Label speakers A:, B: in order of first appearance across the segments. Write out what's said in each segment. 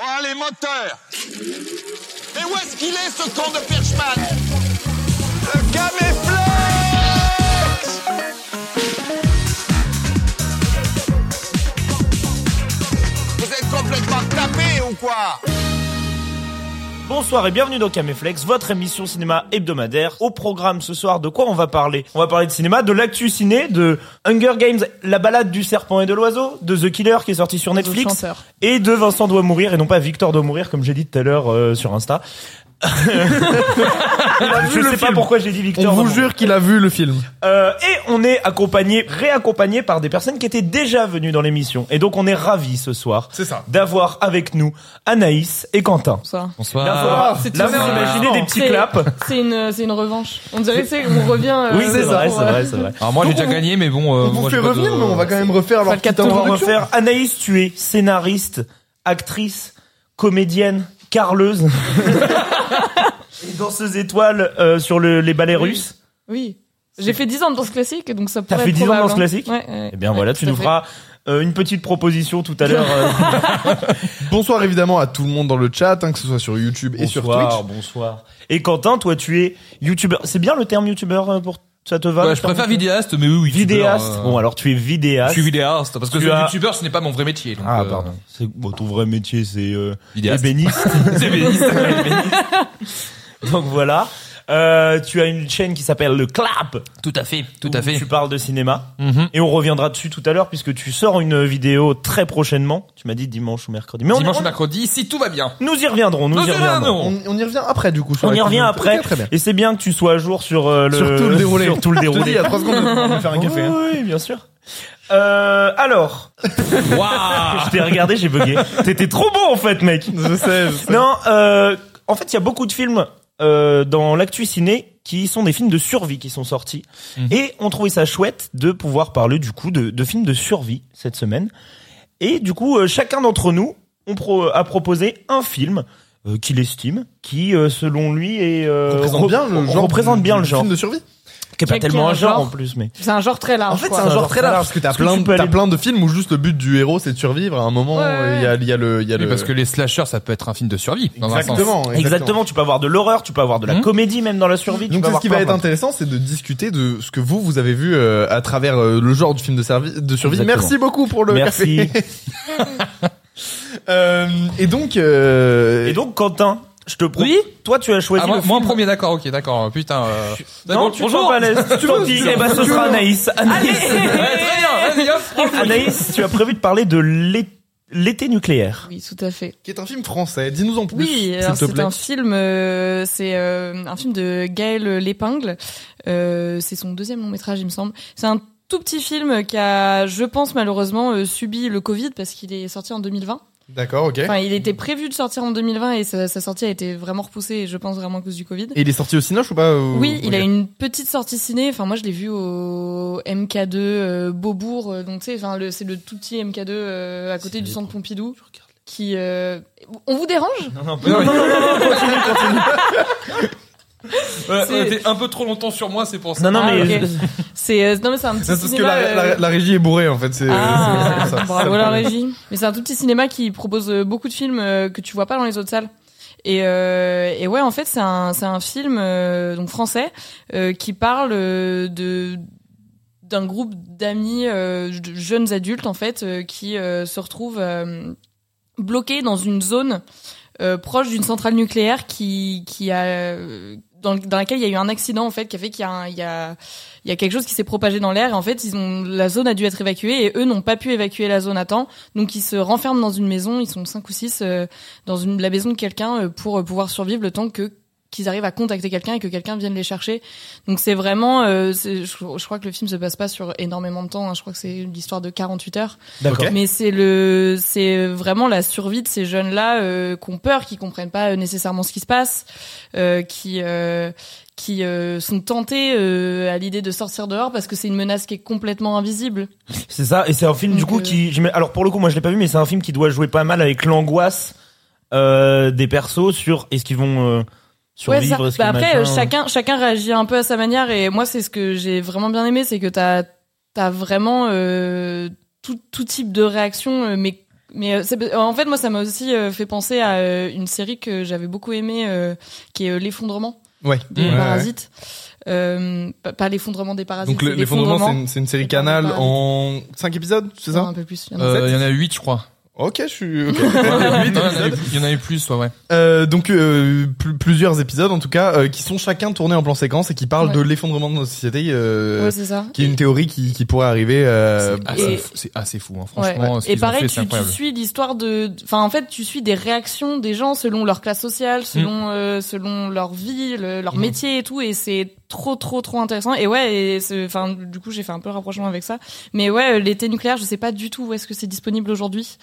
A: Oh, les moteurs Mais où est-ce qu'il est, ce con de Perchman Le caméflex Vous êtes complètement tapés ou quoi
B: Bonsoir et bienvenue dans Caméflex, votre émission cinéma hebdomadaire. Au programme ce soir, de quoi on va parler On va parler de cinéma, de l'actu ciné, de Hunger Games, la balade du serpent et de l'oiseau, de The Killer qui est sorti sur Netflix,
C: chanteur.
B: et de Vincent doit mourir, et non pas Victor doit mourir, comme j'ai dit tout à l'heure euh, sur Insta. Je sais pas pourquoi j'ai dit Victor.
C: On vous
B: doit mourir.
C: jure qu'il a vu le film.
B: Euh, et on est accompagné, réaccompagné par des personnes qui étaient déjà venues dans l'émission. Et donc on est ravis ce soir
C: C'est ça.
B: d'avoir avec nous Anaïs et Quentin.
D: Ça.
B: Là,
C: c'est
B: là,
C: une
B: vous
C: erreur.
B: imaginez des petits
D: C'est-
B: claps.
D: C'est une, c'est une revanche. On dirait que Euh, c'est- on revient.
B: Oui, c'est vrai,
D: vrai,
B: c'est vrai, c'est vrai.
E: Alors moi j'ai
C: Donc,
E: déjà
C: on-
E: gagné mais bon. euh,
C: On vous
E: moi,
C: fait
E: j'ai pas de-
C: revenir, mais on va quand même refaire leur
D: Pas le
C: petite
D: capteur,
B: On va
C: introduction.
B: refaire. Anaïs, tu es scénariste, actrice, comédienne, carleuse. et danseuse étoile euh, sur le- les ballets russes.
D: Oui. J'ai fait 10 ans de danse classique, donc ça pourrait
B: fait
D: être
B: 10 ans de
D: probable,
B: danse
D: hein.
B: classique
D: Ouais, ouais.
B: Eh bien
D: Ouais,
B: voilà, tu
D: tout à
B: nous
D: fait.
B: feras euh, une petite proposition tout à l'heure. euh,
C: Bonsoir évidemment à tout le monde dans le chat, hein, que ce soit sur YouTube et sur
B: Bonsoir,
C: Twitch.
B: Bonsoir. Et Quentin, toi, tu es youtubeur. C'est bien le terme youtubeur euh, pour ça te va
E: Ouais,
B: le
E: Bah, je
B: terme
E: préfère
B: youtubeur
E: vidéaste mais oui, oui.
B: Vidéaste.
E: youtubeur, euh,
B: Bon, alors tu es vidéaste.
E: Je suis vidéaste parce que
B: Tu
E: ce
B: as-
E: youtubeur ce n'est pas mon vrai métier. donc,
B: Ah
E: euh,
B: pardon. C'est bon, ton vrai métier, c'est euh,
E: Vidéaste.
B: ébéniste.
E: C'est béniste.
B: Donc voilà. Euh, tu as une chaîne qui s'appelle le Clap.
E: Tout à fait, tout
B: où
E: à fait.
B: Tu parles de cinéma
C: Mm-hmm.
E: Mhm.
B: et on reviendra dessus tout à l'heure puisque tu sors une vidéo très prochainement. Tu m'as dit dimanche ou mercredi. Mais on,
E: Dimanche
B: on-
E: ou mercredi si tout va bien.
B: nous y reviendrons. Nous,
E: Nous
B: y
E: y
B: reviendrons.
E: reviendrons.
C: On, on y revient après du coup. sur
B: On y
C: la-
B: revient après.
C: Très, très bien.
B: Et c'est bien que tu sois à jour sur euh, le
C: Sur tout le déroulé.
B: sur tout le
C: Je te dis, il
B: déroulé.
C: y a trois secondes, on va faire un café. hein.
B: Oui, oui, bien sûr. Euh, alors,
E: Waouh.
B: je t'ai regardé, j'ai bugué. T'étais trop beau en fait, mec.
C: Je sais, je sais.
B: Non, euh, en fait, il y a beaucoup de films euh, dans l'actu ciné qui sont des films de survie qui sont sortis.
E: Mhm.
B: Et on trouvait ça chouette de pouvoir parler du coup de, de films de survie cette semaine. Et du coup, euh, chacun d'entre nous on pro- euh, a proposé un film euh, qu'il estime, qui euh, selon lui est, euh,
C: représente bien le
B: rep-
C: genre.
B: représente
C: du-
B: bien
C: du
B: le genre.
C: Film de survie.
B: Qui est pas
D: Qui est
B: tellement
D: un
B: un genre,
D: genre.
B: en plus, mais
D: C'est un genre très large.
C: En fait,
D: Ah, quoi.
C: c'est un genre très large parce que t'as
B: Parce que
C: plein,
B: tu
C: de-
B: peux
C: t'as
B: aller-
C: plein de films où juste le but du héros c'est de survivre. À un moment,
D: Ouais,
C: euh, il y a, il y a le, il y a
E: Oui,
C: le.
E: parce que les slashers ça peut être un film de survie. dans un sens.
C: exactement,
B: exactement. Tu peux avoir de l'horreur, tu peux avoir de la
E: Mhm.
B: comédie même dans la survie. tu
C: Donc
B: peux
C: c'est ce
B: avoir
C: qui va
B: plein
C: être
B: de-
C: intéressant, c'est de discuter de ce que vous vous avez vu euh, à travers euh, le genre du film de, servi- de survie.
B: Exactement.
C: Merci beaucoup pour le
B: Merci.
C: café. Euh, et donc, euh,
B: Et donc Quentin, je te pro-
E: Oui
B: toi tu as choisi
E: Ah, moi,
B: le
E: moi en
B: film-
E: premier d'accord ok d'accord putain. euh,
B: Non,
E: d'accord,
B: tu bonjour. Pas l'aise. Tant pis, eh ben, ce sera Anaïs. Anaïs,
E: Ouais, très bien, vas-y, hop, prends le truc.
B: Anaïs, tu as prévu de parler de l'é- l'été nucléaire.
D: Oui, tout à fait.
C: qui est un film français. Dis-nous en plus,
D: Oui, alors
C: s'il te
D: c'est
C: plaît.
D: un film, euh, c'est euh, un film de Gaël L'Épingle. Euh, c'est son deuxième long métrage, il me semble. C'est un tout petit film qui a, je pense malheureusement, euh, subi le Covid parce qu'il est sorti en 2020.
C: D'accord, ok.
D: Enfin, il était prévu de sortir en 2020 et sa, sa sortie a été vraiment repoussée, et je pense vraiment à cause du Covid.
C: Et il est sorti au Cinoche ou pas ou-
D: Oui, il
C: Euh, ok.
D: a une petite sortie ciné. Enfin, moi, je l'ai vu au MK2 euh, Beaubourg. euh, donc, tu sais, enfin, le- c'est le tout petit MK2 euh, à côté du centre Pompidou. Qui, euh, On vous dérange
B: Non, non,
E: Non, non, non,
D: C'est-
E: Ouais, euh, T'es un peu trop longtemps sur moi c'est pour ça. Euh,
B: non, non,
D: Ah,
B: mais
D: ok. C'est euh, non, mais c'est un petit
C: Non, C'est parce que
D: cinéma.
C: la,
D: euh,
C: la- la régie est bourrée en fait. C'est euh,
D: Ah,
C: c'est- c'est ça.
D: bravo la régie. Mais c'est un tout petit cinéma qui propose euh, beaucoup de films euh, que tu vois pas dans les autres salles. Et, euh, et ouais, en fait, c'est un, c'est un film euh, donc français euh, qui parle euh, de d'un groupe d'amis euh, de jeunes adultes en fait euh, qui euh, se retrouvent euh, bloqués dans une zone euh, proche d'une centrale nucléaire qui qui a euh, dans, le- dans laquelle il y a eu un accident en fait qui a fait qu'il y a, un- il y a il y a quelque chose qui s'est propagé dans l'air et en fait ils ont la zone a dû être évacuée et eux n'ont pas pu évacuer la zone à temps donc ils se renferment dans une maison ils sont cinq ou six euh, dans une la maison de quelqu'un euh, pour euh, pouvoir survivre le temps que qu'ils arrivent à contacter quelqu'un et que quelqu'un vienne les chercher donc c'est vraiment euh, c'est- je, je crois que le film se passe pas sur énormément de temps hein. je crois que c'est l'histoire de 48 heures
B: d'accord.
D: mais c'est le, c'est vraiment la survie de ces jeunes-là euh, qui ont peur, qui comprennent pas euh, nécessairement ce qui se passe, euh, qui euh, qui euh, sont tentés euh, à l'idée de sortir dehors parce que c'est une menace qui est complètement invisible.
B: C'est ça, et c'est un film du
D: Donc,
B: coup
D: euh,
B: qui, j'imagine- alors pour le coup, moi je l'ai pas vu, mais c'est un film qui doit jouer pas mal avec l'angoisse euh, des persos sur est-ce qu'ils vont euh, survivre.
D: Ouais,
B: est-ce
D: ça.
B: que
D: Bah après,
B: machin-
D: euh, chacun, chacun réagit un peu à sa manière. Et moi, c'est ce que j'ai vraiment bien aimé, c'est que t'as as vraiment euh, tout, tout type de réaction, euh, mais Mais euh, c'est- en fait, moi, ça m'a aussi euh, fait penser à euh, une série que j'avais beaucoup aimée, euh, qui est euh, l'effondrement
C: Ouais.
D: des
C: Ouais, ouais.
D: parasites. Euh, pas pas l'effondrement des parasites.
C: Donc le-
D: c'est
C: l'effondrement, c'est une, c'est une série
D: C'est pas
C: canal
D: mal.
C: en 5 épisodes, c'est
D: Non,
C: ça
D: un peu plus. il y en a.
E: Euh, Il y en a 8, je crois.
C: Ok, je suis. ok.
E: Ouais,
C: Huit
E: non, il y en a eu-
C: épisodes.
E: Il y en a eu plus, ouais, ouais.
C: Euh, donc euh, plus- plusieurs épisodes en tout cas euh, qui sont chacun tournés en plan séquence et qui parlent
D: Ouais.
C: de l'effondrement de notre société, euh,
D: ouais, c'est ça.
C: qui est une théorie qui, qui pourrait arriver. euh,
D: C'est-
E: Ah,
D: Et-
E: c'est fou- C'est assez fou, hein. franchement.
D: Ouais.
E: ce
D: Et
E: qu'ils ont
D: pareil,
E: fait,
D: tu,
E: c'est
D: tu
E: incroyable.
D: suis l'histoire de, enfin en fait, tu suis des réactions des gens selon leur classe sociale, selon euh, selon leur vie, le- leur
E: Mhm.
D: métier et tout, et c'est trop trop trop intéressant. Et ouais, et c'est- enfin du coup j'ai fait un peu le rapprochement avec ça. Mais ouais, euh, l'été nucléaire, je sais pas du tout où est-ce que c'est disponible aujourd'hui.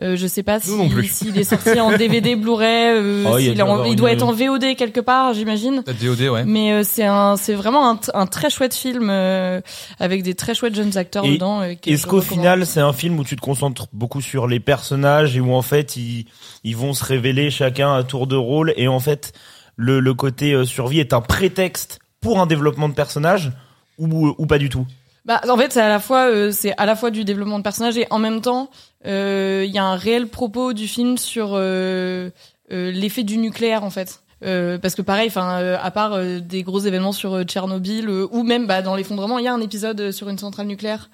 D: Euh, je sais pas si-
C: Nous non plus.
D: s'il est sorti en DVD, Blu-ray, euh,
B: Oh, il y a
D: s'il
B: dû
D: est en-
B: avoir
D: il
B: une-
D: doit être en VOD quelque part, j'imagine.
E: La DOD, ouais.
D: Mais euh, c'est un, c'est vraiment un, t- un très chouette film euh, avec des très chouettes jeunes acteurs
B: Et-
D: dedans. euh, que
B: Est-ce
D: je
B: qu'au
D: recommande.
B: final, c'est un film où tu te concentres beaucoup sur les personnages et où en fait, ils, ils vont se révéler chacun à tour de rôle et en fait, le, le côté euh, survie est un prétexte pour un développement de personnage ou, ou pas du tout
D: Bah, en fait, c'est à la fois euh, c'est à la fois du développement de personnage et en même temps, euh, il y a un réel propos du film sur euh, euh, l'effet du nucléaire en fait. Euh, parce que pareil, enfin, euh, à part euh, des gros événements sur euh, Tchernobyl euh, ou même bah, dans l'effondrement, il y a un épisode euh, sur une centrale nucléaire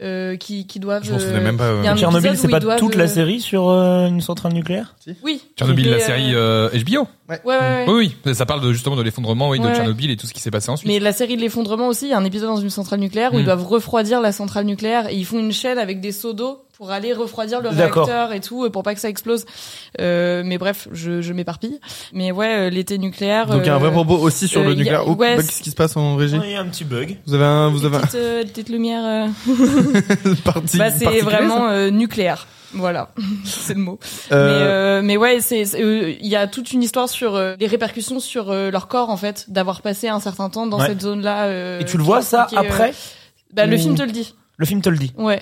D: euh, qui qui doivent.
C: Je m'en souvenais
D: euh,
C: même pas.
D: il y a
C: euh.
D: un
B: Tchernobyl,
D: épisode où
B: c'est
D: ils
B: pas
D: doivent,
B: toute la
D: euh,
B: série sur euh, une centrale nucléaire
D: Oui.
E: Tchernobyl,
D: Mais,
E: la
D: euh,
E: série euh, HBO.
D: Ouais, ouais, ouais.
E: Oui, oui, ça- ça parle de, justement de l'effondrement, oui, de
D: Ouais, ouais.
E: Tchernobyl et tout ce qui s'est passé ensuite.
D: Mais la série de l'effondrement aussi, il y a un épisode dans une centrale nucléaire où
E: Mm.
D: ils doivent refroidir la centrale nucléaire et ils font une chaîne avec des seaux d'eau pour aller refroidir le
B: D'accord.
D: réacteur et tout euh, pour pas que ça explose. Euh, mais bref, je, je m'éparpille. Mais ouais, euh, l'été nucléaire.
C: Donc il y a un vrai
D: euh,
C: propos aussi sur
D: euh,
C: le
D: il y a-
C: nucléaire. Oh,
D: ouais,
C: bah,
D: c'est-
C: qu'est-ce qui se passe en régie
B: Il y a un petit bug.
C: Vous avez un, vous
D: des
C: avez un
D: petites, euh, des petites lumières. euh,
C: parti.
D: bah, c'est
C: particulier, ça
D: vraiment euh, nucléaire. Voilà, c'est le mot. Mais,
C: Euh,
D: euh, mais ouais, c'est c'est- euh, il y a toute une histoire sur euh, les répercussions sur euh, leur corps en fait, d'avoir passé un certain temps dans
B: Ouais.
D: cette zone-là. euh,
B: et tu le
D: qui
B: vois
D: est
B: ça
D: expliquée, euh,
B: après
D: bah, le
B: ou-
D: film te le dit.
B: Le film te le dit.
D: Ouais.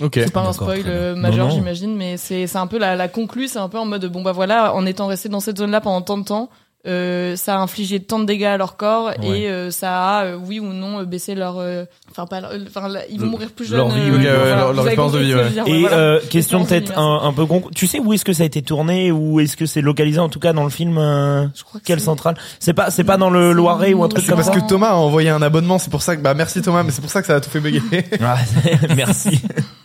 C: Ok.
D: C'est pas un
B: D'accord,
D: spoil
B: très bien.
D: euh,
B: Non,
D: majeur,
B: non.
D: j'imagine, mais c'est c'est un peu la, la conclue, c'est un peu en mode bon bah voilà, en étant resté dans cette zone-là pendant tant de temps, euh, ça a infligé tant de dégâts à leur corps et euh, ça a euh, oui ou non euh, baissé leur, euh, enfin pas, leur- euh, enfin la- ils vont
B: Le-
D: mourir plus jeunes.
B: leur vie, oui,
D: euh, voilà,
B: ouais, ouais,
D: voilà,
C: leur-
D: vous
C: leur
D: avez
C: espérance de
D: compris ce
C: vie,
D: que je veux dire,
C: ouais.
B: Et
D: Ah voilà.
B: euh, question
D: Espérance de
B: peut-être un, un peu con. Tu sais où est-ce que ça a été tourné ou est-ce que c'est localisé en tout cas dans le film euh,
D: Je crois que
B: Quelle
D: c'est-
B: centrale C'est pas c'est pas dans le
D: C'est-
B: Loiret ou un truc
D: C'est
C: C'est
B: comme
C: parce
B: ça
C: que Thomas a envoyé un abonnement, c'est pour ça que bah merci Thomas, mais c'est pour ça que ça a tout fait bugger.
B: Ah, Merci.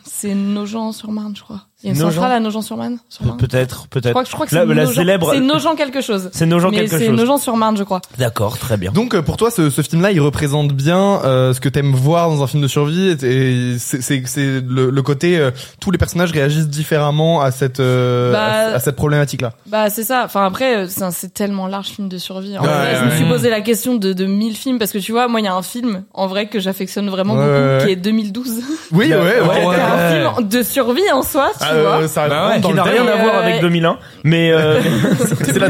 D: C'est Nogent-sur-Marne, je crois. Il y a une
B: Nogent
D: centrale à Nogent-sur-Marne. sur
B: Pe-
D: Marne
B: Peut-être
D: Je
B: peut-être.
D: crois que je crois que
B: Là,
D: c'est
B: la
D: Nogent-
B: célèbre-
D: C'est Nogent quelque chose.
B: C'est nos gens
D: Mais
B: quelque
D: c'est
B: chose.
D: Nogent-sur-Marne, je crois.
B: D'accord, très bien.
C: Donc euh, pour toi, ce, ce film-là, il représente bien euh, ce que t'aimes voir dans un film de survie. Et, et c'est- c'est c'est le, le côté euh, tous les personnages réagissent différemment à cette euh, à-
D: Bah,
C: à, cette problématique-là.
D: Bah c'est ça. Enfin après euh, c'est un- c'est tellement large film de survie. En
C: Ouais,
D: vrai, je me
E: ouais.
D: suis posé la question de de mille films parce que tu vois moi il y a un film en vrai que j'affectionne vraiment
C: Ouais,
D: beaucoup
C: ouais, ouais.
D: qui est 2012.
C: Oui, ouais, ouais.
B: ouais,
D: C'est un film de survie en soi, tu
C: Ah,
D: vois.
C: euh, ça
E: Bah
C: rentre
E: ouais,
C: dans
B: qui
C: le
B: n'a
C: thème.
B: rien à
D: Euh,
B: voir avec
D: ouais.
B: 2001, mais euh,
C: C'est la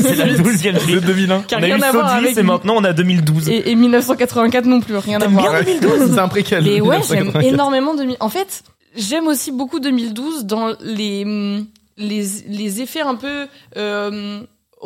B: c'est la
D: suite.
B: douzième suite.
C: 2001.
D: Qui a
B: On a
D: rien
B: eu
D: à voir
B: Soddy,
D: avec
B: c'est
D: lui.
B: maintenant on a 2012.
D: Et, et 1984 non plus, rien à
B: T'aimes
D: voir.
B: bien 2012
C: C'est un préquel.
D: Mais ouais, j'aime
C: 1984.
D: énormément 2000. En fait, j'aime aussi beaucoup 2012 dans les hum, les les effets un peu euh,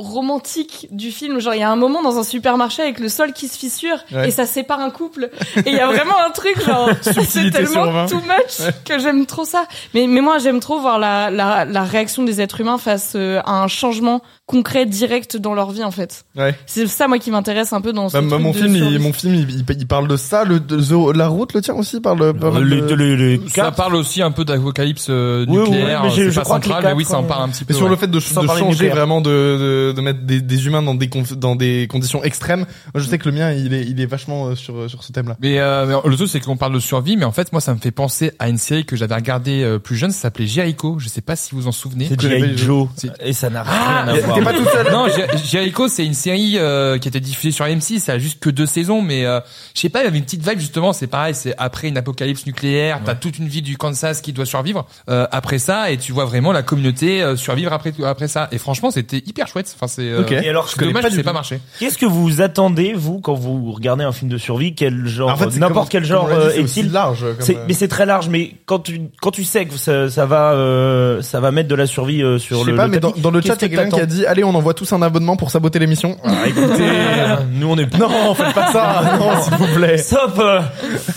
D: romantiques du film genre il y a un moment dans un supermarché avec le sol qui se fissure
C: Ouais.
D: et ça sépare un couple et il y a vraiment un truc genre c'est
C: Subtilité sur
D: tellement
C: vingt.
D: too much que j'aime trop ça mais mais moi j'aime trop voir la, la la réaction des êtres humains face euh, à un changement concret direct dans leur vie en fait
C: Ouais.
D: c'est ça moi qui m'intéresse un peu dans ce
C: Bah, bah,
D: truc
C: mon,
D: de
C: film, il,
D: survie.
C: mon film, il, il- il parle de ça. Le, de, The- la route, le tien aussi parle. euh, pas
B: Le,
C: mal de-
B: le, le, le
E: Ça
B: quatre.
E: parle aussi un peu d'apocalypse euh,
B: Oui, oui,
E: nucléaire,
B: mais j'ai-
E: c'est
B: je
E: pas
B: crois que les
E: central, mais oui,
B: quatre,
E: ça en
B: euh,
E: parle un petit peu.
C: Mais sur
E: ouais.
C: le fait de,
B: Sans
C: de
B: parler
C: changer
B: nucléaire.
C: vraiment de, de, de mettre des, des humains dans des, conf- dans des conditions extrêmes, moi, je sais que le mien il est, il est vachement euh, sur, euh, sur ce thème-là.
E: Mais, euh, mais le truc c'est qu'on parle de survie, mais en fait moi ça me fait penser à une série que j'avais regardée euh, plus jeune, ça s'appelait Jericho. Je sais pas si vous en souvenez.
B: C'est
C: Je connais
B: G.I.
C: pas-
B: Joe
E: c'est-
B: et ça n'a rien à voir.
C: T'es pas tout seul.
E: non, Jer- Jericho, c'est une série euh, qui était diffusée sur M6. Ça a juste que deux saisons, mais euh, je sais pas, il y avait une petite vibe justement. C'est pareil, c'est après une apocalypse nucléaire, t'as toute une ville du Kansas qui doit survivre euh, après ça, et tu vois vraiment la communauté euh, survivre après après ça. Et franchement, c'était hyper chouette. fait. Enfin, c'est euh,
C: Ok.
E: c'est
B: Et alors,
C: Je connais
E: dommage
C: pas
E: que
C: du
E: c'est
C: tout.
E: pas marché.
B: Qu'est-ce que vous attendez, vous, quand vous regardez un film de survie Quel genre, euh,
C: En fait, c'est comme-
B: n'importe quel genre
C: comme on l'a dit,
B: euh,
C: c'est aussi
B: est-il
C: large. comme,
B: C'est-
C: euh,
B: mais c'est très large. Mais quand tu quand tu sais que ça, ça va euh, ça va mettre de la survie euh,
C: Je
B: sur
C: sais
B: le,
C: pas,
B: le
C: mais dans,
B: tapis,
C: dans le chat,
B: qu'est-ce
C: il y a
B: que
C: quelqu'un qui a dit Allez, on envoie tous un abonnement pour saboter l'émission.
B: t'attends Ah, écoutez, euh, nous on est
C: non, faites pas ça, non, s'il vous plaît.
B: Stop euh,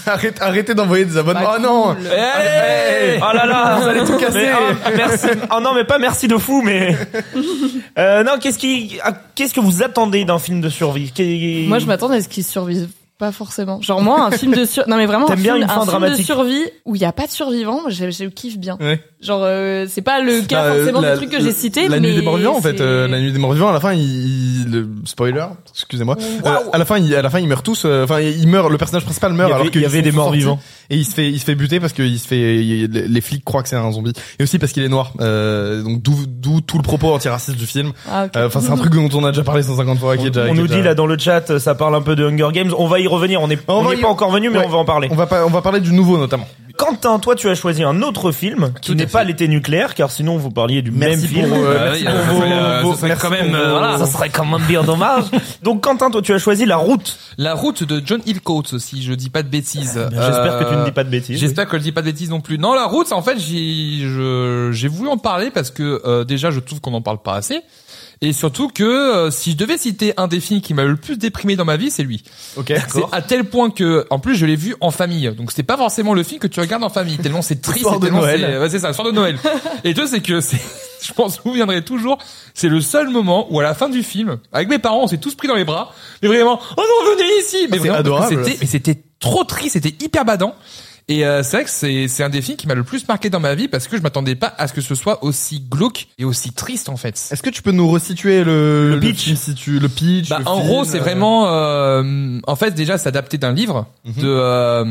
C: Arrête- arrêtez d'envoyer des abonnements.
D: Bah,
C: oh non
D: cool.
B: Hey Oh là là
C: Vous allez tout casser.
B: Mais, oh, merci. Oh non, mais pas merci de fou, mais euh, non. Qu'est-ce qui ah, qu'est-ce que vous attendez d'un film de survie Qu'est-
D: Moi, je m'attends à ce qu'ils survivent pas forcément. Genre moi, un film de sur, non mais vraiment un
B: T'aimes bien
D: film,
B: une fin
D: un film
B: dramatique.
D: de survie où il y a pas de survivants, moi, je, je kiffe bien.
C: Ouais.
D: Genre euh, c'est pas le cas
C: Bah, euh,
D: forcément
C: la-
D: des trucs que j'ai cités,
C: La
D: mais
C: nuit des morts vivants, en fait.
D: c'est-
C: euh, la nuit des morts vivants, à la fin, il, il- le, spoiler, excusez-moi. Euh, à la fin, il, à la fin, ils meurent tous. euh, Enfin, il meurt. Le personnage principal
B: Il
C: meurt
B: y avait,
C: alors
B: il
C: qu'il
B: y avait des morts vivants.
C: Et il se fait, il se fait buter parce que il se fait, il- les les flics croient que c'est un zombie. Et aussi parce qu'il est noir. Euh, donc d'où, d'où tout le propos antiraciste du film.
D: Ah, ok.
C: Euh, Enfin, c'est un truc dont on a déjà parlé 150 fois. qui
B: On,
C: est déjà-
B: on
C: qui est
B: nous
C: déjà-
B: dit là dans le chat, ça parle un peu de Hunger Games. On va y revenir. On n'est
C: On
B: on
C: va
B: n'est
C: y-
B: pas encore venu, mais
C: Ouais.
B: on va en parler.
C: On va pas, on va parler du nouveau notamment.
B: Quentin, toi, tu as choisi un autre film qui
E: Tout à
B: n'est
E: fait.
B: pas l'été nucléaire, car sinon vous parliez du même film.
C: euh,
E: Bah
C: merci
E: oui, euh,
C: pour
E: ça serait, euh,
C: vos-
E: ça serait
C: merci
E: quand même,
C: pour
E: euh,
C: vos-
E: voilà.
B: Ça serait quand même bien dommage. Donc Quentin, toi, tu as choisi La Route.
E: La route de John Hillcoat, si je dis pas de bêtises.
B: Eh Euh,
E: Euh,
B: J'espère que tu ne dis pas de bêtises.
E: J'espère que je dis pas de bêtises non plus. Non, la route, en fait, j'ai je- j'ai voulu en parler parce que euh, déjà, je trouve qu'on n'en parle pas assez. Et surtout que euh, si je devais citer un des films qui m'a le plus déprimé dans ma vie, c'est lui.
C: Ok.
E: C'est à tel point que, en plus, je l'ai vu en famille. Donc, c'est pas forcément le film que tu regardes en famille. Tellement c'est triste.
C: Soir
E: et
C: de
E: tellement
C: Noël.
E: C'est ouais, c'est ça, le soir de Noël. et deux, c'est que c'est, je pense, vous viendrez toujours. C'est le seul moment où, à la fin du film, avec mes parents, on s'est tous pris dans les bras. Mais vraiment, oh non, venez ici. Mais
C: Ah, c'est
E: vraiment, parce que
C: adorable.
E: C'était, et c'était trop triste. C'était hyper badant. Et euh, c'est vrai que c'est c'est un des films qui m'a le plus marqué dans ma vie parce que je m'attendais pas à ce que ce soit aussi glauque et aussi triste en fait.
C: Est-ce que tu peux nous resituer le, le
B: pitch.
C: film, si tu- le pitch
E: Bah,
C: le
E: en
C: film,
E: gros, c'est
C: euh,
E: vraiment, euh, en fait, déjà, c'est adapté d'un livre
C: Mhm.
E: de, euh,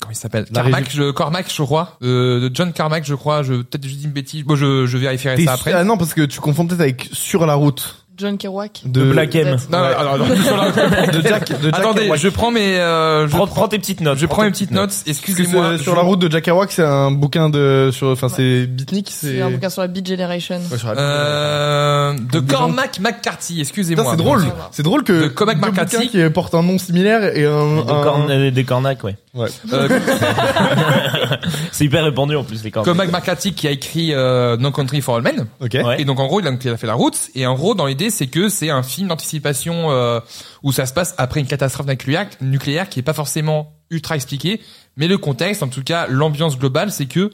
E: comment il s'appelle,
C: La
E: Carmack, je, Cormac, je crois, euh, de John Carmack, je crois. Je peut-être je dis une bêtise. Bon, je, je vérifierai
C: T'es
E: ça
C: sûr-
E: après.
C: Ah non, parce que tu confonds peut-être avec Sur la route
D: John Kerouac.
C: de,
B: De Black M.
D: Peut-être.
E: Non, non, alors, alors, sur la-
C: de Jack. De Jack
E: attendez,
C: Kerouac.
E: je prends mes, euh, je,
B: Prends, prends tes petites notes.
E: je prends
B: tes
E: une petite note.
C: Parce que c'est-
E: Excusez-moi.
C: sur
E: je-
C: la route de Jack Kerouac, c'est un bouquin de, sur, enfin, c'est Beatnik,
D: C'est
C: c'est.
D: un bouquin sur la Beat Generation.
C: Ouais, sur la-
E: Euh, de
C: Des gens-
E: Cormac McCarthy.
C: Putain,
E: Excusez-moi.
C: c'est drôle. C'est drôle que
E: De Cormac
C: deux
E: McCarthy.
C: bouquins qui portent un nom similaire et un.
B: Des,
C: un-
B: corna- euh, des cornacs, ouais.
C: Ouais.
E: Euh,
B: C'est hyper répandu en plus les cornacs.
E: Cormac McCarthy qui a écrit euh, No Country for All Men.
C: Ok.
B: Ouais.
E: Et donc en gros, il a, il a fait la route. Et en gros, dans l'idée, c'est que c'est un film d'anticipation euh, où ça se passe après une catastrophe nucléaire, nucléaire qui est pas forcément ultra expliquée, mais le contexte, en tout cas l'ambiance globale, c'est que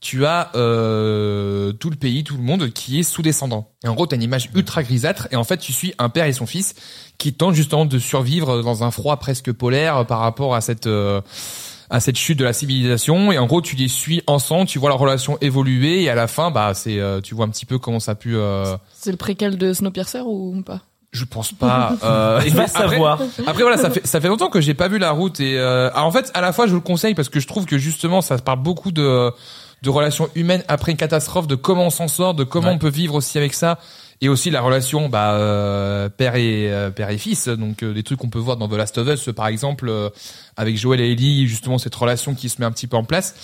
E: tu as euh, tout le pays, tout le monde qui est sous-descendant. Et en gros, t'as une image ultra grisâtre. Et en fait, tu suis un père et son fils qui tentent justement de survivre dans un froid presque polaire par rapport à cette euh, à cette chute de la civilisation et en gros tu les suis ensemble tu vois leur relation évoluer et à la fin bah c'est euh, tu vois un petit peu comment ça a pu euh,
D: C'est le préquel de Snowpiercer ou pas
E: je pense pas euh, et
B: Va
E: après-
B: savoir.
E: après voilà, ça fait ça fait longtemps que j'ai pas vu la route et euh, ah, en fait à la fois je vous le conseille parce que je trouve que justement ça parle beaucoup de de relations humaines après une catastrophe, de comment on s'en sort, de comment
B: Ouais.
E: on peut vivre aussi avec ça et aussi la relation bah euh, père et euh, père et fils donc euh, des trucs qu'on peut voir dans The Last of Us par exemple euh, avec Joel et Ellie justement cette relation qui se met un petit peu en place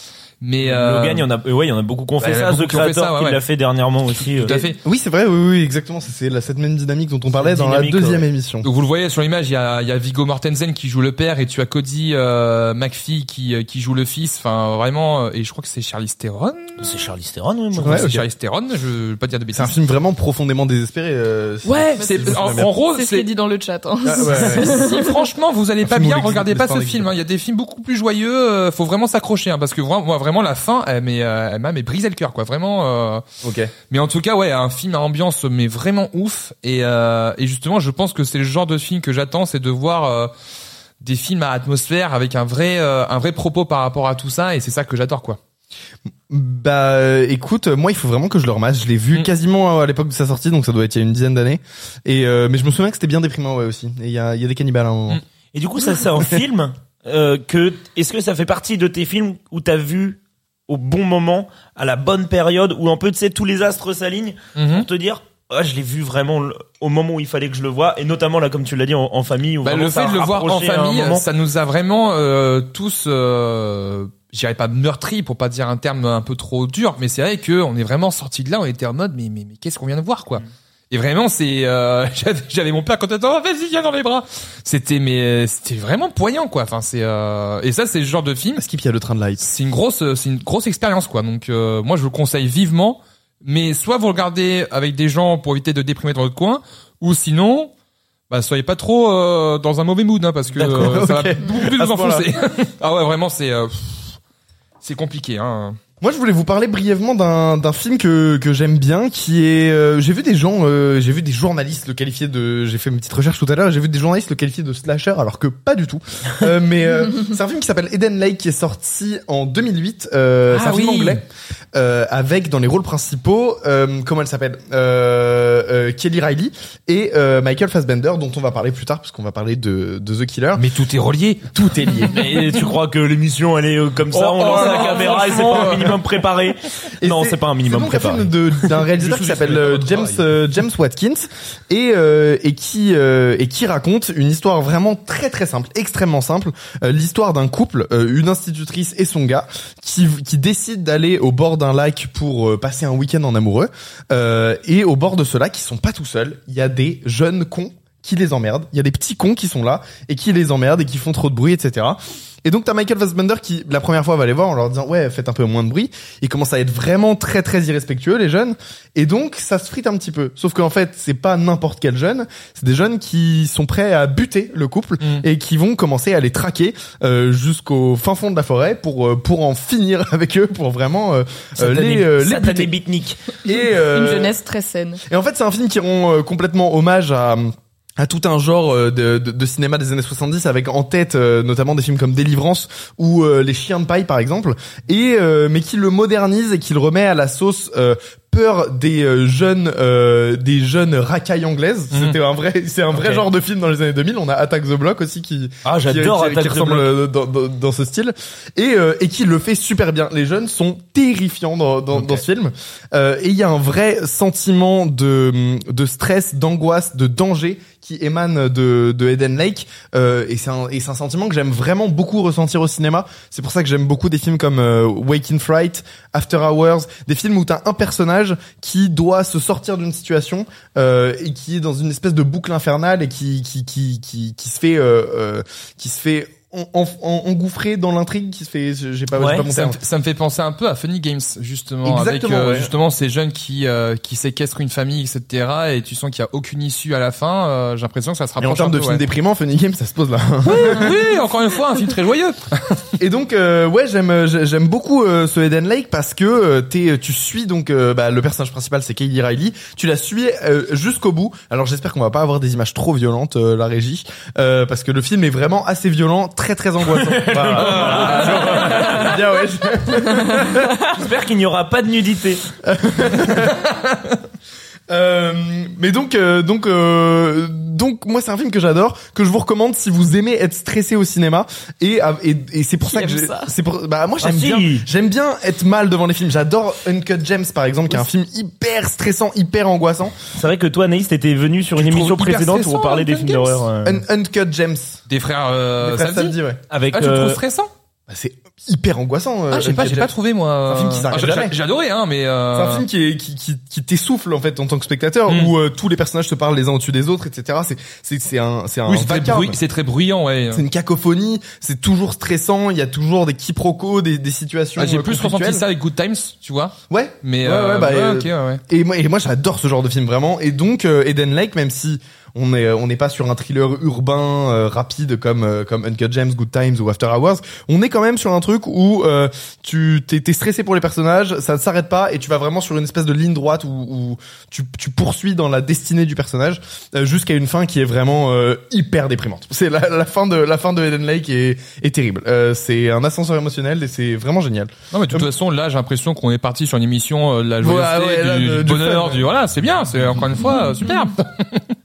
E: mais euh,
B: Logan, il y en a, euh, ouais, il y en a beaucoup qui ont fait
E: Bah, il y en a
B: ça.
E: beaucoup
B: The
E: qui ont fait
B: Creator
E: ça, ouais,
B: qui
E: ouais.
B: l'a fait dernièrement aussi.
E: tout
B: euh.
E: à fait
C: Oui, c'est vrai, oui, oui, exactement. C'est- C'est la, cette même dynamique dont on parlait dans la
B: Dynamique,
C: deuxième
B: ouais.
C: émission.
E: Donc vous le voyez sur l'image, il y a, il y a Viggo Mortensen qui joue le père et tu as Cody euh, McPhee qui, euh, qui joue le fils. Enfin vraiment, euh, et je crois que c'est Charlie Theron.
B: C'est Charlie Theron, oui, moi.
C: Ouais,
E: c'est
C: ok.
E: Charlize Theron, je veux pas dire de
C: C'est un
E: bêtises.
C: film vraiment profondément désespéré. euh, si-
E: Ouais,
C: si- si-
E: c'est
C: si-
E: en,
C: si-
E: en gros,
D: C'est ce qui est
E: c'est
D: dit dans le chat. hein.
C: Ah, ouais, ouais.
E: Euh, si franchement vous allez
C: Un
E: pas
C: film où
E: bien,
C: l'ex-
E: regardez pas ce
C: l'expérience
E: film. hein. Il y a des films beaucoup plus joyeux. euh, faut vraiment s'accrocher, hein, parce que vraiment, moi vraiment la fin, elle m'a euh, elle m'a mais brisé le cœur, quoi. Vraiment. euh,
C: Ok.
E: Mais en tout cas, ouais, un film à ambiance mais vraiment ouf. Et, euh, et justement, je pense que c'est le genre de film que j'attends, c'est de voir euh, des films à atmosphère avec un vrai, euh, un vrai propos par rapport à tout ça. Et c'est ça que j'adore, quoi.
C: Bah euh, écoute, euh, moi il faut vraiment que je le remasse. Je l'ai vu
E: Mm.
C: quasiment à l'époque de sa sortie, donc ça doit être il y a une dizaine d'années. Et euh, mais je me souviens que c'était bien déprimant ouais aussi. Et il y a, il y a des cannibales hein. à un moment.
E: Mm.
B: Et du coup, ça, c'est un film euh, que. Est-ce que ça fait partie de tes films où t'as vu au bon moment, à la bonne période, où un peu, tu sais, tous les astres s'alignent pour te dire. Ah, je l'ai vu vraiment le- au moment où il fallait que je le voie et notamment là comme tu l'as dit en, en famille où
E: Bah,
B: vraiment
E: le
B: ça
E: fait de le
B: a
E: voir en
B: rapproché à un
E: famille,
B: moment.
E: ça nous a vraiment euh, tous, euh, j'irais pas meurtri pour pas
B: Mm.
E: dire un terme un peu trop dur, mais c'est vrai que on est vraiment sorti de là, on était en mode mais mais, mais qu'est-ce qu'on vient de voir quoi. Et vraiment, c'est euh, j'avais- j'avais mon père quand attends, vas-y, viens dans les bras. C'était mais euh, c'était vraiment poignant quoi. Enfin, c'est euh, et ça c'est le genre de film
C: Skip, il y a le train de light.
E: c'est une grosse euh, c'est une grosse expérience quoi donc euh, moi je vous le conseille vivement mais soit vous regardez avec des gens pour éviter de déprimer dans votre coin ou sinon bah soyez pas trop euh, dans un mauvais mood hein, parce que
B: D'accord,
E: euh, ça
B: ok.
E: va beaucoup plus
B: À
E: vous
B: ce
E: enfoncer ah ouais vraiment c'est euh, pff, c'est compliqué hein
C: Moi, je voulais vous parler brièvement d'un d'un film que que j'aime bien, qui est. euh, j'ai vu des gens, euh, j'ai vu des journalistes le qualifier de. J'ai fait une petite recherche tout à l'heure. J'ai vu des journalistes le qualifier de slasher, alors que pas du tout. Euh, mais euh, c'est un film qui s'appelle Eden Lake, qui est sorti en 2008. Euh, c'est
E: Ah
C: un film
E: oui.
C: anglais euh, avec dans les rôles principaux, euh, comment elle s'appelle, euh, euh, Kelly Riley et euh, Michael Fassbender, dont on va parler plus tard, parce qu'on va parler de de The Killer.
E: mais tout est relié
C: Tout est lié.
B: Et tu crois que l'émission elle est euh, comme ça,
E: Oh,
B: on lance
E: oh,
B: la
E: oh,
B: caméra et c'est
E: franchement,
B: pas un
E: euh.
B: minimum préparé.
C: Et
B: non, c'est pas un minimum
C: c'est donc
B: préparé.
C: film de- d'un réalisateur
E: Je
C: qui
E: suis
C: s'appelle
E: désolé,
C: euh,
E: pas
C: James
E: travail.
C: euh, James Watkins et euh, et qui euh, et qui raconte une histoire vraiment très très simple, extrêmement simple, euh, l'histoire d'un couple, euh, une institutrice et son gars qui qui décident d'aller au bord d'un lac pour euh, passer un week-end en amoureux euh, et au bord de ce lac ils sont pas tout seuls, il y a des jeunes cons qui les emmerdent, il y a des petits cons qui sont là et qui les emmerdent et qui font trop de bruit, etc. Et donc t'as Michael Fassbender qui la première fois va les voir en leur disant ouais faites un peu moins de bruit. Ils commencent à être vraiment très très irrespectueux les jeunes. Et donc ça se frite un petit peu. Sauf qu'en fait c'est pas n'importe quel jeune, c'est des jeunes qui sont prêts à buter le couple
E: Mm.
C: et qui vont commencer à les traquer euh, jusqu'au fin fond de la forêt pour euh, pour en finir avec eux pour vraiment euh, euh, les euh, les
B: Satané
C: buter.
B: beatnik.
C: Et, euh,
D: Une jeunesse très saine.
C: et en fait, c'est un film qui rend euh, complètement hommage à à tout un genre euh, de, de, de cinéma des années 70 avec en tête euh, notamment des films comme Délivrance ou euh, Les Chiens de paille par exemple et euh, mais qui le modernise et qui le remet à la sauce euh, peur des euh, jeunes euh, des jeunes racailles anglaises
E: Mhm.
C: c'était un vrai c'est un vrai
B: Ok.
C: genre de film dans les années 2000 on a Attack the Block aussi qui
B: Ah, j'adore
C: qui, qui,
B: Attack
C: qui
B: the
C: ressemble
B: Block.
C: euh, dans, dans, dans ce style et euh, et qui le fait super bien. Les jeunes sont terrifiants dans dans,
E: Ok.
C: dans ce film Euh, et il y a un vrai sentiment de de stress, d'angoisse, de danger qui émane de de Eden Lake euh, et c'est un et c'est un sentiment que j'aime vraiment beaucoup ressentir au cinéma. C'est pour ça que j'aime beaucoup des films comme euh, Wake in Fright, After Hours, des films où t'as un personnage qui doit se sortir d'une situation euh, et qui est dans une espèce de boucle infernale et qui qui qui qui, qui se fait euh, euh, qui se fait en- en- en- engouffrer dans l'intrigue qui se fait j'ai pas, j'ai
B: Ouais,
C: pas mon
E: ça
C: terme.
E: me, ça me fait penser un peu à Funny Games justement
C: Exactement,
E: avec euh,
C: ouais.
E: justement ces jeunes qui euh, qui séquestrent une famille etc et tu sens qu'il y a aucune issue à la fin euh, j'ai l'impression que ça se
C: Et
E: rapproche
C: en termes
E: un
C: de
E: peu,
C: film
E: ouais.
C: déprimant, Funny Game, ça se pose là.
E: oui encore une fois un film très joyeux
C: Et donc euh, ouais j'aime euh, j'ai- j'aime beaucoup euh, ce Eden Lake parce que euh, t'es tu suis donc euh, bah, le personnage principal c'est Kelly Riley tu la suis euh, jusqu'au bout alors j'espère qu'on va pas avoir des images trop violentes euh, la régie euh, parce que le film est vraiment assez violent très très angoissant Voilà. bien ouais je-
B: J'espère qu'il n'y aura pas de nudité.
C: Euh, mais donc euh, donc euh, donc moi c'est un film que j'adore que je vous recommande si vous aimez être stressé au cinéma et à- et, et c'est pour ça que
D: aime
C: j'ai-
D: ça
C: c'est pour bah moi j'aime
B: Ah, si.
C: bien j'aime bien être mal devant les films j'adore Uncut Gems par exemple qui est un film hyper stressant hyper angoissant
B: C'est vrai que toi, Anaïs, t'étais venu sur une
E: trouves
B: émission
E: hyper
B: précédente où on
E: stressant,
B: parlait des
E: Uncut
B: films d'horreur euh,
C: Un- Uncut Gems
E: des frères, euh,
C: Les frères
E: samedi.
C: ouais
B: avec
E: Ah, tu le
B: euh,
E: trouves stressant
C: Bah, c'est hyper angoissant euh,
E: Ah, j'ai pas,
C: Uncut
E: j'ai pas
C: Gems.
E: trouvé
C: C'est
E: moi.
C: un film qui s'arrête
E: Ah, j'a-
C: jamais.
E: J'ai adoré, hein, mais.
C: C'est un
E: Euh...
C: film qui, est, qui, qui, qui t'essouffle en fait en tant que spectateur
E: Mm.
C: où euh, tous les personnages se parlent les uns au-dessus des autres etc c'est c'est c'est un c'est un
E: Oui, c'est très,
C: vacarme.
E: bruit- c'est très bruyant, ouais.
C: C'est une cacophonie, c'est toujours stressant, il y a toujours des quiproquos, des, des situations.
E: Ah, j'ai
C: euh,
E: plus ressenti
C: conflictuelles.
E: ça avec Good Times, tu vois.
C: Ouais.
E: Mais
C: Ouais,
E: euh,
C: ouais, bah,
E: ouais,
C: euh,
E: ok, ouais, ouais.
C: Et moi, et moi j'adore ce genre de film vraiment. Et donc euh, Eden Lake, même si on est euh, on n'est pas sur un thriller urbain euh, rapide comme euh, comme Uncut James, Good Times ou After Hours, on est quand même sur un truc où euh, tu t'es t'es stressé pour les personnages, ça ne s'arrête pas et tu vas vraiment sur une espèce de ligne droite où, où tu tu poursuis dans la destinée du personnage euh, jusqu'à une fin qui est vraiment euh, hyper déprimante. C'est la, la fin de la fin de Eden Lake est, est terrible. Euh, c'est un ascenseur émotionnel et c'est vraiment génial.
E: Non, mais de toute façon, là, j'ai l'impression qu'on est parti sur une émission euh, de la
C: Voilà,
E: joyeuse,
C: euh, ouais, là,
E: du,
C: de- du
E: bonheur,
C: fun.
E: du voilà, c'est bien, c'est encore une fois euh, superbe.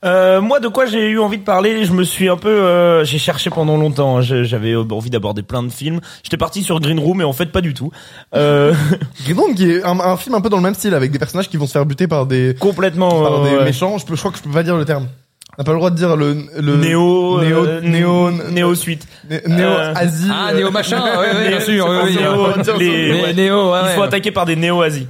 B: Euh, moi, de quoi j'ai eu envie de parler, je me suis un peu, euh, j'ai cherché pendant longtemps. hein. Je- J'avais euh, envie d'aborder plein de films. J'étais parti sur Green Room, mais en fait pas du tout. Euh,
C: Green Room qui est un, un film un peu dans le même style avec des personnages qui vont se faire buter par des
B: complètement.
C: par
B: euh,
C: des
B: ouais.
C: méchants. Je, peux, je crois que je peux pas dire le terme. On n'a pas le droit de dire le le
B: Néo,
C: néo
B: euh,
C: néo
B: néo suite.
C: né- néo
B: euh,
C: Asie.
E: ah, Néo machin, ouais, ouais, bien
B: Néo-
E: sûr, ouais,
B: c'est
E: ouais,
B: pas
E: ouais.
B: Néo, les-
E: Mais
B: ouais.
E: Néo, ouais,
B: Ils
E: ouais.
B: sont attaqués par des néo-Asies.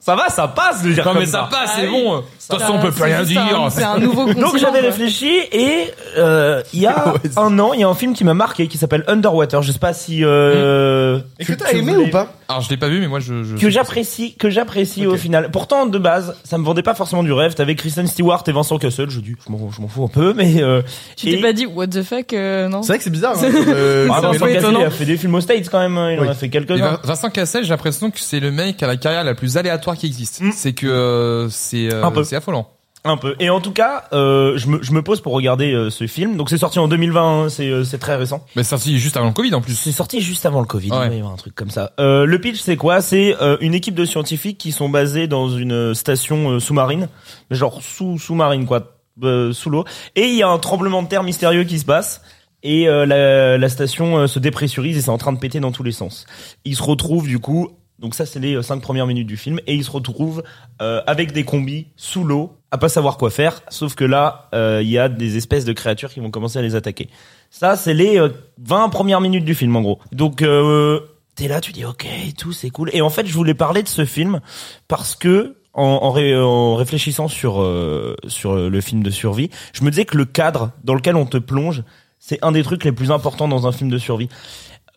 B: Ça va, ça passe de dire
E: Non,
B: comme
E: mais ça passe, c'est
D: Ah oui.
E: bon. De toute façon, on peut plus
D: C'est
E: rien
D: juste un-
E: dire.
D: C'est un nouveau continent,
B: Donc j'avais
D: quoi.
B: réfléchi et euh, il y a
C: Ouais, c'est-
B: un an, il y a un film qui m'a marqué qui s'appelle Underwater. Je sais pas si euh,
C: Et que
B: tu-
C: t'as
B: tu
C: aimé
B: voulais-
C: ou pas
E: Alors, je l'ai pas vu, mais moi, je, je-
B: que j'apprécie, que j'apprécie au
C: Ok.
B: final. Pourtant, de base, ça me vendait pas forcément du rêve. T'avais Kristen Stewart et Vincent Cassel. Je dis, je m'en je m'en fous un peu, mais euh,
D: Tu t'es
B: et-
D: pas dit what the fuck euh, non
C: C'est vrai que c'est bizarre. hein.
D: C'est-
C: Euh,
B: Ah,
D: c'est un
B: Vincent
D: peu
B: Cassel,
D: étonnant.
B: il a fait des films aux States quand même. hein. Il en
C: Oui.
B: a fait
E: Et
B: quelques-uns.
E: Vin- Vincent Cassel, j'ai l'impression que c'est le mec qui a la carrière la plus aléatoire qui existe.
B: Mm.
E: C'est que euh, c'est euh,
B: Un peu.
E: c'est affolant.
B: Un peu. Et en tout cas, euh, je, me, je me pose pour regarder euh, ce film. Donc c'est sorti en 2020, hein, c'est euh, c'est très récent.
E: Mais c'est sorti juste avant le Covid en plus.
B: C'est sorti juste avant le Covid,
E: Ouais.
B: il va y avoir un truc comme ça. Euh, le pitch, c'est quoi C'est euh, une équipe de scientifiques qui sont basés dans une euh, station euh, sous-marine, genre sous sous-marine quoi, euh, sous l'eau. Et il y a un tremblement de terre mystérieux qui se passe. Et euh, la, la station euh, se dépressurise et c'est en train de péter dans tous les sens. Ils se retrouvent du coup, donc ça c'est les euh, cinq premières minutes du film, et ils se retrouvent euh, avec des combis sous l'eau, à pas savoir quoi faire. Sauf que là, euh, il y a des espèces de créatures qui vont commencer à les attaquer. Ça, c'est les euh, 20 premières minutes du film, en gros. Donc, euh, t'es là, tu dis, ok, et tout, c'est cool. Et en fait, je voulais parler de ce film parce que, en, en ré- en réfléchissant sur, euh, sur le film de survie, je me disais que le cadre dans lequel on te plonge, c'est un des trucs les plus importants dans un film de survie.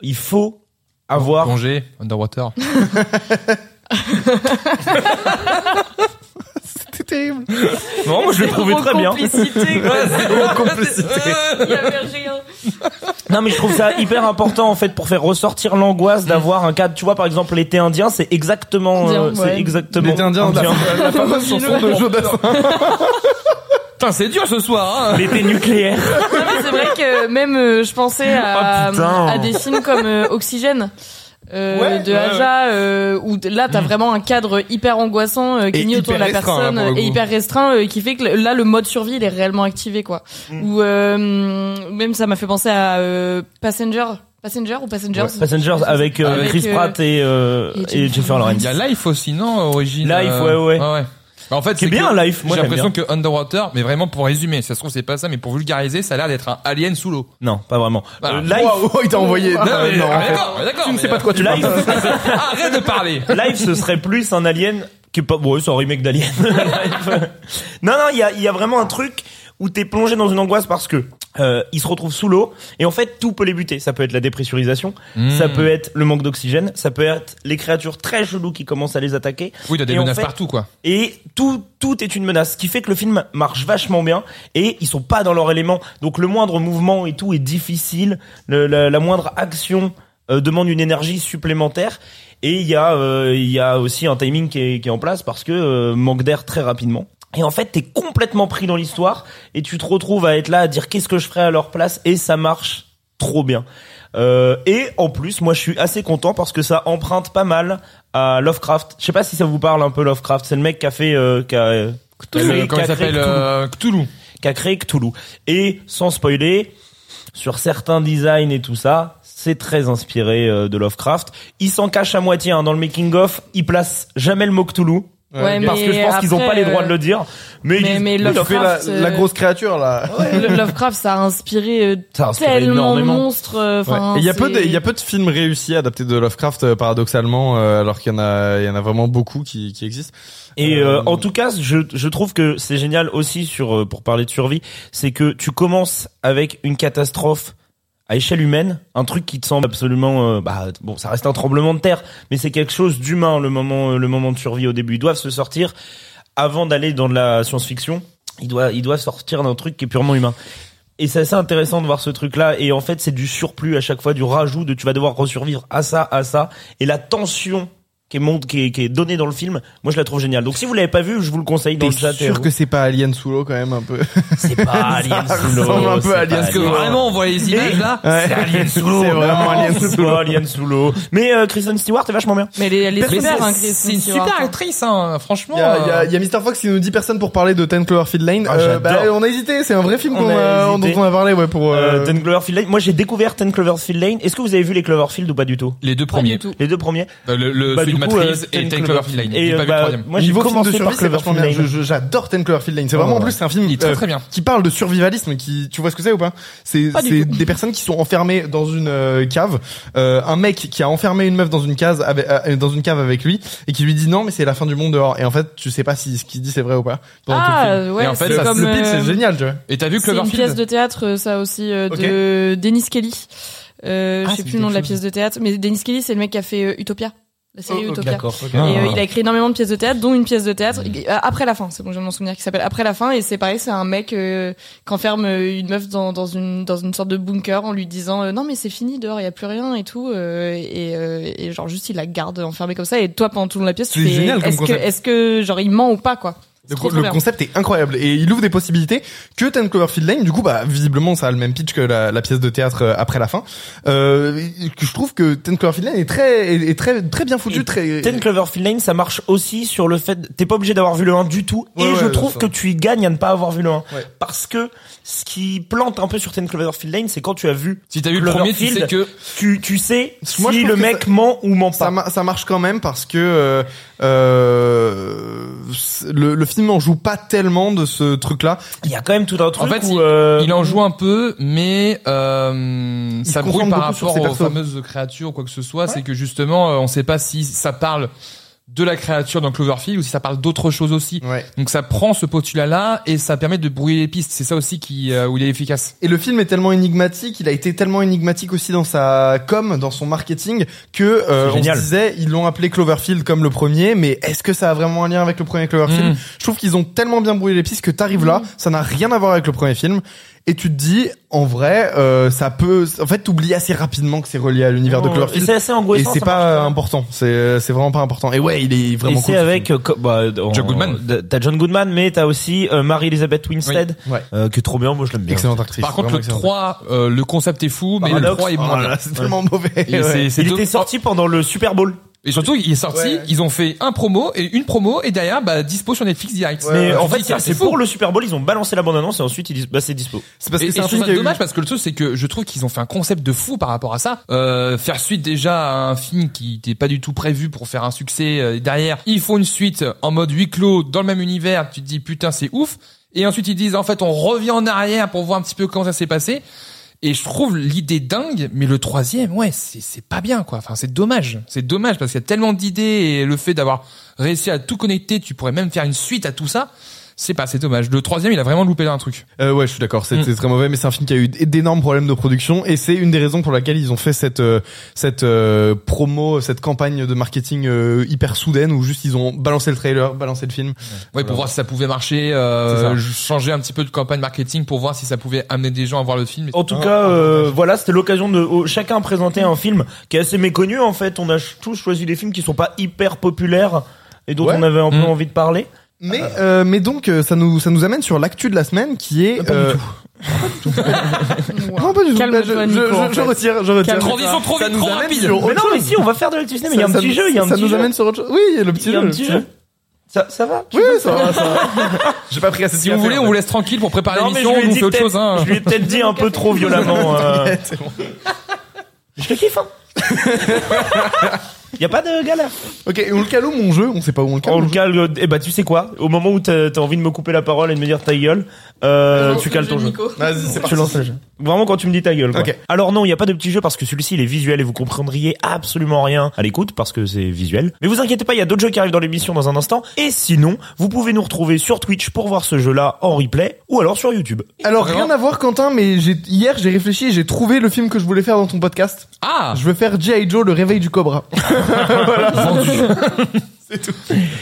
B: Il faut avoir...
E: Plongé, underwater.
C: C'était terrible.
B: Non, moi, je l'ai trouvé
D: Zéro
B: très bien.
D: complicité, quoi. Il y avait rien.
B: Non mais je trouve ça hyper important en fait pour faire ressortir l'angoisse
C: Mm.
B: d'avoir un cadre. Tu vois par exemple l'été indien, c'est exactement, euh,
D: Indien,
B: c'est
D: ouais.
B: exactement.
C: L'été indien, la, la fameuse chanson de Joe Dassin.
E: Putain, c'est dur ce soir. Hein
B: L'été nucléaire.
D: Non, mais c'est vrai que même euh, je pensais à,
C: Oh,
B: Ah, putain.
D: à des films comme euh, Oxygène. euh,
C: Ouais,
D: de
C: ouais,
D: Aja euh, où t- là t'as vraiment un cadre hyper angoissant euh, qui
C: Mm. Et
D: nie autour de
C: hyper
D: la
C: restreint,
D: personne
C: là, pour le
D: et
C: coup.
D: hyper restreint euh, qui fait que là le mode survie il est réellement activé quoi ou euh, même ça m'a fait penser à euh, Passenger Passenger ou Passengers
B: Passengers avec, euh,
D: Ah Avec,
B: Chris
D: euh,
B: Pratt et, euh,
D: et
B: et
D: Jennifer
B: Jennifer
E: Il
B: Lawrence.
E: y a Life aussi, non, origine. euh,
B: Life, ouais, ouais.
E: Bah, en fait,
B: C'est bien
E: que
B: Life, moi
E: J'ai
B: j'aime
E: l'impression
B: bien.
E: que Underwater, mais vraiment pour résumer, ça se trouve c'est pas ça, mais pour vulgariser, ça a l'air d'être un alien sous l'eau.
B: Non, pas vraiment.
E: Voilà.
B: Euh, Life,
C: Bah, Waouh, il t'a envoyé. Euh,
E: Non, mais-
C: non, en
E: ah,
C: fait.
E: d'accord, d'accord,
C: Tu ne
E: mais,
C: sais pas de quoi tu parles.
B: Life,
E: euh, Arrête de parler.
B: Life, ce serait plus un alien qui est pas bon, c'est un remake d'Alien. non, non, il y a, il y a vraiment un truc où t'es plongé dans une angoisse parce que euh, ils se retrouvent sous l'eau et en fait tout peut les buter. Ça peut être la dépressurisation,
E: Mmh.
B: ça peut être le manque d'oxygène, ça peut être les créatures très cheloues qui commencent à les attaquer.
E: Oui, t'as des
B: Et en
E: menaces
B: fait-
E: partout, quoi.
B: Et tout, tout est une menace, ce qui fait que le film marche vachement bien et ils sont pas dans leur élément. Donc le moindre mouvement et tout est difficile, le- la, la moindre action euh, demande une énergie supplémentaire. Et il y a, euh, il y a aussi un timing qui est, qui est en place parce que euh, manque d'air très rapidement. Et en fait, t'es complètement pris dans l'histoire et tu te retrouves à être là à dire qu'est-ce que je ferais à leur place et ça marche trop bien. Euh, et en plus, moi, je suis assez content parce que ça emprunte pas mal à Lovecraft. Je sais pas si ça vous parle un peu Lovecraft. C'est le mec qui a fait, euh, qui a, euh,
E: Euh, Comment
B: qui
E: il
B: a créé
E: s'appelle
B: Cthulhu
E: euh, Cthulhu.
B: qui a créé Cthulhu. Et sans spoiler, sur certains designs et tout ça, c'est très inspiré euh, de Lovecraft. Il s'en cache à moitié hein, dans le making of. Il place jamais le mot Cthulhu
D: Ouais,
B: parce
D: mais
B: que je pense qu'ils ont pas
D: après,
B: les droits
D: euh,
B: de le dire. Mais,
D: mais-
B: ils-
D: mais
B: oui,
C: Tu fais la,
D: Lovecraft, euh,
C: la grosse créature là.
D: Le- Lovecraft ça a inspiré, euh,
B: Ça a inspiré
D: tellement de
B: énormément.
D: monstres euh, enfin,
C: Ouais. Et Il y a peu
D: c'est-
C: de, il y a peu de films réussis adaptés de Lovecraft euh, paradoxalement, euh, alors qu'il y en a, il y en a vraiment beaucoup qui, qui existent.
B: Et euh,
C: Euh,
B: en tout cas, je, je trouve que c'est génial aussi sur euh, pour parler de survie, c'est que tu commences avec une catastrophe à échelle humaine, un truc qui te semble absolument euh, bah bon, ça reste un tremblement de terre, mais c'est quelque chose d'humain le moment euh, le moment de survie au début, ils doivent se sortir avant d'aller dans de la science-fiction, ils doivent ils doivent sortir d'un truc qui est purement humain. Et c'est assez intéressant de voir ce truc-là. Et en fait, c'est du surplus à chaque fois, du rajout de tu vas devoir resurvivre à ça, à ça. Et la tension qui est, monte, qui est, qui est donnée dans le film, moi je la trouve géniale. Donc si vous l'avez pas vu, je vous le conseille dans
C: T'es
B: le chat. et à
C: sûr
B: vous.
C: que c'est pas Alien sous l'eau quand même un peu.
B: c'est pas Alien
C: Ça
B: sous l'eau,
C: ressemble un peu
B: c'est
C: à Alien
B: pas
E: Parce que
B: Alien.
E: vraiment, on voit les images là.
C: Ouais.
B: sous l'eau.
C: C'est vraiment
B: non,
C: Alien sous
B: c'est
C: l'eau.
B: pas Alien sous l'eau. Mais euh, Kristen Stewart est vachement bien.
D: mais elle est, elle est
E: Mais
D: super hein,
E: c'est-
D: Chris,
E: c'est une
D: Stewart,
E: super
D: hein.
E: actrice, hein, franchement.
C: Il y a, il y a-
E: euh,
C: il y a Mr. Fox qui nous dit personne pour parler de Ten Cloverfield Lane.
B: Ah, j'adore.
C: bah, on a hésité, c'est un vrai film
B: On
C: qu'on
B: a
C: a- euh,
B: hésité.
C: dont on a parlé ouais pour.
B: Euh,
C: euh,
B: Ten Cloverfield Lane. Moi j'ai découvert Ten Cloverfield Lane. Est-ce que vous avez vu les Cloverfield ou pas du tout
E: Les deux
D: Pas du
E: premiers.
D: tout.
B: Les deux premiers.
E: Euh, Le, le-
B: Bah,
E: celui
B: du du coup,
E: Matrix
B: euh,
E: et
B: Ten
E: Ten Cloverfield Lane.
B: Et euh,
E: J'ai pas vu le
B: bah,
E: troisième.
B: moi j'ai
C: Niveau film de
B: commencé
C: survie,
B: par
C: c'est vachement
B: Cloverfield
C: bien.
B: Lane. Oh,
C: Je- je- J'adore Ten Cloverfield Lane. C'est vraiment en plus c'est un film
E: Il est très
C: euh,
E: très bien.
C: qui parle de survivalisme. Qui, tu vois ce que c'est ou pas C'est
D: Pas du
C: c'est
D: tout.
C: des personnes qui sont enfermées dans une euh, cave. Euh, un mec qui a enfermé une meuf dans une case avec, euh, dans une cave avec lui et qui lui dit non mais c'est la fin du monde dehors. Et en fait tu sais pas si ce qu'il dit c'est vrai ou pas. pendant tout le
B: euh,
C: film.
D: Ah, ouais,
E: Et en fait,
D: c'est
E: ça-
D: comme,
C: le pitch
D: euh,
C: c'est génial tu vois.
E: Et t'as vu
D: C'est une
E: Cloverfield
D: pièce de théâtre, euh, ça aussi, euh,
C: Ok.
D: de Dennis Kelly. Euh,
C: Ah,
D: je
C: c'est
D: sais plus le nom de la
C: quelque
D: pièce de théâtre, mais Dennis Kelly, c'est le mec qui a fait euh, Utopia, la série
C: Oh, ok.
D: Utopia.
B: D'accord. ok.
D: Et
E: Ah.
D: euh, il a écrit énormément de pièces de théâtre, dont une pièce de théâtre
C: Mm.
D: euh, après la fin. C'est bon, je viens de m'en souvenir qui s'appelle Après la fin. Et c'est pareil, c'est un mec euh, qui enferme euh, une meuf dans, dans une dans une sorte de bunker en lui disant euh, non mais c'est fini dehors, il y a plus rien et tout. euh, et, euh, et genre juste il la garde enfermée comme ça. Et toi pendant tout le long de la pièce, tu
C: C'est
D: fais
C: génial comme
D: est-ce que
C: concept.
D: est-ce que genre il ment ou pas quoi. C'est
C: Le,
D: trop,
C: co-
D: trop
C: le
D: bien.
C: concept est incroyable et il ouvre des possibilités que Ten Cloverfield Lane. Du coup, bah visiblement, ça a le même pitch que la, la pièce de théâtre euh, après la fin. Euh, et que je trouve que Ten Cloverfield Lane est très, est, est très, très bien foutu.
B: Et
C: Très.
B: Ten Cloverfield Lane, ça marche aussi sur le fait, t'es pas obligé d'avoir vu le 1 du tout,
C: Ouais,
B: et
C: ouais,
B: je
C: ouais,
B: trouve
C: ça.
B: que tu y gagnes à ne pas avoir vu le 1.
C: Ouais.
B: Parce que ce qui plante un peu sur Ten Cloverfield Lane, c'est quand tu as vu,
E: Si t'as vu le premier, tu sais
B: Cloverfield.
E: que
B: tu, tu sais
C: Moi, je
B: si le
C: trouve que
B: mec ment ou ment
C: Ça,
B: pas.
C: ma- ça marche quand même parce que euh, euh, c'est- le, le film en joue pas tellement de ce truc-là.
B: Il y a quand même tout un truc
E: fait,
B: où, euh,
E: il en joue un peu, mais euh,
C: se
E: ça
C: concentre
E: brouille par
C: beaucoup sur
E: rapport
C: ses
E: aux
C: persos.
E: fameuses créatures ou quoi que ce soit. C'est que justement, euh, on sait pas si ça parle de la créature dans Cloverfield ou si ça parle d'autre chose aussi.
C: Ouais.
E: Donc ça prend ce postulat-là et ça permet de brouiller les pistes. C'est ça aussi qui euh, où il est efficace.
C: Et le film est tellement énigmatique, il a été tellement énigmatique aussi dans sa com, dans son marketing, que euh,
B: C'est
C: on se
B: génial.
C: disait ils l'ont appelé Cloverfield comme le premier, mais est-ce que ça a vraiment un lien avec le premier Cloverfield
E: Mm.
C: Je trouve qu'ils ont tellement bien brouillé les pistes que t'arrives là, ça n'a rien à voir avec le premier film, et tu te dis en vrai euh, ça peut, en fait t'oublies assez rapidement que c'est relié à l'univers de
B: euh,
C: Cloverfield.
B: C'est assez
C: Et
B: angoissant.
C: c'est
B: ça
C: pas
B: marche
C: important, c'est c'est vraiment pas important. Et ouais, il est
B: Et
C: vraiment
B: c'est
C: cool. ce
B: avec euh, co- bah, en-
E: John Goodman.
B: d- T'as John Goodman, mais t'as aussi euh, Marie-Elisabeth Winstead,
C: film. Ouais.
B: euh, qui est trop bien. Moi, je l'aime bien.
C: Excellente actrice.
E: Par contre,
C: vraiment
E: le
C: excellente.
E: 3, euh, le concept est fou, mais le
B: Paradoxe.
E: 3 est
C: Oh
E: moins
C: là
E: bien.
C: là, c'est tellement mauvais.
E: Et
C: ouais.
E: c'est- c'est
B: Il
E: deux-
B: était sorti pendant le Super Bowl.
E: Et surtout, il est sorti,
C: Ouais.
E: ils ont fait un promo et une promo et derrière, bah, dispo sur Netflix direct.
B: mais
E: Tu
B: en
E: te
B: fait,
E: dis,
B: c'est
E: ah,
B: c'est
E: fou.
B: pour le Super Bowl, ils ont balancé la bande-annonce et ensuite ils disent bah c'est dispo.
C: C'est parce
E: et,
C: que
E: et
C: c'est
E: je
C: un
E: trouve
C: film
E: ça
C: qui a eu
E: dommage parce que le truc c'est que je trouve qu'ils ont fait un concept de fou par rapport à ça. Euh, faire suite déjà à un film qui n'était pas du tout prévu pour faire un succès euh, derrière. Ils font une suite en mode huis clos dans le même univers. Tu te dis putain c'est ouf. Et ensuite ils disent en fait on revient en arrière pour voir un petit peu comment ça s'est passé. Et je trouve l'idée dingue, mais le troisième, ouais, c'est c'est pas bien, quoi. Enfin, c'est dommage. C'est dommage parce qu'il y a tellement d'idées et le fait d'avoir réussi à tout connecter, tu pourrais même faire une suite à tout ça. C'est pas, c'est dommage. Le troisième, il a vraiment loupé là un truc.
C: Euh, ouais, je suis d'accord, c'était
E: Mm.
C: très mauvais, mais c'est un film qui a eu d- d'énormes problèmes de production et c'est une des raisons pour laquelle ils ont fait cette euh, cette euh, promo, cette campagne de marketing euh, hyper soudaine où juste ils ont balancé le trailer, balancé le film.
E: Ouais,
C: Voilà.
E: pour voir si ça pouvait marcher,
C: C'est
E: euh,
C: ça.
E: je- changer un petit peu de campagne marketing pour voir si ça pouvait amener des gens à voir le film.
B: En tout
C: Ah,
B: cas,
C: ah,
B: euh,
C: dommage.
B: voilà, c'était l'occasion de oh, chacun présenter un film qui est assez méconnu en fait. On a ch- tous choisi des films qui sont pas hyper populaires et dont
C: Ouais.
B: on avait un peu
E: Mm.
B: envie de parler.
C: Mais euh, mais donc euh, ça nous ça nous amène sur l'actu de la semaine qui
B: pas
C: est
B: du
C: euh,
D: Wow.
C: non pas du tout.
D: Calme-toi,
C: Là, je,
D: Nico,
C: je- je-
D: en
C: je
D: fait.
C: retire, je retire.
D: Calme-toi.
E: Transition trop
C: Ça
E: vite,
C: nous
E: trop
C: amène
E: rapide.
C: sur
B: Mais
C: autre
B: non, mais
C: chose.
B: si, on va faire de l'actu cinéma. Il y a un
C: Ça- ça
B: petit
C: nous-
B: jeu, il y a un
C: Ça
B: petit
C: nous
B: jeu.
C: amène sur autre chose. Oui, il y a le petit
B: Il y a
C: jeu.
B: un
C: le
B: petit
C: petit
B: jeu. Ça, ça va
C: Oui, ça va, ça va. J'ai pas pris assez de
E: Si vous
C: café,
E: voulez,
C: en
E: on
C: fait.
E: vous laisse tranquille pour préparer
B: Non, mais je
E: l'émission,
B: lui ai
E: on
B: dit
E: fait autre
B: peut-être-
E: chose, hein.
B: Je lui ai peut-être dit un peu trop violemment. euh,
C: C'est bon.
B: Je te kiffe. Hein. y a pas de galère.
C: Ok, et on le cale où mon jeu On sait pas où on le cale.
B: On
C: mon
B: le
C: jeu
B: cale. euh, Eh bah tu sais quoi Au moment où t'as t'as envie de me couper la parole et de me dire ta gueule, euh, tu cales ton jeu.
C: Vas-y, c'est parti.
B: lances le jeu. Vraiment quand tu me dis ta gueule. Quoi.
C: Ok.
B: Alors non, il n'y a pas de petit jeu parce que celui-ci il est visuel et vous comprendriez absolument rien à l'écoute parce que c'est visuel. Mais vous inquiétez pas, il y a d'autres jeux qui arrivent dans l'émission dans un instant. Et sinon, vous pouvez nous retrouver sur Twitch pour voir ce jeu-là en replay ou alors sur YouTube.
C: Alors
E: Vraiment
C: rien à voir Quentin, mais j'ai- hier j'ai réfléchi et j'ai trouvé le film que je voulais faire dans ton podcast.
E: Ah!
C: Je veux faire G.I. Joe, le réveil du cobra.
E: Vendu.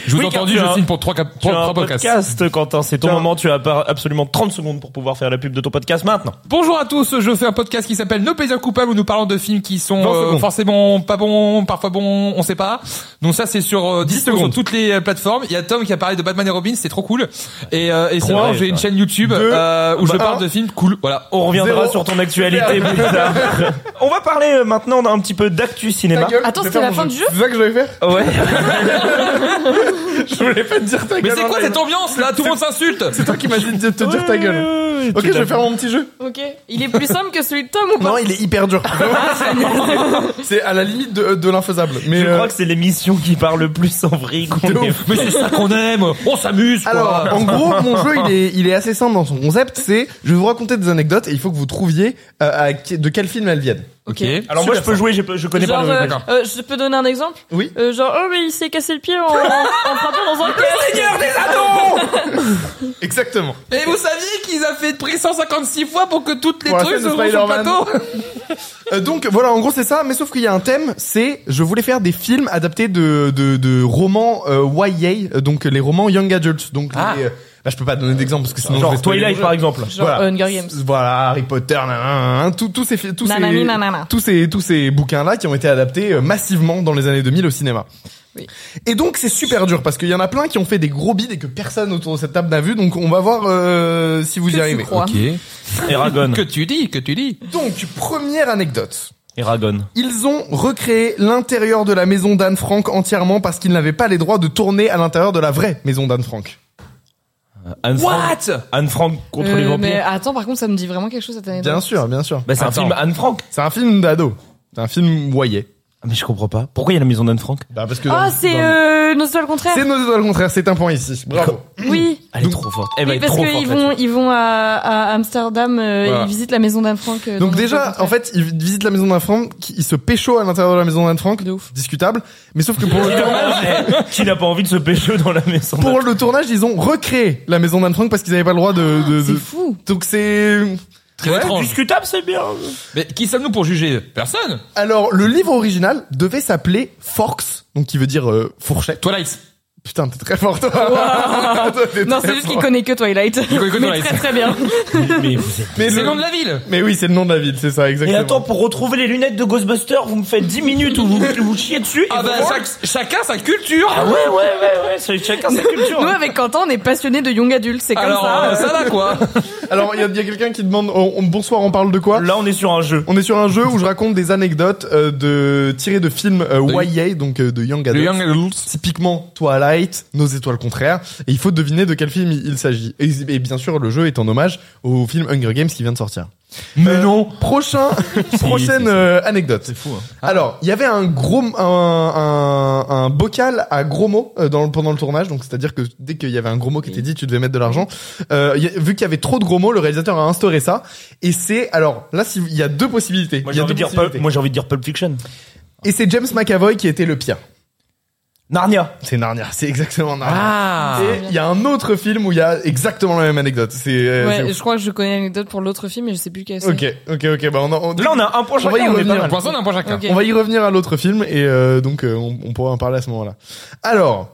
E: Je vous ai
B: Oui, car
E: entendu,
B: tu as
E: je
B: un-
E: signe pour trois, cap-
B: Tu
E: pour
B: as
E: trois
B: un
E: podcasts.
B: podcast, Quentin. C'est ton
C: Tiens.
B: moment. Tu as par- absolument 30 secondes pour pouvoir faire la pub de ton podcast maintenant.
E: Bonjour à tous, je fais un podcast qui s'appelle Nos plaisirs coupables où nous parlons de films qui sont
C: 20
E: euh,
C: secondes.
E: forcément pas bons, parfois bons, on sait pas. Donc ça c'est sur euh, dispo sur
C: secondes.
E: toutes les euh, plateformes. Il y a Tom qui a parlé de Batman et Robin, c'est trop cool. Et, euh, et
B: Trois,
E: sinon
B: ouais,
E: j'ai une
B: ouais.
E: chaîne YouTube
C: Deux.
E: euh, où je
C: Bah,
E: parle
C: un.
E: de films cool. Voilà. Oh.
B: On reviendra
C: Zéro.
B: sur ton actualité plus tard. On va parler euh, maintenant d'un petit peu d'actu
C: Ta
B: cinéma.
C: gueule,
D: Attends,
C: je
D: c'était
C: vais faire
D: la
C: mon
D: fin du jeu
C: C'est ça que je vais faire
B: Ouais.
C: Je voulais pas te dire ta
E: Mais
C: gueule.
E: c'est quoi cette ambiance là Tout le monde s'insulte
C: C'est toi qui m'as dit de te dire ta gueule.
B: Ouais, ouais, oui,
C: Ok,
B: tout
C: je
B: à
C: vais
B: fait.
C: faire mon petit jeu.
D: Ok. Il est plus simple que celui de Tom ou pas
C: Non, il est hyper dur.
D: Ah,
C: c'est à la limite de, de l'infaisable. Mais
B: Je
C: euh,
B: crois que c'est l'émission qui parle le plus en vrille qu'on
C: De
B: ait
C: ouf.
E: Mais c'est ça qu'on aime. On s'amuse. quoi.
C: alors, en gros, mon jeu, il est, il est assez simple dans son concept. C'est, je vais vous raconter des anecdotes et il faut que vous trouviez euh, à qui- de quel film elles viennent.
E: Ok.
B: Alors moi je peux jouer, je, peux- je connais
D: Genre,
B: pas le
D: euh,
B: d'accord.
D: euh, je peux donner un exemple
C: Oui.
D: Euh, Genre, oh, mais il s'est cassé le pied en, en, en frappant dans un casque.
C: Exactement.
E: Et vous saviez qu'ils ont fait près 156 fois pour que toutes les
C: Pour la
E: trucs
C: scène de
E: se jouent sur le
C: Spider-Man.
E: plateau
C: Euh, donc voilà, en gros c'est ça, mais sauf qu'il y a un thème, c'est je voulais faire des films adaptés de de, de romans euh, YA, euh, donc les romans young adult, donc
E: Ah.
C: les, euh, bah, je peux pas donner d'exemple parce que sinon je
B: Genre
C: vais spoiler
B: Twilight
C: le jeu.
B: par exemple.
D: Genre
C: Voilà.
D: Hunger Games.
C: Voilà, Harry Potter, nan, nan, nan, tous tous ces fi- tous
D: Nanani,
C: ces
D: nanana.
C: tous ces tous ces bouquins là qui ont été adaptés euh, massivement dans les années 2000 au cinéma.
D: Oui.
C: Et donc c'est super dur parce qu'il y en a plein qui ont fait des gros bides et que personne autour de cette table n'a vu, donc on va voir euh, si vous
D: Que
C: y
D: tu
C: arrivez.
D: crois.
B: Eragon.
E: Que tu dis, que tu dis.
C: Donc première anecdote.
B: Eragon.
C: Ils ont recréé l'intérieur de la maison d'Anne Frank entièrement parce qu'ils n'avaient pas les droits de tourner à l'intérieur de la vraie maison d'Anne Frank.
B: Anne Frank,
E: What
B: Anne Frank contre les
D: Euh, mais
B: vampires.
D: attends, par contre, ça me dit vraiment quelque chose cette année.
C: Bien sûr, bien sûr.
B: Bah c'est un
E: Attends.
B: film Anne Frank.
C: C'est un film d'ado. C'est un film voyé.
B: Ah, Mais je comprends pas. Pourquoi il y a la maison d'Anne Frank
C: Bah parce que
D: Ah,
C: dans-
D: c'est
C: dans-
D: euh, nos étoiles contraires.
C: C'est nos étoiles le contraire, c'est un point ici. Bravo.
D: Oui.
B: Elle est
C: Donc-
B: trop forte. Eh ben, Elle va
D: Oui,
B: être
D: parce
B: trop
D: qu'ils
B: forte.
D: vont,
B: là-dessus.
D: ils vont à, à Amsterdam, euh,
E: Voilà.
D: ils visitent la maison d'Anne Frank. euh,
C: Donc
D: dans
C: déjà,
D: notre
C: en fait, ils visitent la maison d'Anne Frank, qui- ils se pécho à l'intérieur de la maison d'Anne Frank.
D: De ouf.
C: Discutable. Mais sauf que pour le tournage,
B: Eh, Qui n'a pas envie de se pécho dans la maison d'Anne
C: pour le tournage, ils ont recréé la maison d'Anne Frank parce qu'ils n'avaient pas le droit de... de-
D: Ah, C'est
C: de-
D: fou.
C: Donc c'est...
E: Très
B: Frank
E: étrange.
B: Discutable c'est bien.
E: Mais qui sommes-nous pour juger Personne.
C: Alors, le livre original devait s'appeler Forks, donc qui veut dire euh, fourchette.
E: Twilight.
C: Putain, t'es très fort, toi. Toi, t'es
D: Non,
C: très
D: c'est juste qu'il
C: fort.
D: connaît que Twilight.
E: connaît que
D: Mais
E: Twilight.
D: très très bien.
B: Mais vous êtes...
C: Mais,
E: C'est
C: le-
E: le nom de la ville.
C: mais oui, c'est le nom de la ville, c'est ça,
B: Et
C: exactement.
B: attends, pour retrouver les lunettes de Ghostbusters, vous me faites 10 minutes où vous vous chiez dessus. et
E: Ah
B: vous
E: bah,
B: voir-
E: chaque- chacun sa culture.
B: Ah ouais, ouais, ouais, ouais, c'est chacun sa culture.
D: Nous, avec Quentin, on est passionnés de young adulte, c'est comme
E: Alors,
D: ça.
E: euh, ça va quoi
C: Alors, il y a, il y a quelqu'un qui demande, on- on- bonsoir, on parle de quoi
B: Là, on est sur un jeu.
C: On est sur un jeu où je raconte des anecdotes euh, de tirées de films euh,
E: De-
C: YA, donc euh, de Young
E: Le
C: Adult.
E: Young Adults.
C: Typiquement Twilight, Nos étoiles contraires, et il faut deviner de quel film il, il s'agit. Et, et bien sûr, le jeu est en hommage au film Hunger Games qui vient de sortir.
B: Mais
C: Euh,
B: non.
C: Prochain, prochaine euh, anecdote. C'est
B: hein.
C: fou. Alors, il y avait un gros, un, un, un bocal à gros mots euh, dans, le- pendant le tournage. Donc, c'est-à-dire que dès qu'il y avait un gros mot qui était dit, tu devais mettre de l'argent. Euh, y a- vu qu'il y avait trop de gros mots, le réalisateur a instauré ça. Et c'est, alors là, si- il y a deux possibilités.
B: Moi
C: Il y
B: j'ai
C: a
B: envie
C: deux
B: de dire Pulp,
C: possibilités.
B: moi j'ai envie de dire Pulp Fiction.
C: Et c'est James McAvoy qui était le pire.
B: Narnia.
C: C'est Narnia. C'est exactement Narnia.
E: Ah.
C: Et il y a un autre film où il y a exactement la même anecdote. C'est. euh, c'est
D: Ouais,
C: ouf.
D: je crois que je connais l'anecdote pour l'autre film, mais je sais plus quelle c'est.
C: Ok, ok, ok. Bah, on, en- on-
B: Là on a un point
C: On va y
B: chacun, on est pas
C: revenir.
B: mal.
E: Pour l'instant, on a un point chacun.
D: Ok.
C: On va y revenir à l'autre film et euh, donc euh, on, on pourra en parler à ce moment-là. Alors,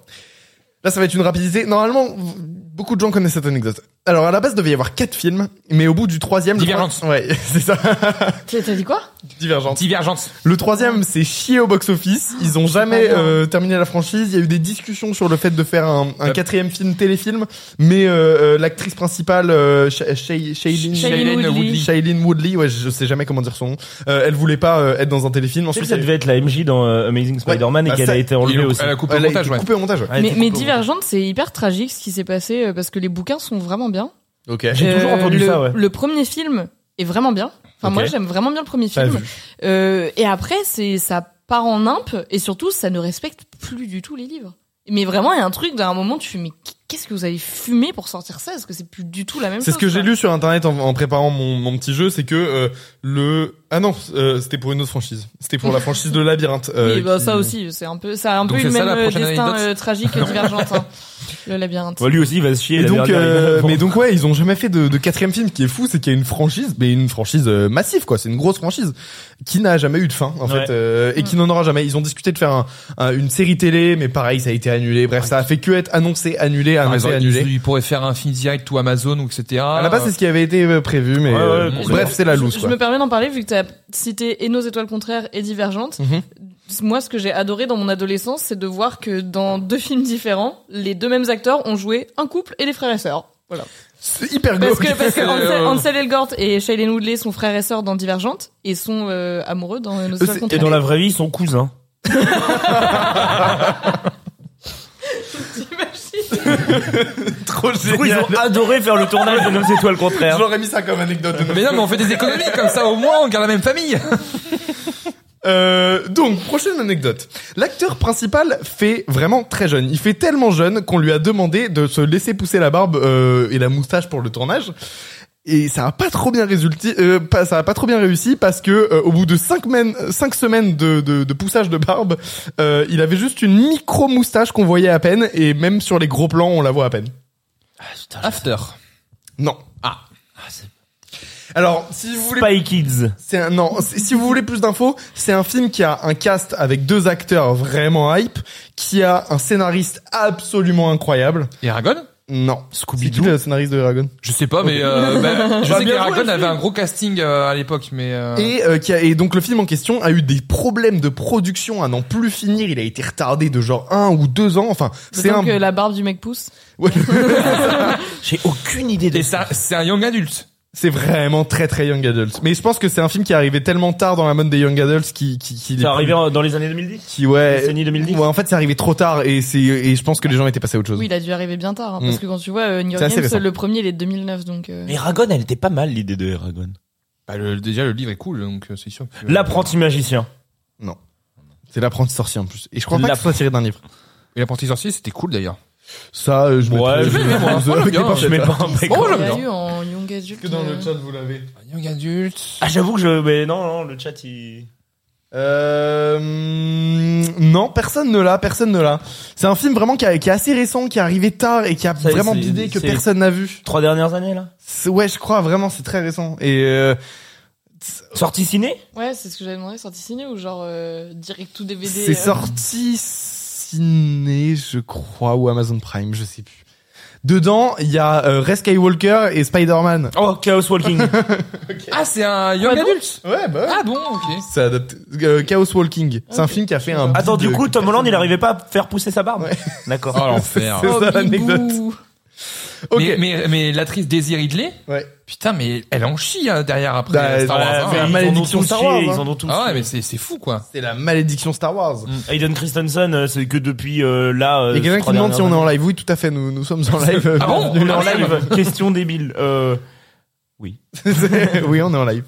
C: là ça va être une rapidité. Normalement, vous- beaucoup de gens connaissent cette anecdote. Alors à la base, il devait y avoir quatre films, mais au bout du troisième... le
E: Divergence.
C: troi- Ouais, c'est ça.
D: T'as t'as dit quoi
C: Divergence.
E: Divergence.
C: Le troisième, c'est chier au box-office. Ils ont jamais euh, terminé la franchise. Il y a eu des discussions sur le fait de faire un, un
E: Yep.
D: Euh.
C: quatrième film téléfilm, mais euh, euh, l'actrice principale, euh, Sha- Shay- Shailene...
D: Shailene Woodley.
C: Shailene Woodley, ouais, je sais jamais comment dire son nom. Euh, elle voulait pas euh, être dans un téléfilm.
B: Je sais que
C: Ensuite,
B: ça
C: elle-
B: devait être la MJ dans euh, Amazing Spider-Man
C: Bah,
B: et qu'elle
C: ça-
B: a été
E: Il
B: enlevée
E: a-
B: aussi.
E: Elle a coupé
C: Ah, Elle
E: le
C: a
E: montage,
C: été
E: ouais.
C: coupée au montage. ouais.
B: Ouais,
D: mais,
B: t'es
D: mais
B: coupé.
D: Divergente, c'est hyper tragique ce qui s'est passé euh, parce que les bouquins sont vraiment bien.
C: Ok.
B: J'ai toujours entendu
D: Euh, le,
B: ça, ouais.
D: Le premier film est vraiment bien. Enfin, moi,
B: Ok.
D: j'aime vraiment bien le premier
C: Pas
D: film. Euh, et après, c'est ça part en imp et surtout, ça ne respecte plus du tout les livres. Mais vraiment, il y a un truc d'un moment, tu fais mais qu'est-ce que vous avez fumé pour sortir ça Parce que c'est plus du tout la même chose.
C: C'est ce que
D: quoi.
C: j'ai lu sur internet en, en préparant mon, mon petit jeu, c'est que euh, le ah non euh, c'était pour une autre franchise, c'était pour la franchise de labyrinthe. euh,
D: Oui, bah,
C: qui-
D: ça aussi, c'est un peu, ça a un
E: Donc
D: peu eu le
E: c'est ça,
D: même
E: la
D: euh,
E: prochaine
D: destin
E: anecdote
D: euh, tragique que Divergente, hein. le labyrinthe.
B: Ouais, Bah, lui aussi il va se chier.
C: Et
B: la
C: donc,
B: dernière,
C: euh,
B: il va-
C: mais donc ouais, ils ont jamais fait de, de quatrième film. Ce qui est fou, c'est qu'il y a une franchise, mais une franchise euh, massive quoi. C'est une grosse franchise qui n'a jamais eu de fin en
B: Ouais.
C: fait euh, et qui n'en aura jamais. Ils ont discuté de faire un- un- une série télé, mais pareil, ça a été annulé. Bref, ça a fait que être annoncé, annulé,
E: Par
C: annoncé,
E: exemple,
C: Ah, annulé.
E: Il pourrait bah, faire un film direct ou Amazon ou etc.
C: À la base, c'est ce qui avait été euh, prévu, mais
B: Ouais, ouais,
C: euh,
B: complètement.
C: bref, c'est la loose
D: Je
C: quoi.
D: me permets d'en parler vu que tu as cité et nos étoiles contraires et divergentes.
C: Mhm.
D: Moi, ce que j'ai adoré dans mon adolescence, c'est de voir que dans deux films différents, les deux mêmes acteurs ont joué un couple et les frères et sœurs. Voilà.
C: Ah bah C'est hyper
D: Parce
C: glauque.
D: que, parce que
E: Euh,
D: Hansel,
E: euh,
D: Hansel Elgort et Shailene Woodley sont frères et sœurs dans Divergente et sont euh, amoureux dans euh, Nos étoiles
C: c'est-
B: Et
D: contraires.
B: dans la vraie vie, ils sont cousins.
D: T'imagines
C: Trop
B: Du coup, ils
C: génial.
B: ont adoré faire le tournage de Nos étoiles contraires.
C: Je l'aurais mis ça comme anecdote de
E: Euh, Mais non, mais on fait des économies comme ça. Au moins, on garde la même famille.
C: Euh, donc, prochaine anecdote. L'acteur principal fait vraiment très jeune. Il fait tellement jeune qu'on lui a demandé de se laisser pousser la barbe euh, et la moustache pour le tournage. Et ça a pas trop bien résulté, euh, pas- ça a pas trop bien réussi parce que euh, au bout de cinq semaines, cinq semaines de, de, de poussage de barbe, euh, il avait juste une micro moustache qu'on voyait à peine et même sur les gros plans on la voit à peine.
E: After.
C: Non.
E: Ah.
C: Alors si vous voulez
B: Spy Kids.
C: C'est un, non, c'est- si vous voulez plus d'infos, c'est un film qui a un cast avec deux acteurs vraiment hype, qui a un scénariste absolument incroyable.
E: Et Aragon
C: Non. C'est qui
B: Scooby-Doo.
C: le scénariste de Dragon
E: Je sais pas, mais euh, bah, je
B: Bah, bien
E: sais
B: joué,
E: qu'Aragon
B: Philippe.
E: avait un gros casting euh, à l'époque, mais
B: Ah.
E: euh,
C: et, euh, qui a, et donc le film en question a eu des problèmes de production à n'en plus finir. Il a été retardé de genre un ou deux ans. Enfin, c'est un.
D: que la barbe du mec pousse.
C: Ouais,
B: J'ai aucune idée de
E: et ça, c'est un young adulte.
C: c'est vraiment très très young adult. Mais je pense que c'est un film qui est arrivé tellement tard dans la mode des young adults qui qui, qui
B: C'est Euh, arrivé en- dans les années 2010
C: qui ouais.
B: Décennie 2010.
C: Ouais, en fait, c'est arrivé trop tard et c'est et je pense que les gens étaient passés à autre chose.
D: Oui, il a dû arriver bien tard, hein, parce
C: Mm.
D: que quand tu vois euh, New York
C: C'est assez
D: Games,
C: récent.
D: le premier, il est de 2009, donc. euh,
B: Mais Eragon, elle était pas mal l'idée de Eragon.
E: Bah, le- déjà, le livre est cool, donc euh, c'est sûr. que-
B: L'apprenti magicien.
C: C'est l'apprenti sorcier en plus. Et je crois pas
B: L'app-
C: que ce soit tiré d'un livre.
E: Et l'apprenti sorcier, c'était cool d'ailleurs.
C: Ça, euh, je
B: Ouais, je
C: mettrais- je
B: vais
C: mettrais
E: voir.
C: deux
E: Moi, j'aime
C: avec
E: bien,
C: les pincettes.
B: Je mets pas un préco.
E: Oh,
D: il
E: j'aime
D: y a
E: bien.
D: eu en Young Adult. euh,
C: vous l'avez
E: Un young adulte.
B: Ah, j'avoue que je. Mais non, non, le chat il.
C: euh, Non, personne ne l'a, personne ne l'a. C'est un film vraiment qui, a- qui est assez récent, qui est arrivé tard et qui a
B: Ça,
C: vraiment
B: c'est-
C: d'idées que
B: c'est-
C: personne n'a vu.
B: Trois dernières années là
C: C'est- Ouais, je crois vraiment, c'est très récent. Et euh,
B: Sorti ciné
D: Ouais, c'est ce que j'avais demandé, sorti ciné ou genre euh, direct tout DVD.
C: c'est
D: euh,
C: sorti ciné, je crois, ou Amazon Prime, je sais plus. Dedans, il y a euh, Ray Skywalker et Spider-Man.
B: Oh, Chaos Walking.
E: Ah, c'est un young
D: Ah, bon
E: adulte.
C: Ouais, bah.
E: Ah bon, ok.
C: C'est adapté. euh, Chaos Walking. C'est un
D: Ok.
C: film qui a fait un.
B: Attends, du
C: bide
B: coup,
C: de-
B: Tom Holland, il arrivait pas à faire pousser sa barbe.
C: Ouais.
B: D'accord.
E: Oh l'enfer.
C: C'est ça,
D: Bibou.
C: l'anecdote. Ok.
E: Mais, mais, mais l'actrice Daisy Ridley,
C: Ouais.
E: putain, mais elle en chie hein, derrière après
C: Bah,
E: Star
C: bah,
E: Wars. hein.
C: c'est la
B: ils en ont
C: malédiction
B: tous
C: Star
B: chié,
C: Wars, hein.
B: Ils en ont tous.
E: Ah ouais, mais c'est c'est fou quoi.
C: C'est la malédiction Star Wars.
B: Hayden Christensen, euh, c'est que depuis euh, là. euh,
C: Il y a quelqu'un qui
B: Mm. trois
C: demande si on est
B: dernières
C: en live. Oui, tout à fait, nous, nous sommes en live. euh,
E: Ah bon
C: bienvenue.
E: en-
B: années. On est en live. Question débile. Euh,
C: C'est- oui, on est en live.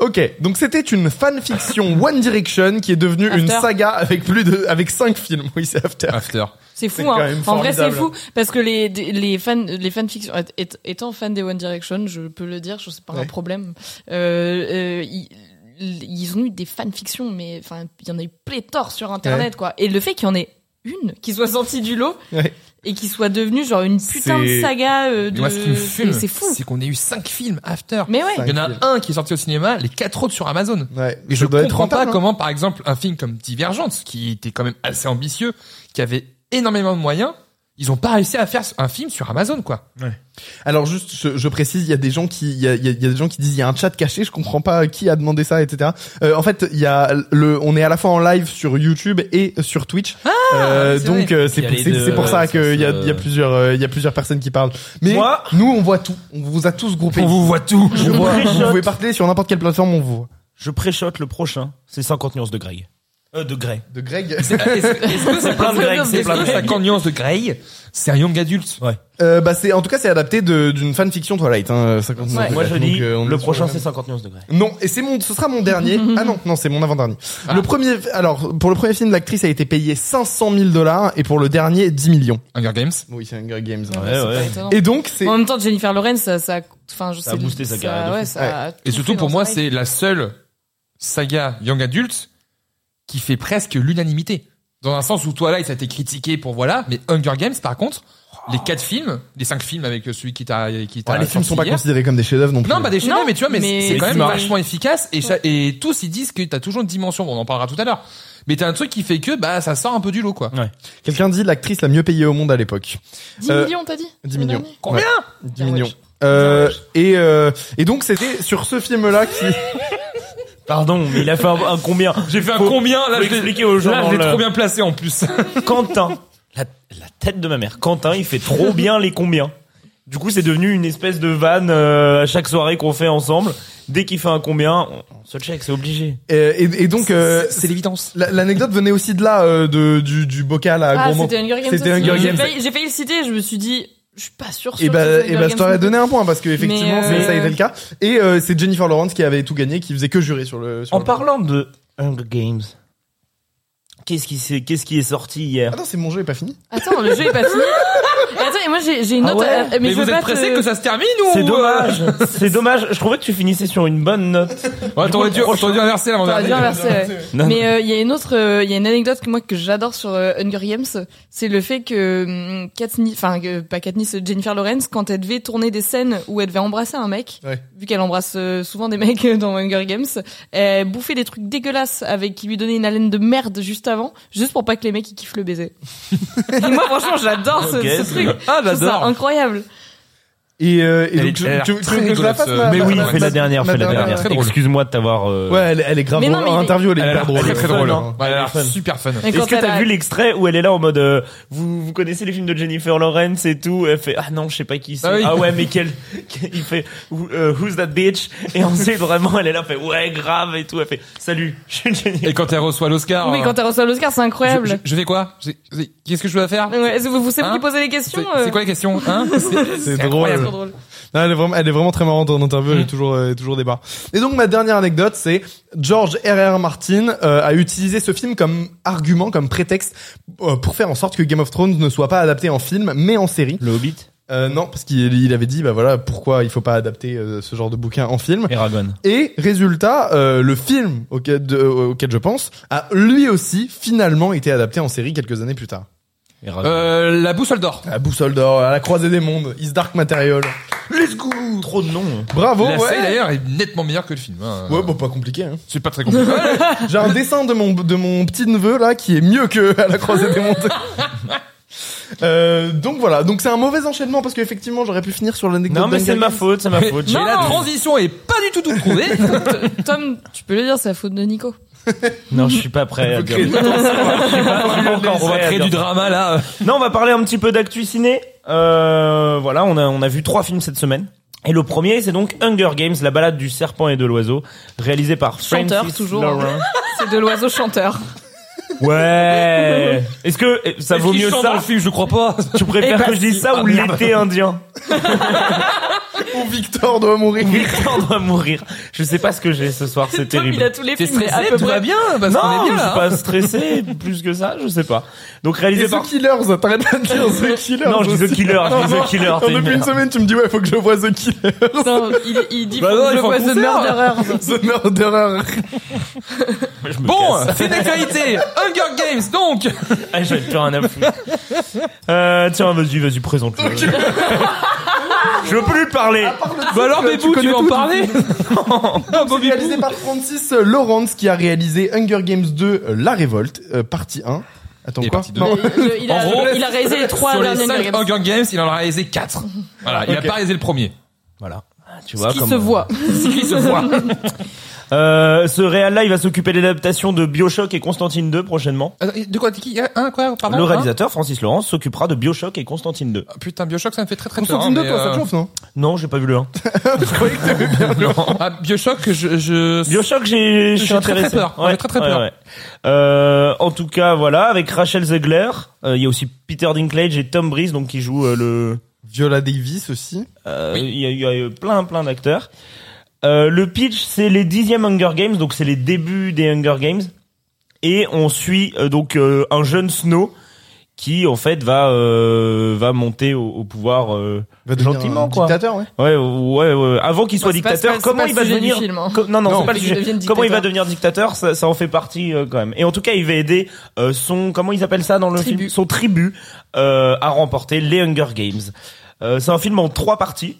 C: Ok, donc c'était une fanfiction One Direction qui est devenue une
D: After.
C: saga avec plus de, avec cinq films. Oui, c'est After.
E: After.
D: C'est
C: C'est
D: fou,
C: quand
D: hein.
C: même
D: Enfin, en vrai, c'est fou
C: formidable.
D: parce que les les fans les fanfictions et- et- étant fan des One Direction, je peux le dire, je sais pas
C: Ouais.
D: un problème. Euh, euh, ils, ils ont eu des fanfictions, mais enfin, il y en a eu pléthore sur Internet, quoi. Et le fait qu'il y en ait une qui soit sortie du lot
C: Ouais.
D: et qui soit devenue genre une putain
C: C'est-
D: de saga euh,
E: Mais
D: de,
E: Moi, ce qui me
D: c'est
E: fume,
D: c'est fou.
E: c'est qu'on ait eu 5 films After.
D: Mais ouais.
C: Cinq
E: Il y en
C: films.
E: a un qui est sorti au cinéma, les quatre autres sur Amazon.
C: Ouais.
E: Et
C: ça
E: je
C: doit
E: comprends
C: être rentable,
E: pas
C: hein.
E: comment, par exemple, un film comme Divergence, qui était quand même assez ambitieux, qui avait énormément de moyens, ils ont pas réussi à faire un film sur Amazon, quoi.
C: Alors juste, je, je précise, il y a des gens qui, il y a, il y a- il y a des gens qui disent, il y a un chat caché, je comprends pas qui a demandé ça, etc. Euh, en fait, il y a le, on est à la fois en live sur YouTube et sur Twitch. Euh,
E: c'est
C: donc
E: vrai.
C: euh, c'est
B: Il y a
C: pour-
B: les
C: c'est
B: deux,
C: c'est pour ça
B: ouais,
C: qu'il y a,
B: c'est-
C: il y a plusieurs, euh, il y a plusieurs personnes qui parlent. Mais
B: Moi-
C: nous, on voit tout, on vous a tous groupés.
E: On vous voit tout.
C: On voit- vous
B: Préchote.
C: pouvez partager sur n'importe quelle plateforme, on vous voit.
B: je préchote le prochain. C'est 50 nuances de Greg. Euh, de Grey.
C: De Greg.
E: Est-ce est-ce que c'est
B: plein de Greg, c'est plein de Greg.
E: 50 nuances de Grey, c'est un young adulte.
C: Euh, bah c'est, en tout cas, c'est adapté de- d'une fanfiction Twilight. Hein, 50
D: Ouais.
B: Moi je
C: Donc,
B: dis,
C: euh, on est
B: le
C: sur
B: prochain
C: même-
B: c'est 50 nuances de Grey.
C: Non, et c'est mon, ce sera mon dernier. ah non, non, c'est mon avant-dernier.
E: Ah.
C: Le premier, alors, pour le premier film, l'actrice a été payée 500 000 dollars et pour le dernier, 10 millions.
E: Hunger Games.
C: Oui, c'est Hunger Games. hein.
D: Non,
B: Ouais,
D: mais c'est
B: ouais.
D: pas étonnant.
C: Et donc, c'est,
D: En même temps, Jennifer Lawrence, ça, ça, enfin, je
B: Ça
D: sais,
B: a boosté sa
D: ça-
B: carrière de
D: ouais,
B: fou.
D: ça a tout
E: Et surtout
D: fait
E: pour
D: dans
E: moi,
D: sa
E: c'est la seule saga young adulte qui fait presque l'unanimité. Dans un sens où Twilight ça a été critiqué pour voilà, mais Hunger Games par contre, les quatre films, les cinq films avec celui qui t'a qui t'a
C: Ouais, Ah, les films
E: sorti
C: sont pas
E: hier.
C: considérés comme des chefs-d'œuvre non plus.
E: Ah, Non, pas des
D: Non,
E: chefs mais tu vois, mais,
D: mais
E: c'est quand
D: qui
E: même
D: marche.
E: vachement efficace et, cha- et tous ils disent que t'as toujours une dimension. Bon, on en parlera tout à l'heure. Mais t'as un truc qui fait que bah ça sort un peu du lot quoi.
C: Quelqu'un dit l'actrice la mieux payée au monde à l'époque.
D: 10
C: Euh,
D: millions, t'as dit
C: 10 millions.
D: Dernier
E: Combien
C: 10
D: Ah ouais.
C: millions. Euh, et, euh, et donc c'était sur ce film-là qui...
B: Pardon, mais il a fait un, un combien
E: J'ai fait un
B: Faut-
E: combien là
B: faut
E: je l'ai-
B: expliquer aux gens
E: là,
B: dans
E: je l'ai
B: le-
E: trop bien placé en plus.
B: Quentin, la, la tête de ma mère. Quentin, il fait trop bien les combien. Du coup, c'est devenu une espèce de vanne euh, à chaque soirée qu'on fait ensemble. dès qu'il fait un combien, on on se check, c'est obligé.
C: Euh, Et, et donc, euh,
E: l'évidence.
C: la- l'anecdote venait aussi de là, euh, de, du, du bocal à
D: Ah,
C: Gourmand.
D: c'était Hunger Games.
C: C'était
D: aussi.
C: Hunger
D: J'ai
C: Games.
D: failli- J'ai failli le citer, je me suis dit, je suis pas sûr.
C: Et
D: sûr
C: bah,
D: que ce soit
C: et
D: Hunger
C: bah, je
D: Games
C: t'aurais
D: non plus.
C: donné un point parce que effectivement,
D: Mais,
C: c'est-
D: euh,
C: ça a été le cas. Et euh, c'est Jennifer Lawrence qui avait tout gagné, qui faisait que jurer sur le. Sur
B: En
C: le-
B: parlant de Hunger Games, qu'est-ce qui, s'est- qu'est-ce qui est sorti hier
C: Attends, Ah c'est mon jeu est pas fini.
D: Attends, le jeu est pas fini. Et Attends, et moi j'ai j'ai une
B: Ah
D: autre.
B: ouais
D: euh,
E: Mais,
D: je
E: vous
D: veux
E: êtes
D: pas
E: pressé
D: te-
E: que ça se termine ou
B: C'est
E: euh,
B: dommage, c'est dommage. Je trouvais que tu finissais sur une bonne note.
E: Ouais, t'aurais dû, t'aurais dû inverser la
D: T'aurais dû
E: dernière.
D: inverser, ouais.
B: Non,
D: Mais euh, il y a une autre, euh, il y a une anecdote que moi que j'adore sur euh, Hunger Games, c'est le fait que hum, Katniss, enfin que- pas Katniss, euh, Jennifer Lawrence, quand elle devait tourner des scènes où elle devait embrasser un mec,
C: Ouais.
D: vu qu'elle embrasse euh, souvent des mecs dans Hunger Games, elle bouffait des trucs dégueulasses avec qui lui donnait une haleine de merde juste avant, juste pour pas que les mecs ils kiffent le baiser. Et moi franchement j'adore ce,
B: Ok,
D: ce
B: c'est
D: truc,
B: bien.
D: ah
E: j'adore.
D: incroyable.
C: Et, euh, et
E: Elle est-
C: donc, tu,
E: elle a l'air
C: tu- tu
E: très
C: veux que je la
E: rigolote,
C: fasse
E: ce-
C: ma-
B: Mais
C: ma-
B: oui,
C: ma-
B: fais la
C: ma-
B: dernière,
C: ma-
B: fais la
C: ma-
B: dernière.
E: très drôle.
B: Excuse-moi de t'avoir. euh,
C: Ouais, elle, elle est grave
D: Mais
C: drôle.
D: non, mais
C: en
D: il est-
C: interview, elle est
E: Elle a
C: hyper
E: l'air
C: drôle.
E: très très drôle.
B: Fun, hein.
E: Ouais, elle a l'air
B: Fun.
E: super fun.
D: Et
B: Est-ce
D: quand
B: que
D: elle
B: t'as
D: a-
B: vu l'extrait où elle est là en mode euh, vous, vous connaissez les films de Jennifer Lawrence et tout Elle fait ah non je sais pas qui c'est
E: Ah
B: ah,
E: oui.
B: ouais mais quel il fait Who- euh, who's that bitch et on sait vraiment elle est là elle fait ouais grave et tout elle fait salut je suis Jennifer
E: Et quand elle reçoit l'Oscar.
D: Oui,
E: euh,
D: quand elle reçoit Euh, l'Oscar, c'est
E: je,
D: incroyable.
E: je- je fais quoi Je- je- Qu'est-ce que je dois faire
D: Ouais, est-ce que vous vous savez
E: Hein
D: qui posait les
E: C'est
D: questions
E: c'est quoi la question hein
C: C'est
D: euh,
C: drôle.
D: trop drôle.
C: Non, elle, est vraiment, elle est vraiment très marrante en interview, elle est toujours, euh, toujours débat. Et donc ma dernière anecdote, c'est George R.R. Martin euh, a utilisé ce film comme argument, comme prétexte euh, pour faire en sorte que Game of Thrones ne soit pas adapté en film, mais en série.
B: le Hobbit
C: Euh, non, parce qu'il il avait dit, bah voilà, pourquoi il faut pas adapter euh, ce genre de bouquin en film.
B: Eragon
C: Et résultat, euh, le film auquel, de- euh, auquel je pense a lui aussi finalement été adapté en série quelques années plus tard.
E: Euh, La boussole d'or.
C: La boussole d'or, à la croisée des mondes, Is Dark Material.
B: let's go trop de noms
C: Bravo,
E: la série
C: ouais.
E: d'ailleurs est nettement meilleure que le film. hein.
C: Ouais, bon, pas compliqué. Hein.
E: C'est pas très compliqué.
C: J'ai un dessin de mon, de mon petit neveu là qui est mieux que à la croisée des mondes. Euh, donc voilà, donc c'est un mauvais enchaînement parce qu'effectivement j'aurais pu finir sur l'anecdote.
B: non mais c'est
C: d'Hunger
B: ma
C: Games.
B: faute c'est ma faute
E: Et
B: J'ai-
E: la transition est pas du tout tout trouvée.
D: Tom, tu peux le dire, c'est la faute de Nico.
B: non je suis pas prêt à
C: Ok,
B: dire
E: on va créer du drama là.
B: Non, on va parler un petit peu d'actu ciné. Euh, voilà, on a, on a vu trois films cette semaine. Et le premier, c'est donc Hunger Games, la balade du serpent et de l'oiseau, réalisé par Francis
D: Chanteur, toujours.
B: Lawrence.
D: C'est de l'oiseau chanteur.
B: Ouais. Est-ce que eh, ça
E: Est-ce
B: vaut
E: qu'il
B: mieux
E: chante dans
B: ça
E: le film, je crois pas.
B: Tu préfères
E: Eh ben,
B: que je dise
E: si.
B: ça
E: Ah,
B: ou
E: merde.
B: l'été indien
C: Ou Victor doit mourir.
B: Victor doit mourir. Je sais pas ce que j'ai ce soir, c'est
D: Tom, il a
B: terrible.
D: tous les
E: T'es
D: films. à
E: stressé,
D: peu
E: tout
D: près.
E: va bien parce qu'on
B: Non, je
E: est bien
B: suis
E: là. hein.
B: pas stressé plus que ça, je sais pas. Donc réalisé
C: Et The
B: par
C: Killers, t'arrête pas de dire The Killers.
B: Non, je dis The
C: aussi.
B: Killer, je dis
C: Non,
B: The Killer,
C: non,
B: t'es une
C: depuis une
B: merde.
C: semaine, tu me dis ouais, faut que je vois The Killer,
D: Putain, il, il dit
E: Bah
D: faut
E: non,
D: que
E: il
D: je
E: faut
D: vois
E: un
D: The
E: concert.
D: Murderers.
C: The Murderer.
B: Je me
E: Bon,
B: casse.
E: c'est une actualité. Hunger Games donc.
B: Ah, j'avais plus rien à foutre. Euh, tiens, vas-y, vas-y, présente-le. Je veux plus parler.
E: Bah alors,
C: tu
E: Bébou, tu,
C: connais
E: veux en
C: tout,
E: parler Ah, Bobby
C: Réalisé par Francis Lawrence qui a réalisé Hunger Games 2, euh, La Révolte, euh, partie 1. Attends
E: Et
C: quoi
E: partie deux.
C: Non.
D: Je- Il
E: En
D: a,
E: gros,
D: il a réalisé les trois
E: Sur les
D: derniers
E: 5
D: Hunger Games.
E: Hunger Games, il en a réalisé 4. Voilà, il a
C: Ok.
E: pas réalisé le premier.
B: Voilà. Tu vois,
D: Qui
B: comme-
D: se voit.
E: Il se voit.
B: Euh, ce réal-là, il va s'occuper de l'adaptation de Bioshock et Constantine 2 prochainement.
E: De quoi qui Un quoi Pardon
B: Le
E: un
B: réalisateur, Francis Laurence, s'occupera de Bioshock et Constantine 2.
E: Ah, Putain, Bioshock, ça me fait très très peur.
C: Constantine 2,
E: mais,
C: toi, ça
E: euh,
C: te chauffe, non
B: Non, j'ai pas vu le 1.
E: Ah, Bioshock, je. je...
B: Bioshock, j'ai, je
E: J'ai
B: suis
E: très,
B: intéressé.
E: très peur. J'ai très, très peur.
B: Euh, en tout cas, voilà, avec Rachel Zegler, euh, il y a aussi Peter Dinklage et Tom Breeze, donc qui jouent euh, le,
C: Viola Davis aussi.
B: Euh, Il y, a- il y a eu plein, plein d'acteurs. Euh, le pitch, c'est les dixièmes Hunger Games, donc c'est les débuts des Hunger Games. Et on suit euh, donc euh, un jeune Snow qui en fait va euh, va monter au, au pouvoir. euh,
C: Va devenir
B: Gentiment,
C: un
B: quoi.
C: dictateur, ouais.
B: ouais, ouais, ouais, avant qu'il soit
D: c'est pas-
B: dictateur,
D: c'est pas-
B: comment
D: c'est
B: il
D: pas
B: va
D: le sujet
B: devenir
D: du film, hein.
B: co- Non, non,
C: Non.
B: c'est pas le
D: Qu'il
B: sujet.
D: devienne
B: Comment il va
D: dictateur.
B: devenir dictateur, ça, ça en fait partie euh, quand même. Et en tout cas, il va aider euh, son comment ils appellent ça dans le
D: Tribu.
B: film, son tribu euh, à remporter les Hunger Games. Euh, c'est un film en trois parties.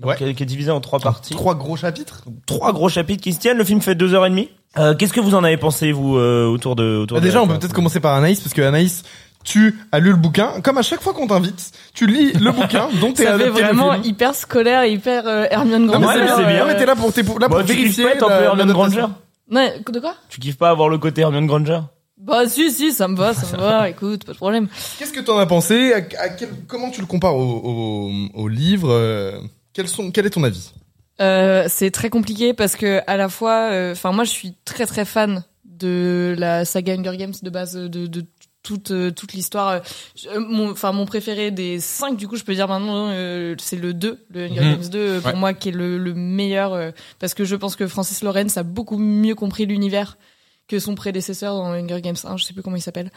B: Donc,
C: Ouais.
B: qui, est- qui est divisé en trois parties. Trois,
C: Trois gros chapitres.
B: gros chapitres qui se tiennent. Le film fait deux heures et demie. Euh, Qu'est-ce que vous en avez pensé, vous, euh, autour de... Autour
C: Bah,
B: de
C: déjà,
B: la
C: on peut
B: table
C: peut-être commencer par Anaïs, parce que Anaïs, tu as lu le bouquin. Comme à chaque fois qu'on t'invite, tu lis le bouquin dont t'es
D: Ça fait
C: adapté le
D: vraiment
C: film.
D: hyper scolaire et hyper euh, Hermione
C: Non,
D: Granger.
C: mais
B: Ouais,
C: c'est bien,
B: c'est bien.
C: Non, mais t'es là pour, t'es pour- là
B: Bah,
C: pour
B: tu kiffes
C: vérifier.
B: pas être un peu
C: la-
B: Hermione
C: l'adaptation.
B: Granger
D: Ouais, de quoi
B: Tu kiffes pas avoir le côté Hermione Granger
D: Bah si, si, ça me va, ça me va, écoute, pas de problème.
C: Qu'est-ce que t'en as pensé? À- à quel- comment tu le compares au, au, au livre? euh, Quels sont, quel est ton avis?
D: Euh, c'est très compliqué parce que à la fois, euh, enfin moi je suis très très fan de la saga Hunger Games de base de, de toute euh, toute l'histoire. euh, je- euh, mon- Enfin mon, préféré des 5 du coup je peux dire maintenant euh, c'est le 2, le Hunger
E: Mhm.
D: Games 2 euh, pour
E: Ouais.
D: moi qui est le, le meilleur euh, parce que je pense que Francis Lawrence a beaucoup mieux compris l'univers que son prédécesseur dans Hunger Games 1, je sais plus comment il s'appelle.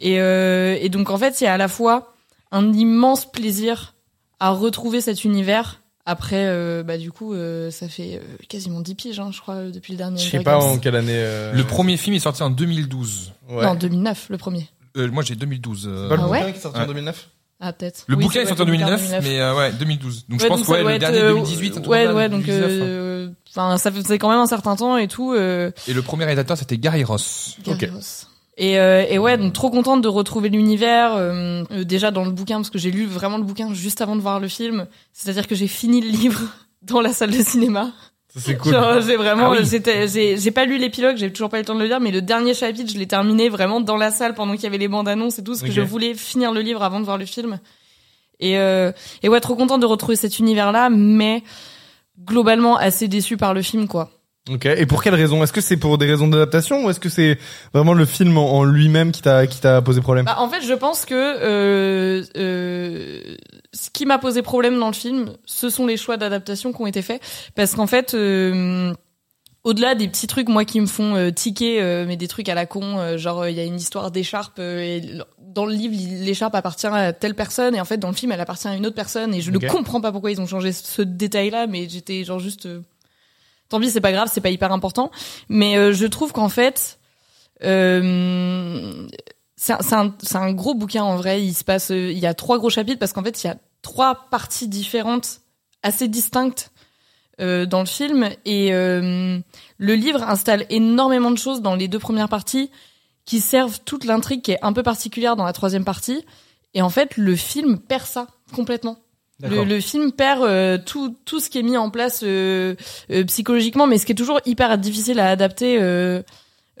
D: Et, euh, et donc en fait il y a à la fois un immense plaisir à retrouver cet univers. Après, euh, bah du coup, euh, ça fait euh, quasiment 10 piges, hein, je crois, depuis le dernier.
C: Je sais
D: Hunger
C: pas
D: Games.
C: en quelle année. euh,
E: Le premier film est sorti en 2012.
C: ouais.
D: Non, 2009, le premier.
E: Euh, moi j'ai 2012. euh,
C: C'est pas le
D: Ah ouais
C: bouquin qui est sorti en
E: Ouais.
C: 2009
D: Ah peut-être.
E: Le
D: Oui,
E: bouquin
D: ça
E: est
D: doit
E: sorti en
D: être le
E: 2009,
D: bouquin
E: mais euh, ouais 2012. Donc je
D: Ouais,
E: pense
D: donc
E: que
D: ça
E: ouais,
D: doit
E: le
D: être,
E: dernier
D: euh,
E: 2018. un truc
D: ouais,
E: comme ça,
D: ouais, donc
E: 2019, hein.
D: euh, enfin ça faisait quand même un certain temps et tout. Euh,
E: Et le premier réalisateur c'était Gary Ross.
D: Garros. Et, euh, et ouais, donc trop contente de retrouver l'univers euh, euh, déjà dans le bouquin parce que j'ai lu vraiment le bouquin juste avant de voir le film. C'est-à-dire que j'ai fini le livre dans la salle de cinéma.
C: Ça, C'est cool.
D: Genre, j'ai vraiment,
E: Ah oui.
D: c'était- j'ai j'ai pas lu l'épilogue, j'ai toujours pas eu le temps de le lire, mais le dernier chapitre, je l'ai terminé vraiment dans la salle pendant qu'il y avait les bandes annonces et tout, parce que
C: Ok.
D: je voulais finir le livre avant de voir le film. Et, euh, et ouais, trop content de retrouver cet univers-là, mais globalement assez déçu par le film, quoi.
C: Ok. Et pour quelle raison Est-ce que c'est pour des raisons d'adaptation ou est-ce que c'est vraiment le film en, en lui-même qui t'a qui t'a posé problème
D: Bah, en fait, je pense que euh, euh, ce qui m'a posé problème dans le film, ce sont les choix d'adaptation qui ont été faits. Parce qu'en fait, euh, au-delà des petits trucs, moi, qui me font euh, tiquer, euh, mais des trucs à la con, euh, genre, euh, il y a une histoire d'écharpe, euh, et l- dans le livre, il- l'écharpe appartient à telle personne, et en fait, dans le film, elle appartient à une autre personne, et je
C: Ok.
D: ne comprends pas pourquoi ils ont changé ce- ce détail-là, mais j'étais genre juste... euh, Tant pis, c'est pas grave, c'est pas hyper important. Mais euh, je trouve qu'en fait, euh, c'est un, c'est un- c'est un gros bouquin en vrai. Il se passe, euh, il y a trois gros chapitres parce qu'en fait, il y a trois parties différentes, assez distinctes euh, dans le film. Et euh, le livre installe énormément de choses dans les deux premières parties qui servent toute l'intrigue qui est un peu particulière dans la troisième partie. Et en fait, le film perd ça complètement. Le, le film perd euh, tout, tout ce qui est mis en place euh, euh, psychologiquement, mais ce qui est toujours hyper difficile à adapter euh,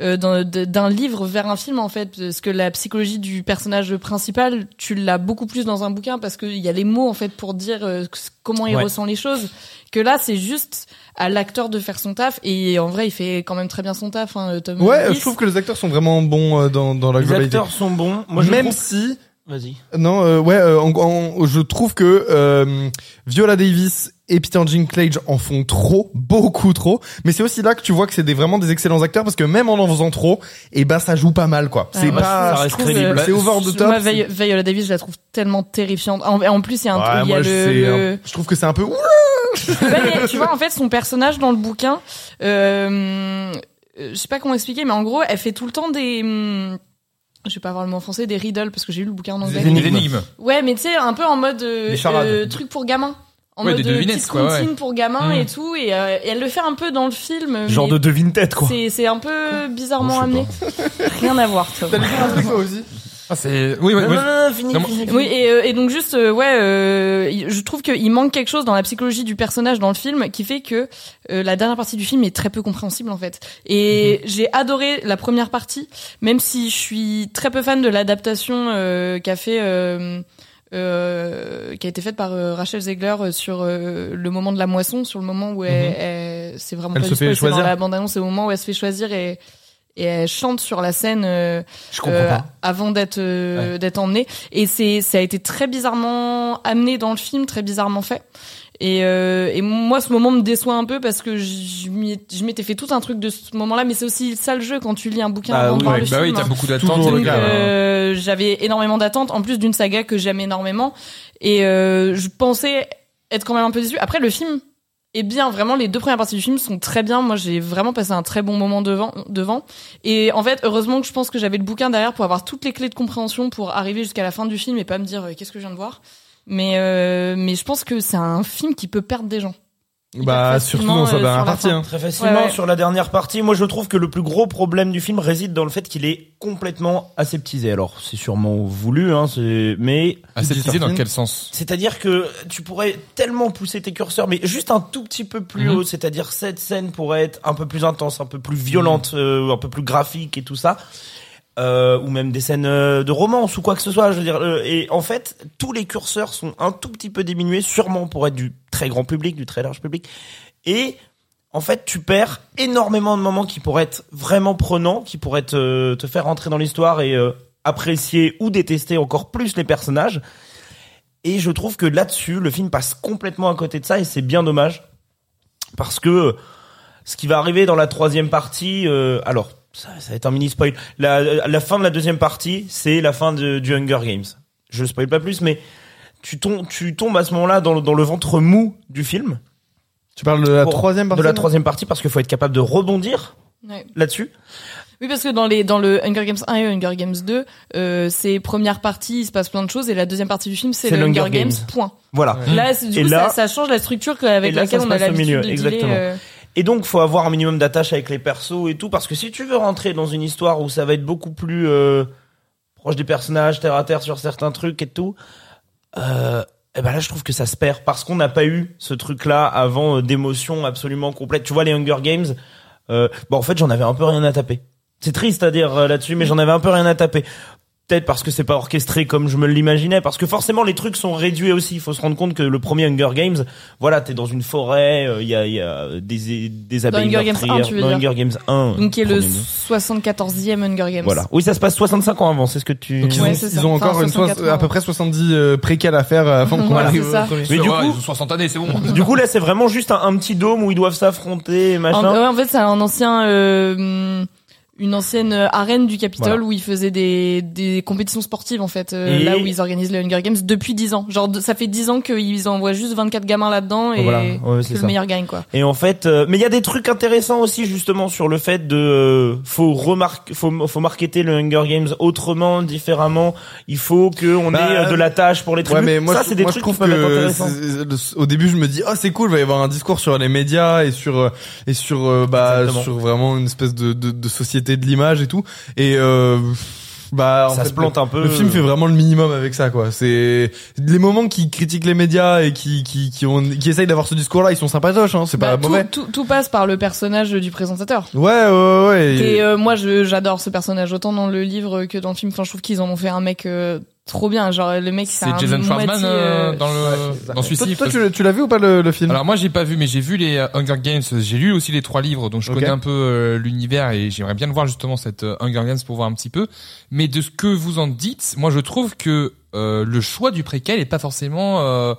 D: euh, d'un- de- d'un livre vers un film, en fait. Parce que la psychologie du personnage principal, tu l'as beaucoup plus dans un bouquin, parce qu'il y a les mots, en fait, pour dire euh, c- comment il
E: Ouais.
D: ressent les choses. Que là, c'est juste à l'acteur de faire son taf, et en vrai, il fait quand même très bien son taf, hein, Tom
C: Ouais,
D: Hiddleston.
C: je trouve que les acteurs sont vraiment bons euh, dans dans la
B: Les
C: globalité.
B: acteurs sont bons. Moi, je
C: Même
B: trouve-
C: si
B: Vas-y.
C: Non, euh, ouais, euh, en- en- je trouve que euh, Viola Davis et Peter Dinklage en font trop, beaucoup trop. Mais c'est aussi là que tu vois que c'est des, vraiment des excellents acteurs parce que même en en faisant trop, et ben ça joue pas mal quoi. C'est
D: Ah,
B: bah,
C: pas,
B: ça reste
D: je trouve,
B: crédible.
D: euh,
C: c'est over the top.
D: Moi, Viola Viola Davis, je la trouve tellement terrifiante. En, en plus, il y a, un,
C: Ouais,
D: il y a
C: moi,
D: le-
C: c'est
D: le...
C: un- je hein. trouve que c'est un peu. Ouh
D: Ouais, mais tu vois, en fait, son personnage dans le bouquin, euh, euh, je sais pas comment expliquer, mais en gros, elle fait tout le temps des. hum, je vais pas avoir le mot en français, des riddles, parce que j'ai lu le bouquin en anglais.
B: énigmes.
E: Des énigmes.
D: Ouais, mais tu sais, un peu en mode euh,
C: Des charades.
D: euh, truc pour gamin. En
E: Ouais,
D: mode
E: des
D: euh,
E: devinettes,
D: petite
E: quoi, ouais.
D: routine pour gamin
E: Mm.
D: et tout. Et, euh, et elle le fait un peu dans le film. euh,
B: Genre
D: mais
B: de devine tête, quoi.
D: c'est- C'est un peu bizarrement
E: Bon, je sais
D: amené. Rien à voir, toi.
C: T'as lu un truc toi aussi
E: Ah, c'est oui oui.
B: Non,
E: oui.
B: non, non, fini,
E: Non, moi-
B: fini, fini.
D: Oui, et, euh, et donc juste, euh, ouais, euh, il- je trouve qu'il manque quelque chose dans la psychologie du personnage dans le film qui fait que euh, la dernière partie du film est très peu compréhensible en fait. Et
C: Mhm.
D: j'ai adoré la première partie, même si je suis très peu fan de l'adaptation euh, qu'a fait... euh, euh, qui a été faite par euh, Rachel Zegler euh, sur euh, le moment de la moisson, sur le moment où elle, elle- c'est vraiment
C: Mhm. Elle
D: pas
C: se
D: du
C: fait
D: spoil, c'est dans
C: choisir.
D: la bande annonce, c'est au moment où elle se fait choisir et, et elle chante sur la scène euh,
C: Je comprends
D: euh,
C: pas.
D: avant d'être euh, d'être emmené et c'est ça a été très bizarrement amené dans le film très bizarrement fait et, euh, et moi ce moment me déçoit un peu parce que je m'y ai- je m'étais fait tout un truc de ce moment là mais c'est aussi ça le jeu quand tu lis un bouquin
B: Bah
D: avant
B: oui,
D: de voir le
E: Ouais, bah oui
D: film
E: t'as
D: hein.
E: beaucoup d'attentes.
C: Toujours
E: c'est
C: le
D: Donc,
E: clair.
C: hein.
D: euh, j'avais énormément d'attentes en plus d'une saga que j'aime énormément et euh, je pensais être quand même un peu déçu après le film est bien vraiment les deux premières parties du film sont très bien moi j'ai vraiment passé un très bon moment devant devant et en fait heureusement que je pense que j'avais le bouquin derrière pour avoir toutes les clés de compréhension pour arriver jusqu'à la fin du film et pas me dire euh, qu'est-ce que je viens de voir mais euh, mais je pense que c'est un film qui peut perdre des gens
C: Bah
D: hyper
C: surtout
D: facilement,
C: dans sa
D: euh, sur la
C: dernière partie.
D: fin.
C: hein.
B: Très facilement
D: Ouais, ouais.
B: sur la dernière partie. Moi, je trouve que le plus gros problème du film réside dans le fait qu'il est complètement aseptisé. Alors, c'est sûrement voulu, hein, c'est- mais
E: Aseptisé Ah, dans
C: Sortine.
E: quel sens
B: c'est-à-dire que tu pourrais tellement pousser tes curseurs, mais juste un tout petit peu plus
E: Mhm.
B: haut. C'est-à-dire cette scène pourrait être un peu plus intense, un peu plus violente, euh, un peu plus graphique et tout ça. Euh, ou même des scènes euh, de romance ou quoi que ce soit. Je veux dire, euh, et en fait, tous les curseurs sont un tout petit peu diminués, sûrement pour être du très grand public, du très large public. Et en fait, tu perds énormément de moments qui pourraient être vraiment prenants, qui pourraient te, te faire rentrer dans l'histoire et euh, apprécier ou détester encore plus les personnages. Et je trouve que là-dessus, le film passe complètement à côté de ça et c'est bien dommage. Parce que ce qui va arriver dans la troisième partie, euh, alors, ça, ça va être un mini spoil. La, la fin de la deuxième partie, c'est la fin de, du Hunger Games. Je spoil pas plus, mais tu tombes, tu tombes à ce moment-là dans, le- dans le ventre mou du film
C: Tu parles de la
B: pour-
C: troisième partie
B: de la
C: non
B: troisième partie parce qu'il faut être capable de rebondir
D: Ouais.
B: là-dessus.
D: Oui, parce que dans les dans le Hunger Games 1 et Hunger Games 2, euh, c'est première partie, il se passe plein de choses, et la deuxième partie du film, c'est
B: C'est
D: le Hunger
B: l'Hunger
D: Games.
B: Games.
D: Point.
B: Voilà.
D: Là, c'est- du
B: Et
D: coup,
B: là-
D: ça, ça change la structure que- avec
B: et là, ça
D: laquelle
B: se
D: on a
B: passe au
D: l'habitude
B: milieu,
D: de dealer,
B: exactement.
D: euh,
B: Et donc, faut avoir un minimum d'attache avec les persos et tout parce que si tu veux rentrer dans une histoire où ça va être beaucoup plus euh, proche des personnages, terre à terre sur certains trucs et tout, euh, eh ben là, je trouve que ça se perd parce qu'on n'a pas eu ce truc-là avant euh, d'émotion absolument complète. Tu vois, les Hunger Games, euh, bon, en fait, j'en avais un peu rien à taper. C'est triste à dire euh, là-dessus, mais j'en avais un peu rien à taper. Peut-être parce que c'est pas orchestré comme je me l'imaginais, parce que forcément les trucs sont réduits aussi. Il faut se rendre compte que le premier Hunger Games, voilà, t'es dans une forêt, euh, il y, a, y a des, des abeilles
D: Hunger Games 1,
B: meurtrières.
D: tu veux
B: Dans
D: dire.
B: Hunger Games 1.
D: donc qui est le
B: premier nom.
D: 74e Hunger Games.
B: Voilà. Oui, ça se passe 65 ans avant, c'est ce que tu...
C: Donc ils ont,
D: Ouais, c'est
C: ils
D: ça.
C: ont
D: Enfin,
C: encore une soix-
D: 60-80.
C: à peu près 70 euh, préquels à faire avant qu'on
D: Voilà,
C: arrive
D: c'est
C: au
D: ça.
C: premier.
B: Mais du
E: Ouais,
B: coup-
E: ils ont 60 années, c'est bon.
B: Du coup là, c'est vraiment juste un, un petit dôme où ils doivent s'affronter,
D: En,
B: machin.
D: ouais, en fait, c'est un ancien, euh, une ancienne arène du Capitole
B: Voilà.
D: où ils faisaient des, des compétitions sportives en fait, euh,
B: Et-
D: là où ils organisent les Hunger Games depuis 10 ans. Genre, de- ça fait 10 ans qu'ils envoient juste 24 gamins là-dedans et
B: Oh, Voilà, ouais, c'est
D: que le
B: ça.
D: meilleur gagne quoi.
B: Et en fait, euh, mais il y a des trucs intéressants aussi justement sur le fait de euh, faut remarque faut faut marketer le Hunger Games autrement, différemment. Il faut que on
C: Bah,
B: ait euh, de la tâche pour les
C: Ouais,
B: tribus.
C: mais moi,
B: ça
C: je,
B: c'est des
C: moi, je
B: trucs qui
C: trouve
B: peuvent être
C: que
B: intéressants.
C: c'est- c'est- au début, je me dis, oh, c'est cool, il va y avoir un discours sur les médias et sur euh, et sur euh, bah
B: Exactement.
C: sur vraiment une espèce de de, de société de l'image et tout. Et euh, bah en
B: Ça
C: fait,
B: se plante
C: le-
B: un peu.
C: Le film fait vraiment le minimum avec ça, quoi. C'est les moments qui critiquent les médias et qui qui qui ont qui essayent d'avoir ce discours-là, ils sont sympatoches, hein. C'est pas
D: Bah, tout,
C: mauvais.
D: tout, tout passe par le personnage du présentateur.
C: Ouais, ouais, ouais. et-
D: Et euh, moi, je- j'adore ce personnage autant dans le livre que dans le film. Enfin, je trouve qu'ils en ont fait un mec euh, trop bien. Genre le mec,
E: C'est
D: un
E: Jason
D: moitié,
E: Schwartzman euh,
D: euh,
E: dans
C: Ouais, c'est
E: le
C: ça.
E: dans
C: Toi,
E: Suicide.
C: toi, tu, l'as- tu l'as vu ou pas le, le film
E: Alors moi j'ai pas vu mais j'ai vu les euh, Hunger Games, j'ai lu aussi les trois livres donc je
C: Ok.
E: connais un peu euh, l'univers et j'aimerais bien le voir justement cette euh, Hunger Games pour voir un petit peu. Mais de ce que vous en dites, moi je trouve que euh, le choix du préquel est pas forcément euh,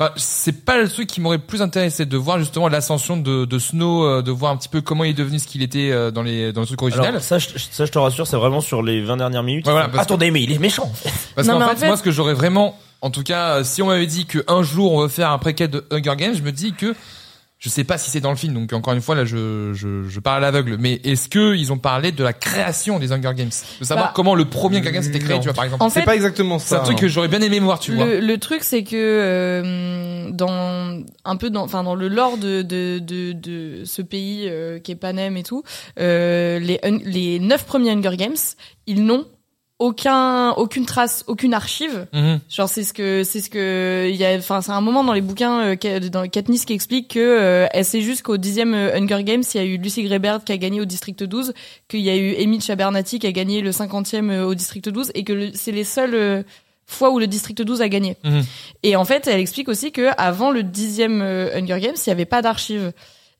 E: Enfin, c'est pas le truc qui m'aurait plus intéressé de voir justement l'ascension de, de Snow, euh, de voir un petit peu comment il est devenu ce qu'il était euh, dans les dans le truc original.
B: Alors, ça, je, ça, je te rassure, c'est vraiment sur les 20 dernières minutes.
E: Ouais, voilà, parce
B: Attendez, mais il est méchant.
E: Parce
D: Non,
E: qu'en
D: mais en
E: fait,
D: fait-
E: moi, ce que j'aurais vraiment, en tout cas, euh, si on m'avait dit qu'un jour on veut faire un préquel de Hunger Games, je me dis que je sais pas si c'est dans le film, donc encore une fois là, je je, je parle à l'aveugle. Mais est-ce que ils ont parlé de la création des Hunger Games, de savoir
D: Bah,
E: comment le premier Hunger Games était créé,
C: non.
E: tu vois par exemple.
D: En
C: C'est
D: fait,
C: pas exactement ça.
E: C'est un truc
C: hein.
E: que j'aurais bien aimé voir, tu vois.
D: Le, le truc c'est que euh, dans un peu dans enfin dans le lore de de de, de ce pays euh, qui est Panem et tout, euh, les hun- les neuf premiers Hunger Games, ils n'ont aucun aucune trace, aucune archive.
E: Mhm.
D: Genre c'est ce que c'est ce que il y a enfin c'est un moment dans les bouquins euh, Ca- dans Katniss qui explique que euh, elle sait juste qu'au dixième euh, Hunger Games, il y a eu Lucy Grébert qui a gagné au district 12, qu'il y a eu Amy Chabernati qui a gagné le 50e euh, au district 12 et que le- c'est les seules euh, fois où le district 12 a gagné.
E: Mhm.
D: Et en fait, elle explique aussi que avant le dixième euh, Hunger Games, il y avait pas d'archives.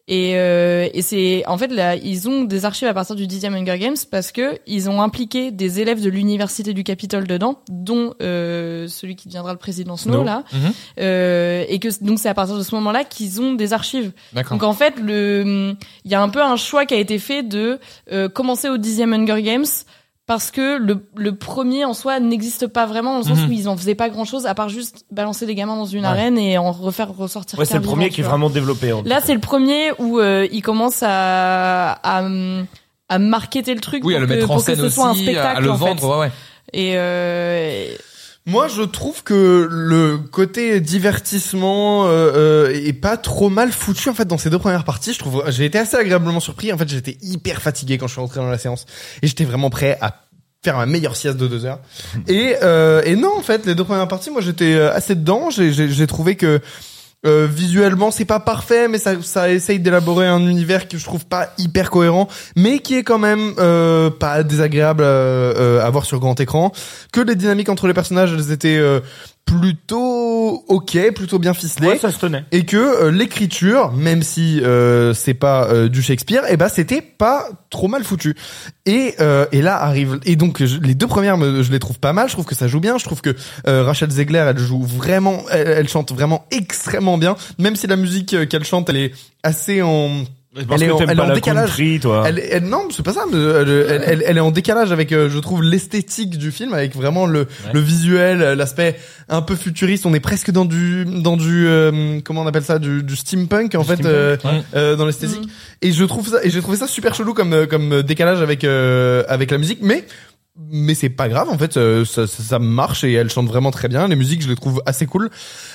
D: Et, euh, et c'est en fait là, ils ont des archives à partir du dixième Hunger Games parce que ils ont impliqué des élèves de l'université du Capitole dedans, dont euh, celui qui deviendra le président Snow,
B: Snow.
D: là.
E: Mhm.
D: Euh, et que donc c'est à partir de ce moment-là qu'ils ont des archives.
E: D'accord.
D: Donc en fait, le il y a un peu un choix qui a été fait de euh, commencer au dixième Hunger Games parce que le, le premier en soi n'existe pas vraiment dans le sens
E: Mhm.
D: où ils en faisaient pas grand chose à part juste balancer des gamins dans une
E: Ouais.
D: arène et en refaire ressortir.
B: Ouais, c'est
D: qu'un
B: le premier
D: vivant,
B: qui est
D: tu vois.
B: vraiment développé. en
D: Là, c'est le premier où euh, il commence à, à à marketer le truc
E: Oui, à
D: pour
E: le
D: que,
E: mettre en
D: pour que
E: scène
D: ce soit un
E: aussi, à-
D: spectacle
E: à le
D: en fait.
E: vendre, ouais, ouais.
D: Et euh,
C: Moi, je trouve que le côté divertissement euh, euh, est pas trop mal foutu en fait dans ces deux premières parties. Je trouve, j'ai été assez agréablement surpris. En fait, j'étais hyper fatigué quand je suis rentré dans la séance et j'étais vraiment prêt à faire ma meilleure sieste de deux heures. Et, euh, et non, en fait, les deux premières parties, moi, j'étais euh, assez dedans. J'ai- J'ai j'ai trouvé que euh, visuellement, c'est pas parfait, mais ça, ça essaye d'élaborer un univers que je trouve pas hyper cohérent, mais qui est quand même euh, pas désagréable euh, euh, à voir sur grand écran. Que les dynamiques entre les personnages, elles étaient euh, plutôt ok, plutôt bien ficelé
B: Ouais, ça se tenait.
C: et que euh, l'écriture, même si euh, c'est pas euh, du Shakespeare, eh ben c'était pas trop mal foutu. Et euh, et là arrive et donc je- les deux premières, me- je les trouve pas mal. Je trouve que ça joue bien. Je trouve que euh, Rachel Zegler, elle joue vraiment, elle, elle chante vraiment extrêmement bien, même si la musique euh, qu'elle chante, elle est assez en
B: Parce
C: est
B: que
C: en-
B: t'aimes
C: elle est
B: pas
C: en
B: la
C: décalage.
B: country, toi.
C: elle, elle- non, c'est pas ça. mais, euh, Elle, elle- elle est en décalage avec, euh, je trouve, l'esthétique du film, avec vraiment le, le visuel, euh, l'aspect un peu futuriste. On est presque dans du, dans du, euh, comment on appelle ça, du, du steampunk en fait, euh,
E: ouais.
C: euh, dans l'esthétique. Et je trouve ça, et j'ai trouvé ça super chelou comme, euh, comme décalage avec, euh, avec la musique, mais. Mais c'est pas grave en fait, euh, ça, ça, ça marche et elle chante vraiment très bien. Les musiques, je les trouve assez cool.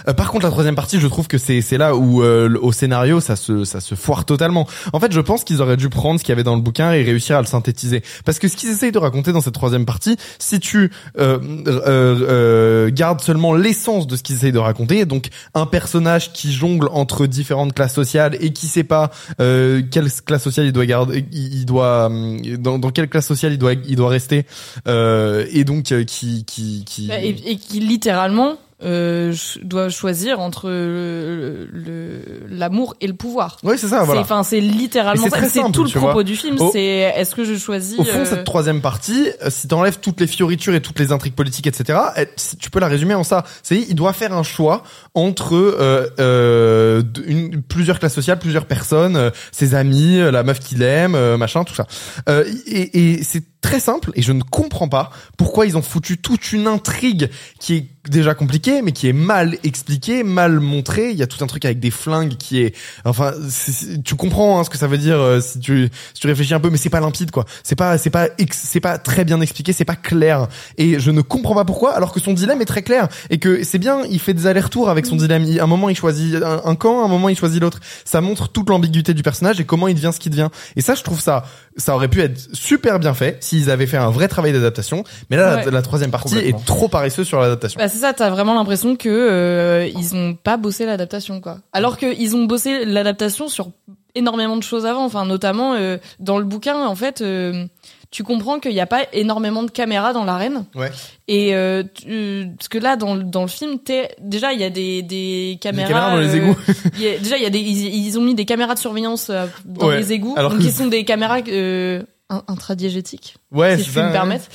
C: Euh, par contre, la troisième partie, je trouve que c'est c'est là où euh, le- au scénario ça se ça se foire totalement. En fait, je pense qu'ils auraient dû prendre ce qu'il y avait dans le bouquin et réussir à le synthétiser. Parce que ce qu'ils essayent de raconter dans cette troisième partie, si tu euh, euh, euh, gardes seulement l'essence de ce qu'ils essayent de raconter, donc un personnage qui jongle entre différentes classes sociales et qui sait pas euh, quelle classe sociale il doit garder, il, il doit hum, dans, dans quelle classe sociale il doit il doit rester euh, et donc euh, qui qui qui
D: Bah, Et, et qui littéralement euh, ch- doit choisir entre le- le- l'amour et le pouvoir.
C: Ouais, c'est ça,
D: C'est
C: Ah, voilà.
D: enfin c'est
C: Et
D: littéralement
C: c'est
D: ça.
C: très
D: C'est
C: simple,
D: tout le
C: tu
D: propos
C: vois.
D: du film.
C: Au-
D: C'est est-ce que je choisis
C: Au fond,
D: euh,
C: cette troisième partie, euh, si t'enlèves toutes les fioritures et toutes les intrigues politiques, etc., elle- si- tu peux la résumer en ça. C'est il doit faire un choix entre euh, euh, d- une- plusieurs classes sociales, plusieurs personnes, euh, ses amis, euh, la meuf qu'il aime, euh, machin, tout ça. Euh, et et c'est très simple, et je ne comprends pas pourquoi ils ont foutu toute une intrigue qui est déjà compliquée, mais qui est mal expliquée, mal montrée. Il y a tout un truc avec des flingues qui est Enfin, c'est- c'est- tu comprends hein, ce que ça veut dire euh, si tu si tu réfléchis un peu, mais c'est pas limpide quoi. C'est pas c'est pas ex- c'est pas très bien expliqué, c'est pas clair. Et je ne comprends pas pourquoi, alors que son dilemme est très clair et que c'est bien. Il fait des allers-retours avec son dilemme. Il- un moment il choisit un, un camp, un moment il choisit l'autre. Ça montre toute l'ambiguïté du personnage et comment il devient ce qu'il devient. Et ça, je trouve ça ça aurait pu être super bien fait s'ils avaient fait un vrai travail d'adaptation. Mais là, la- la,
D: Ouais.
C: troisième partie
E: Complètement.
C: est trop paresseuse sur l'adaptation.
D: Bah c'est ça, t'as vraiment l'impression que euh, ils ont pas bossé l'adaptation quoi. Alors que ils ont bossé l'adaptation sur énormément de choses avant, enfin notamment euh, dans le bouquin en fait, euh, tu comprends qu'il n'y a pas énormément de caméras dans l'arène.
C: Ouais.
D: Et euh, tu- euh, parce que là dans le dans le film, t'es déjà il y a des des
C: Les
D: caméras,
C: caméras dans les
D: euh,
C: égouts.
D: il y a- déjà il y a des ils, ils ont mis des caméras de surveillance euh, dans
C: Ouais.
D: les égouts,
C: Alors
D: donc
C: que-
D: qui sont des caméras euh, in- intradiégétiques
C: ouais,
D: si
C: c'est
D: je
C: ça,
D: puis me
C: ouais.
D: permettre.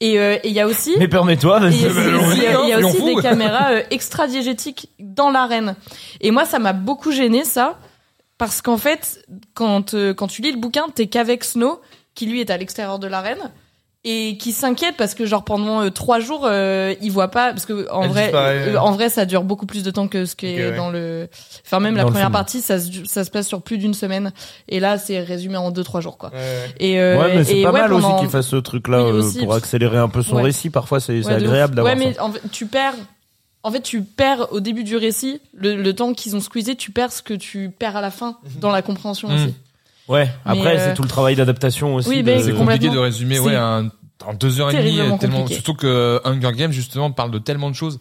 D: Et euh, et il y a aussi
B: Mais permets-toi,
D: et Il y a-
B: vas-y.
E: bah,
D: il y
E: allons-y,
D: a-
E: hein,
D: il y a
E: soyons
D: aussi
E: fous.
D: des caméras euh, extra-diégétiques dans l'arène. Et moi, ça m'a beaucoup gêné ça, parce qu'en fait, quand, euh, quand tu lis le bouquin, t'es qu'avec Snow, qui lui est à l'extérieur de l'arène, et qui s'inquiète parce que genre pendant euh, trois jours, euh, il voit pas, parce que en
C: Elle
D: vrai,
C: disparaît,
D: euh,
C: ouais.
D: en vrai, ça dure beaucoup plus de temps que ce qui
C: Ok,
D: est
C: ouais.
D: dans le. Enfin, même la
E: Dans le
D: première
E: film.
D: partie, ça se, ça se passe sur plus d'une semaine, et là, c'est résumé en deux trois jours quoi.
C: Ouais.
D: Et, euh,
B: ouais, mais c'est
D: et
B: pas
D: ouais,
B: mal aussi
D: pendant-
B: qu'il fasse ce truc-là
D: Oui,
B: euh,
D: aussi,
B: pour
D: parce-
B: accélérer un peu son
D: Ouais.
B: récit. Parfois, c'est c'est
D: Ouais, de
B: agréable
D: ouf.
B: d'avoir
D: Ouais,
B: ça.
D: mais en fait, tu perds. En fait, tu perds au début du récit le, le temps qu'ils ont squeezé. Tu perds ce que tu perds à la fin dans la compréhension
E: Mhm.
D: aussi.
B: Ouais,
D: Mais,
B: après,
D: euh,
B: c'est tout le travail d'adaptation aussi.
D: oui,
B: de-
D: mais
E: C'est
D: complètement-
E: compliqué de résumer, ouais,
D: C'est
E: un- en deux heures et demie,
D: terriblement
E: tellement,
D: compliqué.
E: surtout que Hunger Games, justement, parle de tellement de choses.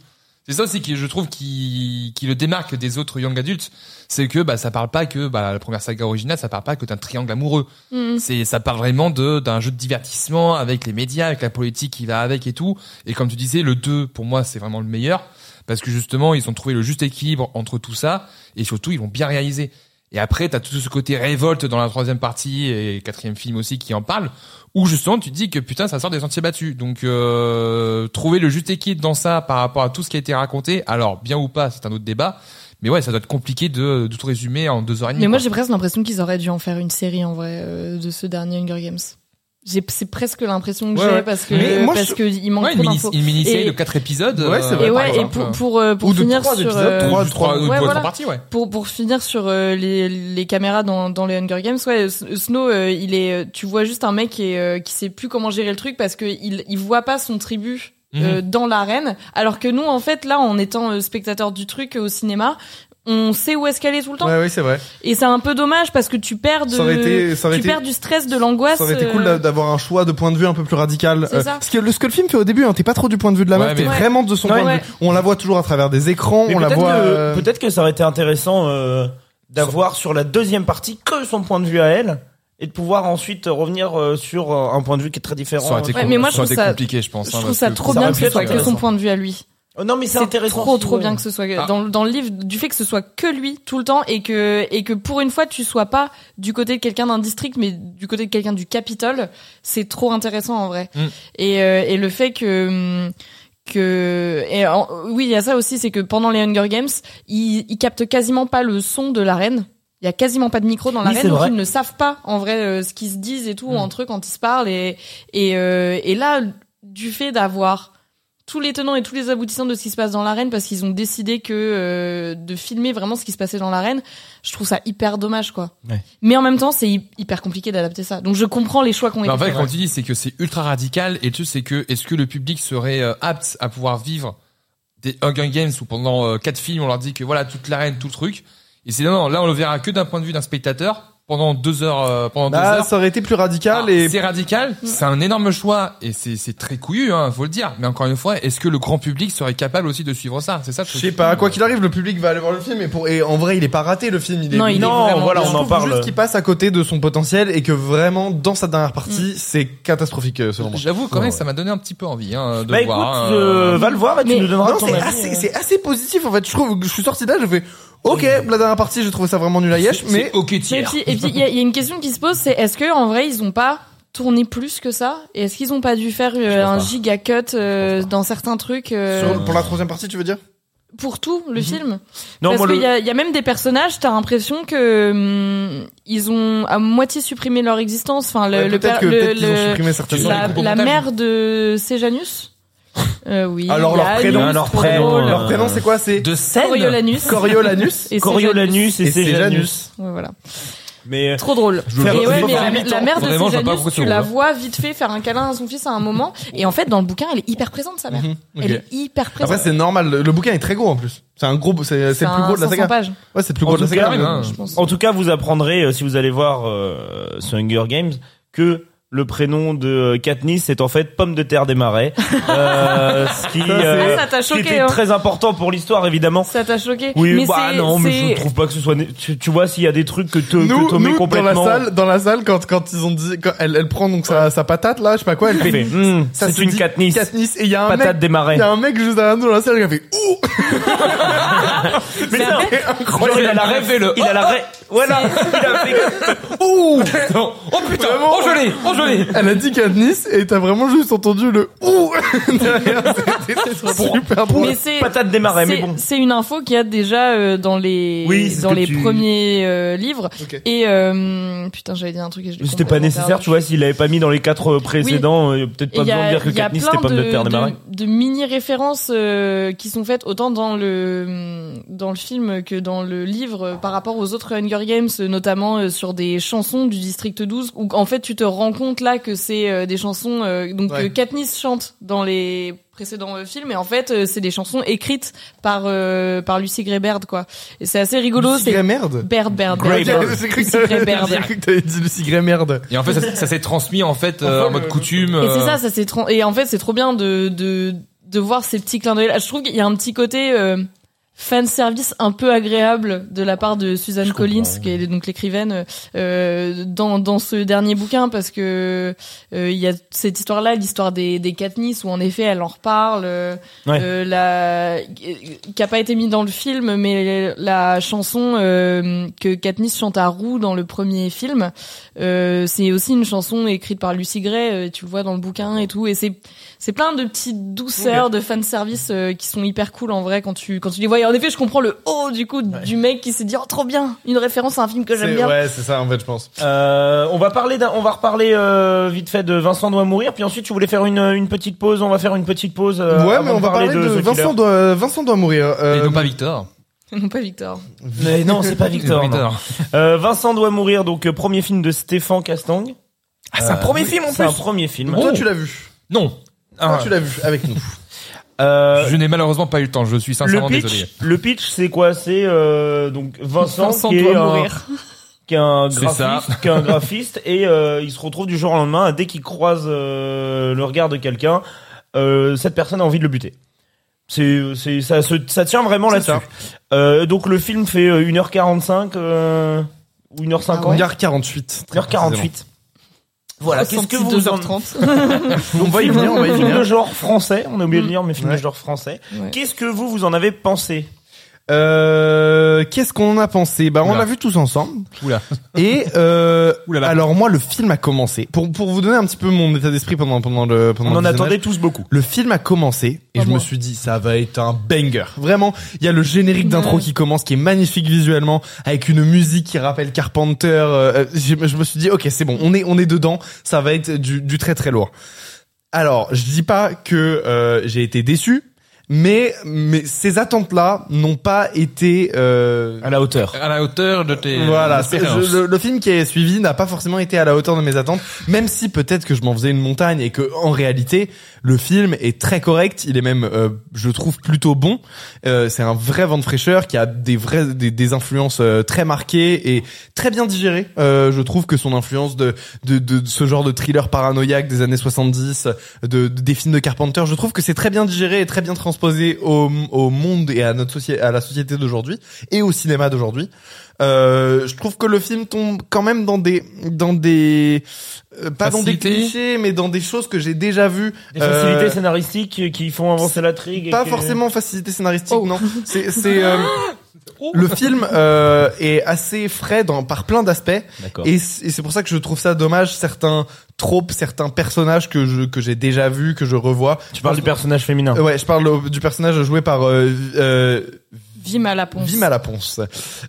E: C'est ça aussi qui, je trouve, qui, qui le démarque des autres young adultes. C'est que, bah, ça parle pas que, bah, la première saga originale, ça parle pas que d'un triangle amoureux.
D: Mhm.
E: C'est, ça parle vraiment de, d'un jeu de divertissement avec les médias, avec la politique qui va avec et tout. Et comme tu disais, le 2, pour moi, c'est vraiment le meilleur. Parce que justement, ils ont trouvé le juste équilibre entre tout ça. Et surtout, ils l'ont bien réalisé. Et après, t'as tout ce côté révolte dans la troisième partie et quatrième film aussi qui en parle. Où justement, tu te dis que putain, ça sort des sentiers battus. Donc, euh, trouver le juste équilibre dans ça par rapport à tout ce qui a été raconté. Alors, bien ou pas, c'est un autre débat. Mais ouais, ça doit être compliqué de, de tout résumer en deux heures et demie.
D: Mais moi,
E: quoi.
D: j'ai presque l'impression qu'ils auraient dû en faire une série en vrai euh, de ce dernier Hunger Games. J'ai- C'est presque l'impression que
E: Ouais,
D: j'ai
E: ouais.
D: parce
C: Mais
D: que
C: moi,
D: parce
C: je-
D: que il manque
E: Ouais, une
D: trop
E: mini-
D: d'infos.
E: une mini-série
D: Et-
E: de quatre épisodes.
C: Ouais, c'est
E: euh,
D: Et
C: vrai,
E: par
D: ouais, et
E: exemple.
D: pour pour euh, pour
C: Ou de
D: finir
C: trois
D: sur
C: épisodes,
D: euh,
C: trois-
E: Ou trois, ou
D: ouais,
E: trois
D: voilà.
E: parties, ouais.
D: pour pour finir sur euh, les, les caméras dans dans les Hunger Games ouais S- Snow euh, il est euh, tu vois juste un mec qui est, euh, qui sait plus comment gérer le truc parce que il il voit pas son tribut euh,
C: Mhm.
D: dans l'arène alors que nous en fait là en étant euh, spectateur du truc euh, au cinéma on sait où est-ce qu'elle est tout le temps
C: Ouais, ouais, c'est vrai.
D: et c'est un peu dommage parce que tu perds de
C: Ça aurait été, ça aurait
D: tu
C: été
D: perds du stress de l'angoisse
C: Ça aurait été
D: euh,
C: cool d'a- d'avoir un choix de point de vue un peu plus radical.
D: C'est ça.
C: parce que le, ce que le film fait au début, hein, t'es pas trop du point de vue de la
E: Ouais,
C: meuf, t'es
E: mais-
C: vraiment de son
B: Ouais.
C: point de
D: Ouais.
C: vue. On la voit toujours à travers des écrans,
B: Mais
C: on la
B: peut-être
C: voit.
B: que-
C: euh,
B: Peut-être que ça aurait été intéressant euh, d'avoir sur la deuxième partie que son point de vue à elle et de pouvoir ensuite revenir euh, sur euh, un point de vue qui est très différent.
E: Ça aurait été
D: Ouais, mais moi, je
E: ça aurait
D: trouve
E: été
D: ça-
E: compliqué, je pense.
D: je
E: hein,
D: trouve
E: parce
D: ça
E: que
D: trop
B: ça
D: bien
B: aurait
D: que
E: euh,
B: pu
D: ce
B: être
D: soit que son
B: intéressant.
D: point de vue à lui
B: Oh non, mais c'est intéressant.
D: trop
B: aussi,
D: trop
B: ouais.
D: bien que ce soit
E: Ah.
D: dans, dans le livre du fait que ce soit que lui tout le temps et que et que pour une fois tu sois pas du côté de quelqu'un d'un district mais du côté de quelqu'un du Capitole, c'est trop intéressant en vrai.
E: Mm.
D: Et euh, et le fait que hum, que et en- oui, il y a ça aussi c'est que pendant les Hunger Games, ils ils captent quasiment pas le son de l'arène. Il y a quasiment pas de micro dans
B: Oui,
D: l'arène
B: c'est
D: donc
B: vrai.
D: ils ne savent pas en vrai euh, ce qu'ils se disent et tout
E: Mm.
D: entre eux quand ils se parlent et et euh, et là du fait d'avoir tous les tenants et tous les aboutissants de ce qui se passe dans l'arène parce qu'ils ont décidé que euh, de filmer vraiment ce qui se passait dans l'arène. Je trouve ça hyper dommage quoi.
B: Ouais.
D: Mais en même temps, c'est hy- hyper compliqué d'adapter ça. Donc je comprends les choix qu'on
E: Mais
D: a
E: Ben, en fait, quand tu dis, c'est que c'est ultra radical. Et le truc, c'est que est-ce que le public serait euh, apte à pouvoir vivre des Hunger Games où pendant euh, quatre films, on leur dit que voilà toute l'arène, tout le truc. Et c'est non, non, là, on le verra que d'un point de vue d'un spectateur pendant deux heures, euh, pendant deux
C: Bah,
E: heures.
C: ça aurait été plus radical
E: Ah,
C: et
E: C'est radical,
D: Mm.
E: c'est un énorme choix et c'est c'est très couillu, hein, faut le dire. Mais encore une fois, est-ce que le grand public serait capable aussi de suivre ça C'est ça. le
C: je
E: truc.
C: sais pas, quoi qu'il arrive, le public va aller voir le film et pour et en vrai, il est pas raté le film, il est
D: Non, il est
B: Non,
D: vraiment
B: voilà, on
D: bien.
B: en
C: Je trouve
B: parle.
C: Juste qu'il passe à côté de son potentiel et que vraiment dans sa dernière partie,
D: Mm.
C: c'est catastrophique euh, selon moi.
E: J'avoue quand
C: Ouais,
E: même,
C: ouais.
E: ça m'a donné un petit peu envie hein, de
B: Bah écoute,
E: voir. hein.
B: euh, va le voir et tu
D: Mais-
B: nous donneras
C: Non,
B: ton
C: c'est
B: avis.
C: assez, c'est assez positif en fait. Je trouve, je suis sorti de là, je fais OK, la dernière partie, j'ai trouvé ça vraiment nul à Yesh,
E: C'est-
C: mais
E: c'est ok
D: Et
E: tiers.
D: puis et puis, il y, a il y a une question qui se pose, c'est est-ce que en vrai ils ont pas tourné plus que ça Et est-ce qu'ils ont pas dû faire euh, un giga cut euh, dans certains trucs euh,
C: Sur- pour la troisième partie, tu veux dire
D: pour tout le film
B: Non,
D: Parce
B: moi,
D: qu'il
B: le-
D: y, a, il y a même des personnages, t'as l'impression que hum, ils ont à moitié supprimé leur existence. Enfin, le,
C: Ouais,
D: le, père-
C: peut-être que
D: le-
C: peut-être qu'ils ont
D: le-
C: supprimé certaines
E: Ils ont
D: la,
E: les coupes au
D: la
E: montage.
D: mère de Sejanus. Euh, oui.
C: Alors, leur
D: Janus,
C: prénom,
B: leur
D: trop
B: prénom,
D: drôle.
C: Leur
B: Euh,
C: prénom, c'est quoi C'est
B: de scène.
D: Coriolanus.
C: Coriolanus
D: Et
B: Coriolanus et
C: et
B: Sejanus.
C: Sejanus.
D: Ouais, voilà.
B: Mais
D: Trop drôle.
E: Je
D: Et
E: le-
B: Faire-
D: ouais,
B: je
D: mais
B: le
D: la,
B: vois
D: la mère de
E: Vraiment, je vois pas
D: Sejanus,
E: pourquoi
D: tu
E: tu
D: la
E: le vois.
D: vois vite fait faire un câlin à son fils à un moment. Et en fait, dans le bouquin, elle est hyper présente, sa mère.
C: Mhm, ok.
D: Elle est hyper présente.
C: Après, c'est normal. Le, le bouquin est très gros en plus. C'est un gros, c'est c'est le plus
D: un
C: gros de la
D: 500
C: saga.
D: pages,
C: Ouais, c'est le plus
B: En
C: gros de la
B: tout
C: saga.
B: cas,
C: mais-
E: hein.
D: je pense.
B: En tout cas, vous apprendrez, euh, si vous allez voir euh, ce Hunger Games, que le prénom de euh, Katniss est en fait Pomme de terre des marais. Euh, ce qui, euh,
D: Ah, ça t'a
B: ce qui
D: choqué,
B: était
D: hein.
B: très important pour l'histoire, évidemment.
D: Ça t'a choqué
B: Oui,
D: mais
B: bah
D: c'est-
B: non, mais
D: c'est-
B: je trouve pas que ce soit... né- Tu, tu vois, s'il y a des trucs que te
C: Nous,
B: que Tomé
C: nous dans la
B: complètement...
C: salle, dans la salle, quand quand ils ont dit, quand elle, elle prend donc sa, sa patate là, je sais pas quoi, elle
B: fait,
C: fait.
B: Hum,
C: ça
B: c'est
C: se
B: une
C: dit
B: Katniss,
C: Katniss et il y a un
B: patate
C: mec,
B: des marais.
C: il y a un mec juste derrière nous dans la salle qui a fait. Ouh,
B: Mais ça,
C: c'est
B: genre,
C: incroyable.
B: il a la
E: Il a
B: rêve,
E: fait le-
B: il a la
D: Oh,
B: rêve, voilà, il a fait-
C: Ouh.
E: Non. Oh putain,
C: Vraiment.
E: oh je l'ai, oh je l'ai.
C: Elle a dit Katniss et t'as vraiment juste entendu le ouh derrière. C'était super drôle.
D: mais c'est
B: patate des marais, mais
D: C'est-
B: bon.
D: C'est une info qu'il y a déjà euh, dans les
B: Oui, c'est ce
D: dans
B: que
D: les
B: tu-
D: premiers euh, livres.
C: Ok.
D: Et euh, putain, j'allais dire un truc. et je l'ai
B: Mais C'était pas
D: complètement
B: nécessaire,
D: perdu.
B: tu vois, s'il l'avait pas mis dans les quatre euh, précédents, euh, peut-être
D: Et
B: pas
D: Il y
B: besoin de
D: a,
B: dire que
D: il y a
B: Katniss
D: plein
B: c'était
D: de,
B: pomme de terre des marais.
D: mini références qui sont faites autant dans le dans le film que dans le livre euh, par rapport aux autres Hunger Games, euh, notamment euh, sur des chansons du District 12 où en fait tu te rends compte là que c'est euh, des chansons euh, donc
C: Ouais.
D: que Katniss chante dans les précédents euh, films et en fait euh, c'est des chansons écrites par euh, par Lucy Graybird quoi. Et c'est assez rigolo,
C: Lucie
D: c'est
C: Gray merde.
D: Baird Baird
C: Ok,
D: Baird.
C: J'ai cru
D: Lucy
C: que
D: Gray Baird.
C: j'ai cru que t'avais dit Lucie Gray merde.
E: Et en fait, ça, ça s'est transmis en fait euh, en mode coutume.
D: Et c'est
E: euh,
D: ça, ça c'est trop. Et en fait, c'est trop bien de de de voir ces petits clins d'œil. là. Je trouve qu'il y a un petit côté euh, fan service un peu agréable de la part de Suzanne Collins, qui est donc l'écrivaine euh, dans dans ce dernier bouquin, parce que euh, il y a cette histoire-là, l'histoire des des Katniss, où en effet, elle en reparle. euh,
B: Ouais.
D: euh, la qui a pas été mis dans le film, mais la chanson euh, que Katniss chante à Roux dans le premier film, euh, c'est aussi une chanson écrite par Lucy Gray. euh, tu le vois dans le bouquin et tout, et c'est c'est plein de petites douceurs de fan service euh, qui sont hyper cool en vrai quand tu quand tu les vois. Et en effet, je comprends le haut du coup du mec qui s'est dit oh trop bien, une référence à un film que j'aime
C: C'est-
D: bien.
C: Ouais, c'est ça en fait, je pense.
B: Euh, on va parler, d'un- on va reparler euh, vite fait de Vincent doit mourir. Puis ensuite, tu voulais faire une, une petite pause. On va faire une petite pause. euh,
C: ouais,
B: avant
C: mais on
B: de
C: va parler de,
B: The
C: Vincent
B: Killer.
C: doit, Vincent doit mourir.
E: Et
C: Euh,
E: non pas Victor.
D: Non pas Victor.
B: Mais non, c'est pas Victor. non.
E: Victor.
B: Euh, Vincent doit mourir. Donc euh, premier film de Stéphane Castang.
E: Ah, c'est un premier film en
B: C'est un
E: plus.
B: premier film.
E: Bon.
C: Toi, tu l'as vu.
E: Non.
C: Toi,
E: Ah,
C: tu l'as vu avec nous.
B: Euh,
E: je n'ai malheureusement pas eu le temps. Je suis
B: le
E: sincèrement désolé.
B: pitch, le pitch, c'est quoi C'est euh, donc Vincent,
D: Vincent
B: qui, est euh,
D: doit
B: un,
D: mourir.
B: qui est un
E: C'est ça.
B: graphiste, qui est un graphiste, et euh, il se retrouve du jour au lendemain dès qu'il croise euh, le regard de quelqu'un, euh, cette personne a envie de le buter. C'est, c'est, ça, se, ça tient vraiment
C: C'est
B: là-dessus. Euh, donc le film fait euh, 1h45 euh, ou 1h50.
D: Ah ouais.
C: Hangar 48. très
B: 1h48. Voilà, qu'est-ce que vous en...
D: 2h30.
C: On va y venir, on va y
B: Film de
C: venir.
B: genre français, on a oublié de dire, mais film de
C: Ouais.
B: genre français. Qu'est-ce que vous, vous en avez pensé
C: Euh, Qu'est-ce qu'on en a pensé Bah, on
E: Oula.
C: l'a vu tous ensemble.
E: Oula.
C: Et euh,
E: Oula là.
C: alors moi, le film a commencé. Pour pour vous donner un petit peu mon état d'esprit pendant pendant le pendant
B: On
C: le
B: en
C: visionnage.
B: attendait tous beaucoup.
C: Le film a commencé et
D: Pas
C: je
D: moi.
C: me suis dit ça va être un banger. Vraiment, il y a le générique d'intro
D: Ouais.
C: qui commence qui est magnifique visuellement avec une musique qui rappelle Carpenter. euh, euh, je, je me suis dit OK, c'est bon, on est on est dedans, ça va être du, du très très lourd. Alors, je dis pas que euh, j'ai été déçu, mais mais ces attentes là n'ont pas été euh,
B: À la hauteur.
E: À la hauteur de tes
C: voilà, c'est-
E: espérances.
C: je- le, le film qui est suivi n'a pas forcément été à la hauteur de mes attentes, même si peut-être que je m'en faisais une montagne et que en réalité le film est très correct, il est même, euh, je trouve, plutôt bon. Euh, c'est un vrai vent de fraîcheur qui a des vrais des, des influences euh, très marquées et très bien digérées. Euh, je trouve que son influence de, de de de ce genre de thriller paranoïaque des années 70, de, de- des films de Carpenter, je trouve que c'est très bien digéré et très bien transposé au au monde et à notre société à la société d'aujourd'hui et au cinéma d'aujourd'hui. Euh, je trouve que le film tombe quand même dans des dans des euh, pas dans
E: Facilité.
C: des clichés mais dans des choses que j'ai déjà vues
B: Des facilités
C: Euh,
B: scénaristiques qui font avancer l'intrigue. et
C: pas
B: que-
C: forcément facilité scénaristique
D: Oh.
C: non c'est c'est euh,
B: Oh.
C: le film euh, est assez frais dans par plein d'aspects
B: D'accord.
C: et c- et c'est pour ça que je trouve ça dommage certains tropes certains personnages que je que j'ai déjà vus que je revois
B: Tu parles du personnage féminin.
C: Euh, ouais je parle au- du personnage joué par euh, euh,
D: Vime à la ponce.
C: Vima Laponce.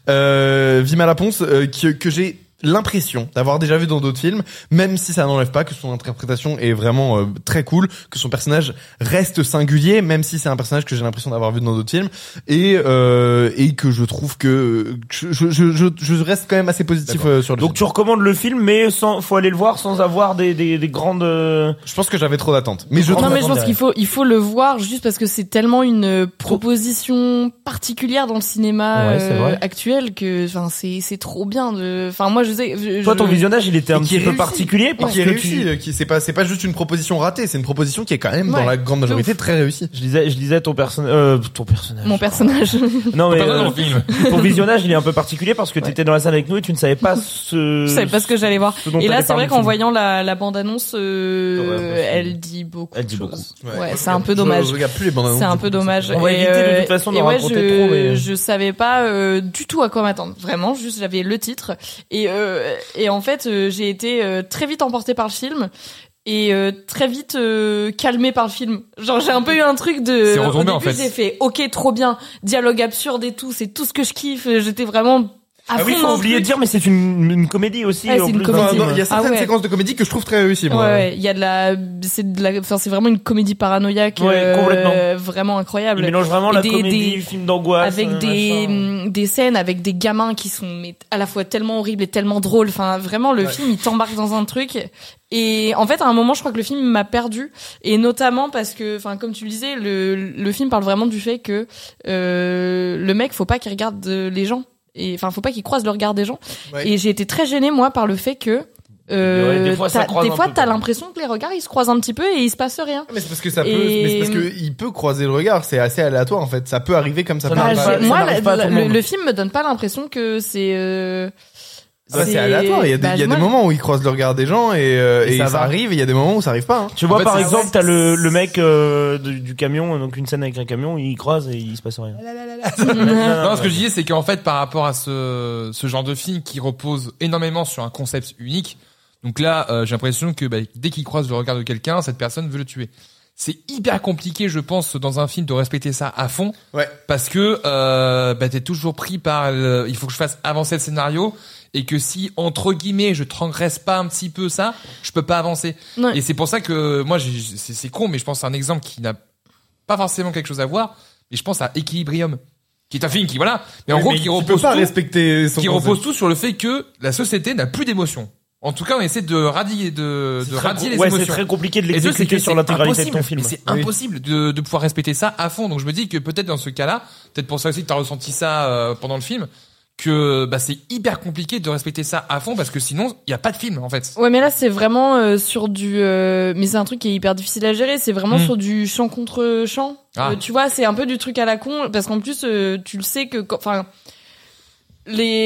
C: Euh, Vima Laponce, euh, que, que j'ai l'impression d'avoir déjà vu dans d'autres films, même si ça n'enlève pas que son interprétation est vraiment euh, très cool, que son personnage reste singulier, même si c'est un personnage que j'ai l'impression d'avoir vu dans d'autres films, et euh, et que je trouve que que je, je, je, je reste quand même assez positif
E: D'accord.
C: euh, sur le
B: Donc
C: Donc,
B: tu recommandes le film, mais sans, faut aller le voir sans avoir des, des, des grandes. euh,
C: Je pense que j'avais trop d'attentes, mais je
B: Non,
D: Non
C: trouve
D: mais je pense
B: Ouais.
D: qu'il faut il faut le voir juste parce que c'est tellement une euh, proposition particulière dans le cinéma
B: Ouais, c'est
D: euh,
B: vrai.
D: actuel que enfin c'est c'est trop bien de enfin moi je sais je-
B: Toi,
D: je-
B: ton visionnage, il était un
C: Et qui
B: petit peu
C: réussit.
B: particulier parce
C: qui est
B: que
C: réussi,
B: tu.
C: euh, qui c'est pas c'est pas juste une proposition ratée, c'est une proposition qui est quand même dans
D: Ouais,
C: la grande majorité très réussie.
B: Je disais, je disais ton personnage, euh, ton personnage.
D: mon personnage
B: Non mais
E: Pardon,
B: euh,
E: dans le film.
B: ton visionnage, il est un peu particulier parce que t'étais dans la salle avec nous et tu ne savais pas ce.
D: je savais pas ce que j'allais voir
B: ce dont
D: et là
B: t'allais
D: c'est vrai
B: parler
D: qu'en
B: du film.
D: voyant la, la bande annonce
B: Ouais, ouais, ouais.
D: elle dit beaucoup
B: Elle dit
D: de
B: beaucoup.
D: choses. ouais c'est un peu dommage
C: Je, regarde plus les bandes annonces.
D: C'est un peu dommage.
B: On va
D: Et,
B: éviter de
D: euh,
B: toute façon d'en
D: et ouais,
B: raconter
D: je,
B: trop, mais-
D: Je savais pas euh, du tout à quoi m'attendre. Vraiment, juste j'avais le titre et euh, et en fait euh, j'ai été euh, très vite emportée par le film et euh, très vite euh, calmée par le film. Genre j'ai un peu eu un truc de.
E: C'est retombé,
D: au
E: en
D: début,
E: fait.
D: J'ai fait ok trop bien, dialogue absurde et tout, c'est tout ce que je kiffe. J'étais vraiment. À
B: Ah oui,
D: fond
B: faut
D: dans le
B: oublier de
D: truc.
B: dire, mais c'est une, une comédie aussi.
D: Ah, c'est
B: en
D: une
B: plus.
D: comédie.
C: Enfin, non, Il y a
D: Ah
C: certaines
D: ouais.
C: séquences de comédie que je trouve très réussies.
D: Ouais,
C: moi.
D: ouais, il y a de la, c'est de la, enfin c'est vraiment une comédie paranoïaque,
B: Ouais,
D: euh,
B: complètement.
D: vraiment incroyable.
B: Il mélange vraiment
D: Et
B: la
D: des-
B: comédie,
D: des-
B: film d'angoisse.
D: avec
B: euh,
D: des,
B: machin.
D: mm, des scènes avec des gamins qui sont mais, à la fois tellement horribles et tellement drôles. Enfin, vraiment, le
C: Ouais.
D: film, il t'embarque dans un truc. Et en fait, à un moment, je crois que le film m'a perdu. Et notamment parce que, enfin, comme tu le disais, le, le film parle vraiment du fait que euh, le mec, faut pas qu'il regarde euh, les gens. Et enfin, faut pas qu'il croise le regard des gens.
C: Ouais.
D: Et j'ai été très gênée, moi, par le fait que. Euh,
B: Ouais, des fois, ça
D: t'as-
B: croise
D: des
B: un
D: fois,
B: peu,
D: t'as
B: quoi.
D: l'impression que les regards ils se croisent un petit peu et il se passe rien.
C: Mais c'est parce que ça peut,
D: Et-
C: mais c'est parce que il peut croiser le regard. C'est assez aléatoire en fait. Ça peut arriver comme Bah, ça.
B: Ça
C: peut
B: n'arrive
D: Ah,
C: arriver.
D: j'ai-
B: ça
D: moi,
B: n'arrive
D: la-
B: pas à tout le
D: le,
B: monde.
D: le film me donne pas l'impression que c'est. euh,
C: Ah, c'est aléatoire. Il y a des,
D: bah,
C: il y a
D: moi,
C: des moments où il croise le regard des gens et, euh,
B: Et
C: et
B: ça
C: ça,
B: va.
C: arrive. et Il y a des moments où ça arrive pas. hein.
B: Tu vois,
E: En fait,
B: par
E: c'est-
B: exemple, t'as le, le mec euh, du, du camion, donc une scène avec un camion, il croise et il se passe rien.
E: Non, ce que je disais, c'est qu'en fait, par rapport à ce, ce genre de film qui repose énormément sur un concept unique, donc là, euh, j'ai l'impression que bah, dès qu'il croise le regard de quelqu'un, cette personne veut le tuer. C'est hyper compliqué, je pense, dans un film de respecter ça à fond,
C: Ouais.
E: parce que euh, bah, t'es toujours pris par le- il faut que je fasse avancer le scénario et que si entre guillemets je transgresse pas un petit peu ça, je peux pas avancer.
D: non,
E: Et c'est pour ça que moi, j'ai- c'est c'est con, mais je pense que c'est un exemple qui n'a pas forcément quelque chose à voir. Mais je pense à Equilibrium, qui est un film qui voilà, mais en
C: Mais
E: gros
C: il-
E: qui
C: tu
E: repose
C: peux pas
E: tout,
C: respecter son
E: qui
C: concept.
E: repose tout sur le fait que la société n'a plus d'émotions. En tout cas, on essaie de radier de,
B: C'est
E: de
B: très
E: radier
B: com-
E: les
B: ouais, c'est
E: émotions.
B: très compliqué de
E: Et deux, c'est que
B: l'exécuter sur
E: c'est
B: l'intégralité de
E: impossible.
B: ton film.
E: Et C'est
C: Oui.
E: impossible de, de pouvoir respecter ça à fond. Donc je me dis que peut-être dans ce cas-là, peut-être pour ça aussi que t'as ressenti ça euh, pendant le film, que bah, c'est hyper compliqué de respecter ça à fond parce que sinon il n'y a pas de film en fait.
D: Ouais, mais là, c'est vraiment euh, sur du. euh, mais c'est un truc qui est hyper difficile à gérer. C'est vraiment
C: Hmm.
E: Mm.
D: sur du chant contre chant.
E: Ah.
D: Euh, tu vois, c'est un peu du truc à la con. Parce qu'en plus, euh, tu le sais que. quand- Enfin.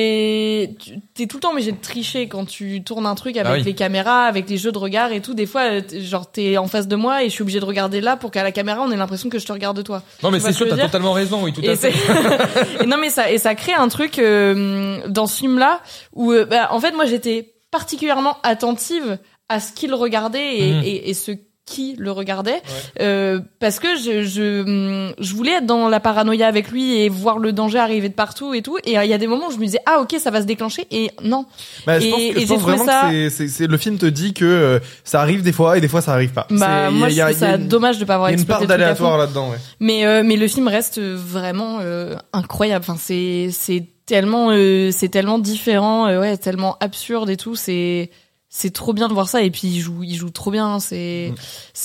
D: les tu- t'es tout le temps obligé de tricher quand tu tournes un
C: Bah
D: truc avec
E: oui.
D: les caméras avec les jeux de regard et tout des fois euh, t- genre t'es en face de moi et je suis obligé de regarder là pour qu'à la caméra on ait l'impression que je te regarde toi
E: Non, mais
D: Tu vois
E: c'est
D: ce que
E: sûr,
D: je
E: t'as
D: veux dire
E: totalement raison, oui, tout
D: et
E: à fait.
D: c'est- et non mais ça et ça crée un truc euh, dans ce film là où euh, bah, en fait moi j'étais particulièrement attentive à ce qu'il regardait et,
C: Mm.
E: Mhm.
D: et, et ce qui le regardait euh, parce que je, je hum, je voulais être dans la paranoïa avec lui et voir le danger arriver de partout et tout et euh, il y a des moments où je me disais ah ok ça va se déclencher et non
C: Bah, je
D: Et-
C: pense, que-
D: et
C: je
D: j'ai
C: pense
D: trouvé
C: vraiment
D: ça-
C: que c'est- c'est- c'est- le film te dit que euh, ça arrive des fois et des fois ça arrive pas.
D: bah
C: C'est-
D: moi
C: il
D: je
C: y a-
D: trouve
C: il y a
D: ça
C: une-
D: dommage de pas avoir
C: il y a une
D: exploité
C: part
D: le truc à fond.
C: d'aléatoire là-dedans, ouais.
D: Mais euh, mais le film reste vraiment euh, incroyable. Enfin c'est c'est tellement euh, c'est tellement différent, euh, ouais, tellement absurde et tout. C'est c'est trop bien de voir ça et puis il joue il joue trop bien. hein.
B: Mm.
D: C'est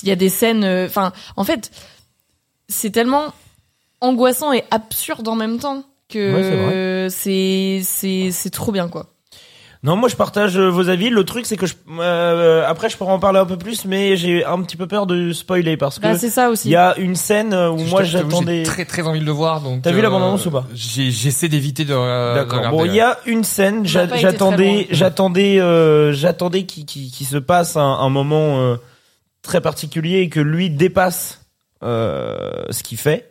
D: il y a des scènes. euh, Enfin en fait c'est tellement angoissant et absurde en même temps que
B: Ouais, c'est vrai.
D: euh, c'est c'est c'est trop bien quoi.
B: Non, moi je partage euh, vos avis. Le truc, c'est que je, euh, après, je pourrais en parler un peu plus, mais j'ai un petit peu peur de spoiler parce que
D: Bah, c'est ça aussi.
B: il y a une scène euh, où
E: Je
B: moi
E: t'avoue,
B: j'attendais.
E: J'ai très très envie de le voir, donc. euh,
B: T'as vu la bande-annonce ou pas
E: j'ai- J'essaie d'éviter de. euh, de
B: D'accord. Bon,
E: regarder,
B: il y a une scène.
D: n'a
B: j'a-
D: pas été très loin.
B: J'attendais, j'attendais, euh, j'attendais qu'il qu'il- qu'il se passe un, un moment euh, très particulier et que lui dépasse euh, ce qu'il fait.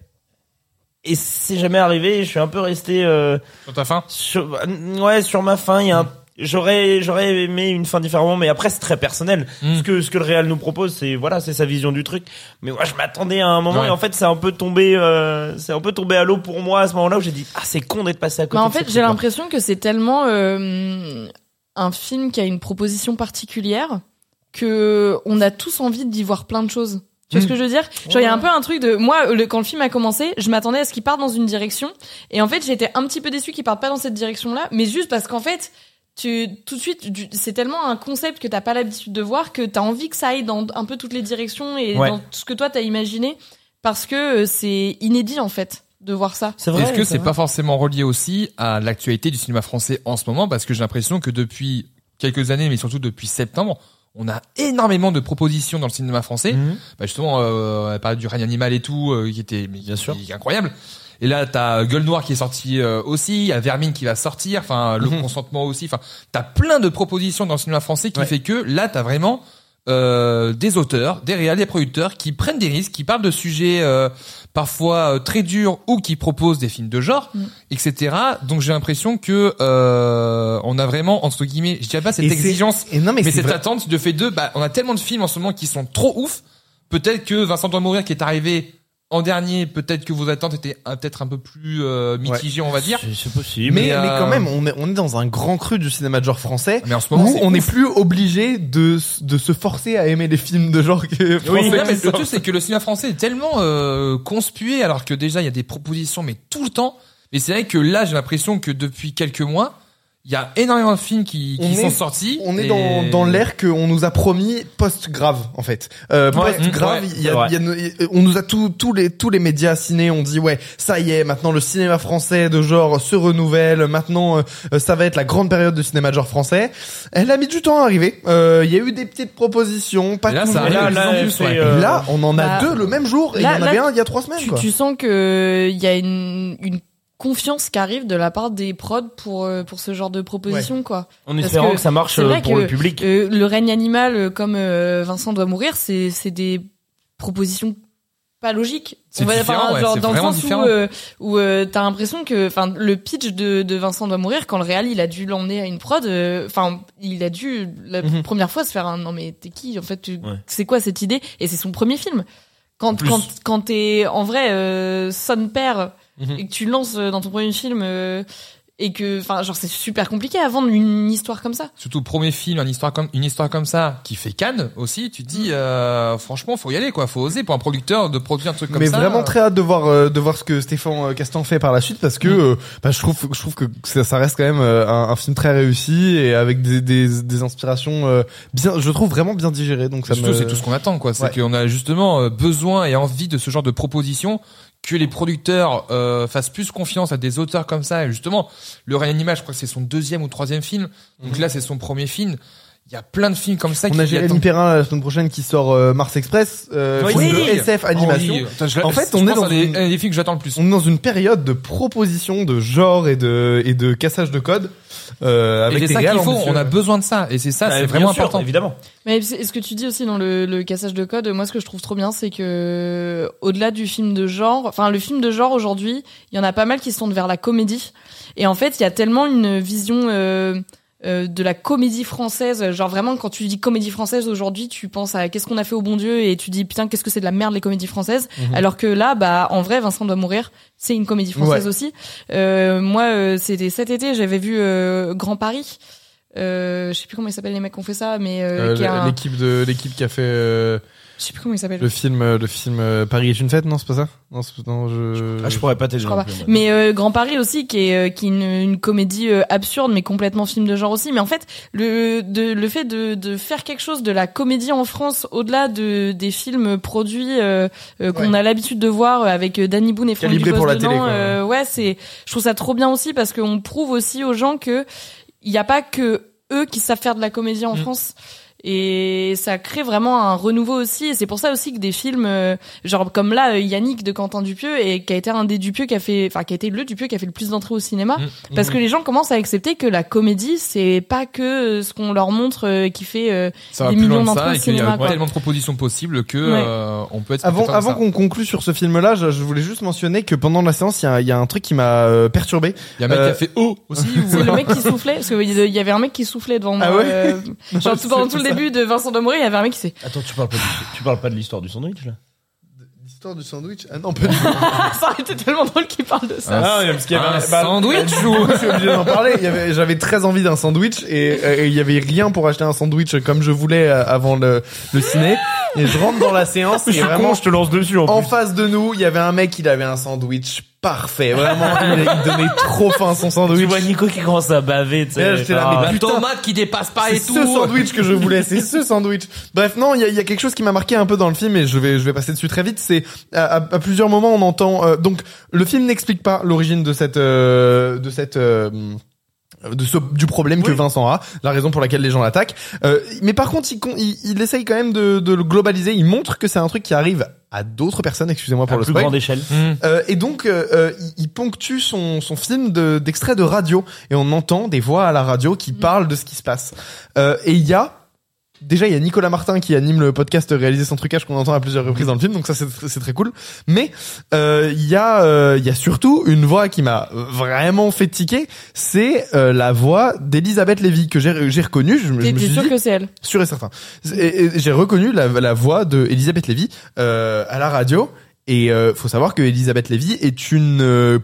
B: Et c'est jamais arrivé. Je suis un peu resté. euh,
E: Sur ta fin
B: sur, ouais, sur ma fin, il y a un- j'aurais j'aurais aimé une fin différemment, mais après c'est très personnel.
E: Mm.
B: Ce que ce que le réal nous propose, c'est voilà, c'est sa vision du truc. Mais moi, je m'attendais à un moment
E: Ouais.
B: et en fait, c'est un peu tombé, euh, c'est un peu tombé à l'eau pour moi à ce moment-là où j'ai dit ah c'est con d'être passé à côté.
D: Bah, en
B: de ce
D: fait, j'ai
B: truc-là.
D: l'impression que c'est tellement euh, un film qui a une proposition particulière que on a tous envie d'y voir plein de choses. Tu vois
B: Hmm.
D: ce que je veux dire Genre il y a un peu un truc de moi le, quand le film a commencé, je m'attendais à ce qu'il parte dans une direction et en fait j'étais un petit peu déçue qu'il parte pas dans cette direction là, mais juste parce qu'en fait tu tout de suite tu- c'est tellement un concept que t'as pas l'habitude de voir que t'as envie que ça aille dans un peu toutes les directions et
B: Ouais.
D: dans tout ce que toi t'as imaginé parce que euh, c'est inédit en fait de voir ça.
B: C'est vrai.
E: Est-ce que c'est
B: vrai.
E: pas forcément relié aussi à l'actualité du cinéma français en ce moment Parce que j'ai l'impression que depuis quelques années, mais surtout depuis septembre, on a énormément de propositions dans le cinéma français.
B: Mhm.
E: Bah justement, euh, on a parlé du règne animal et tout, euh, qui était mais, Bien sûr. incroyable. Et là, t'as Gueule Noire qui est sorti euh, aussi, il y a Vermine qui va sortir, enfin le
C: Mhm.
E: consentement aussi. Enfin, t'as plein de propositions dans le cinéma français qui
B: Ouais.
E: fait que là, t'as vraiment euh, des auteurs, des réals, des producteurs qui prennent des risques, qui parlent de sujets euh, parfois euh, très durs ou qui proposent des films de genre,
D: Mhm.
E: etc. Donc j'ai l'impression que euh, on a vraiment entre guillemets, je dirais pas cette
C: Et c'est-
E: exigence
C: Et non, mais,
E: mais
C: c'est
E: cette
C: vrai.
E: attente de fait deux, bah, on a tellement de films en ce moment qui sont trop ouf. Peut-être que Vincent doit mourir qui est arrivé en dernier, peut-être que vos attentes étaient euh, peut-être un peu plus euh, mitigées, on va dire.
B: C'est- C'est possible.
C: Mais,
E: mais, euh,
C: mais quand même, on est, on est dans un grand cru du cinéma de genre français.
E: Mais en ce moment,
C: Où
E: c'est
C: on n'est
E: ouf.
C: plus obligé de, s- de se forcer à aimer les films de genre que
E: Oui,
C: français
E: non, mais
C: qui
E: le
C: sortent.
E: truc c'est que le cinéma français est tellement euh, conspué alors que déjà il y a des propositions mais tout le temps. Mais c'est vrai que là j'ai l'impression que depuis quelques mois il y a énormément de films qui, qui
C: On
E: sont
C: est-
E: sortis.
C: On est
E: et-
C: dans, dans l'ère qu'on nous a promis post-grave en fait. Euh,
E: Ouais,
C: post-grave,
E: ouais,
C: il y a-
B: c'est vrai.
C: il y a nos- il- on nous a tous tous les tous les médias ciné ont dit ouais ça y est maintenant le cinéma français de genre se renouvelle maintenant euh, euh, ça va être la grande période de cinéma de genre français. Elle a mis du temps à arriver. Euh, Il y a eu des petites propositions, pas
E: Et là,
C: tout
E: ça
B: Et
C: le
B: là,
C: monde.
E: de plus en
B: là,
E: plus,
B: c'est,
E: ouais.
B: euh,
C: Et là, on en a
D: Bah,
C: deux le même jour et il y
D: là-
C: en
D: là,
C: avait un il y a trois semaines.
D: tu,
C: quoi.
D: tu sens que euh, il y a une, une confiance qui arrive de la part des prods pour euh, pour ce genre de proposition quoi.
B: en
D: parce
B: espérant
D: que
B: que, ça marche
D: c'est vrai
B: euh, pour
D: que,
B: le public.
D: Euh, le règne animal euh, comme euh, Vincent doit mourir, c'est c'est des propositions pas logiques.
E: C'est
D: On va-
E: différent,
D: enfin,
E: ouais,
D: genre
E: c'est
D: dans le
E: vraiment
D: sens
E: différent.
D: où euh, où euh, t'as l'impression que enfin le pitch de, de Vincent doit mourir quand le réal il a dû l'emmener à une prod euh, enfin il a dû la
C: Mhm.
D: première fois se faire un non mais t'es qui en fait tu-
B: Ouais.
D: c'est quoi cette idée et c'est son premier film quand
B: plus.
D: quand quand t'es en vrai euh, son père
C: Mhm.
D: et que tu lances euh, dans ton premier film euh, et que enfin genre c'est super compliqué à vendre une histoire comme ça
E: Surtout premier film, une histoire comme une histoire comme ça qui fait Cannes aussi, tu te
B: Mm.
E: dis euh, franchement faut y aller quoi, faut oser pour un producteur de produire un truc comme
C: mais
E: ça.
C: vraiment très hâte de voir euh, de voir ce que Stéphane euh, Castan fait par la suite parce que
E: Mm.
C: euh, bah, je trouve je trouve que ça, ça reste quand même euh, un, un film très réussi et avec des des, des inspirations euh, bien je trouve vraiment bien digérées donc ça
E: Surtout,
C: me
E: c'est tout ce qu'on attend, quoi. C'est
C: Ouais.
E: qu'on a justement euh, besoin et envie de ce genre de proposition, que les producteurs euh, fassent plus confiance à des auteurs
B: Mm.
E: comme ça. Et justement, le Réanimal, je crois que c'est son deuxième ou troisième film. Donc là, c'est son premier film. Il y a plein de films comme ça
C: On
E: qui
C: a
E: qui
C: Jérémy
E: attendent-
C: Perrin la semaine prochaine qui sort euh, Mars Express, euh,
E: Oui.
C: film de
E: Oui.
C: SF
E: Ah oui,
C: animation.
E: attends, je-
C: En fait,
E: je
C: on est
E: pense
C: dans
E: à des,
C: une-
E: à des films que j'attends le plus.
C: On est dans une période de propositions, de genre et de et de cassage de code euh, avec
E: et
C: des
E: c'est ça
C: réels
E: qu'il faut,
C: ambitieux.
E: on a besoin de ça. Et c'est ça,
B: Bah,
E: c'est
B: bien
E: vraiment
B: sûr,
E: important.
B: Évidemment.
D: Mais c'est- ce que tu dis aussi dans le, le cassage de code, moi ce que je trouve trop bien, c'est que au-delà du film de genre, enfin le film de genre aujourd'hui, il y en a pas mal qui se tournent vers la comédie. Et en fait, il y a tellement une vision euh, euh, de la comédie française, genre vraiment quand tu dis comédie française aujourd'hui, tu penses à qu'est-ce qu'on a fait au bon Dieu et tu dis putain qu'est-ce que c'est de la merde les comédies françaises. Alors que là, bah en vrai, Vincent doit mourir, c'est une comédie française aussi. Euh, moi, euh, c'était cet été, j'avais vu euh, Grand Paris. Euh, je sais plus comment ils s'appellent les mecs qui ont fait ça, mais euh,
C: Euh,
D: qui est un-
C: l'équipe de l'équipe qui a fait euh,
D: je sais plus comment il s'appelle.
C: le film euh, le film euh, Paris est une fête non c'est pas ça non, c'est- non, je
B: Ah, je pourrais pas t'aider.
D: Je crois
B: non
D: pas.
B: plus, moi.
D: Mais euh, Grand Paris aussi, qui est, euh, qui est une, une comédie euh, absurde, mais complètement film de genre aussi. Mais en fait, le, de, le fait de, de faire quelque chose de la comédie en France, au-delà de, des films produits euh, euh, qu'on a l'habitude de voir euh, avec euh, Danny Boone et Franck
C: Calibré
D: Dubos
C: pour la
D: dedans,
C: télé, quoi.
D: euh, ouais, c'est, je trouve ça trop bien aussi parce qu'on prouve aussi aux gens que il n'y a pas que eux qui savent faire de la comédie
C: Mm.
D: en France. Et ça crée vraiment un renouveau aussi. Et c'est pour ça aussi que des films, euh, genre comme là, euh, Yannick de Quentin Dupieux, et qui a été un des Dupieux qui a fait, enfin qui a été le Dupieux qui a fait le plus d'entrées au cinéma,
C: Mmh.
D: parce que les gens commencent à accepter que la comédie, c'est pas que euh, ce qu'on leur montre euh, qui fait. euh,
E: Ça va
D: des
E: plus
D: millions
E: loin de
D: d'entrées au
E: ça et qu'il y
D: cinéma,
E: a
D: quoi.
E: tellement de propositions possibles que
D: Ouais.
E: euh, on peut être
C: Avant,
E: content de
C: avant
E: ça.
C: qu'on conclue sur ce film-là, je, je voulais juste mentionner que pendant la séance, il y a, il y a un truc qui m'a euh, perturbé.
E: Il y a un mec qui
C: Euh,
E: a fait oh aussi. ou-
D: C'est le mec qui soufflait, parce qu'il y avait un mec qui soufflait devant moi.
C: Ah ouais
D: euh, genre tout, pendant tout le début de Vincent Domoré, il y avait un mec qui s'est
B: Attends, tu parles pas, de- tu parles pas de l'histoire du sandwich là
C: L'histoire du sandwich Ah non, pas du
D: Ah, ça aurait été tellement drôle qu'il parle de ça.
B: Ah, oui, parce qu'il y avait-
E: Un
B: bah,
E: sandwich ou
C: Je suis obligé d'en parler. Il y avait- J'avais très envie d'un sandwich et euh, et il y avait rien pour acheter un sandwich comme je voulais euh, avant le, le ciné. Et je rentre dans la séance
B: Je suis
C: et
B: con,
C: vraiment,
B: je te lance dessus en
C: en
B: plus.
C: face de nous, il y avait un mec, il avait un sandwich parfait. Vraiment, il, il donnait trop faim son sandwich.
B: Tu vois Nico qui commence à baver, tu sais.
C: Ouais, j'étais là,
B: Ah,
C: mais
E: la
C: putain.
E: tomate qui dépasse pas
C: C'est
E: et
C: ce
E: tout.
C: sandwich que je voulais, c'est ce sandwich. Bref, non, il y a, il y a quelque chose qui m'a marqué un peu dans le film et je vais, je vais passer dessus très vite. C'est à, à- à plusieurs moments on entend. euh, donc le film n'explique pas l'origine de cette, euh, de cette. euh, de ce, du problème que
B: Oui.
C: Vincent a, la raison pour laquelle les gens l'attaquent. Euh, mais par contre, il, con- il, il essaye quand même de, de le globaliser. Il montre que c'est un truc qui arrive à d'autres personnes. Excusez-moi pour
B: à
C: le
B: plus
C: spoil.
B: grande échelle.
E: Hmm.
C: Euh, et donc, euh, euh, il- il ponctue son, son film de- d'extraits de, radio. Et on entend des voix à la radio qui
D: Mm.
C: parlent de ce qui se passe. Euh, et il y a... Déjà, il y a Nicolas Martin qui anime le podcast Réaliser sans trucage qu'on entend à plusieurs reprises dans le film, donc ça c'est tr- c'est très cool. Mais euh, il y a euh, il y a surtout une voix qui m'a vraiment fait tiquer, c'est euh, la voix d'Elisabeth Lévy que j'ai j'ai reconnue. Je, me- je
D: T'es
C: me
D: t'es
C: suis
D: sûr
C: dit,
D: que c'est elle
C: sûr et certain. Et- et J'ai reconnu la, la voix de Elisabeth Lévy euh, à la radio. Et euh, faut savoir que Elisabeth Lévy est une euh,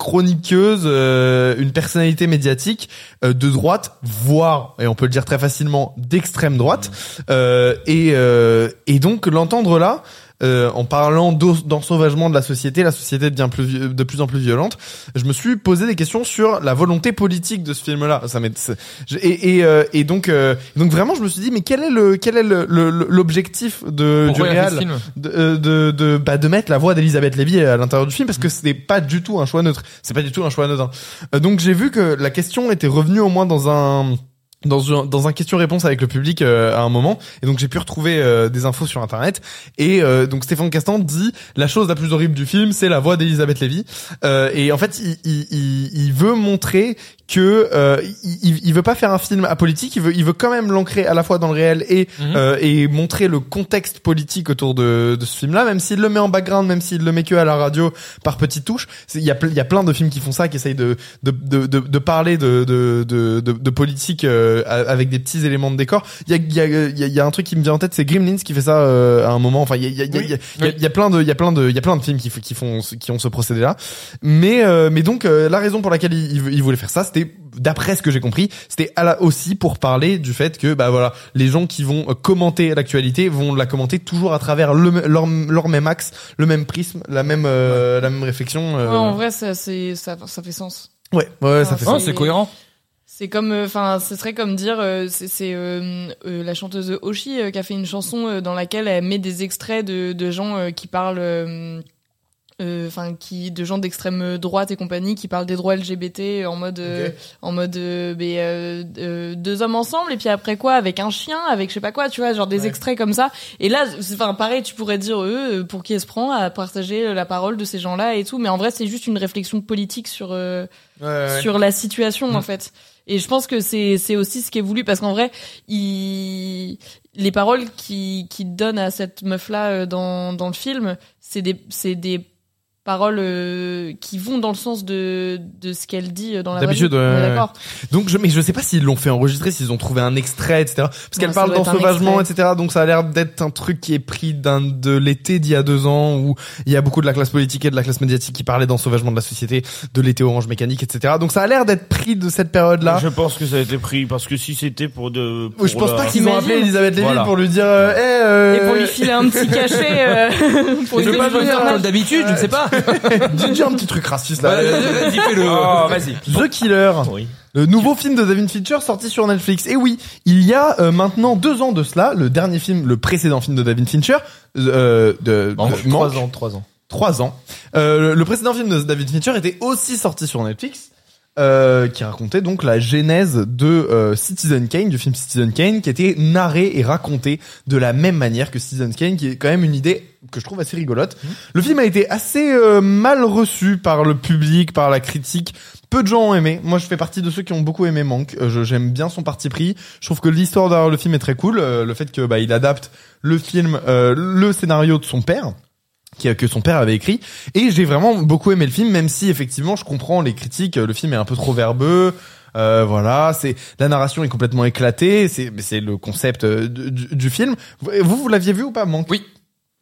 C: chroniqueuse, euh, une personnalité médiatique euh, de droite, voire, et on peut le dire très facilement, d'extrême droite.
E: Mmh.
C: Euh, et, euh, et donc l'entendre là, euh, en parlant d'au- d'ensauvagement de la société, la société devient plus, vi- de plus en plus violente, je me suis posé des questions sur la volonté politique de ce film-là. Ça m'est- c'est- je- et, et, euh, et donc, euh, donc vraiment, je me suis dit, mais quel est le quel est le- le- le- l'objectif de du
E: Pourquoi il a fait ce
C: réal
E: film
C: de, euh, de, de, bah, de mettre la voix d'Elisabeth Lévy à l'intérieur du film parce que ce n'est pas du tout un choix neutre. C'est pas du tout un choix neutre. hein. Euh, donc j'ai vu que la question était revenue au moins dans un dans un, dans un question-réponse avec le public euh, à un moment et donc j'ai pu retrouver euh, des infos sur internet et euh, donc Stéphane Castan dit la chose la plus horrible du film c'est la voix d'Elisabeth Lévy Euh, et en fait il, il, il, il veut montrer que euh, il, il- il veut pas faire un film apolitique il veut il veut quand même l'ancrer à la fois dans le réel et
E: Mhm.
C: euh, et montrer le contexte politique autour de, de ce film-là, même s'il le met en background, même s'il le met que à la radio par petites touches. C'est- Il y, a ple- il y a plein de films qui font ça, qui essayent de, de, de, de, de parler de, de, de, de- de politique euh, a- avec des petits éléments de décor. Il y a, il y, a, euh, il y a- il y a un truc qui me vient en tête, c'est Gremlins qui fait ça euh, à un moment. Enfin, il y a, il y, a, il y, a, il y, a, il y a- il y a plein de, il y a plein de, il y a plein de films qui, f- qui font, ce- qui ont ce procédé-là. Mais, euh, mais donc euh, la raison pour laquelle il, il vou- il voulait faire ça, c'était d'après ce que j'ai compris, c'était à la aussi pour parler du fait que bah voilà, les gens qui vont euh, commenter l'actualité vont la commenter toujours à travers le, me- leur, leur même axe, le même prisme, la même euh, la même réflexion. euh.
D: Ouais, en vrai, ça, c'est- ça, ça fait sens.
C: ouais, ouais, ça
D: Ah,
C: fait
D: ça.
C: ça.
E: Oh, c'est cohérent.
D: C'est comme, euh, enfin, ce serait comme dire, euh, c'est c'est, euh, euh, la chanteuse Oshi euh, qui a fait une chanson euh, dans laquelle elle met des extraits de, de gens euh, qui parlent. euh, enfin qui de gens d'extrême droite et compagnie qui parlent des droits LGBT en mode euh,
C: Ok.
D: en mode euh, mais, euh, euh, deux hommes ensemble et puis après quoi avec un chien avec je sais pas quoi tu vois genre des
B: Ouais.
D: extraits comme ça et là c'est- enfin pareil tu pourrais dire eux euh, pour qui elle se prend à partager la parole de ces gens là et tout mais en vrai c'est juste une réflexion politique sur euh, sur la situation
E: Mm.
D: en fait. Et je pense que c'est c'est aussi ce qui est voulu parce qu'en vrai, il... les paroles qui qui donnent à cette meuf là dans dans le film, c'est des c'est des paroles euh, qui vont dans le sens de de ce qu'elle dit euh, dans la vraie vie.
C: D'habitude, ouais,
D: On est
C: ouais.
D: d'accord.
C: Donc, je, mais je sais pas s'ils l'ont fait enregistrer, s'ils ont trouvé un extrait, etc. Parce
D: Ouais,
C: qu'elle
D: ça
C: parle
D: doit
C: dans
D: être un
C: Sauvagement, etc. Donc, ça a l'air d'être un truc qui est pris d'un, de l'été d'il y a deux ans où il y a beaucoup de la classe politique et de la classe médiatique qui parlaient dans Sauvagement de la société, de l'été orange mécanique, etc. Donc, ça a l'air d'être pris de cette période-là.
B: Je pense que ça a été pris parce que si c'était pour de.
C: Je,
B: pour
C: pense
B: la-
C: pas qu'ils ont
D: T'imagines
C: appelé Elisabeth Lévy
B: Voilà.
C: pour lui dire, euh, Eh, euh,
D: Et pour lui filer un petit cachet euh, pour
E: Je
D: lui donner
E: veux pas
D: un
E: faire
D: hommage.
E: comme d'habitude, je ne sais pas. Euh,
C: dis-lui un petit truc raciste, là.
E: Vas-y, fais-le.
B: Ah, vas-y.
C: The Killer.
B: Oui.
C: Le nouveau film de David Fincher sorti sur Netflix. Et oui, il y a euh, maintenant deux ans de cela, le dernier film, le précédent film de David Fincher, euh, de,
E: Manque.
C: de- Manque.
E: Trois ans, trois ans.
C: Trois ans. Euh, le, le précédent film de David Fincher était aussi sorti sur Netflix. euh, qui racontait donc la genèse de euh, Citizen Kane, du film Citizen Kane, qui était narré et raconté de la même manière que Citizen Kane, qui est quand même une idée que je trouve assez rigolote. Le film a été assez euh, mal reçu par le public, par la critique. Peu de gens ont aimé. Moi, je fais partie de ceux qui ont beaucoup aimé Manque. Euh, je- J'aime bien son parti pris. Je trouve que l'histoire derrière le film est très cool. Euh, le fait que bah, il adapte le film, euh, le scénario de son père qui- que son père avait écrit et j'ai vraiment beaucoup aimé le film même si effectivement je comprends les critiques le film est un peu trop verbeux euh, voilà c'est la narration est complètement éclatée c'est mais c'est le concept euh, du, du- du film vous vous l'aviez vu ou pas Manque
E: Oui.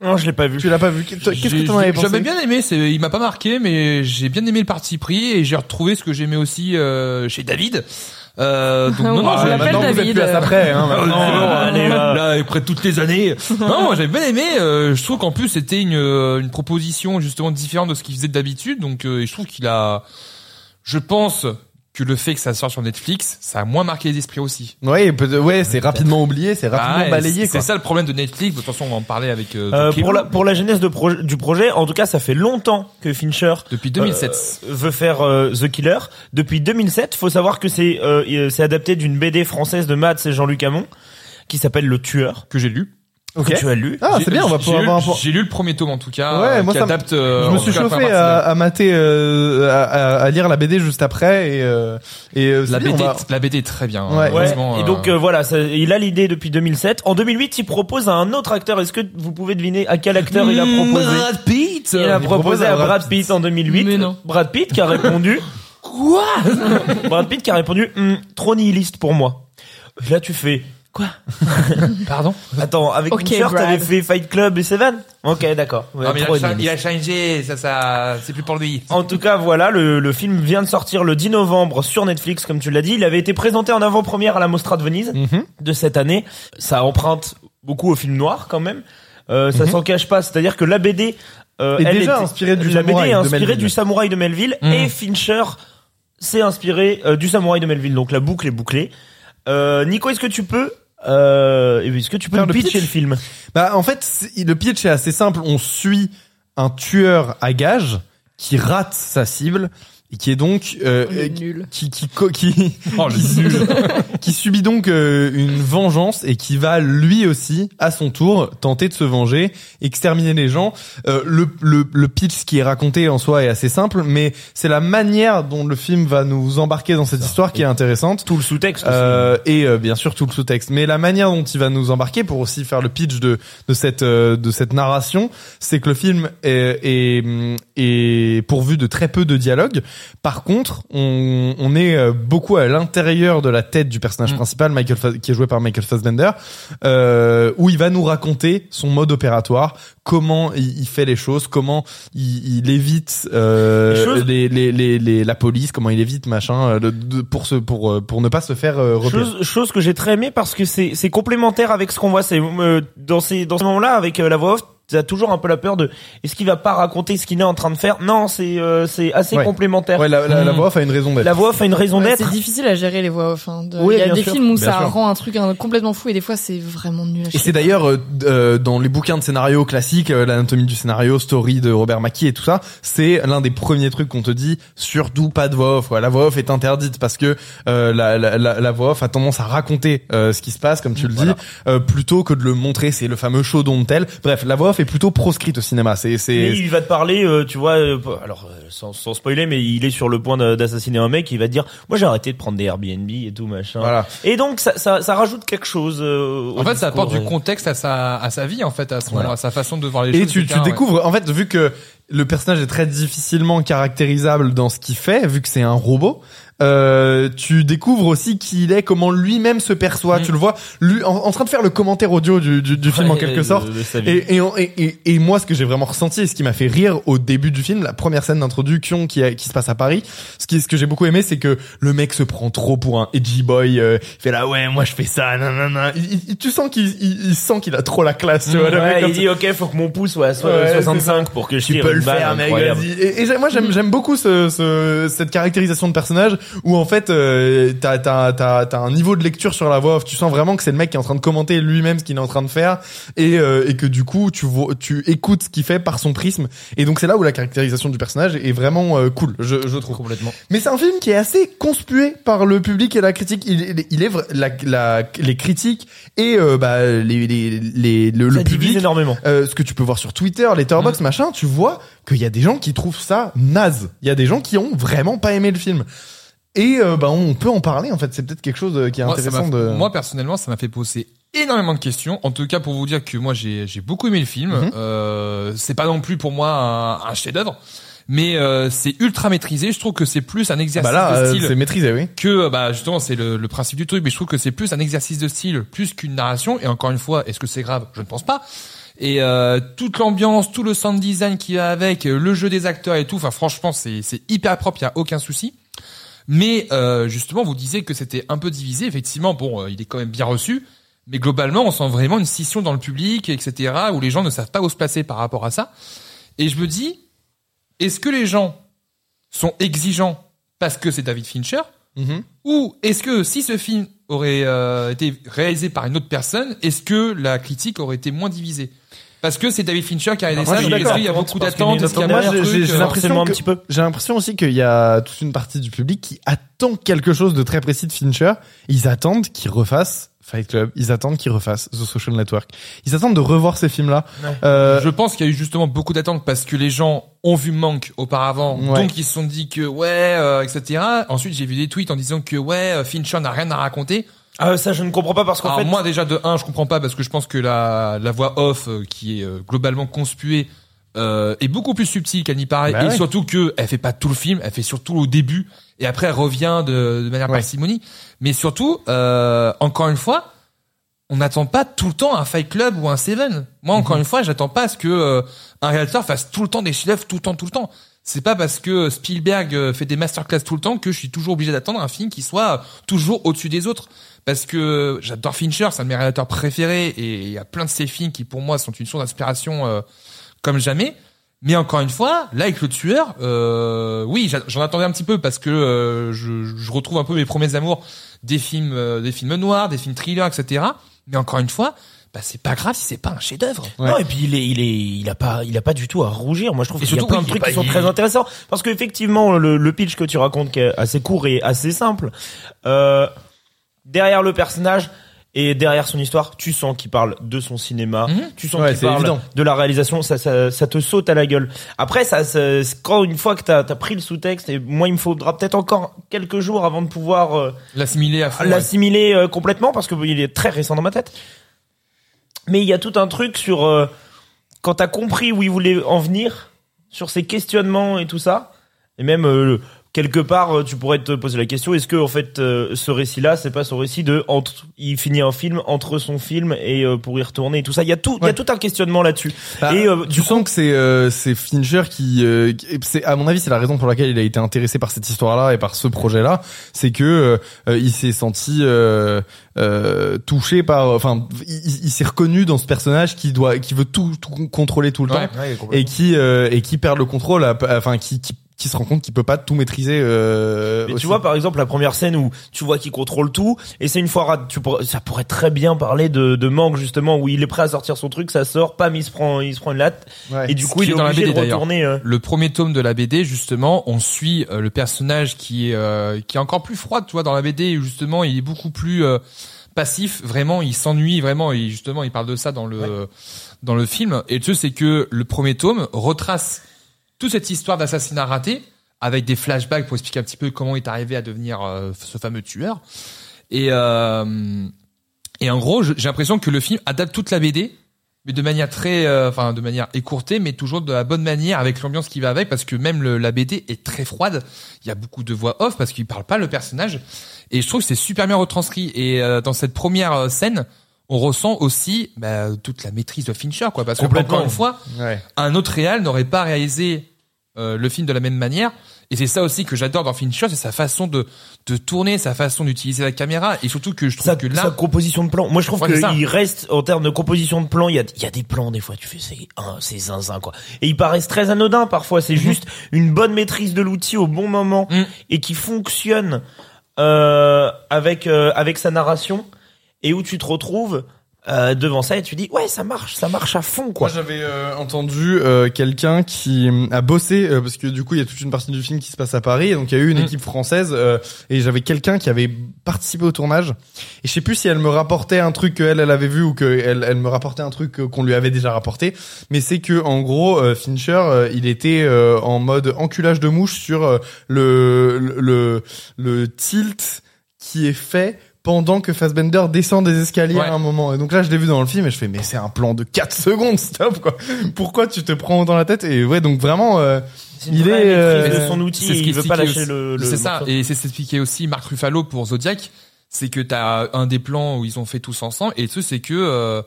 B: Non, je l'ai pas vu.
C: tu l'as pas vu qu'est-ce que
E: J'ai-
C: t'en avais pensé
E: J'avais bien aimé, c'est, il m'a pas marqué, mais j'ai bien aimé le parti pris et j'ai retrouvé ce que j'aimais aussi euh, chez David. Euh, donc, non,
D: On
E: non,
D: l'appelle
E: j'ai-
C: Ouais, maintenant, vous êtes
D: David.
C: plus à ça près, hein,
E: Ah,
C: maintenant.
E: non,
B: bon,
E: non,
B: allez,
E: là.
B: là.
E: après toutes les années. non, moi j'avais bien aimé. euh, je trouve qu'en plus c'était une, euh, une proposition justement différente de ce qu'il faisait d'habitude. Donc euh, et je trouve qu'il a, je pense que le fait que ça sorte sur Netflix, ça a moins marqué les esprits aussi.
C: ouais peut- ouais c'est rapidement oublié c'est rapidement
E: Ah, et
C: balayé
E: c'est-
C: quoi
E: C'est ça le problème de Netflix. De toute façon, on va en parler avec. euh,
B: Euh,
E: Kim.
B: pour la pour la genèse de proje- du projet, en tout cas, ça fait longtemps que Fincher
E: Depuis 2007.
B: euh, veut faire euh, The Killer depuis 2007. Faut savoir que c'est euh, euh, c'est adapté d'une BD française de Mads et Jean-Luc Hamon qui s'appelle Le Tueur
E: que j'ai lu.
C: ok
B: que tu as lu.
C: ah
E: J'ai-
C: c'est bien on va
E: j'ai
C: pouvoir
E: lu-
C: avoir un point
E: J'ai lu le premier tome en tout cas,
C: Ouais,
E: euh,
C: moi,
E: qui
C: ça me-
E: adapte. euh,
C: je me
E: en
C: suis
E: tout cas, la
C: chauffé
E: première
C: à,
E: partie
C: à mater, euh, à, à- à lire la BD juste après et, euh, et euh,
E: de La,
C: c'est
E: la
C: bien,
E: BD,
C: on va-
E: la BD est très bien.
C: Ouais.
E: hein,
B: Ouais.
E: honnêtement,
B: Et
E: euh,
B: donc euh, voilà, ça- il a l'idée depuis 2007. En 2008, il propose à un autre acteur. Est-ce que vous pouvez deviner à quel acteur il a
C: Hmm,
B: proposé
E: Brad Pitt.
B: Il a
C: Il
B: proposé à Brad Pitt en 2008.
D: Mais non.
B: Brad Pitt qui a répondu. Quoi Brad Pitt qui a répondu Hum, trop nihiliste pour moi. Et là tu fais quoi
E: Pardon.
B: Attends, avec
D: Ok,
B: Fincher,
D: Brad.
B: t'avais fait Fight Club et Seven Ok, d'accord. Ouais,
E: Non, mais il,
B: trop
E: a, cha-
B: nihiliste.
E: il a changé, ça, ça, c'est plus pour lui.
B: En tout cas, voilà, le, le film vient de sortir le 10 novembre sur Netflix, comme tu l'as dit. Il avait été présenté en avant-première à la Mostra de Venise
C: Mhm.
B: de cette année. Ça emprunte beaucoup au film noir, quand même. Euh, ça s'en cache pas. C'est-à-dire que la BD euh,
C: Est
B: elle
C: déjà hein.
B: est-
C: inspirée du
B: la
C: samouraï
B: BD est
C: de
B: inspirée
C: Melville. Mm.
B: du samouraï de Melville
E: Mhm.
B: et Fincher s'est inspiré euh, du samouraï de Melville. Donc la boucle est bouclée. Euh, Nico, est-ce que tu peux euh, est-ce que tu peux
C: Faire
B: nous
C: le
B: pitcher
C: pitch
B: le film
C: Bah en fait, c'est- le pitch est assez simple. On suit un tueur à gages qui rate sa cible et qui est donc euh,
D: Il est
C: euh,
D: Oh, nul.
C: qui qui co- qui,
E: Oh,
C: qui
E: le
C: su- qui subit donc euh, une vengeance et qui va lui aussi à son tour tenter de se venger, exterminer les gens. Euh, le, le le pitch qui est raconté en soi est assez simple, mais c'est la manière dont le film va nous embarquer dans cette histoire qui est intéressante.
B: Tout le sous-texte. aussi.
C: Euh, et euh, bien sûr tout le sous-texte. Mais la manière dont il va nous embarquer pour aussi faire le pitch de de cette euh, de cette narration, c'est que le film est, est est pourvu de très peu de dialogue. Par contre, on on est euh, beaucoup à l'intérieur de la tête du personnage
E: Mm.
C: principal, Michael Fas- qui est joué par Michael Fassbender, euh, où il va nous raconter son mode opératoire, comment il, il fait les choses, comment il, il évite euh,
B: Les choses-
C: les, les, les, les- la police, comment il évite machin euh, de- de- pour se pour euh, pour ne pas se faire euh, repérer.
B: Chose, chose que j'ai très aimé parce que c'est c'est complémentaire avec ce qu'on voit. C'est euh, dans ces dans ce moment-là avec euh, la voix off, t'as toujours un peu la peur de est-ce qu'il va pas raconter ce qu'il est en train de faire Non, c'est euh, c'est assez
C: Ouais.
B: complémentaire.
C: Ouais, la, la, la
E: Hmm.
C: voix off a une raison d'être.
B: La voix off a une raison
D: Ouais,
B: d'être.
D: C'est difficile à gérer les voix off. hein. De- Il
B: Oui,
D: y a
B: bien
D: des
B: sûr,
D: films où
C: bien
D: ça
C: sûr.
D: rend un truc hein, complètement fou et des fois c'est vraiment nul. à
C: Et
D: chier.
C: c'est d'ailleurs euh, d- euh, dans les bouquins de scénario classiques, euh, l'anatomie du scénario, story de Robert Mackie et tout ça, c'est l'un des premiers trucs qu'on te dit surtout pas de voix off. quoi. La voix off est interdite parce que euh, la, la, la, la voix off a tendance à raconter euh, ce qui se passe, comme tu le dis, euh, plutôt que de le montrer. C'est le fameux show don't tell. Bref, la voix off est plutôt proscrite au cinéma. C'est
B: Mais
C: c'est
B: il va te parler, euh, tu vois, euh, alors euh, sans, sans spoiler, mais il est sur le point de- d'assassiner un mec, il va te dire, moi j'ai arrêté de prendre des Airbnb et tout machin.
C: voilà.
B: Et donc ça, ça, ça rajoute quelque chose. euh, au
E: En fait, ça
B: discours,
E: apporte du
B: euh.
E: contexte à sa, à sa vie, en fait, à, son,
C: Voilà.
E: à sa façon de voir les
C: Et
E: choses.
C: tu, tu
E: etc., ouais.
C: découvres, en fait, vu que le personnage est très difficilement caractérisable dans ce qu'il fait, vu que c'est un robot, euh, tu découvres aussi qui il est, comment lui-même se perçoit.
E: Mm.
C: Tu le vois lui, en, en train de faire le commentaire audio du, du, du film en
B: Ouais,
C: quelque
B: de-
C: sorte.
B: de sa vie.
C: Et, et, en- et, et- et moi, ce que j'ai vraiment ressenti et ce qui m'a fait rire au début du film, la première scène d'introduction qui, a- qui se passe à Paris, ce, qui, ce que j'ai beaucoup aimé, c'est que le mec se prend trop pour un edgy boy. euh, il fait là, ouais, moi je fais ça, nanana. Il, il- tu sens qu'il il, il sent qu'il a trop la classe. Tu vois, le
B: Mm, Ouais,
C: mec comme
B: il
C: ça.
B: dit ok faut que mon pouce soit à so-
C: Ouais,
B: 65 pour que je
C: Tu
B: tire
C: peux
B: une
C: le
B: balle
C: faire, mec.
B: incroyable.
C: vas-y. Et, et j'ai- moi, j'aime, j'aime beaucoup ce, ce- cette caractérisation de personnage où en fait, euh, t'as, t'as, t'as, t'as un niveau de lecture sur la voix off. Tu sens vraiment que c'est le mec qui est en train de commenter lui-même ce qu'il est en train de faire et, euh, et que du coup, tu vois, tu écoutes ce qu'il fait par son prisme. Et donc, c'est là où la caractérisation du personnage est vraiment euh, cool, je, je trouve.
E: Complètement.
C: Mais c'est un film qui est assez conspué par le public et la critique. Il, il- il est vra- la, la- les critiques et euh, bah, les, les, les- le,
B: Ça
C: le
B: divise
C: public
B: énormément.
C: euh, ce que tu peux voir sur Twitter,
E: Mm.
C: Letterboxd, machin, tu vois qu'il y a des gens qui trouvent ça naze. Il y a des gens qui ont vraiment pas aimé le film. Et euh, bah, on peut en parler en fait. C'est peut-être quelque chose euh, qui est
E: Moi, ça
C: intéressant
E: m'a-
C: de.
E: moi, personnellement, ça m'a fait poser énormément de questions. En tout cas, pour vous dire que moi, j'ai j'ai beaucoup aimé le film.
C: Mhm.
E: Euh, c'est pas non plus pour moi un, un chef-d'œuvre, mais euh, c'est ultra maîtrisé. Je trouve que c'est plus un
C: Ah
E: exercice
C: bah là,
E: de
C: euh,
E: style.
C: c'est maîtrisé, oui.
E: que euh, bah justement c'est le, le principe du truc mais je trouve que c'est plus un exercice de style plus qu'une narration et encore une fois est-ce que c'est grave je ne pense pas et euh, toute l'ambiance tout le sound design qui va avec euh, le jeu des acteurs et tout enfin franchement c'est c'est hyper propre il y a aucun souci mais euh, justement vous disiez que c'était un peu divisé effectivement bon euh, il est quand même bien reçu mais globalement on sent vraiment une scission dans le public etc où les gens ne savent pas où se placer par rapport à ça et je me dis est-ce que les gens sont exigeants parce que c'est David Fincher Mm-hmm. ou est-ce que si ce film aurait euh, été réalisé par une autre personne, est-ce que la critique aurait été moins divisée Parce que c'est David Fincher qui a réalisé
C: Moi,
E: ça,
C: je suis
E: donc est-ce
C: d'accord.
E: qu'il y a beaucoup
B: Parce qu'il y a une
E: d'attentes Est-ce qu'il y a
C: attente.
E: moins de
C: Moi, j'ai-
E: trucs,
C: j'ai
E: euh,
C: l'impression
B: Forcément un
C: que-
B: petit peu.
C: J'ai l'impression aussi qu'il y a toute une partie du public qui attend quelque chose de très précis de Fincher. Ils attendent qu'il refasse Fight Club. Ils attendent qu'il refasse The Social Network. Ils attendent de revoir ces films-là.
B: Ouais.
C: Euh,
E: Je pense qu'il y a eu justement beaucoup d'attentes parce que les gens ont vu Manque auparavant,
C: Ouais.
E: donc ils se sont dit que ouais, euh, etc. Ensuite, j'ai vu des tweets en disant que ouais, euh, Fincher n'a rien à raconter.
B: Ah ça je ne comprends pas parce qu'en
E: Alors
B: fait
E: moi déjà de 1 je comprends pas parce que je pense que la, la voix off euh, qui est euh, globalement conspuée euh, est beaucoup plus subtile qu'elle n'y paraît
C: Bah
E: et
C: ouais.
E: surtout que elle fait pas tout le film, elle fait surtout au début et après elle revient de, de manière
C: Ouais.
E: parcimonie. Mais surtout euh, encore une fois on n'attend pas tout le temps un Fight Club ou un Seven. Moi
C: Mhm.
E: encore une fois j'attends pas à ce que euh, un réalisateur fasse tout le temps des chefs tout le temps tout le temps. C'est pas parce que Spielberg euh, fait des masterclass tout le temps que je suis toujours obligé d'attendre un film qui soit toujours au-dessus des autres. Parce que j'adore Fincher, c'est un de mes réalisateurs préférés et il y a plein de ses films qui pour moi sont une source d'inspiration euh, comme jamais. Mais encore une fois, là avec le tueur, euh, oui, j'a- j'en attendais un petit peu parce que euh, je, je retrouve un peu mes premiers amours des films, euh, des films noirs, des films thrillers, etc. Mais encore une fois, bah, c'est pas grave si c'est pas un chef-d'œuvre.
C: Ouais.
B: Non et puis il est il est il a pas il a pas du tout à rougir. Moi je trouve
E: Et
B: qu'il y a
E: surtout,
B: plein
E: oui,
B: de
E: il est
B: trucs
E: pas-
B: qui sont
E: il-
B: très intéressants parce que effectivement le, le pitch que tu racontes qui est assez court et assez simple euh, derrière le personnage et derrière son histoire, tu sens qu'il parle de son cinéma,
E: Mhm.
B: tu sens
C: Ouais,
B: qu'il
C: c'est
B: parle
C: évident.
B: de la réalisation, ça, ça, ça te saute à la gueule. Après, ça, ça- quand une fois que t'as as pris le sous-texte, et moi, il me faudra peut-être encore quelques jours avant de pouvoir euh,
E: L'assimiler à fond. ouais.
B: l'assimiler euh, complètement parce que il est très récent dans ma tête. Mais il y a tout un truc sur euh, quand t'as compris où il voulait en venir, sur ses questionnements et tout ça, et même euh, le- quelque part, euh, tu pourrais te poser la question est-ce que en fait, euh, ce récit-là, c'est pas son récit de entre, il finit un film entre son film et euh, pour y retourner et tout ça. Il y a tout, il y a
C: Ouais.
B: tout un questionnement là-dessus.
C: Bah,
B: et euh,
C: tu sens que c'est euh, c'est Fincher qui, euh, qui- c'est à mon avis c'est la raison pour laquelle il a été intéressé par cette histoire-là et par ce projet-là, c'est que euh, il s'est senti euh, euh, touché par, enfin il, il- il s'est reconnu dans ce personnage qui doit, qui veut tout, tout contrôler tout le
E: Ouais.
C: temps et qui euh, et qui perd le contrôle, à- enfin qui, qui qui se rend compte qu'il peut pas tout maîtriser. Euh,
B: Mais
C: aussi.
B: tu vois, par exemple, la première scène où tu vois qu'il contrôle tout, et c'est une foirade. Tu pourrais- ça pourrait très bien parler de, de manque, justement, où il est prêt à sortir son truc, ça sort, pam, il se prend, il se prend une latte,
C: Ouais.
B: et du
E: Ce
B: coup,
E: qui
B: il est
E: est dans la
B: obligé
E: BD,
B: de
E: d'ailleurs.
B: retourner. euh,
E: le premier tome de la BD justement on suit euh, le personnage qui est euh, qui est encore plus froid tu vois dans la BD où, justement il est beaucoup plus euh, passif vraiment il s'ennuie vraiment et justement il parle de ça dans le dans le film et le truc c'est que le premier tome retrace toute cette histoire d'assassinat raté avec des flashbacks pour expliquer un petit peu comment il est arrivé à devenir euh, ce fameux tueur et euh, et en gros je- j'ai l'impression que le film adapte toute la BD mais de manière très euh, enfin de manière écourtée mais toujours de la bonne manière avec l'ambiance qui va avec parce que même le, la BD est très froide il y a beaucoup de voix off parce qu'il parle pas le personnage et je trouve que c'est super bien retranscrit et euh, dans cette première euh, scène on ressent aussi bah, toute la maîtrise de Fincher quoi parce que
B: Complètement.
E: encore une fois
C: Ouais.
E: un autre réal n'aurait pas réalisé euh, le film de la même manière. Et c'est ça aussi que j'adore dans Fincher, c'est sa façon de, de tourner, sa façon d'utiliser la caméra, et surtout que je trouve
B: Sa,
E: que
B: sa
E: là,
B: composition de plan. Moi, je trouve
E: Ouais, c'est ça.
B: qu'il reste en termes de composition de plan. Il y a, il y a des plans des fois. Tu fais c'est un, c'est zinzin quoi. Et ils paraissent très anodins parfois. C'est juste une bonne maîtrise de l'outil au bon moment
E: Mhm.
B: et qui fonctionne euh, avec euh, avec sa narration et où tu te retrouves euh, devant ça et tu dis ouais ça marche, ça marche à fond quoi.
C: Moi j'avais euh, entendu euh, quelqu'un qui hum, a bossé euh, parce que du coup il y a toute une partie du film qui se passe à Paris et donc il y a eu une
E: Mm.
C: équipe française euh, et j'avais quelqu'un qui avait participé au tournage et je sais plus si elle me rapportait un truc qu'elle elle avait vu ou qu'elle elle me rapportait un truc euh, qu'on lui avait déjà rapporté mais c'est que en gros euh, Fincher euh, il était euh, en mode enculage de mouche sur euh, le, le le le tilt qui est fait pendant que Fassbender descend des escaliers
E: Ouais.
C: à un moment. Et donc là, je l'ai vu dans le film et je fais, mais c'est un plan de 4 secondes, stop, quoi. Pourquoi tu te prends dans la tête? Et ouais, donc vraiment, euh,
B: C'est une
C: il
B: vraie
C: est, euh,
B: maîtrise de son outil.
E: c'est
B: et
E: ce
B: il
E: qui
B: veut pas
E: expliquait
B: lâcher
E: aussi-
B: le. le-
E: c'est ça,
B: morceau.
E: et c'est expliqué aussi Marc Ruffalo pour Zodiac, c'est que t'as un des plans où ils ont fait tous ensemble, et ce c'est que euh,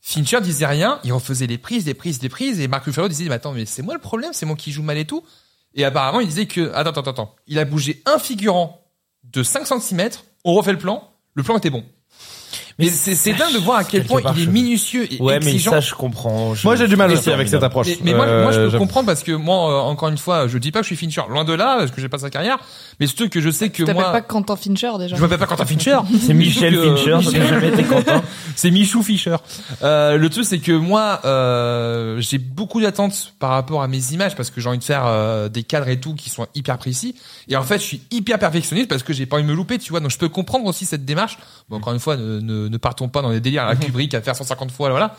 E: Fincher disait rien, il refaisait les prises, des prises, des prises, et Marc Ruffalo disait, mais attends, mais c'est moi le problème, c'est moi qui joue mal et tout. Et apparemment, il disait que, attends, attends, attends, il a bougé un figurant de 5 cm, on refait le plan, le plan était bon. Mais c'est c'est dingue de voir à quel
B: quelque
E: point
B: part,
E: il est
B: je-
E: minutieux et
B: Ouais, mais
E: exigeant.
B: ça, je comprends. Je-
C: moi j'ai du mal
B: Mais
C: aussi
B: c'est
C: avec cette
B: formidable.
C: approche.
E: Mais, mais moi, moi, je
C: Euh,
E: peux
C: j'avoue.
E: comprendre parce que moi, euh, encore une fois, je dis pas que je suis Fincher. Loin de là, parce que j'ai pas sa carrière. Mais surtout que je sais que
D: Tu t'appelles
E: moi,
D: pas Quentin Fincher déjà.
E: je m'appelle pas Quentin Fincher.
B: C'est Michel
E: Je trouve que-
B: Fincher. J'ai jamais été content.
E: c'est Michou Fischer. Euh, le truc c'est que moi, euh, j'ai beaucoup d'attentes par rapport à mes images parce que j'ai envie de faire euh, des cadres et tout qui sont hyper précis. Et en fait, je suis hyper perfectionniste parce que j'ai pas envie de me louper, tu vois. Donc je peux comprendre aussi cette démarche. Bon, encore une fois, ne, ne, ne partons pas dans des délires à la
B: Mhm.
E: Kubrick à faire 150 fois, voilà.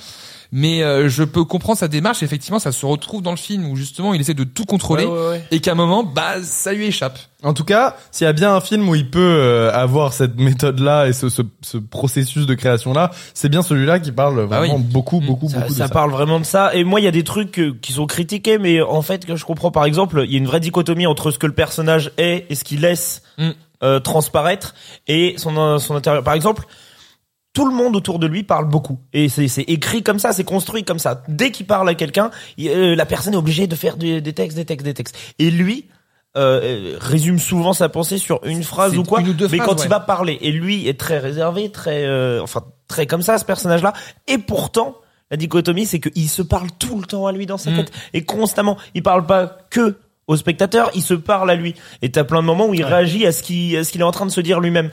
E: Mais euh, je peux comprendre sa démarche. Effectivement, ça se retrouve dans le film où justement il essaie de tout contrôler et qu'à un moment, bah, ça lui échappe.
C: En tout cas, s'il y a bien un film où il peut euh, avoir cette méthode-là et ce, ce, ce processus de création-là, c'est bien celui-là qui parle
E: Bah
C: vraiment
E: oui.
C: beaucoup,
E: Mm.
C: beaucoup,
B: Ça,
C: beaucoup
B: ça
C: de ça.
B: parle vraiment de ça. Et moi, il y a des trucs euh, qui sont critiqués, mais en fait, que je comprends. Par exemple, il y a une vraie dichotomie entre ce que le personnage est et ce qu'il laisse
E: Mm.
B: euh, transparaître et son euh, son intérieur. Par exemple, tout le monde autour de lui parle beaucoup. Et c'est c'est écrit comme ça, c'est construit comme ça. Dès qu'il parle à quelqu'un, il- euh, la personne est obligée de faire des, des textes, des textes, des textes. Et lui euh, euh, résume souvent sa pensée sur une phrase
E: C'est
B: ou quoi.
E: une ou deux
B: mais
E: phrases,
B: quand
E: ouais.
B: il va parler, et lui est très réservé, très euh, enfin très comme ça, ce personnage-là. Et pourtant, la dichotomie, c'est qu'il se parle tout le temps à lui dans sa
E: Mm.
B: tête et constamment. Il parle pas que au spectateur, il se parle à lui. Et t'as plein de moments où il réagit à ce qu'il à ce qu'il est en train de se dire lui-même.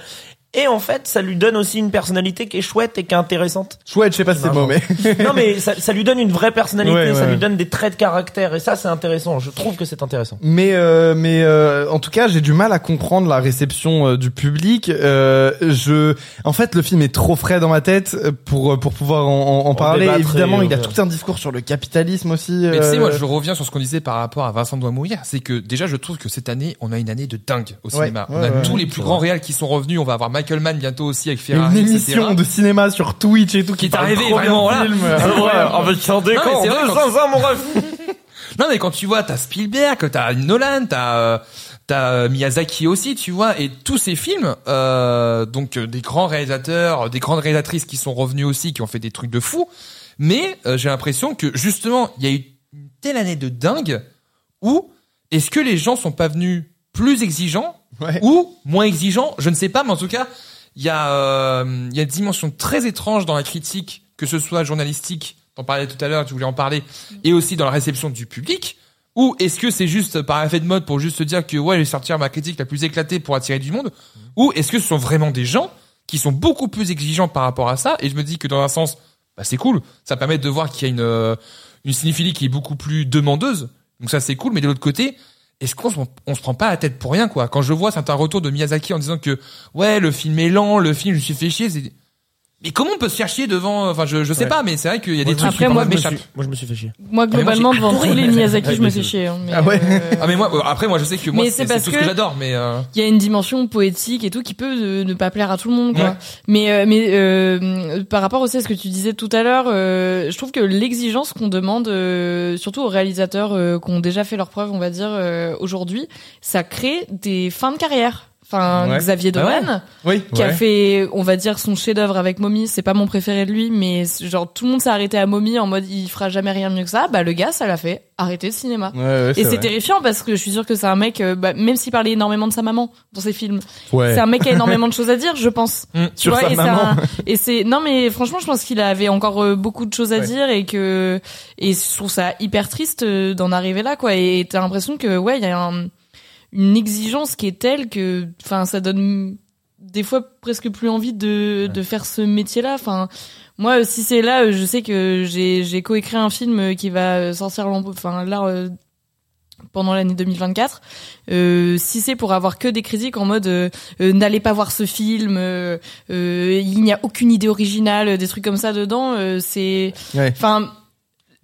B: Et en fait, ça lui donne aussi une personnalité qui est chouette et qui est intéressante.
C: Chouette, je sais pas si c'est le mot, mais
B: non, mais ça, ça lui donne une vraie personnalité,
C: Ouais,
B: ça
C: ouais.
B: lui donne des traits de caractère. Et ça, c'est intéressant. Je trouve que c'est intéressant.
C: Mais euh, mais euh, en tout cas, j'ai du mal à comprendre la réception euh, du public. Euh, je, en fait, le film est trop frais dans ma tête euh, pour pour pouvoir en, en- en parler.
B: débattre
C: Évidemment,
B: et-
C: il a
B: ouais.
C: tout un discours sur le capitalisme aussi.
E: Mais tu sais,
C: euh,
E: moi, je reviens sur ce qu'on disait par rapport à Vincent doit mourir. C'est que déjà, je trouve que cette année, on a une année de dingue au cinéma.
C: ouais,
E: on a
C: ouais,
E: tous
C: ouais,
E: les plus grands réals qui sont revenus. On va avoir Michael Mann bientôt aussi avec
C: il y a
E: Ferrari,
C: une
E: etc.
C: émission de cinéma sur Twitch et tout
E: Qui
C: qui
E: est
C: parle
E: arrivée,
C: trop bien
E: vraiment,
C: de
E: voilà.
C: films.
B: Ah bah, tu en
E: déconnes,
B: deux
E: deux
B: ans, mon ref.
E: Non, mais quand tu vois, t'as Spielberg, t'as Nolan, t'as euh, T'as euh, Miyazaki aussi, tu vois, et tous ces films, euh, donc euh, des grands réalisateurs, euh, des grandes réalisatrices qui sont revenus aussi, qui ont fait des trucs de fou. Mais euh, j'ai l'impression que justement, il y a eu une telle année de dingue où est-ce que les gens sont pas venus plus exigeants
C: Ouais.
E: ou moins exigeants Je ne sais pas, mais en tout cas, il y a euh, il y a une dimension très étrange dans la critique, que ce soit journalistique, t'en parlais tout à l'heure, tu voulais en parler, et aussi dans la réception du public. Ou est-ce que c'est juste par effet de mode pour juste se dire que ouais, je vais sortir ma critique la plus éclatée pour attirer du monde
B: Mmh.
E: Ou est-ce que ce sont vraiment des gens qui sont beaucoup plus exigeants par rapport à ça Et je me dis que dans un sens, bah, c'est cool. Ça permet de voir qu'il y a une, euh, une cinéphilie qui est beaucoup plus demandeuse. Donc ça, c'est cool. Mais de l'autre côté, est-ce qu'on se- on se prend pas la tête pour rien, quoi Quand je vois certains retours de Miyazaki en disant que ouais, le film est lent, le film, je me suis fait chier. c'est- Mais comment on peut se faire chier devant Enfin, je, je sais
B: Ouais.
E: pas, mais c'est vrai qu'il y a des
B: Moi, je me
E: trucs
B: suis-
E: qui, pour
B: moi,
E: moi,
B: je me
E: m'échappent.
B: suis- moi, je me suis fait chier.
D: Moi,
E: Ah, moi,
D: globalement,
E: j'ai
D: devant tous les Miyazaki, je me
B: Ouais,
D: fais
B: désolé.
D: chier. hein, mais,
C: Ah ouais.
D: euh,
E: Ah mais moi euh, après moi je sais que moi
D: Mais
E: c'est
D: c'est
E: c'est
D: parce
E: tout ce que
D: que-
E: j'adore mais euh,
D: il y a une dimension poétique et tout qui peut euh, ne pas plaire à tout le monde quoi.
E: Ouais.
D: mais euh, mais euh, par rapport aussi à ce que tu disais tout à l'heure euh, je trouve que l'exigence qu'on demande euh, surtout aux réalisateurs euh, qui ont déjà fait leurs preuves on va dire euh, aujourd'hui ça crée des fins de carrière enfin
E: Ouais.
D: Xavier
E: Bah
D: Dolan
C: Oui.
D: qui a fait, on va dire, son chef-d'œuvre avec Mommy. C'est pas mon préféré de lui, mais c'est- genre tout le monde s'est arrêté à Mommy en mode il fera jamais rien de mieux que ça. Bah le gars, ça l'a fait arrêter le cinéma.
C: Ouais, ouais,
D: Et c'est
C: vrai.
D: terrifiant parce que je suis sûre que c'est un mec, euh, bah, même s'il parlait énormément de sa maman dans ses films,
C: Ouais.
D: c'est un mec qui a énormément de choses à dire, je pense.
E: Mm,
D: tu
C: sur sa
D: et c'est
C: maman.
D: un- et c'est non mais franchement, je pense qu'il avait encore euh, beaucoup de choses à
C: Ouais.
D: dire et que et je trouve ça hyper triste euh, d'en arriver là quoi. Et t'as l'impression que ouais, il y a un- une exigence qui est telle que enfin ça donne des fois presque plus envie de de faire ce métier là. Enfin moi, euh, si c'est là, euh, je sais que j'ai j'ai coécrit un film euh, qui va euh, sortir l'an- enfin là euh, pendant l'année 2024. Euh, si c'est pour avoir que des critiques en mode euh, euh, n'allez pas voir ce film, euh, euh, il n'y a aucune idée originale, euh, des trucs comme ça dedans, euh, c'est
C: Ouais.
D: enfin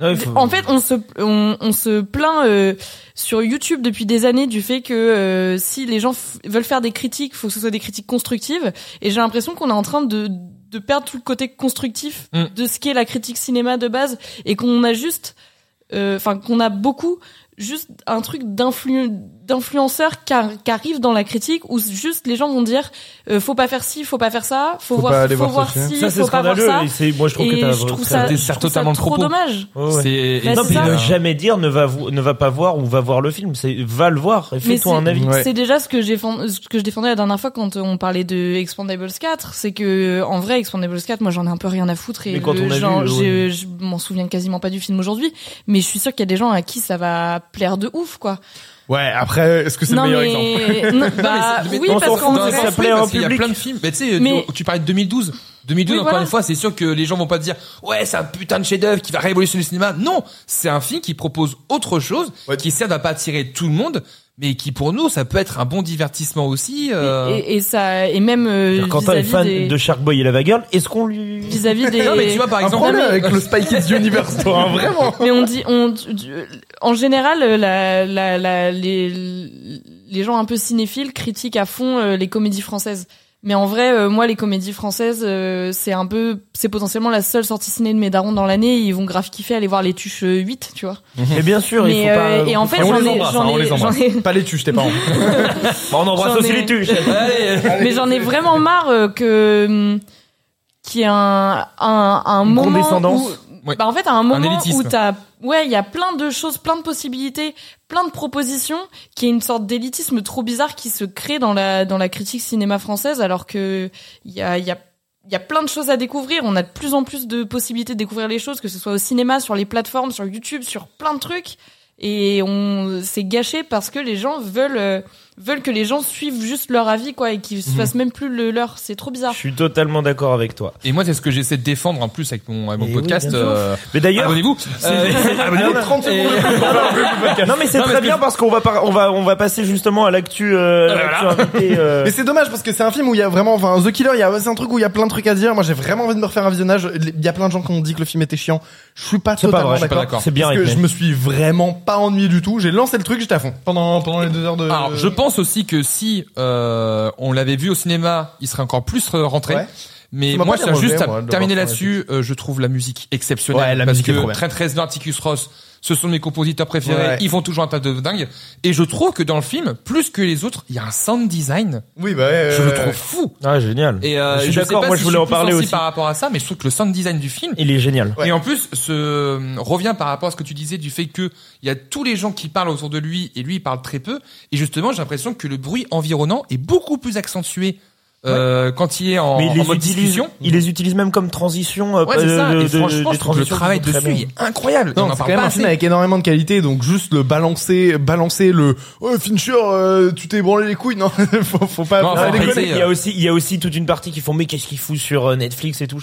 B: Ouais, faut-
D: en fait, on se, on, on se plaint euh, sur YouTube depuis des années du fait que euh, si les gens f- veulent faire des critiques, faut que ce soit des critiques constructives. Et j'ai l'impression qu'on est en train de, de perdre tout le côté constructif
E: Mm.
D: de ce qu'est la critique cinéma de base et qu'on a juste, euh, enfin qu'on a beaucoup juste un truc d'influ- d'influenceur qui, ar- qui arrive dans la critique où juste les gens vont dire euh, faut pas faire ci, faut pas faire ça, faut,
C: Faut pas
D: voir,
C: aller
D: faut
C: voir
D: voir
C: ce film.
D: ci,
B: ça c'est
D: faut pas voir
B: scandaleux.
D: ça.
B: et c'est- moi je trouve que
D: Et
B: t'as
D: je trouve ça,
E: c'est
D: je trouve ça
E: totalement le
D: trop
E: propos.
D: dommage.
B: Ouais, ouais.
E: c'est et
D: Bah,
B: Non,
D: c'est
B: mais
D: ça.
B: ne jamais dire ne va, vo- ne va pas voir ou va voir le film. C'est va le voir et fais-toi
D: c'est-
B: un avis.
C: Ouais.
D: C'est déjà ce que j'ai fend- ce que je défendais la dernière fois quand on parlait de Expandables 4, c'est que euh, en vrai Expandables 4, moi j'en ai un peu rien à foutre et
B: Mais quand
D: le-
B: on a
D: j'en-
B: vu,
D: j'ai- je m'en souviens quasiment pas du film aujourd'hui, mais je suis sûr qu'il y a des gens à qui ça va plaire de ouf quoi.
C: Ouais, après, est-ce que c'est le
D: non
C: meilleur
D: mais
C: exemple
D: non,
E: Non,
D: bah,
E: mais c'est- mais
D: oui
B: on s'en
D: parce
B: fout
D: qu'en
B: d'un
D: vrai,
B: ça
E: ça
B: plaît
E: plaît
B: en
E: Il y a
B: public.
E: plein de films. Mais tu sais,
D: Mais-
E: tu- tu parlais de 2012. 2012,
D: Oui,
E: encore
D: voilà.
E: une fois, c'est sûr que les gens vont pas dire ouais, c'est un putain de chef-d'œuvre qui va révolutionner le cinéma. Non, c'est un film qui propose autre chose,
C: Ouais.
E: qui sert à pas attirer tout le monde, mais qui pour nous, ça peut être un bon divertissement aussi. euh.
D: et, et ça et même euh,
B: C'est-à-dire, Quentin est
D: vis-à-vis
B: fan
D: des
B: de Sharkboy et la Vagirl. Est-ce qu'on lui
D: vis-à-vis des
E: Non, mais tu vois, par
C: Un
E: exemple,
C: problème avec le Spy Kids Universe, toi, hein, vraiment.
D: mais on dit on tu- tu- en général euh, la, la, la- les les gens un peu cinéphiles critiquent à fond euh, les comédies françaises mais en vrai euh, moi les comédies françaises euh, c'est un peu c'est potentiellement la seule sortie ciné de mes darons dans l'année ils vont grave kiffer aller voir les tuches euh, 8 tu vois
B: Mais bien sûr, il
D: mais
B: faut
D: euh,
B: pas.
D: et en fait
C: Et on
D: j'en
C: les
D: ai
C: embrasse, hein, on
D: j'en ai
C: les
D: j'en
C: embrasse.
D: ai
C: Pas les tuches, t'es parents.
B: Bah, on embrasse
D: j'en
B: aussi
D: ai-
B: les tuches.
E: Allez.
D: mais j'en ai vraiment marre euh, que hum, qu'il y ait un un, un
B: Une
D: moment
B: condescendance.
D: où
E: Ouais.
D: bah en fait à un moment
E: élitisme.
D: où t'as ouais il y a plein de choses plein de possibilités plein de propositions qui est une sorte d'élitisme trop bizarre qui se crée dans la dans la critique cinéma française alors que il y a il y a il y a plein de choses à découvrir. On a de plus en plus de possibilités de découvrir les choses, que ce soit au cinéma, sur les plateformes, sur YouTube, sur plein de trucs. Et on c'est gâché parce que les gens veulent euh, veulent que les gens suivent juste leur avis quoi et qu'ils
E: Mhm.
D: se fassent même plus le leur. C'est trop
B: Je
D: bizarre.
B: suis totalement d'accord avec toi.
E: Et moi, c'est ce que j'essaie de défendre en plus avec mon, avec mon
B: Mais oui,
E: podcast.
B: bien sûr.
E: euh,
B: Mais d'ailleurs,
D: Ah,
B: Ah,
E: Abonnez-vous. Euh,
B: abonnez-vous.
E: et-
C: 30 secondes.
B: non mais c'est
E: Non, mais
B: très
E: parce
B: bien
E: que-
B: parce qu'on va par- on va on va passer justement à l'actu euh,
E: Ah, bah,
B: l'actu invité, euh,
C: Mais c'est dommage parce que c'est un film où il y a vraiment, enfin, The Killer, il y a, c'est un truc où il y a plein de trucs à dire. Moi, j'ai vraiment envie de me refaire un visionnage. Il y a plein de gens qui ont dit que le film était chiant. Je suis pas
B: c'est pas
C: totalement
B: vrai.
C: d'accord.
E: d'accord.
B: C'est bien
C: Parce que
B: rythmé.
C: je me suis vraiment pas ennuyé du tout. J'ai lancé le truc, j'étais à fond pendant pendant les deux heures de.
E: Alors, je pense aussi que si euh, on l'avait vu au cinéma, il serait encore plus euh, rentré.
C: Ouais.
E: Mais
C: Ça m'a
E: moi,
C: pas
E: je
C: l'air
E: tiens juste
C: mauvais,
E: à
C: moi, de
E: terminer
C: voir ça,
E: là-dessus. euh, je trouve la musique exceptionnelle
C: Ouais, la
E: parce
C: musique est trop
E: que
C: bien.
E: Trent Reznor, Atticus Ross, ce sont mes compositeurs préférés,
C: Ouais.
E: ils font toujours un tas de dingue. Et je trouve que dans le film, plus que les autres, il y a un sound design.
C: Oui, bah, ouais,
E: Je le
C: ouais,
E: trouve
C: ouais.
E: fou.
B: Ah, génial.
E: Et euh,
B: je suis
E: sais
B: d'accord,
E: pas
B: moi
E: si
B: je voulais en
E: suis plus
B: parler
E: sensible
B: aussi.
E: par rapport à ça, mais je trouve que le sound design du film
B: Il est génial.
C: Ouais.
E: et en plus, ce euh, revient par rapport à ce que tu disais du fait que il y a tous les gens qui parlent autour de lui et lui il parle très peu. Et justement, j'ai l'impression que le bruit environnant est beaucoup plus accentué euh, quand il est en,
B: Mais il
E: en
B: les,
E: mode
B: utilise,
E: discussion.
B: il les utilise même comme transition. euh,
E: Ouais, c'est ça.
B: euh,
E: et
B: de-
E: franchement,
B: des
E: je trouve que le
B: transitions
E: travail
B: qui sont très
E: dessus il
B: bien.
E: est incroyable. Et
C: Non,
E: on en
C: c'est quand
E: parle
C: même
E: pas
C: un
E: assez.
C: film avec énormément de qualité, donc juste le balancer, balancer le oh Fincher, euh, tu t'es branlé les couilles, non, faut, faut pas.
E: Non,
C: faut pas
E: enfin,
B: Ah,
E: après,
B: les
C: déconner.
B: gars,
E: c'est- euh,
B: il y a aussi il y a aussi toute une partie qui font mais qu'est-ce qu'il fout sur euh, Netflix et tout.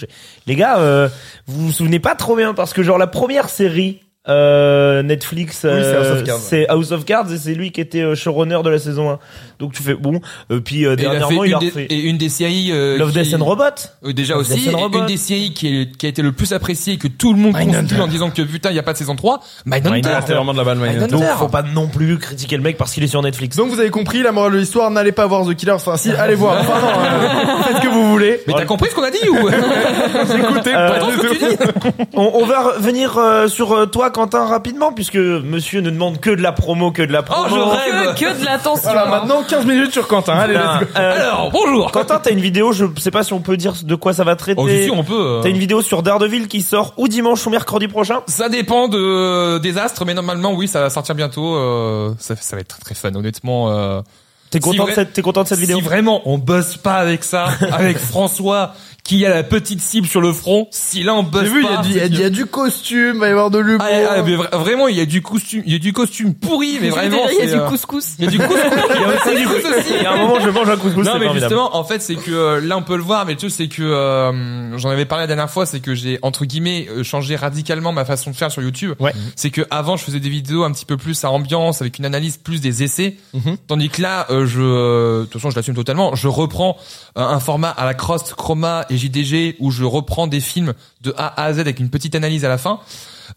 B: Les gars, euh, vous vous souvenez pas trop bien parce que genre la première série euh, Netflix
C: c'est
B: euh,
C: House of Cards.
B: c'est House of Cards et c'est lui qui était euh, showrunner de la saison 1. Donc tu fais bon euh, puis euh,
E: Et il a
B: dernièrement
E: fait
B: il a
E: une des-
B: refait
E: et une des séries euh,
B: Love
E: qui-
B: Death and Robot.
E: euh, déjà
B: Love,
E: aussi
B: Death and
E: et
B: Robots.
E: une des séries qui, est- qui a été le plus appréciée et que tout le monde
C: Mindhunter.
E: considère en disant que putain il y a pas de saison 3 Mindhunter
B: Mindhunter.
C: C'était vraiment de la balle, Magnum.
E: Mindhunter.
B: Donc faut pas non plus critiquer le mec parce qu'il est sur Netflix.
C: Donc vous avez compris, la morale de l'histoire, n'allez pas voir The Killer, enfin si, allez voir, enfin non, euh, faites ce que vous voulez.
E: mais t'as compris ce qu'on a dit ou
C: Écoutez,
B: Euh,
C: pas
E: Attends, ce
C: de-
E: que tu dis
B: On, on va revenir euh, sur euh, toi Quentin rapidement puisque monsieur ne demande que de la promo que de la promo.
E: Oh, je rêve.
D: Que, que de l'attention.
C: Voilà,
D: hein.
C: maintenant 15 minutes sur Quentin, allez,
B: Putain,
C: let's go.
B: euh,
E: Alors, bonjour
B: Quentin, t'as une vidéo, je sais pas si on peut dire de quoi ça va traiter.
E: Oh, si, si, on peut. euh,
B: T'as une vidéo sur Daredevil qui sort ou dimanche ou mercredi prochain.
E: Ça dépend de, des astres, mais normalement, oui, ça va sortir bientôt. euh, ça, ça va être très, très fun, honnêtement. euh,
B: T'es content,
E: vrai-
B: de cette- t'es content de cette vidéo
E: Si vraiment on bosse pas avec ça, avec François, qui a la petite cible sur le front, si là on bosse
C: J'ai vu, il y
E: pas...
C: a du- il y, a
E: c'est
C: du- il y a du costume, il va y avoir de l'humour.
E: Ah, ah, mais vra- vraiment, il y a du costume, il y a du costume pourri, mais
D: Je vais
E: vraiment,
D: dire, il y
E: c'est,
D: a
E: euh,
D: du couscous.
E: il y a du costume. Il y a aussi du costume aussi.
B: Il y a un moment, je mange un couscous.
E: non
B: c'est
E: mais
B: formidable.
E: justement en fait c'est que euh, là on peut le voir mais le truc c'est que euh, j'en avais parlé la dernière fois c'est que j'ai entre guillemets euh, changé radicalement ma façon de faire sur YouTube
C: Ouais.
E: c'est que avant je faisais des vidéos un petit peu plus à ambiance avec une analyse plus des essais
B: Mm-hmm.
C: Mhm.
E: tandis que là euh, je euh, de toute façon je l'assume totalement je reprends euh, un format à la Crost Chroma et JDG où je reprends des films de A à Z avec une petite analyse à la fin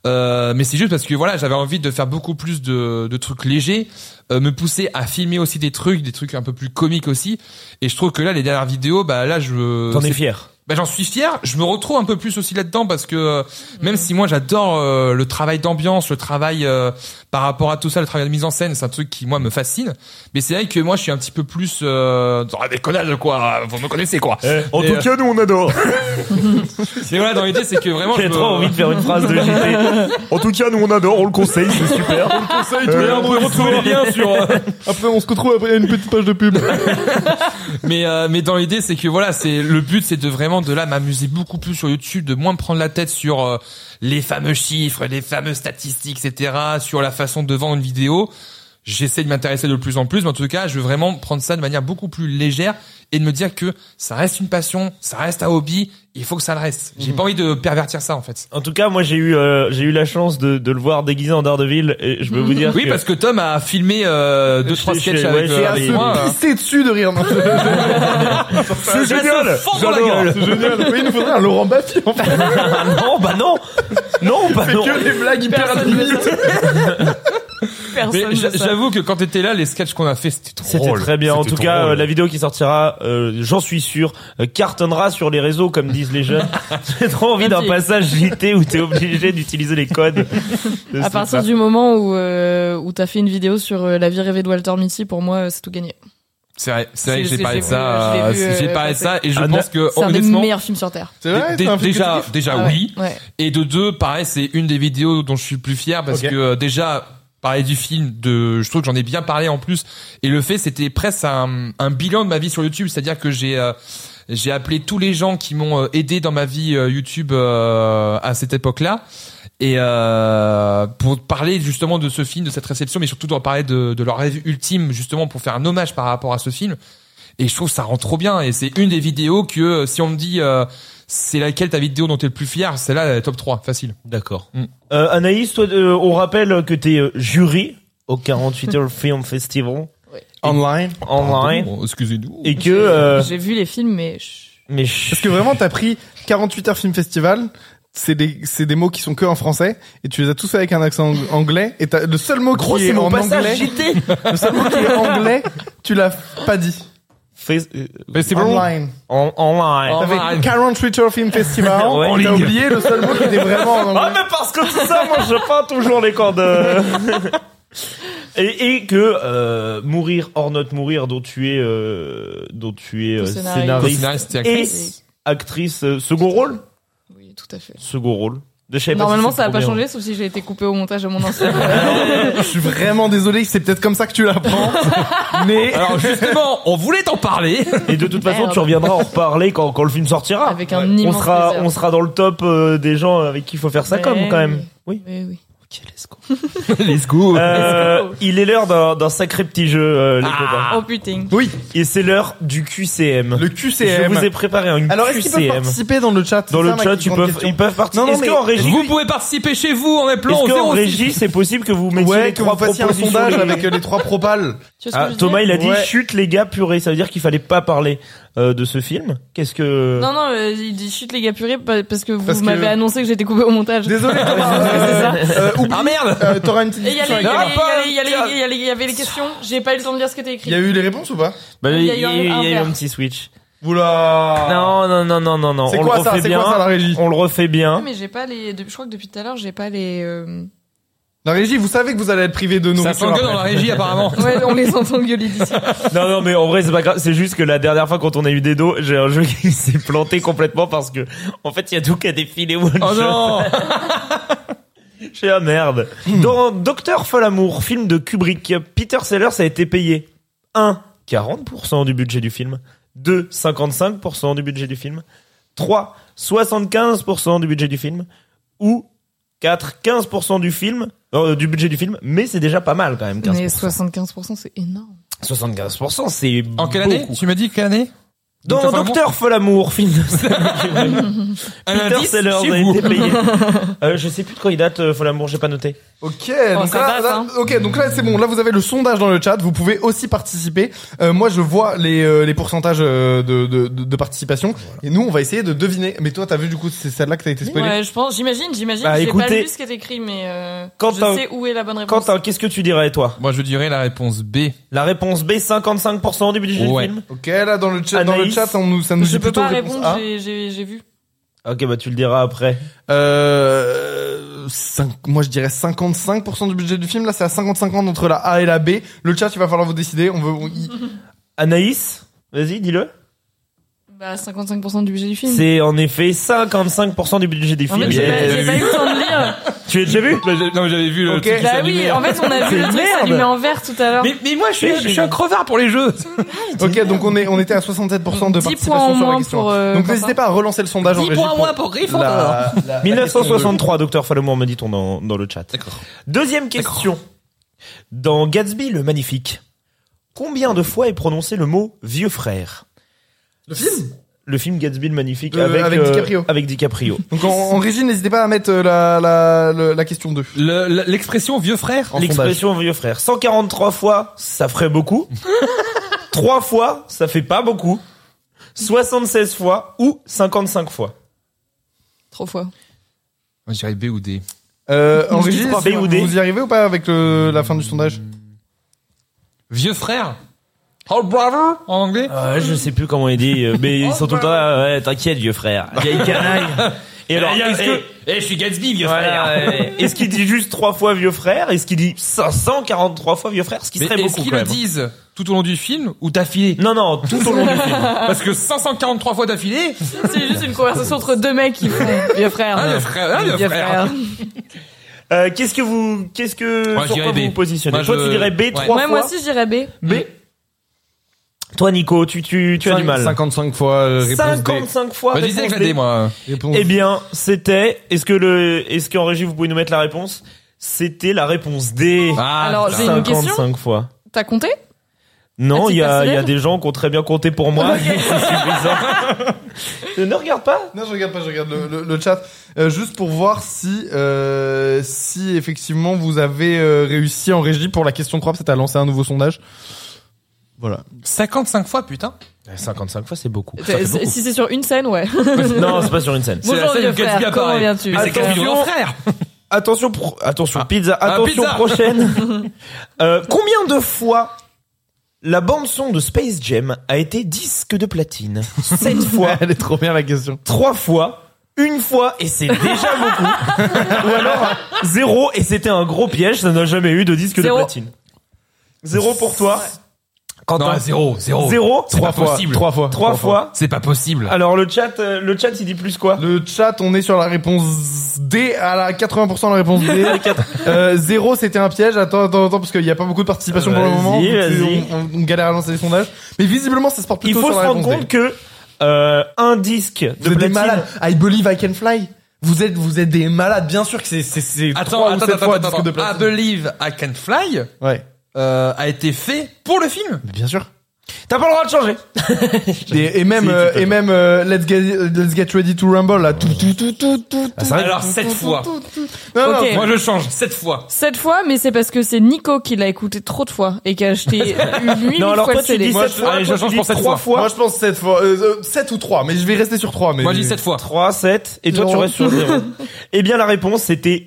E: euh, mais c'est juste parce que voilà, j'avais envie de faire beaucoup plus de, de trucs légers, euh, me pousser à filmer aussi des trucs, des trucs un peu plus comiques aussi. Et je trouve que là, les dernières vidéos, bah là, je
B: T'en es
E: c'est-
B: fier.
E: bah, j'en suis fier. Je me retrouve un peu plus aussi là-dedans parce que euh, même si moi j'adore euh, le travail d'ambiance, le travail euh, par rapport à tout ça, le travail de mise en scène, c'est un truc qui moi me fascine. Mais c'est vrai que moi je suis un petit peu plus euh, dans la déconnade quoi. Vous me connaissez quoi.
C: En
E: Et,
C: tout
E: euh,
C: cas, nous on adore.
E: Mais voilà, dans l'idée, c'est que vraiment. je
B: J'ai
E: me-
B: trop envie de faire une phrase de JT.
C: En tout cas, nous on adore, on le conseille, c'est super.
E: Mais Euh, on peut retrouver le lien sur. euh,
C: Après, on se retrouve après une petite page de pub.
E: mais euh, mais dans l'idée c'est que voilà c'est le but c'est de vraiment de là m'amuser beaucoup plus sur YouTube de moins me prendre la tête sur euh, les fameux chiffres les fameuses statistiques etc sur la façon de vendre une vidéo j'essaie de m'intéresser de plus en plus mais en tout cas je veux vraiment prendre ça de manière beaucoup plus légère et de me dire que ça reste une passion ça reste un hobby il faut que ça le reste
B: Mhm.
E: j'ai pas envie de pervertir ça en fait
B: En tout cas, moi j'ai eu euh, j'ai eu la chance de, de le voir déguisé en Daredevil et je peux vous dire
E: oui
B: que
E: parce que Tom a filmé euh, deux
B: Je
E: trois
B: sais,
E: sketchs
B: je-
E: avec,
B: ouais,
E: euh,
B: j'ai
E: avec
B: assez-
E: moi euh.
C: C'est dessus de rire. non.
B: c'est
E: Je vais
B: génial.
E: se fendre Oh, la
B: J'adore.
E: gueule.
C: C'est génial. Oui, il nous faudrait un Laurent Baffy en fait.
B: Ah non, bah non. Non, bah
C: Fait
B: non.
C: que des blagues hyper
D: Personne ne
C: adultes.
D: veut ça.
E: Mais
D: Personne ne
E: j'a-
D: veut ça.
E: j'avoue que quand t'étais là les sketchs qu'on a fait c'était trop
B: C'était
E: drôle.
B: très bien. En
E: C'était
B: tout
E: trop
B: cas,
E: drôle.
B: euh, la vidéo qui sortira, euh, j'en suis sûr, euh, cartonnera sur les réseaux, comme disent les jeunes. J'ai trop envie d'un
D: Merci.
B: passage JT où t'es obligé d'utiliser les codes. de
D: À
B: ce
D: partir
B: truc-là.
D: du moment où, euh, où t'as fait une vidéo sur euh, la vie rêvée de Walter Mitty, pour moi, euh, c'est tout gagné.
E: C'est vrai, c'est vrai
D: C'est-
E: que j'ai
D: c'est-
E: parlé de
D: j'ai
E: ça,
D: vu,
E: euh,
D: je l'ai vu,
E: j'ai
D: euh,
E: parlé de
D: passer.
E: ça et je
B: Ah,
E: pense que
D: C'est un des
E: Euh, honnêtement,
D: meilleurs films sur Terre.
C: C'est vrai,
E: dé-
C: c'est un film que tu
E: déjà,
C: kiffes.
E: déjà
D: Ah ouais,
E: oui,
D: ouais.
E: et de deux, pareil, c'est une des vidéos dont je suis le plus fier parce
C: Ok.
E: que euh, déjà parler du film, de, je trouve que j'en ai bien parlé en plus, et le fait c'était presque un, un bilan de ma vie sur YouTube, c'est-à-dire que j'ai euh, j'ai appelé tous les gens qui m'ont euh, aidé dans ma vie euh, YouTube euh, à cette époque-là. Et euh, pour parler justement de ce film, de cette réception, mais surtout de parler de, de leur rêve ultime, justement pour faire un hommage par rapport à ce film. Et je trouve que ça rend trop bien. Et c'est une des vidéos que euh, si on me dit euh, c'est laquelle ta vidéo dont t'es le plus fier, celle-là elle est top 3, facile.
B: D'accord. Euh, Anaïs, toi, euh, on rappelle que t'es euh, jury au 48 heures Film Festival
C: Online.
B: online
E: Pardon, Excusez-nous.
B: et que euh,
D: J'ai vu les films, mais je-
B: mais je-
C: Parce que vraiment, t'as pris 48 heures film festival. C'est des, c'est des mots qui sont que en français et tu les as tous fait avec un accent ang- anglais et t'as, le seul mot
B: gros
C: qui
B: c'est
C: est
B: mon
C: en
B: passage
C: anglais,
B: JT.
C: le seul mot qui est anglais, tu l'as pas dit.
B: Face- euh,
E: Festival
C: Online.
B: en, en ligne.
E: En-
C: T'avais
E: Online.
C: 40 Twitter Film Festival.
B: Ouais.
C: On
B: Ligue.
C: a oublié le seul mot qui était vraiment en
B: Ah,
C: anglais.
B: mais parce que tout ça, moi, je peins toujours les cordes. Et, et que euh, mourir or not mourir, dont tu es, euh, dont tu es euh,
D: Scénariste.
E: Bah,
B: scénariste,
E: Scénariste et
B: et
D: actrice.
B: actrice, euh, second rôle,
D: Oui, tout à fait.
B: second rôle. Je savais pas si
D: Normalement,
B: bah, c'est
D: ça a pas
B: premier.
D: changé, sauf si j'ai été coupé au montage de mon ancien.
C: Je suis vraiment désolé, c'est peut-être comme ça que tu l'apprends. mais
E: Alors justement, on voulait t'en parler.
B: Et de toute façon,
D: Merde.
B: tu reviendras en reparler quand, quand le film sortira.
D: Avec un
B: on
D: immense
B: sera,
D: plaisir.
B: on sera dans le top euh, des gens avec qui il faut faire ça
D: Ouais.
B: comme quand même. Oui.
D: Oui, oui.
B: Ok, let's go.
E: Let's go.
B: Euh,
D: go.
B: il est l'heure d'un d'un sacré petit jeu, euh, les copains.
D: Oh putain.
C: oui,
B: Et c'est l'heure du QCM.
C: le QCM.
B: Je vous ai préparé un
C: Alors est-ce qu'ils peuvent
B: QCM.
C: participer dans le chat
B: Dans
C: C'est
B: le
C: ça, ma
B: chat,
C: grande
B: ils peuvent,
C: question.
B: ils peuvent
C: Non,
B: participer.
C: non,
B: Est-ce
C: mais
B: qu'en régie,
E: vous pouvez participer chez vous en appelant
B: est-ce qu'en
E: 06.
B: régie, c'est possible que vous mettiez
C: Ouais,
B: les
C: que
B: trois
C: vous fassiez un
B: propositions
C: sondage
B: des-
C: avec euh, les trois propales.
D: Tu vois ce que
B: Ah,
D: je veux
B: Thomas,
D: dire
B: il a dit
C: Ouais.
B: chute les gars purée. Ça veut dire qu'il fallait pas parler euh, de ce film. Qu'est-ce que
D: Non, non, euh, il dit chute les gars purée pa- parce que vous
C: Parce que-
D: m'avez annoncé que j'étais coupé au montage.
C: Désolé Thomas. euh, euh, oublie-
E: Ah merde.
C: euh, T'auras une petite
D: Et il y a les-
C: discussion
D: il y
C: avec
D: a
C: Thomas.
D: les- il y a les- il y a les- il y a les- il y avait les questions, j'ai pas eu le temps de lire ce que t'as
C: Il
D: écrit.
C: y a eu les réponses ou pas
B: Bah,
D: Il y a eu
B: il y a
D: un-
B: eu
D: un
B: un
D: verre.
B: petit switch.
C: Oula.
B: Non, non, non, non, non, non.
C: C'est
B: On le
C: quoi ça
B: refait
C: C'est
B: bien.
C: quoi ça la régie
B: On le refait bien.
D: Mais j'ai pas les. de- Je crois que depuis tout à l'heure, j'ai pas les. euh,
C: La régie, vous savez que vous allez être privé de
E: Ça
C: nourriture.
E: s'engueule
C: après.
E: dans la régie apparemment.
D: Ouais, on les entend gueuler d'ici.
B: Non, non, mais en vrai, c'est pas grave. C'est juste que la dernière fois, quand on a eu des dos, j'ai un jeu qui s'est planté complètement parce que, en fait, il y a tout qui a défilé one
E: Oh
B: shot.
E: non.
B: J'ai la merde. Dans Docteur Folamour, film de Kubrick, Peter Sellers a été payé 1. 40% du budget du film. 2. 55% du budget du film. 3. 75% du budget du film. Ou 4. 15% du film. euh, du budget du film, mais c'est déjà pas mal quand même. 15%.
D: Mais 75%, c'est énorme.
B: 75%, c'est
E: En quelle année
B: beaucoup.
E: Tu m'as dit quelle année
B: Dans Docteur Folamour, film de
E: Un
B: Peter
E: indice,
B: Sellers
E: chez
B: a
E: vous.
B: été payé. Euh, je sais plus de quand il date, euh, Folamour, j'ai pas noté.
C: Ok,
D: Oh,
C: donc,
D: ça
C: là,
D: passe,
C: là-
D: hein.
C: ok, donc là c'est bon. Là vous avez le sondage dans le chat. Vous pouvez aussi participer. Euh, moi je vois les, euh, les pourcentages euh, de, de, de- de participation. Et nous on va essayer de deviner. Mais toi t'as vu du coup c'est celle-là que t'as été spoilé.
D: Ouais, je pense, j'imagine, j'imagine.
B: Bah,
D: j'ai pas
B: écoutez,
D: lu ce qui est écrit, mais euh,
B: quand
D: je
B: t'as-
D: sais où est la bonne réponse.
B: Quentin, qu'est-ce que tu dirais, toi
E: Moi je dirais la réponse B.
B: La réponse B, 55% du budget
E: Ouais.
B: du film.
C: Ok, là dans le chat, dans le
B: Anaïs,
C: chat on nous, ça nous
D: je
C: dit
D: peux
C: plutôt
D: pas
C: réponse
D: répondre,
C: A.
D: j'ai- j'ai j'ai vu.
B: Ok, bah tu le diras après.
C: Euh, cinq- moi je dirais 55% du budget du film. Là c'est à 50-50 entre la A et la B. Le chat il va falloir vous décider. On veut. on- y-
B: Anaïs, vas-y, dis-le.
D: Bah, 55% du budget du film.
B: C'est en effet 55% du budget des
D: En
B: films.
D: fait, j'ai pas-
E: Yeah.
D: j'ai pas eu le temps de lire.
B: Tu l'as déjà vu
E: Bah, j'ai- Non mais j'avais vu le
C: Ok.
E: truc qui
D: Bah
E: s'allumait.
D: oui, en fait, on a vu le truc
B: merde.
D: s'allumer en vert tout à l'heure.
E: mais, mais moi je suis,
B: Mais
E: je
B: j'ai-
E: suis un crevard pour les jeux.
C: Ok, donc on est on était à 67% de
D: 10
C: participation
D: points en
C: sur la
D: moins
C: question.
D: pour, euh,
C: donc
D: Quentin.
C: n'hésitez pas à relancer le sondage en
E: 10
C: régie.
E: points en
C: pour
E: moins pour Griffon.
C: la- la- la question de-
B: 1963, docteur Falamour me dit-on dans, dans le chat.
E: D'accord.
B: Deuxième question. Dans Gatsby le Magnifique, combien de fois est prononcé le mot vieux frère
C: Le film
B: Le film Gatsby le Magnifique
C: Euh,
B: avec,
C: avec
B: euh,
C: DiCaprio.
B: Avec DiCaprio.
C: Donc en, en régie, n'hésitez pas à mettre euh, la, la, le- la question 2.
E: Le- le- L'expression vieux frère.
C: En
B: L'expression vieux frère. 143 fois, ça ferait beaucoup. 3 fois, ça fait pas beaucoup. 76 fois ou 55 fois.
D: Trop fois.
E: Moi, Je dirais B ou D.
C: Euh, en
B: Je dis
C: régie,
B: trois,
C: est-ce
B: B ou
C: que
B: D.
C: vous y arrivez ou pas avec le, la fin du sondage
E: Vieux frère. Old brother en anglais.
B: Euh, je sais plus comment il dit, euh, mais ils sont tout le temps là. Ouais, t'inquiète, vieux frère. Vieille canaille. Et alors, est-ce que-
E: je suis Gatsby vieux
B: Voilà, ouais. Est-ce qu'il dit juste trois fois vieux frère Est-ce qu'il dit 543 fois vieux frère Ce qui
E: Mais
B: serait
E: est-ce
B: beaucoup
E: qu'ils
B: quand
E: le
B: même. hein?
E: disent tout au long du film ou d'affilée
B: Non, non, tout au long du film.
E: Parce que 543 fois d'affilée,
D: C'est juste une conversation entre deux mecs qui font vieux frère.
E: Ah, vieux frère, ah, vieux frère.
B: Euh, qu'est-ce que vous, qu'est-ce que,
E: Moi, je
B: sur
E: dirais
B: quoi vous
E: B.
B: vous positionnez
E: Moi,
B: Toi,
E: je-
B: tu dirais B
E: Ouais.
B: trois
D: Ouais,
B: fois.
D: moi aussi, je dirais B.
B: B. Toi, Nico, tu, tu, tu as du mal.
C: 55 fois euh, réponse D.
B: 55 fois.
E: Moi, je disais que
B: réponse
E: la D,
B: D.
E: moi.
C: Réponse
B: Eh bien, c'était. Est-ce que le, est-ce qu'en régie vous pouvez nous mettre la réponse C'était la réponse D.
E: Ah,
D: Alors,
E: putain.
D: j'ai une question.
B: 55 fois.
D: T'as compté
B: Non,
D: À titre
B: il y a, il y a
D: personnel
B: des gens qui ont très bien compté pour moi. C'est suffisant. ne regarde pas.
C: Non, je regarde pas, je regarde le, le- le chat. Euh, juste pour voir si, euh, si effectivement vous avez euh, réussi en régie pour la question 3, peut-être à lancer un nouveau sondage. Voilà.
E: 55 fois, putain.
B: 55 Eh, fois, c'est beaucoup.
E: fait beaucoup.
D: Si c'est sur une scène, ouais.
B: non, c'est pas sur une scène.
E: C'est la
D: Bonjour
E: scène
D: vieux
E: où Gatsby
D: frère, comment
E: apparaît.
D: viens-tu
E: Mais c'est
B: Attention.
E: Gatsby vieux frère.
B: Attention, pro- attention pizza.
E: ah,
B: Attention
E: pizza.
B: prochaine. Euh, combien de fois La bande son de Space Jam a été disque de platine. Sept fois,
C: Elle est trop bien la question.
B: trois fois, une fois et c'est déjà beaucoup. Ou alors zéro et c'était un gros piège, ça n'a jamais eu de disque
D: Zéro.
B: de platine. Zéro pour toi.
E: Non, zéro, zéro.
B: Zéro
E: C'est pas
B: Trois fois.
E: possible.
C: Trois fois.
B: Trois fois.
E: C'est pas possible.
B: Alors le chat, euh, le chat, il dit plus quoi
C: Le chat, on est sur la réponse D à la 80% la réponse D. euh, zéro, c'était un piège. Attends, attends, attends, parce qu'il n'y a pas beaucoup de participation pour le
B: Vas-y,
C: moment. Donc,
B: vas-y.
C: On, on- on galère à lancer les sondages. Mais visiblement, ça se porte
B: Il
C: plutôt
B: faut se
C: sur la
B: rendre
C: réponse
B: compte
C: D.
B: que euh, un disque de
C: Vous êtes des
B: platine.
C: malades. I believe I can fly. Vous êtes, vous êtes des malades. Bien sûr que c'est, c'est, c'est trois
E: Attends,
C: ou
E: attends,
C: sept
E: attends,
C: fois
E: attends,
C: disque de
E: attends. I
C: platine.
E: Believe I Can Fly
C: Ouais.
E: euh, a été fait pour le film.
C: Mais bien sûr.
B: T'as pas le droit de changer.
C: Et, et même,
B: Si,
C: euh,
B: tu peux.
C: et même, euh, let's get, let's get ready to rumble, là. Tout, tout, tout, tout, tout.
B: Ah, c'est vrai
E: Alors sept fois.
C: Non,
D: Ok.
C: non,
E: Moi je change sept fois.
D: Cette fois, mais c'est parce que c'est Nico qui l'a écouté trop de fois et qui a acheté une
B: non, alors
D: fois
B: toi
D: de
B: tu
D: CD.
B: dis
E: Moi,
B: sept
E: je-
B: fois,
E: allez,
B: toi,
E: je change
B: tu
E: pour
B: dis
E: sept
B: trois
E: fois.
B: fois.
C: Moi, je pense 7 fois, 7 ou 3, mais je vais rester sur 3. Mais
E: Moi je dis sept fois.
B: 3, 7, et toi tu
C: Zéro.
B: restes sur 0. eh bien la réponse c'était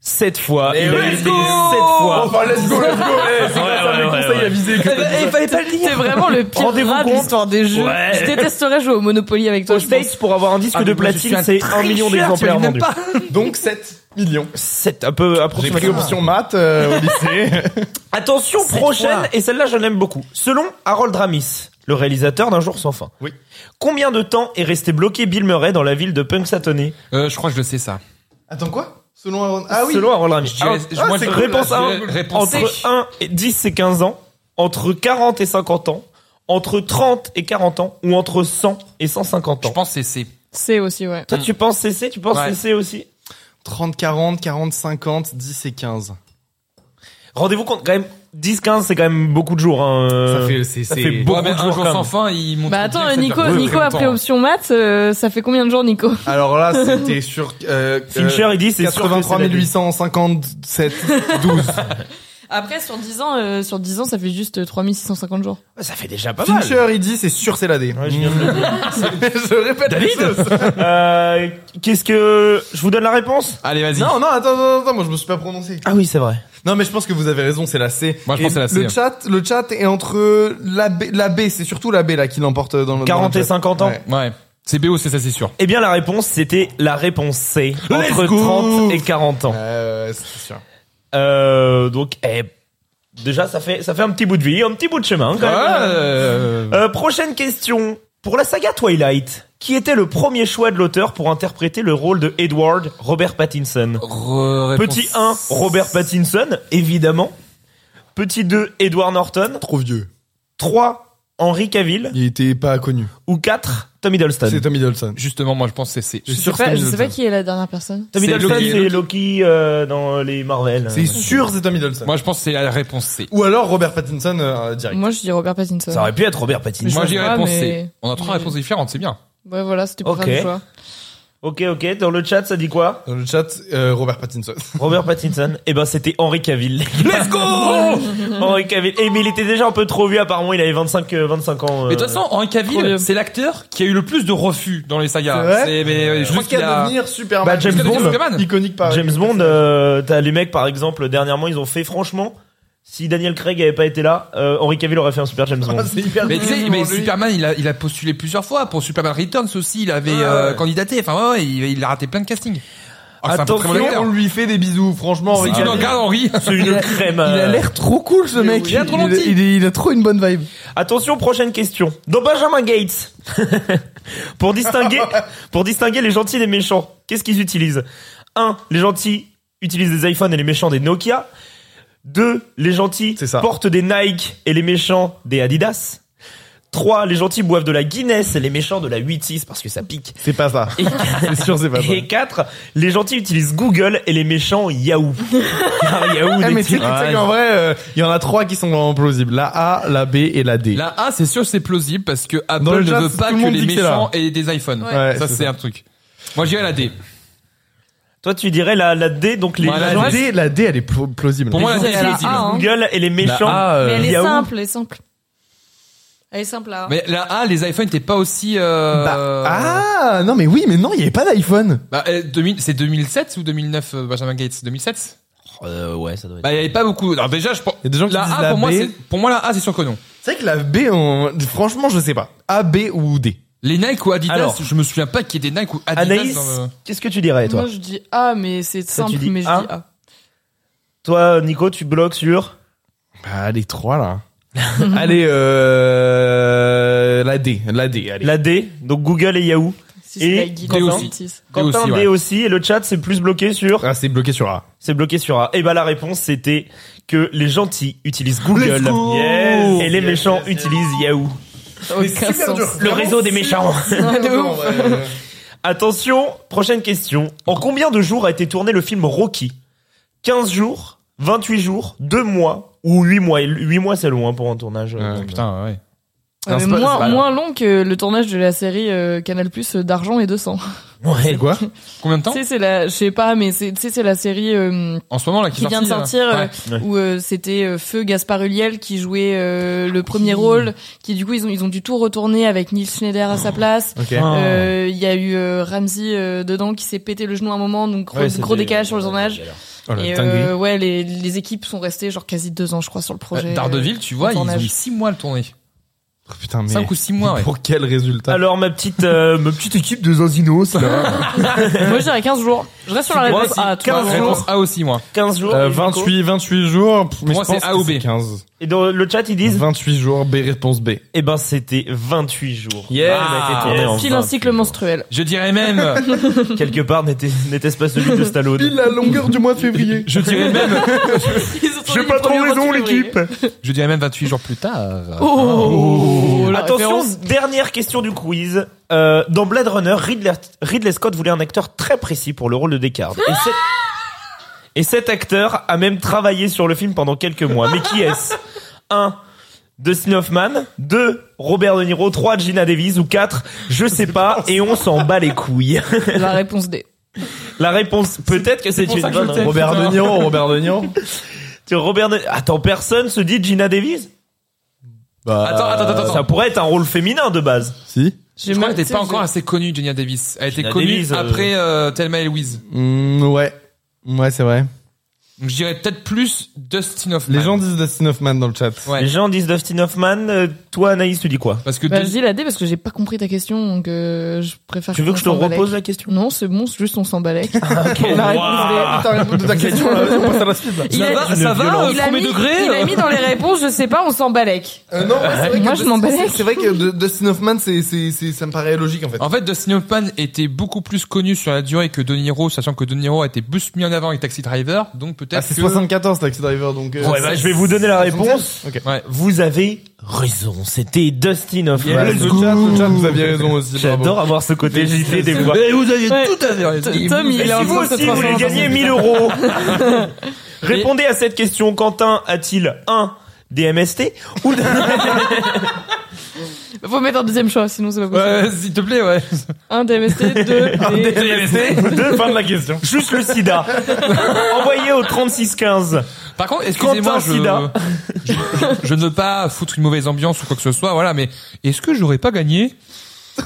B: 7 fois.
E: Mais
B: Il a
E: let's
B: été 7
E: go
B: fois.
C: Enfin, let's go, let's go. Eh, c'est
B: Ouais,
C: grâce à
B: ouais,
C: mes
B: ouais,
C: conseils
B: ouais.
C: avisés que-
D: Il fallait pas le dire. C'est vraiment le pire
B: Rendez-vous
D: rat de
B: compte.
D: l'histoire des jeux.
B: Ouais.
D: Je détesterais jouer au Monopoly avec toi.
B: Aux
D: Je pense.
B: States, pour avoir un disque
E: Ah, mais
B: de
E: moi, je suis
B: platine,
E: un
B: c'est 1 million d'exemplaires vendus.
C: Donc 7 millions.
B: 7, un peu
C: J'ai pris
B: approximativement.
C: option maths euh, au lycée.
B: Attention,
E: Sept
B: prochaine,
E: fois.
B: et celle-là je l'aime beaucoup. Selon Harold Ramis, le réalisateur d'Un jour sans fin,
C: Oui.
B: combien de temps est resté bloqué Bill Murray dans la ville de Punxsutawney
E: Euh, je crois que je le sais ça.
C: Attends quoi Selon Aaron- Ah oui.
B: Selon Harold Ramis.
E: Je dirais-
B: Ah,
E: je- moi,
B: c'est
E: je-
B: réponse
E: je-
B: 1,
E: réponse
B: entre 1 et 10 et 15 ans, entre 40 et 50 ans, entre 30 et 40 ans, ou entre 100 et 150
E: Je
B: ans.
E: pense que c'est C.
D: C'est aussi ouais.
B: Toi, tu penses CC, tu penses
E: Ouais.
B: CC aussi
C: 30, 40, 40, 50, 10 et 15.
B: Rendez-vous compte, quand même, 10-15, c'est quand même beaucoup de jours. hein, euh,
C: c'est,
B: ça fait beaucoup
E: Ouais, mais
B: de
E: un
B: jours
E: jour
B: quand
E: sans
B: même.
E: fin, il monte.
D: Bah attends, Nico, Nico après option maths, euh, ça fait combien de jours, Nico
C: Alors là, c'était sur euh,
B: Fincher, il dit, c'est sûr que c'est la
C: 83
B: vie.
C: 857 12.
D: Après, sur 10 ans, euh, sur 10 ans, ça fait juste euh, 3650 jours.
B: Ouais, Ça fait déjà pas mal.
C: Fincher, il dit, c'est sûr, c'est la D.
B: Ouais, je viens de le dire.
C: je répète les choses.
B: Euh, Qu'est-ce que... Je vous donne la réponse
E: Allez, vas-y.
C: Non, non, attends, attends, attends, moi je me suis pas prononcé.
B: Ah oui, c'est vrai.
C: Non, mais je pense que vous avez raison, c'est la C.
E: Moi, je
C: Et
E: pense que c'est la
C: Le
E: C.
C: chat, le chat est entre la B, la B, c'est surtout la B là qui l'emporte dans le. dans
B: 40
C: le
B: et
C: chat.
B: 50 ans.
C: Ouais.
E: Ouais. C'est B ou C, ça c'est sûr.
B: Eh bien, la réponse, c'était la réponse C.
E: Let's
B: Entre
E: go
B: 30 et 40 ans.
C: Euh, c'est sûr.
B: Euh, donc, eh, déjà, ça fait, ça fait un petit bout de vie, un petit bout de chemin, quand même.
E: Euh,
B: Euh, prochaine question. Pour la saga Twilight, qui était le premier choix de l'auteur pour interpréter le rôle de Edward Robert Pattinson
E: re- réponse-
B: Petit 1, Robert Pattinson, évidemment. Petit 2, Edward Norton.
C: Trop vieux.
B: 3, Henry Cavill.
C: Il était pas connu.
B: Ou 4, Tom Hiddleston.
C: C'est Tom Hiddleston.
E: Justement, moi je pense que c'est C.
C: Je suis
D: Je sais
C: sûr que c'est
D: pas,
C: Tom
D: je sais pas
C: Hiddleston.
D: qui est la dernière personne.
B: Tom
E: c'est
B: Hiddleston,
E: Loki.
B: c'est Loki euh, dans les Marvel.
C: C'est sûr, c'est Tom Hiddleston.
E: Moi je pense que c'est la réponse C.
C: Ou alors Robert Pattinson euh, direct.
D: Moi, je dis Robert Pattinson.
B: Ça aurait pu être Robert Pattinson.
D: Je
E: Moi
D: sais
E: j'ai
D: pas,
E: réponse
D: mais-
E: C. On a trois
D: mais-
E: réponses différentes, c'est bien.
D: Ouais, voilà, c'était pour
B: Ok.
D: faire le choix.
B: Ok, ok. Dans le chat, ça dit quoi
C: Dans le chat, euh, Robert Pattinson.
B: Robert Pattinson, eh ben c'était Henry Cavill. Let's go Henry Cavill. Eh mais il était déjà un peu trop vieux apparemment, il avait 25 euh, 25 ans. euh.
E: Mais de toute façon, Henri
D: Trop bien.
E: Cavill, c'est l'acteur qui a eu le plus de refus dans les
C: C'est
E: sagas.
C: vrai
E: C'est mais euh, je crois qu'il
C: Jusqu'à
E: a
C: devenir Superman.
B: Bah, James
C: Jusqu'à devenir
E: Bond.
C: Superman. Iconique par.
B: James Bond euh, t'as les mecs par exemple dernièrement, ils ont fait franchement si Daniel Craig avait pas été là, euh, Henry Cavill aurait fait un super James Bond.
C: Ah, c'est hyper
E: mais tu sais,
C: mignon,
E: mais
C: lui.
E: Superman, il a, il a postulé plusieurs fois pour Superman Returns aussi. Il avait
C: Ah,
E: euh, candidaté. Enfin, ouais, ouais, il, il a raté plein de castings. Ah, c'est un peu très bon
B: Attention,
E: acteur.
C: On lui fait des bisous, franchement.
E: Si
C: Henri
E: tu le
C: Cavill.
E: regardes, Henri.
B: C'est une crème.
C: Il a
B: euh.
C: l'air trop cool ce mec.
E: Il a trop
C: il,
E: gentil.
C: il est- il a trop une bonne vibe.
B: Attention, prochaine question. Dans Benjamin Gates, pour distinguer, pour distinguer les gentils des méchants, qu'est-ce qu'ils utilisent 1. Les gentils utilisent des iPhones et les méchants des Nokia. 2. Les gentils
C: C'est ça.
B: portent des Nike et les méchants des Adidas. 3. Les gentils boivent de la Guinness et les méchants de la 8-6 parce que ça pique.
C: C'est pas ça.
B: Et,
C: C'est sûr, c'est pas ça.
B: et 4. Les gentils utilisent Google et les méchants Yahoo. Car Yahoo
C: Eh, mais tu sais
B: détient-
C: tu sais qu'en vrai, euh, il y en a trois qui sont vraiment plausibles. La A, la B et la D.
E: La A, c'est sûr, c'est plausible parce que Apple
C: Dans le
E: ne
C: chat,
E: veut
C: tout
E: pas
C: le
E: que
C: monde
E: les
C: dit que c'est
E: méchants aient des iPhones.
D: Ouais.
C: Ouais,
E: ça,
C: c'est
E: c'est
C: ça.
E: un truc. Moi, j'irais la D.
B: Toi, tu dirais la, la D, donc les
E: Ouais, la
C: La
B: gentils
C: D, la D, elle est pla- plausible.
E: Pour moi, la D,
D: C'est
E: c'est
D: la
E: plausible.
D: A, hein.
B: Google et les méchants
E: La A, euh,
D: Mais elle est
B: Yahoo.
D: simple, elle est simple. Elle est simple là.
E: Mais la A, les iPhones n'étaient pas aussi. Euh...
C: Bah, ah, non, mais
E: eh,
C: oui, mais non, il y avait pas d'iPhone.
E: bah, euh, 2000 c'est 2007 ou 2009, euh, Benjamin Gates 2007
F: Euh, ouais, ça doit être.
E: Bah, il y avait pas beaucoup. Alors déjà, je pense.
C: Il y a des gens qui
E: La
C: disent
E: A,
C: la
E: pour moi,
C: B.
E: c'est, pour moi, la A, c'est sûr que non.
C: C'est vrai que la B, on- franchement, je sais pas. A, B ou D.
E: Les Nike ou Adidas,
B: Alors.
E: je me souviens pas qu'il y ait des Nike ou Adidas
B: Anaïs,
E: dans le-
B: qu'est-ce que tu dirais, toi
D: Moi, je dis A, mais c'est
B: Ça,
D: simple,
B: tu dis
D: mais je
B: A
D: dis A.
B: Toi, Nico, tu bloques sur
C: Bah, les trois, là. allez, euh, la D, la D, allez.
B: la D, donc Google et Yahoo.
D: Si c'est
B: Et
D: la guide
E: D
D: en
E: aussi.
D: dentiste.
E: D
B: Quentin
E: aussi,
B: D
E: ouais.
B: aussi, et le chat, c'est plus bloqué sur...
C: Ah, c'est bloqué sur A.
B: C'est bloqué sur A. Et bah la réponse c'était que les gentils utilisent Google
C: Let's go
B: Yes. et les méchants utilisent Yahoo.
D: Aucun sens.
B: Le réseau des méchants.
C: euh,
B: Attention, prochaine question. En combien de jours a été tourné le film Rocky 15 jours, 28 jours, 2 mois ou 8 mois Et 8 mois c'est long hein, pour un tournage. euh,
C: Ouais.
B: donc.
E: Putain, ouais.
D: Ouais,
C: Non,
D: mais
C: c'est pas- c'est
D: Euh, moins,
C: pas
D: moins long que le tournage de la série euh, Canal Plus d'argent et 200.
C: C'est quoi
E: Combien de temps
D: Tu sais, c'est la, je sais pas, mais c'est, tu sais, c'est la série euh,
E: En ce moment, là, qui,
D: qui vient de
E: sortit, là.
D: sortir euh,
E: Ouais.
B: Ouais.
D: où euh, c'était euh, Feu Gaspard Ulliel qui jouait euh, le premier rôle, qui du coup ils ont ils ont dû tout retourner avec Neil Schneider à sa place.
C: Ok.
B: Ah.
D: Euh, Il y a eu euh, Ramsey euh, dedans qui s'est pété le genou à un moment, donc gros,
B: Ouais, c'était-
D: gros décalage sur le tournage.
C: Oh, la
D: Et
C: dinguerie.
D: euh, ouais, les, les équipes sont restées genre quasi deux ans, je crois, sur le projet.
E: Euh, Daredevil, tu vois,
D: le
E: ils ont
D: tournage.
E: 6 mois à le tourner.
C: Oh, Putain, mais.
E: 5 ou 6 mois, ouais.
C: Pour quel résultat
B: Alors ma petite euh, ma petite équipe de Zanzinos
D: Euh, Moi, je dirais 15 jours. Je reste sur la
B: Moi,
D: réponse Ah,
B: c'est
D: A. tu vois.
B: 15 jours.
E: Réponse A aussi, moi.
B: 15 jours.
C: Euh,
B: Nico
C: 28, 28 jours. mais
E: moi,
C: je pense
E: c'est A
C: que
E: ou B.
C: 15.
B: Et dans le chat ils disent
C: 28 jours, B, réponse B.
B: eh ben c'était 28 jours.
C: Yeah,
E: Ah.
B: il a été tourné en
D: Pile un cycle
B: 28 jours.
D: menstruel.
E: Je dirais même,
B: Quelque part n'était- n'était-ce pas celui de Stallone.
C: Pile la longueur du mois de février.
E: je dirais même,
D: J'ai pas trop raison, l'équipe.
E: je dirais même 28 jours plus tard.
D: Oh, la
B: Attention,
D: référence.
B: dernière question du quiz. Euh, dans Blade Runner, Ridley, Ridley Scott voulait un acteur très précis pour le rôle de Descartes. Et, cet- et cet acteur a même travaillé sur le film pendant quelques mois. Mais qui est-ce 1. Dustin Hoffman 2. Robert De Niro 3. Gina Davis ou 4. Je sais pas et on s'en bat les couilles.
D: La réponse D.
B: La réponse, peut-être que c'est
E: pour
B: une
E: ça que je
B: bonne
E: le sais.
B: réponse.
C: Robert De Niro, Robert De Niro.
B: Tu- Robert De- Attends, personne se dit Gina Davis Euh,
C: Bah,
E: Attends, attends, attends, attends.
B: Ça pourrait être un rôle féminin de base.
C: Si.
E: Je
D: même- tu
E: crois qu'elle n'était
D: sais,
E: pas encore
D: j'ai-
E: assez connue, Genia Davis. Elle était
B: Gina
E: connue
B: Davis, euh,
E: après euh, Thelma et Louise.
C: Mm, ouais. Ouais, c'est vrai.
E: Donc je dirais peut-être plus Dustin Hoffman.
C: Les gens disent Dustin Hoffman dans le chat.
E: Ouais.
B: Les gens disent Dustin Hoffman. euh, toi, Anaïs, tu dis quoi
E: Parce que
D: Bah,
E: deux-
D: je dis la D parce que j'ai pas compris ta question, donc euh, je préfère.
B: Tu veux
D: qu'on
B: que je te
D: s'emballe
B: repose
D: avec.
B: la question
D: Non, c'est bon, c'est juste on s'en balèque.
C: La
B: Waouh.
C: réponse D. Putain, réponse de ta question, là, on passe à la suite, là.
E: ça
D: a-
E: va, ça va, euh,
D: il, a
E: premier
D: mis,
E: degré.
D: il a mis dans les réponses, je sais pas, on s'en balèque.
C: Euh, non, ouais, c'est vrai que
D: Moi, je
C: Dustin-
D: m'en balèque.
C: C'est vrai que de- Dustin Hoffman, c'est, c'est, c'est, ça me paraît logique, en fait.
E: En fait, Dustin Hoffman était beaucoup plus connu sur la durée que De Niro, sachant que De Niro a été plus mis en avant avec Taxi Driver, donc peut-être
C: Ah, c'est
E: que...
C: 74, Taxi Driver, donc. euh,
B: Ouais, bah, je vais vous donner la réponse.
C: Ok.
E: Ouais.
B: Vous avez raison. C'était Dustin Hoffman.
C: Ouais,
B: Let's
C: le
B: go.
C: chat, le chat, vous aviez raison aussi. bravo.
B: J'adore avoir ce côté JT des fois.
E: vous aviez
D: Ouais.
E: tout à fait raison.
D: T- Tom,
B: Et
D: il est en
B: si vous
D: train de se
B: aussi vous voulez
D: transformer.
B: gagner 1000 euros, répondez à cette question. Quentin a-t-il un DMST ou
D: Faut mettre un deuxième choix, sinon c'est pas possible.
E: Ouais, s'il te plaît, ouais.
D: Un DMST, deux. et-
B: deux Fin de la question. Juste le sida. Envoyez au 3615.
E: Par contre, excusez-moi, je,
B: Sida.
E: je, je- je ne veux pas foutre une mauvaise ambiance ou quoi que ce soit, voilà, mais est-ce que j'aurais pas gagné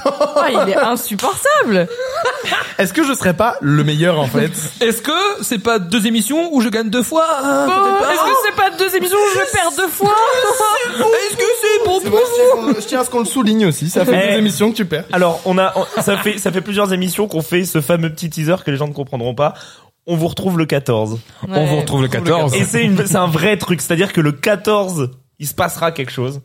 D: Oh, il est insupportable.
C: Est-ce que je serais pas le meilleur, en fait?
E: Est-ce que c'est pas deux émissions où je gagne deux fois hein,
D: Bon,
E: peut-être pas
D: Bah, Est-ce que c'est pas deux émissions où je perds deux fois
E: Est-ce que c'est bon
C: C'est bon, je tiens- je tiens à ce qu'on le souligne aussi. Ça fait
B: Eh.
C: deux émissions que tu perds.
B: Alors, on a, on- ça fait, ça fait plusieurs émissions qu'on fait ce fameux petit teaser que les gens ne comprendront pas. On vous retrouve le 14.
E: On vous
D: Ouais.
E: retrouve le 14.
B: Et c'est une- c'est un vrai truc. C'est-à-dire que le 14, il se passera quelque chose.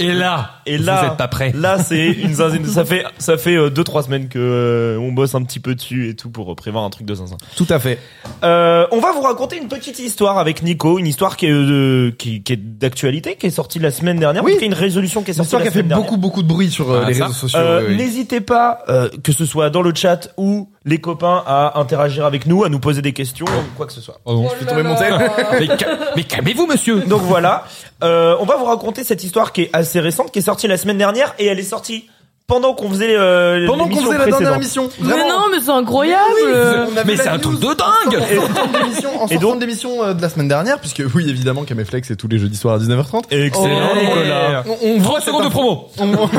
E: Et là,
B: Et là,
E: vous êtes pas prêts.
B: Là, c'est une zinzine. Ça fait, ça fait euh, deux, trois semaines que euh, on bosse un petit peu dessus et tout pour euh, prévoir un truc de zinzin.
C: Tout à fait.
B: Euh, on va vous raconter une petite histoire avec Nico, une histoire qui est, euh, qui, qui est d'actualité, qui est sortie la semaine dernière.
C: Oui.
B: qui est une résolution qui est sortie
C: L'histoire
B: la
C: qui a fait
B: semaine dernière.
C: beaucoup, beaucoup de bruit sur euh,
E: Ah,
C: les
E: ça
C: réseaux sociaux.
B: Euh,
C: oui, oui.
B: N'hésitez pas, euh, que ce soit dans le chat ou les copains, à interagir avec nous, à nous poser des questions, ou quoi que ce soit.
E: Oh, bon.
C: Je vais tomber mon
B: Euh,
C: tel.
E: mais ca- mais calmez-vous, monsieur.
B: Donc voilà, euh, on va vous raconter cette histoire qui est assez récente, qui est sortie la semaine dernière, et elle est sortie pendant qu'on faisait euh,
C: Pendant qu'on
B: l'émission
C: faisait la dernière
B: précédente. Euh,
C: mission.
D: Mais non, mais c'est incroyable.
C: On avait
E: Mais
C: la
E: c'est un
C: news
E: truc de
C: en
E: dingue
C: sortant d'émission- En
B: Et
C: sortant
B: donc-
C: d'émission euh, de la semaine dernière, puisque oui, évidemment, Caméflex est tous les jeudis soirs à 19h30.
B: Excellent,
E: Ouais.
B: Nicolas.
C: On, on voit
E: Trois secondes de promo.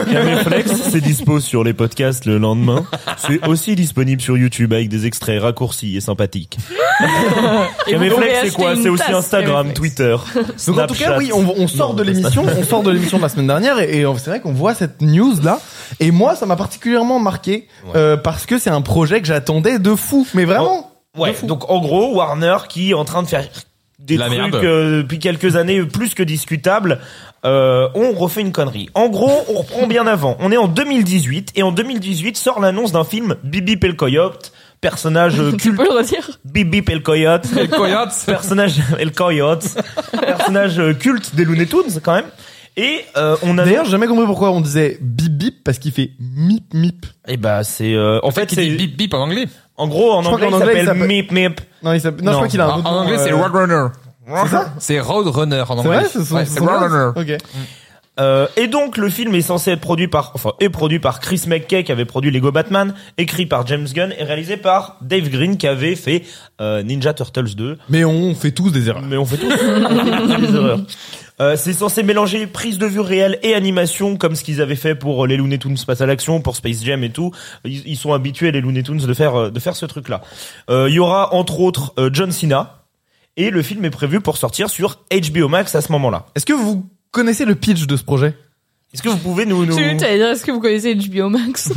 B: Caméflex, c'est dispo sur les podcasts le lendemain. C'est aussi disponible sur YouTube avec des extraits raccourcis et sympathiques.
D: Et vous pouvez
B: Caméflex, c'est
D: acheter
B: quoi
D: une
B: C'est aussi
D: tasse
B: Instagram,
D: Caméflex.
B: Twitter.
C: Donc en tout cas,
B: Snapchat.
C: oui, on, on sort
B: Non,
C: de
B: pas
C: l'émission, on sort de l'émission de la semaine dernière, et, et on- c'est vrai qu'on voit cette news là. Et moi, ça m'a particulièrement marqué euh, parce que c'est un projet que j'attendais de fou, mais vraiment.
B: Ouais,
C: De fou.
B: donc en gros, Warner qui est en train de faire des
E: La
B: trucs
E: merde.
B: euh, depuis quelques années plus que discutables, euh, on refait une connerie. En gros, on reprend bien avant. On est en 2018 et en 2018 sort l'annonce d'un film Bibi Pel Coyote, personnage euh,
D: Tu
B: culte
D: peux le redire
B: Bibi Pel Coyote,
E: Et Coyotes.
B: personnage El Coyote, personnage euh, culte des Looney Tunes quand même. Et euh, on a
C: D'ailleurs, j'ai jamais compris pourquoi on disait bip bip parce qu'il fait mip mip.
B: et bah c'est euh, en fait
E: Qui dit
B: c'est
E: bip bip en anglais.
B: en gros en
C: crois
B: anglais,
C: qu'en anglais, il
B: il s'appelle
C: s'appelle-
B: Meep Meep.
C: Non, il s'appelle- non,
B: Non.
C: je crois qu'il a un
E: En
C: autre
E: Ah, en
C: nom,
E: anglais,
C: euh,
E: c'est Roadrunner.
C: C'est ça
E: C'est Roadrunner en
C: C'est
E: anglais.
C: vrai, c'est son-
E: Ouais,
C: son
E: c'est
C: nom
E: Roadrunner.
C: Ok.
B: Euh, et donc le film est censé être produit par, enfin, est produit par Chris McKay qui avait produit Lego Batman, écrit par James Gunn et réalisé par Dave Green qui avait fait euh, Ninja Turtles 2.
C: Mais on fait tous des erreurs.
B: Mais on fait tous des erreurs. Euh, c'est censé mélanger prise de vue réelle et animation comme ce qu'ils avaient fait pour euh, les Looney Tunes passe à l'action, pour Space Jam et tout. Ils, ils sont habitués les Looney Tunes de faire euh, de faire ce truc là. Euh, Il y aura entre autres euh, John Cena et le film est prévu pour sortir sur HBO Max à ce moment-là.
C: Est-ce que vous connaissez le pitch de ce projet
B: Est-ce que vous pouvez nous, nous...
D: Tu t'allais dire, est-ce que vous connaissez HBO Max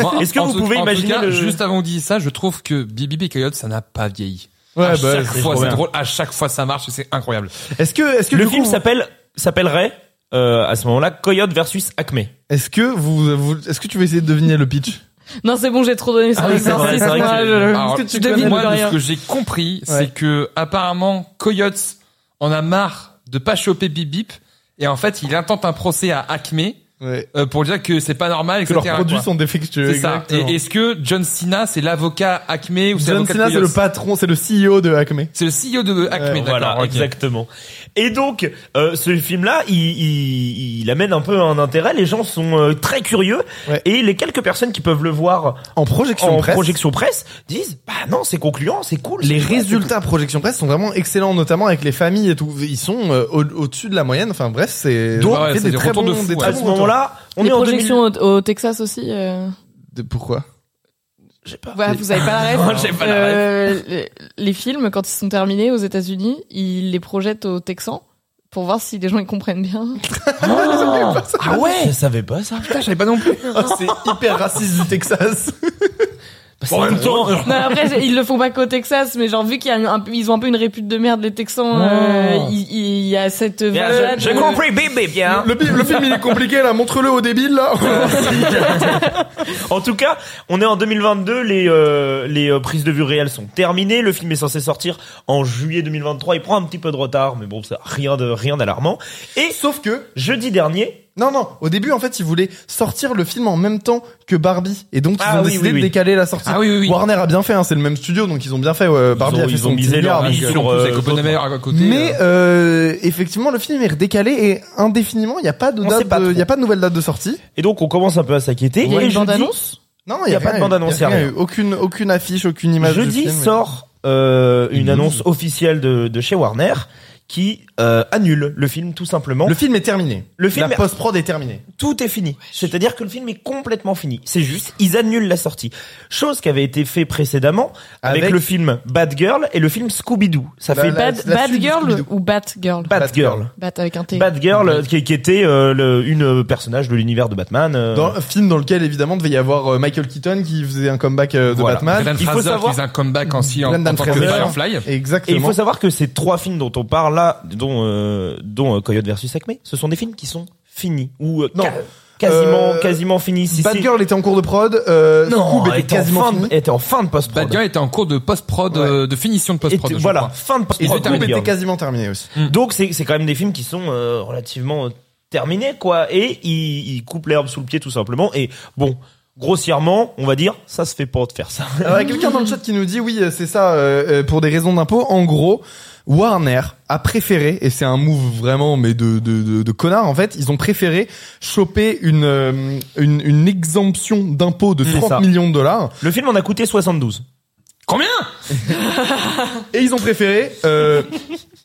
E: Moi,
B: Est-ce que
E: en
B: vous
E: tout-
B: pouvez
E: en tout
B: imaginer
E: cas,
B: le-
E: Juste avant dit ça, je trouve que Bibi et Coyote, ça n'a pas vieilli.
C: Ouais,
E: à
C: bah,
E: chaque
B: c'est
E: fois,
B: trop
E: c'est
B: bien.
E: drôle. À chaque fois, ça marche et c'est incroyable.
C: Est-ce que est-ce que
B: Le
C: du
B: film
C: coup,
B: s'appelle s'appellerait euh, à ce moment-là Coyote versus Acme.
E: Ah
C: est-ce que vous, vous- est-ce que tu veux essayer de deviner le pitch
D: Non, c'est bon, j'ai trop donné sur
B: Ah oui, c'est vrai, c'est vrai
D: l'exercice.
B: que
D: moi,
B: tu- Ah,
D: je-
E: Alors,
D: je
C: tu
D: devine
C: connais
E: Moi,
D: plus
E: de ce
D: rien.
E: que j'ai compris,
C: Ouais.
E: c'est que apparemment Coyote en a marre de pas choper Bip Bip et en fait, il intente un procès à Acme
C: ouais.
E: euh, pour dire que c'est pas normal,
C: Que
E: etc.
C: leurs produits
E: quoi.
C: sont défectueux.
E: C'est ça.
C: exactement.
E: Et est-ce que John Cena, c'est l'avocat Acme ou c'est
C: John
E: l'avocat
C: Cena,
E: de
C: c'est
E: Coyote
C: le Euh, patron, c'est le CEO de Acme.
E: C'est le CEO de Acme,
C: Ouais,
E: d'accord.
B: Voilà,
E: ok.
B: exactement. Et donc, euh, ce film-là, il, il, il amène un peu un intérêt. Les gens sont euh, très curieux
C: Ouais.
B: et les quelques personnes qui peuvent le voir
C: En
B: en
C: projection presse.
B: projection presse disent "Bah non, c'est concluant, c'est cool."
C: les
B: c'est vrai,
C: résultats projection presse sont vraiment excellents, notamment avec les familles et tout. Ils sont euh, au- au-dessus de la moyenne. Enfin bref, c'est
E: Donc,
C: on
E: ouais,
C: fait
E: c'est des retours de fou,
B: c'est
C: des
E: ouais.
B: cool.
C: très
B: À
C: bons
B: ce
C: retours.
B: moment-là, on
D: Les
B: est en
D: projections au, au Texas aussi. euh,
C: De- pourquoi
D: ouais, vous avez pas la ref.
E: J'ai pas la
D: Euh, les, les films, quand ils sont terminés aux États-Unis, ils les projettent aux Texans pour voir si les gens ils comprennent bien.
B: 2000. Ah ouais, je savais pas ça.
E: Putain, je savais pas non plus.
C: Ah, C'est hyper raciste du Texas.
B: En même temps,
D: Non, après, j'ai- ils le font pas qu'au Texas, mais genre, vu qu'ils ont un peu une répute de merde, les Texans, euh, il il y a cette vague-là
B: j'ai
D: de-
B: compris, bébé, bien.
C: Le, bi- le film il est compliqué là. Montre-le au débile là.
B: En tout cas, on est en 2022, les euh, les euh, prises de vue réelles sont terminées, le film est censé sortir en juillet 2023, il prend un petit peu de retard, mais bon, ça rien de rien d'alarmant. Et
C: Sauf que
B: jeudi dernier,
C: non non. Au début en fait ils voulaient sortir le film en même temps que Barbie et donc ils
B: Ah
C: ont
B: oui,
C: décidé
B: oui,
C: de
B: oui.
C: décaler la sortie.
E: Ah oui, oui, oui.
C: Warner a bien fait. hein, c'est le même studio donc ils ont bien fait. ouais, Barbie
B: ont-
C: a fait
B: ils
C: son
B: ont
C: petit
B: misé leur
C: milliard,
B: mise
C: donc, euh,
B: sur, hein.
E: Sur,
B: euh,
E: avec Oppenheimer à côté.
C: Mais
E: euh,
C: euh, effectivement, le film est redécalé et indéfiniment. Il n'y a pas de
B: On sait
C: date,
B: pas
C: de-
B: trop.
C: il n'y a pas de nouvelle date de sortie.
B: et donc on commence un peu à s'inquiéter.
D: Il y a
B: et
D: une
B: jeudi-
D: bande-annonce
C: Non,
B: Il y a pas
C: rien
B: de
C: eu.
B: bande-annonce,
C: Il y a
B: il y a
C: rien
B: rien.
C: eu. aucune aucune affiche, aucune image. du
B: Jeudi
C: film.
B: sort euh, une
E: Une
B: annonce officielle de, de chez Warner qui euh, annule le film tout simplement.
C: Le film est terminé.
B: Le film
C: la
B: est-
C: post prod est terminée.
B: tout est fini. C'est-à-dire que le film est complètement fini. C'est juste, ils annulent la sortie. Chose qui avait été fait précédemment avec,
C: Avec-
B: le film Bad Girl et le film Scooby-Doo. Ça
C: Bah,
B: fait
C: la-
D: Bad,
C: la
D: Bad
C: suite de
D: Girl
C: Scooby-Doo.
D: ou Bat Girl
B: Bad,
C: Bad
B: Girl.
C: Girl.
D: Bat avec un T.
B: Bad Girl euh, qui, qui était euh, le- une euh, personnage de l'univers de Batman. euh.
C: Dans un film dans lequel évidemment devait y avoir euh, Michael Keaton qui faisait un comeback euh, de
E: voilà.
C: Batman.
E: Brendan
B: Il faut
E: Fraser
B: savoir-
E: qui faisait un comeback en, si- en, en
C: Brendan
E: tant que
C: Fraser.
E: Firefly.
B: et il
C: Exactement.
B: faut savoir que ces trois films dont on parle là, dont euh, dont euh, Coyote versus Acme, ce sont des films qui sont finis ou euh,
C: Non.
B: ca- quasiment
C: Euh,
B: quasiment finis. Si,
C: Bad
B: si.
C: Girl était en cours de prod. Euh,
B: non,
C: Scoob
B: était,
C: était quasiment
B: en fin de,
C: fini.
B: était en fin de post prod.
E: Bad Girl était en cours de post-prod,
C: Ouais.
E: euh, de finition de post-prod. je
B: voilà,
E: crois.
B: fin de post
C: Et
B: prod.
C: Scoob était quasiment terminé aussi.
B: Donc c'est c'est quand même des films qui sont euh, relativement euh, terminés quoi et ils, ils coupent l'herbe sous le pied tout simplement et bon grossièrement, on va dire, ça se fait pas de faire ça.
C: Alors, il y a Euh, quelqu'un dans le chat qui nous dit oui, euh, c'est ça, euh, euh, pour des raisons d'impôt. En gros, Warner a préféré, et c'est un move vraiment, mais de, de, de, de connard en fait, ils ont préféré choper une, euh, une, une exemption d'impôt de
B: C'est
C: 30
B: ça.
C: millions de dollars,
B: Le film en a coûté 72.
E: Combien
C: et ils ont préféré... euh,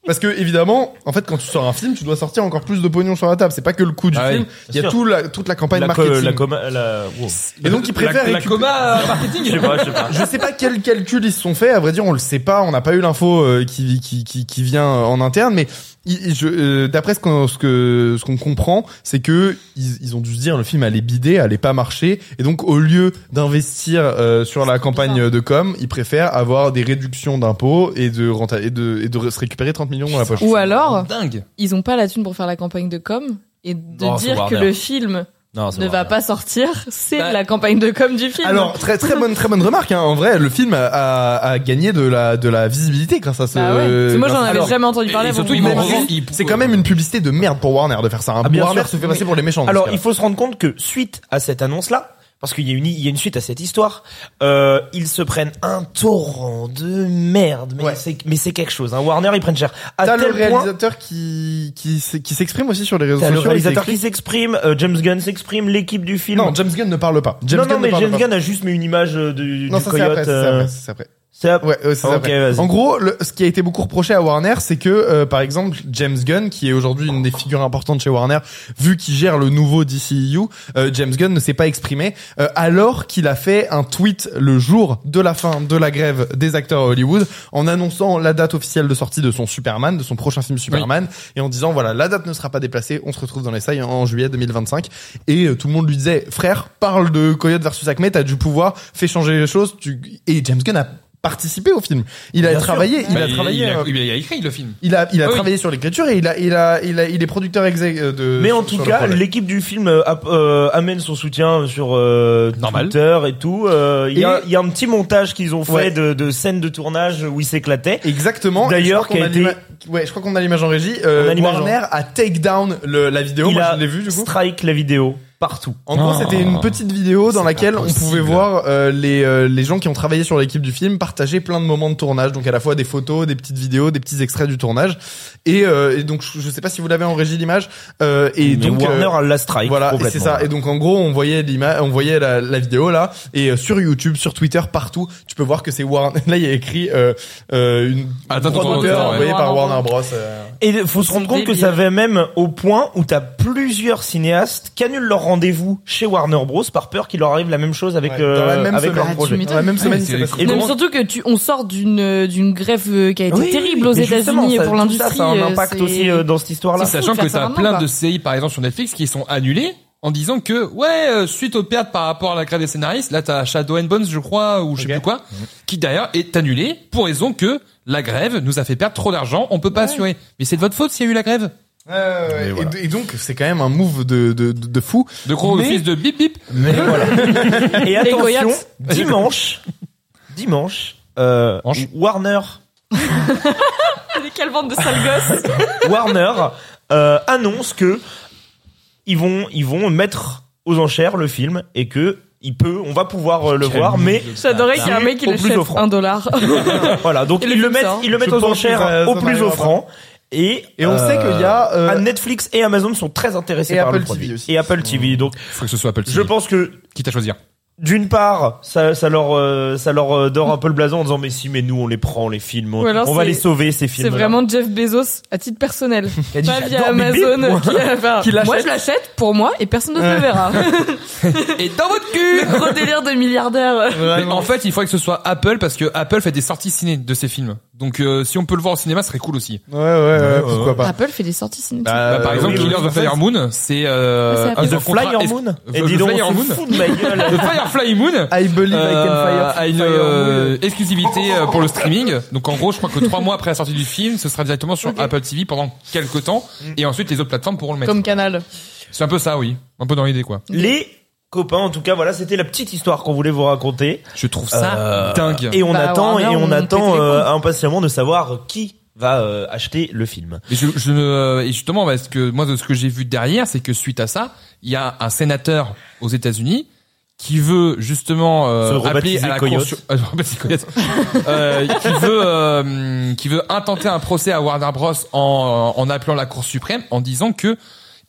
C: Parce que évidemment, en fait, quand tu sors un film, tu dois sortir encore plus de pognon sur la table. C'est pas que le coût du
E: Ah oui,
C: film. Il y a
B: sûr.
C: tout la, toute la campagne
B: La, co-
C: marketing.
B: la coma- la- wow.
C: Et donc, ils préfèrent
E: La, la
C: récup-
E: coma euh,
B: Je
E: marketing
B: sais pas, je sais pas.
C: Je sais pas quel calcul ils se sont fait. À vrai dire, on le sait pas. On n'a pas eu l'info euh, qui, qui, qui, qui vient euh, en interne, mais il- il- je, euh, d'après ce qu'on ce que ce qu'on comprend, c'est que ils, ils ont dû se dire le film allait bider, allait pas marcher, et donc au lieu d'investir euh, sur la campagne de com, ils préfèrent avoir des réductions d'impôts et de renta- et de et de se récupérer 30 millions dans la poche.
D: Ou alors,
E: Dingue.
D: ils ont pas la thune pour faire la campagne de com et de
B: Non, c'est
D: dire que
B: Warner.
D: le film
B: Non, c'est
D: ne
B: vrai.
D: va pas sortir, c'est
E: Bah.
D: la campagne de com du film.
C: Alors très très bonne très bonne remarque. Hein. En vrai, le film a, a, a gagné de la de la visibilité grâce à ce.
D: Bah
B: Euh,
D: ouais. Parce que moi j'en
C: grâce-
D: avais
C: Alors,
D: jamais entendu
E: et-
D: parler.
E: et
D: avant
E: surtout,
D: que
E: ils
D: vous
E: m'ont
D: m'en
E: rendu-
D: disiez.
E: ils-
C: C'est quand même une publicité de merde pour Warner de faire ça. hein.
B: Ah, bien
C: Warner
B: sûr.
C: se fait passer pour les méchants. dans
B: Alors,
C: ce cas-là.
B: il faut se rendre compte que suite à cette annonce-là, parce qu'il y a une, il y a une suite à cette histoire, euh, ils se prennent un torrent de merde. Mais
C: Ouais.
B: c'est, mais c'est quelque chose. Hein. Warner, ils prennent cher. À
C: T'as le
B: tel point,
C: réalisateur qui qui s- qui s'exprime aussi sur les réseaux
B: t'as le
C: sociaux. et qui
B: réalisateur
C: explique-
B: qui s'exprime, euh, James Gunn s'exprime, l'équipe du film.
C: Non, James Gunn ne parle pas. James
B: non, non,
C: Gunn ne
B: mais
C: parle
B: James
C: pas.
B: Gunn a juste mis une image euh, du,
C: non,
B: du
C: ça c'est
B: coyote.
C: après, ça, c'est
B: euh,
C: après, ça, c'est après.
B: c'est ap-
C: Ouais, euh, c'est
B: Ok,
C: après.
B: vas-y.
C: En gros, le- ce qui a été beaucoup reproché à Warner, c'est que, euh, par exemple, James Gunn, qui est aujourd'hui une des figures importantes chez Warner, vu qu'il gère le nouveau DCU, euh, James Gunn ne s'est pas exprimé, euh, alors qu'il a fait un tweet le jour de la fin de la grève des acteurs à Hollywood, en annonçant la date officielle de sortie de son Superman, de son prochain film Superman, et en disant, voilà, la date ne sera pas déplacée, on se retrouve dans les salles en, en juillet 2025. Et euh, tout le monde lui disait, frère, parle de Coyote versus Acme, t'as du pouvoir, fais changer les choses, tu... et James Gunn a participé au film. Il a
B: Bien sûr.
C: travaillé, il
E: Bah,
C: a travaillé,
E: il a,
C: euh,
E: il a écrit le film.
C: il a, il a
E: Ah oui.
C: travaillé sur l'écriture et il a, il a, il a, il est producteur exec euh, de.
B: Mais en
C: sur
B: tout
C: le
B: cas,
C: projet.
B: l'équipe du film euh, ap- euh, amène son soutien sur euh,
E: Normal.
B: Twitter et tout. Euh, Il y, a-
C: Et-
B: il y a un petit montage qu'ils ont fait
C: Ouais.
B: de, de scènes de tournage où ils s'éclataient.
C: Exactement.
B: D'ailleurs,
C: Je crois
B: qui a
C: qu'on
B: été-
C: l'ima- Ouais, je crois qu'on a l'image en régie. Euh,
B: On a l'image en-
C: Warner a take down le, la vidéo.
B: il
C: Moi,
B: a
C: je l'ai vu du coup.
B: strike la vidéo partout.
C: En gros,
E: Oh.
C: c'était une petite vidéo dans
E: C'est
C: laquelle
E: pas
C: on
E: possible.
C: pouvait voir euh, les, euh, les gens qui ont travaillé sur l'équipe du film partager plein de moments de tournage, donc à la fois des photos, des petites vidéos, des petits extraits du tournage. Et, euh, et donc, je je sais pas si vous l'avez en régie l'image. Euh, et
B: Et
C: donc euh,
B: Warner la strike
C: Voilà, et
B: complètement.
C: c'est ça. Et donc en gros, on voyait l'image, on voyait la, la vidéo là, et euh, sur YouTube, sur Twitter, partout, tu peux voir que c'est Warner. Là, il y a écrit euh, euh, une
E: Ah, attends,
C: droit
E: attends,
C: d'auteur
E: attends,
C: envoyé
D: ouais.
C: par
D: Warner
C: Warner Bros. euh.
B: Et faut se rendre compte que
D: débile.
B: ça va même au point où t'as plusieurs cinéastes qui annulent leur rendez-vous chez Warner Bros par peur qu'il leur arrive la même chose avec
C: Ouais,
B: euh,
C: dans la même
B: avec
C: semaine.
B: leur projet.
D: Ah, tu
C: Dans la même
E: m'étonnes.
C: semaine,
E: Ouais,
C: c'est
E: c'est-
C: passé.
B: Et
D: Non,
B: donc-
D: mais surtout que tu, on sort d'une d'une grève euh, qui a été
B: Oui,
D: terrible
B: oui,
D: aux
B: mais justement,
D: États-Unis et
B: ça-
D: pour
B: tout
D: l'industrie.
B: Ça, ça a un
D: euh,
B: impact
D: c'est-
B: aussi euh, dans cette histoire-là.
D: C'est fou
E: Sachant
D: de faire
E: que
D: ça
E: t'as
D: maintenant,
E: plein
D: quoi.
E: de séries, par exemple, sur Netflix qui sont annulées en disant que, ouais, euh, suite aux pertes par rapport à la grève des scénaristes, là, t'as Shadow and Bones, je crois, ou je sais
C: Ok.
E: plus quoi,
B: Mhm.
E: qui d'ailleurs est annulé pour raison que la grève nous a fait perdre trop d'argent, on peut pas assurer. Mais c'est de votre faute s'il y a eu la grève.
C: Ouais, ouais, ouais.
B: Et
C: Et,
B: voilà.
C: d- et donc, c'est quand même un move de de, de, de fou.
E: De gros
C: Mais-
E: office de bip bip.
B: Et attention,
D: coyotes.
B: dimanche, dimanche, euh,
E: Ange.
B: Warner,
D: Des calvantes de sales gosses.
B: Bah, Warner euh, annonce que ils vont, ils vont mettre aux enchères le film et que il peut, on va pouvoir euh, le voir, mais
D: J'adorais qu'il y ait un mec qui
B: Au
D: le
B: plus
D: chèque
B: offrant.
D: un dollar.
B: voilà, donc
D: Et le
B: ils le
D: film
B: mettent,
D: sort.
B: ils le mettent
C: Je
B: aux
C: pense que
B: enchères
C: ça-
B: euh,
C: ça
B: au plus
C: n'arrivera
B: offrant. Et,
C: Et on sait qu'il y a, euh,
B: à Netflix et Amazon sont très intéressés
C: et
B: par le
C: Apple
B: produit
C: TV aussi.
B: et Apple
C: Mmh.
B: TV. Donc
E: Faut que ce soit Apple
B: je pense que
E: Quitte à choisir.
B: d'une part, ça, ça leur, euh, ça leur euh, dort un peu le blason en disant mais si, mais nous on les prend les films, on,
D: Ou alors
B: on va
D: c'est-
B: les sauver ces films.
D: C'est vraiment Jeff Bezos à titre personnel. Pas via
B: j'adore mes bips,
D: Amazon.
B: moi.
D: qui- enfin,
C: Qui
D: moi,
C: l'achète.
D: je l'achète pour moi et personne d'autre
C: Ouais.
D: le verra.
E: Et dans votre cul!
D: Gros délire de milliardaire.
E: Mais
B: bah,
E: en fait, il faudrait que ce soit Apple parce que Apple fait des sorties ciné de ses films. Donc euh, si on peut le voir au cinéma, ce serait cool aussi.
C: Ouais, ouais, ouais, pourquoi pas.
D: Apple fait des sorties cinétiques.
E: Bah, par
B: oui,
E: exemple,
B: Euh, oui,
E: Killers
B: oui,
E: of Fire Moon, c'est
D: Ouais, c'est
E: euh,
D: Apple.
E: un
B: Et
E: de
B: The
E: leurs contrats
B: Flyer
E: ex-
B: Moon
E: The
B: Et dis donc,
E: Flyer
B: on
E: Moon.
B: se fout de ma gueule.
E: The Firefly Moon
C: I believe I can
E: euh,
C: fire.
E: a une
C: fire
E: euh,
C: moon.
E: exclusivité euh, pour le streaming. Donc en gros, je crois que trois mois après la sortie du film, ce sera directement sur Apple TV pendant quelques temps, et ensuite les autres plateformes pourront le
B: Bah,
E: mettre.
D: Comme Canal.
E: C'est un peu ça, oui, un peu dans l'idée quoi.
B: Les copains, en tout cas, voilà, c'était la petite histoire qu'on voulait vous raconter.
E: Je trouve ça
B: Euh,
E: dingue.
B: Et on
D: Bah,
B: attend,
D: Warner,
B: et on,
D: on
B: attend
D: pète les
B: euh, impatiemment de savoir qui va euh, acheter le film.
E: Et je, je ne- euh, et justement, parce que moi, de ce que j'ai vu derrière, c'est que suite à ça, il y a un sénateur aux États-Unis qui veut justement
B: Se
E: euh, appeler
B: rebaptiser
E: à la
B: Coyote.
E: consci- euh, se rebaptiser Coyote. Euh, qui veut euh, qui veut intenter un procès à Warner Bros en en appelant la Cour suprême en disant que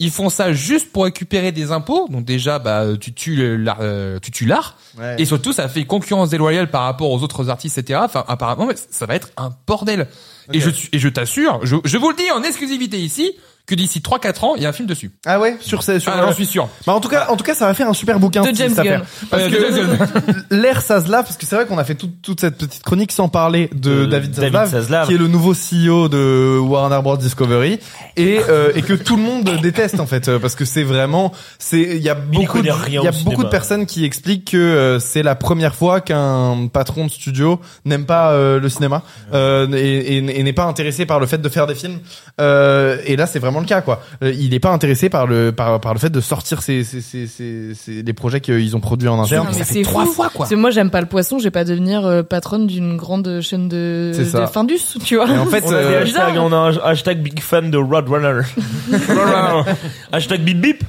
E: ils font ça juste pour récupérer des impôts donc déjà bah tu tues le- l'art euh, tu tues l'art et surtout ça fait concurrence déloyale par rapport aux autres artistes etc enfin apparemment mais ça va être un bordel et je et je t'assure je je vous le dis en exclusivité ici que d'ici 3 4 ans il y a un film dessus
C: Ah ouais, sur ces, sur.
E: ah, j'en suis sûr
C: Bah en tout cas, en tout cas, ça va faire un super bouquin.
D: De
C: cette
D: James
C: affaire. Parce
E: Euh,
C: que-
E: James Gunn.
C: L'air Saslav, parce que c'est vrai qu'on a fait tout- toute cette petite chronique sans parler
B: De
C: de Euh, David
B: David
C: Zaslav,
B: Zaslav.
C: qui est le nouveau CEO de Warner Bros Discovery, et, euh, et que tout le monde déteste en fait, euh, parce que c'est vraiment, c'est, il y a beaucoup, de,
B: connaît rien
C: il y a
B: au
C: beaucoup de
B: cinéma.
C: personnes qui expliquent que euh, c'est la première fois qu'un patron de studio n'aime pas euh, le cinéma euh, et, et- et n'est pas intéressé par le fait de faire des films. Euh, et là, c'est vraiment le cas, quoi. Euh, Il n'est pas intéressé par le par, par le fait de sortir ces ces ces, ces, ces- les projets qu'ils ont produits en interne.
D: Non, mais c'est fou. Parce que moi, j'aime pas le poisson, je vais pas devenir euh, patronne d'une grande chaîne de,
C: C'est ça.
D: de Findus, tu vois.
C: Et en fait,
B: On a, des
C: euh,
D: bizarre.
B: hashtags, on a un hashtag big fan de Roadrunner. hashtag bip bip.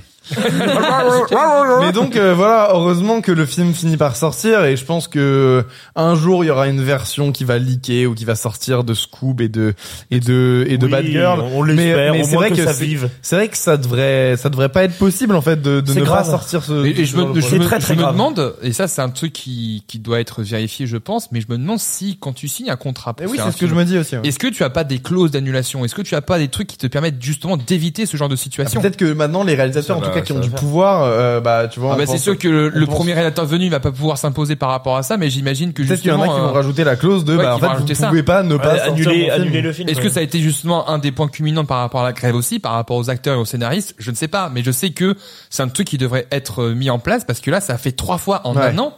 C: Ah, Mais donc euh, voilà, heureusement que le film finit par sortir et je pense que euh, un jour il y aura une version qui va leaker ou qui va sortir de Scoob et de et de et de
B: Oui,
C: Bad Girl.
B: On l'espère,
C: mais
B: au
C: c'est
B: moins
C: vrai
B: que,
C: que
B: ça
C: c'est-
B: vive.
C: C'est vrai que ça devrait ça devrait pas être possible en fait de, de
B: C'est
C: ne
B: grave.
C: pas sortir ce.
E: Et, et je
C: ce genre
E: me,
C: de
E: je
C: projet.
E: me-
B: très, très
E: je me
B: grave.
E: demande, et ça c'est un truc qui, qui doit être vérifié je pense, mais je me demande si quand tu signes un contrat pour
C: Mais Eh oui,
E: faire
C: c'est
E: un
C: ce que je
E: film,
C: me dis aussi. ouais.
E: est-ce que tu as pas des clauses d'annulation Est-ce que tu as pas des trucs qui te permettent justement d'éviter ce genre de situation
C: Peut-être que maintenant les réalisateurs en
E: Ça
C: tout
E: va-
C: cas qui
E: ça
C: ont
E: va
C: du
E: faire.
C: pouvoir, euh, bah tu vois.
E: Ah
C: on
E: bah, c'est
C: pense-
E: sûr que le, le
C: on pense-
E: premier réalisateur venu il va pas pouvoir s'imposer par rapport à ça, mais j'imagine que
C: Peut-être qu'il y en a
E: justement...
C: qui vont
E: euh,
C: rajouter la clause de bah
E: ouais, qui
C: en
E: vont
C: fait
E: rajouter
C: vous
E: ça.
C: pouvez pas ne pas
B: Ouais, Euh,
C: sortir
B: annuler,
C: mon film.
B: annuler le film.
E: Est-ce
B: ouais.
E: que ça a été justement un des points culminants par rapport à la grève aussi, par rapport aux acteurs et aux scénaristes Je ne sais pas, mais je sais que c'est un truc qui devrait être euh, mis en place parce que là, ça fait trois fois en
C: Ouais.
E: un an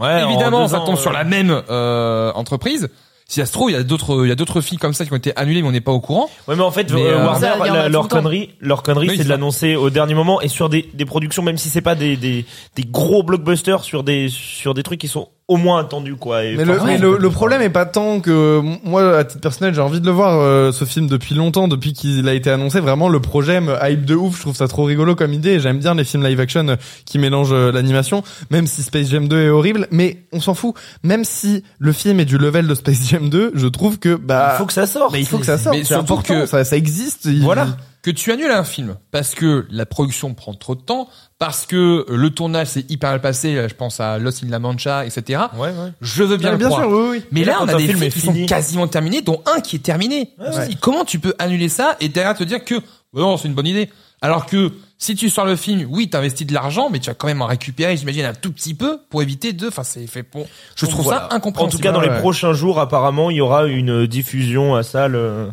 B: Ouais, en
E: Évidemment,
B: deux
E: ça
B: ans,
E: tombe
B: euh,
E: sur la même euh, entreprise. Si ça se trouve, il y a d'autres, il y a d'autres filles comme ça qui ont été annulées, mais on n'est pas au courant.
B: Ouais, mais en fait,
E: Mais,
B: euh,
E: euh,
B: Warner,
D: Ça, il y en a
B: la-
D: tout
B: leur
D: le temps.
B: connerie, leur connerie,
E: Oui,
B: c'est
E: ça.
B: de l'annoncer au dernier moment et sur des, des productions, même si c'est pas des, des, des gros blockbusters, sur des, sur des trucs qui sont au moins attendus, quoi. Et
C: Mais le,
B: forcément,
C: mais
B: on
C: le,
B: peut
C: le
B: pas-
C: problème est pas tant que euh, moi, à titre personnel, j'ai envie de le voir euh, ce film depuis longtemps, depuis qu'il a été annoncé. Vraiment, le projet me hype de ouf. Je trouve ça trop rigolo comme idée. et J'aime bien les films live action euh, qui mélangent euh, l'animation, même si Space Jam 2 est horrible. Mais on s'en fout. Même si le film est du level de Space Jam 2, je trouve que bah
B: Il faut que ça sorte.
C: mais il faut que ça sorte.
E: Mais
C: c'est
E: surtout
C: important,
E: que-
C: ça, ça existe. il-
E: Voilà. Que tu annules un film parce que la production prend trop de temps, parce que le tournage s'est hyper mal passé. Je pense à Lost in La Mancha, etc.
C: Ouais, ouais.
E: Je veux
C: Bien,
E: bien le
C: bien
E: croire.
C: sûr, oui, oui.
E: Mais
B: Et
E: là,
B: là,
E: on
B: quand
E: a
B: un
E: des
B: film
E: films
B: est
E: qui sont
B: fini-
E: quasiment terminés, dont un qui est terminé. Je me dis, Comment tu peux annuler ça et derrière te dire que oh non, c'est une bonne idée Alors que si tu sors le film, oui, t'investis de l'argent, mais tu vas quand même en récupérer, j'imagine, un tout petit peu pour éviter de. Enfin, c'est fait bon. Je trouve
B: Voilà.
E: ça
B: En
E: incompréhensible.
B: tout cas, dans
C: ouais.
B: les prochains jours, apparemment, il y aura une euh, diffusion à salle. euh,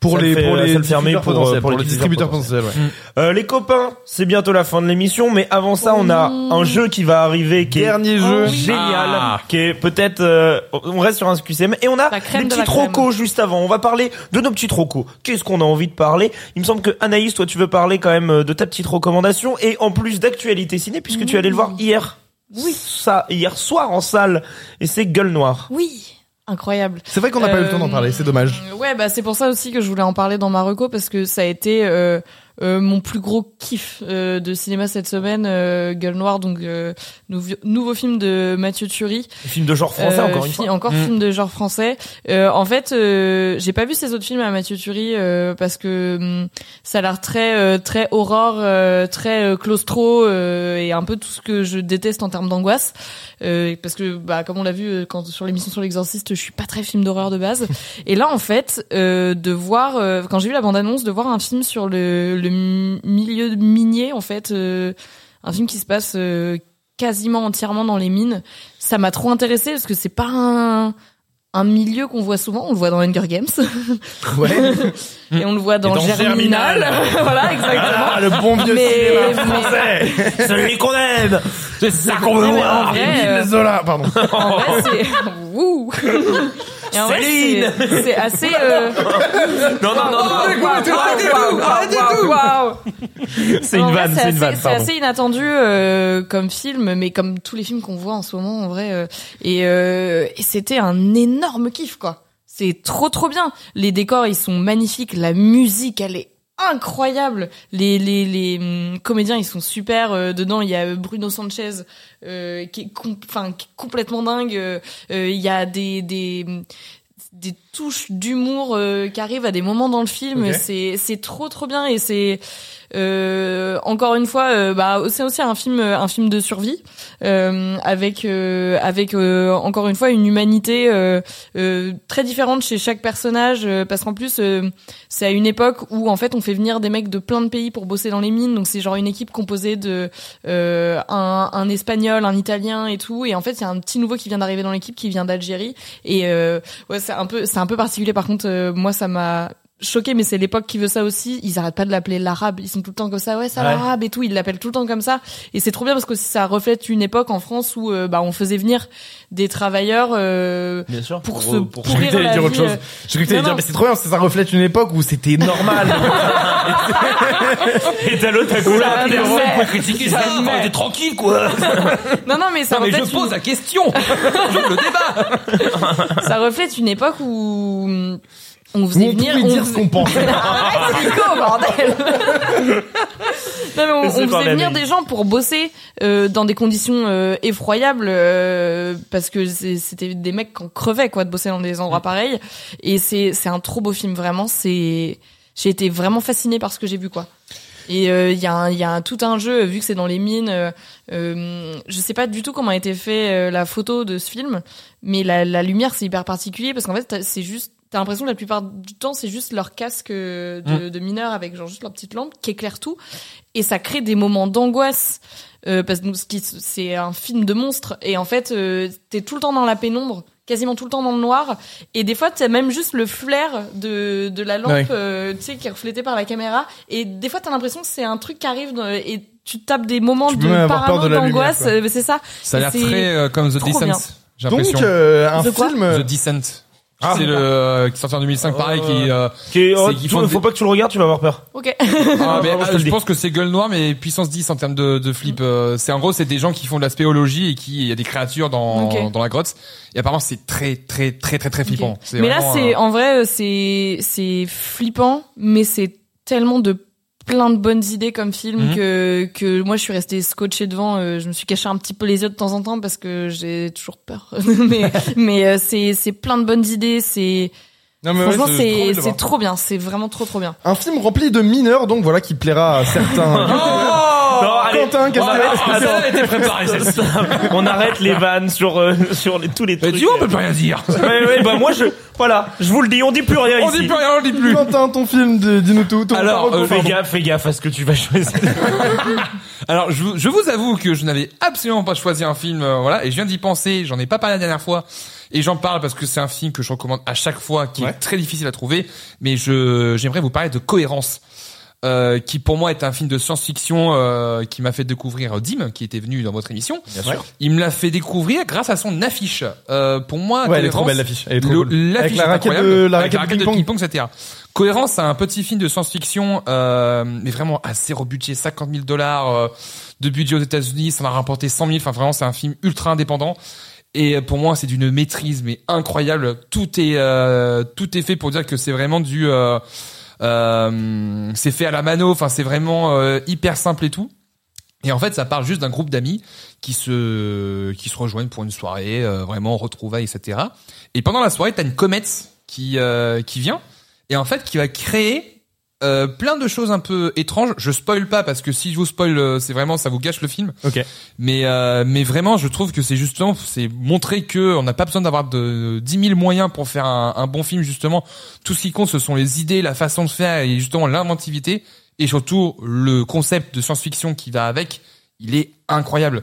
C: Pour
B: Ça
C: les,
B: le fait-
C: pour
B: ça
C: les
B: le fermé
C: distributeurs
B: pour, euh,
C: potentiels,
B: pour
C: pour
B: les
C: les distributeurs
B: distributeurs
C: potentiels. ouais.
B: Euh, les copains, c'est bientôt la fin de l'émission, mais avant ça, on a
D: Oh.
B: un jeu qui va arriver qui
C: Dernier
B: est Oh,
C: jeu.
B: génial,
E: Ah.
B: qui est peut-être. euh, on reste sur un QCM et on a
D: La crème
B: les
D: de
B: petits
D: la crème.
B: trocos juste avant. On va parler de nos petits trocos. Qu'est-ce qu'on a envie de parler Il me semble que Anaïs, toi, tu veux parler quand même euh, de ta petite recommandation et en plus d'actualité ciné puisque tu allais le voir hier.
D: Oui.
B: Ça, hier soir en salle et c'est Gueule Noire.
D: Oui, incroyable.
C: C'est vrai qu'on n'a pas eu le temps d'en
D: Euh,
C: parler. C'est dommage.
D: Ouais, bah c'est pour ça aussi que je voulais en parler dans ma reco parce que ça a été euh, euh, mon plus gros kiff euh, de cinéma cette semaine, euh, Gueule Noire, donc euh, nouveau, nouveau film de Mathieu Thury.
B: Film de genre français
D: Euh,
B: encore une
D: fi-
B: fois.
D: Encore
E: Mm.
D: film de genre français. Euh, en fait, euh, j'ai pas vu ces autres films à Mathieu Thury euh, parce que hum, ça a l'air très euh, très horreur, euh, très euh, claustro euh, et un peu tout ce que je déteste en termes d'angoisse. Euh, parce que bah comme on l'a vu euh, quand sur l'émission sur l'exorciste, je suis pas très film d'horreur de base. et là en fait, euh, de voir euh, quand j'ai vu la bande annonce, de voir un film sur le, le mi- milieu minier en fait, euh, un film qui se passe euh, quasiment entièrement dans les mines ça m'a trop intéressé parce que c'est pas un un milieu qu'on voit souvent, on le voit dans Hunger Games
C: Ouais.
D: et on le voit dans,
B: dans
D: Germinal, voilà exactement.
C: Ah, le bon vieux
D: mais,
C: cinéma.
D: mais-
B: Celui qu'on aime. C'est ça qu'on veut
D: mais en
B: voir.
D: vrai,
C: Vive
D: euh,
C: les Zola, pardon.
D: en vrai, c'est Wouh. Et en vrai,
B: Céline.
D: c'est- c'est assez euh, Oh,
B: Non, non, non, non.
D: waouh, waouh, waouh.
B: C'est
D: En
B: une
D: vrai,
B: vanne,
D: c'est
B: c'est une
D: assez-
B: vanne,
D: C'est
B: pardon.
D: assez inattendu euh, comme film, mais comme tous les films qu'on voit en ce moment, en vrai. euh, et euh, et c'était un énorme kiff, quoi. C'est trop trop bien. Les décors, ils sont magnifiques. La musique, elle est incroyable. Les les les hum, comédiens ils sont super euh, dedans. Il y a euh, Bruno Sanchez euh, qui est com- enfin qui est complètement dingue. Euh, euh, il y a des des hum, des touches d'humour euh, qui arrivent à des moments dans le film.
B: Ok.
D: C'est c'est trop trop bien et c'est euh, encore une fois euh, bah c'est aussi un film un film de survie euh, avec euh, avec euh, encore une fois une humanité euh, euh, très différente chez chaque personnage euh, parce qu'en plus euh, c'est à une époque où en fait on fait venir des mecs de plein de pays pour bosser dans les mines donc c'est genre une équipe composée de euh, un, un espagnol un italien et tout et en fait il y a un petit nouveau qui vient d'arriver dans l'équipe qui vient d'Algérie et euh, ouais c'est un peu c'est un peu particulier par contre euh, moi ça m'a choqué mais c'est l'époque qui veut ça aussi ils arrêtent pas de l'appeler l'arabe ils sont tout le temps comme ça ouais ça
B: Ouais.
D: l'arabe et tout ils l'appellent tout le temps comme ça et c'est trop bien parce que ça reflète une époque en France où euh, bah on faisait venir des travailleurs euh,
B: Bien sûr.
D: pour, se
C: Pour- pour- j'ai cru que
D: pourrir
C: t'allais
D: la
C: dire autre
D: vie,
C: chose.
D: euh,
C: J'ai cru que t'allais
D: Non,
C: dire,
D: non.
C: mais c'est trop bien, ça, ça reflète une époque où c'était normal.
B: Et t'as l'autre à côté.
D: Ça me fait-
E: critiquer
D: ça, mais-
E: t'es tranquille quoi.
D: Non, non, mais ça,
E: Non, mais
D: reflète
E: je pose
D: une,
E: la question. Je le débat.
D: ça reflète une époque où hum, on
C: Où
D: faisait
C: on
D: venir.
C: pouvait
D: on
C: dire ce
D: faisait-
C: qu'on pensait.
D: Arrête, Nico, bordel Non, mais on, on
B: Laissez parler
D: faisait venir
B: Amélie.
D: des gens pour bosser euh, dans des conditions euh, effroyables euh, parce que c'est- c'était des mecs qui en crevaient quoi de bosser dans des endroits pareils. Et c'est c'est un trop beau film vraiment. C'est j'ai été vraiment fascinée par ce que j'ai vu quoi. Et euh, il y a, un- il y a un- tout un jeu vu que c'est dans les mines. euh, euh, je sais pas du tout comment a été fait euh, la photo de ce film, mais la, la lumière c'est hyper particulier parce qu'en fait t'as- c'est juste t'as l'impression que la plupart du temps c'est juste leur casque euh, de, de mineur avec genre juste leur petite lampe qui éclaire tout et ça crée des moments d'angoisse euh, parce que nous, ce qui- c'est un film de monstre et en fait euh, t'es tout le temps dans la pénombre quasiment tout le temps dans le noir et des fois t'as même juste le flair de, de la lampe
C: Ouais.
D: euh, tu sais qui est reflété par la caméra et des fois t'as l'impression que c'est un truc qui arrive dans- et tu tapes des moments
C: Tu peux
D: de
C: même avoir
D: parano
C: peur de la
D: d'angoisse
C: lumière,
D: euh, c'est ça
E: Ça a l'air
D: C'est
E: très euh, comme The
D: trop bien.
E: Descent. J'ai l'impression.
C: Donc, euh, un
D: De quoi
C: film.
E: The Descent. c'est le euh, qui est sorti en 2005 pareil
B: Euh,
E: qui euh,
B: Qui- oh,
E: C'est qu'ils
B: tu-
E: font
B: faut
E: des-
B: pas que tu le regardes, tu vas avoir peur.
D: ok
E: Ah, mais,
B: vraiment, je te
E: euh,
B: le
E: je
B: dis.
E: pense que c'est gueule noire mais puissance 10 en termes de, de flip. euh, c'est en gros c'est des gens qui font de la spéologie et qui il y a des créatures dans
D: Ok.
E: dans la grotte et apparemment c'est très très très très très flippant.
D: Ok.
E: C'est
D: Mais là,
E: vraiment,
D: c'est
E: euh,
D: en vrai, euh, c'est c'est flippant, mais c'est tellement de plein de bonnes idées comme film
E: Mhm.
D: que que moi je suis restée scotchée devant. euh, je me suis caché un petit peu les yeux de temps en temps parce que j'ai toujours peur. mais mais euh, c'est c'est plein de bonnes idées. C'est
C: Non, mais ouais,
D: franchement
C: j'ai trop envie
D: c'est
C: de le voir.
D: c'est trop bien. C'est vraiment trop trop bien.
C: Un film rempli de mineurs, donc voilà, qui plaira à
D: Oh
C: certains.
B: Non, allez.
C: Quentin, qu'est-ce
E: Ah,
C: que
E: ah, ah, ça a été préparé celle-ci.
B: on arrête les vannes sur euh, sur les, tous les
E: Mais
B: trucs.
E: tu vois, on peut plus rien dire.
B: Ouais, ouais, bah moi je voilà, je vous le dis, on dit plus rien
E: On
B: ici.
E: dit plus rien, on dit plus.
C: Quentin, ton film, de- dis-nous tout. ton
E: Alors,
C: parole,
E: euh,
C: ton
B: Fais
C: pardon.
B: gaffe, fais gaffe à ce que tu vas choisir.
E: Alors, je, vous- je vous avoue que je n'avais absolument pas choisi un film, euh, voilà, et je viens d'y penser, j'en ai pas parlé la dernière fois, et j'en parle parce que c'est un film que je recommande à chaque fois, qui est
C: Ouais.
E: très difficile à trouver, mais je j'aimerais vous parler de Cohérence, euh, qui pour moi est un film de science-fiction euh, qui m'a fait découvrir Dim, qui était venu dans votre émission.
B: Bien sûr.
E: Il me l'a fait découvrir grâce à son affiche. Euh, pour moi,
C: Ouais, elle est trop
E: Cohérence-
C: belle l'affiche. Elle est trop
E: Le-
C: cool.
E: l'affiche
C: Avec la
E: est
C: raquette
E: incroyable.
C: de, la
E: Avec
C: raquette de ping-pong.
E: ping-pong, etc. Cohérence, c'est un petit film de science-fiction, euh, mais vraiment à zéro budget, 50 000 dollars euh, de budget aux États-Unis, ça en a rapporté 100 000. Enfin, vraiment, c'est un film ultra indépendant. Et euh, pour moi, c'est d'une maîtrise mais incroyable. Tout est euh, tout est fait pour dire que c'est vraiment du euh, euh, c'est fait à la mano. Enfin, c'est vraiment euh, hyper simple et tout. Et en fait, ça parle juste d'un groupe d'amis qui se qui se rejoignent pour une soirée, euh, vraiment retrouvailles, etc. Et pendant la soirée, t'as une comète qui euh, qui vient et en fait qui va créer euh, plein de choses un peu étranges. Je spoil pas parce que si je vous spoil, euh, c'est vraiment ça vous gâche le film.
B: Ok.
E: Mais euh, mais vraiment, je trouve que c'est justement c'est montrer que on n'a pas besoin d'avoir de 10 000 moyens pour faire un, un bon film. Justement, tout ce qui compte, ce sont les idées, la façon de faire et justement l'inventivité et surtout le concept de science-fiction qui va avec. Il est incroyable.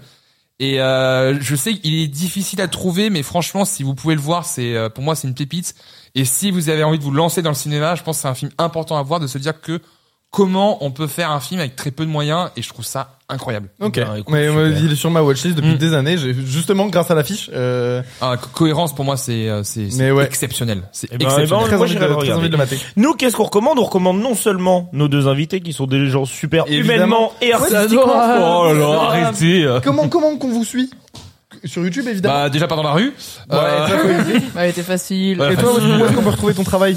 E: Et euh, je sais qu'il est difficile à trouver, mais franchement, si vous pouvez le voir, c'est euh, pour moi c'est une pépite. Et si vous avez envie de vous lancer dans le cinéma, je pense que c'est un film important à voir, de se dire que comment on peut faire un film avec très peu de moyens. Et je trouve ça incroyable.
C: Ok.
B: Bah, écoute,
C: mais euh,
B: super.
C: il est sur ma watchlist depuis
E: Mm.
C: des années. J'ai justement grâce à l'affiche. Euh,
E: Ah, co- cohérence pour moi c'est euh, c'est c'est
C: Mais ouais.
E: exceptionnel. C'est
B: Eh ben,
E: exceptionnel.
B: eh ben,
C: très,
B: moi,
C: envie de,
B: j'irai le
C: très
B: regarder.
C: envie de le mater.
B: Nous, qu'est-ce qu'on recommande On recommande non seulement nos deux invités qui sont des gens super humainement
C: Évidemment.
B: et artistiquement.
D: adore.
B: Oh là là, arrêtez. euh.
C: comment comment qu'on vous suit sur YouTube évidemment.
E: Bah déjà pas dans la rue.
C: Ouais,
E: Euh,
C: et toi, Coïnzi
D: Ouais, c'était facile.
E: Ouais,
C: Et toi,
E: facile.
C: où est-ce qu'on peut retrouver ton travail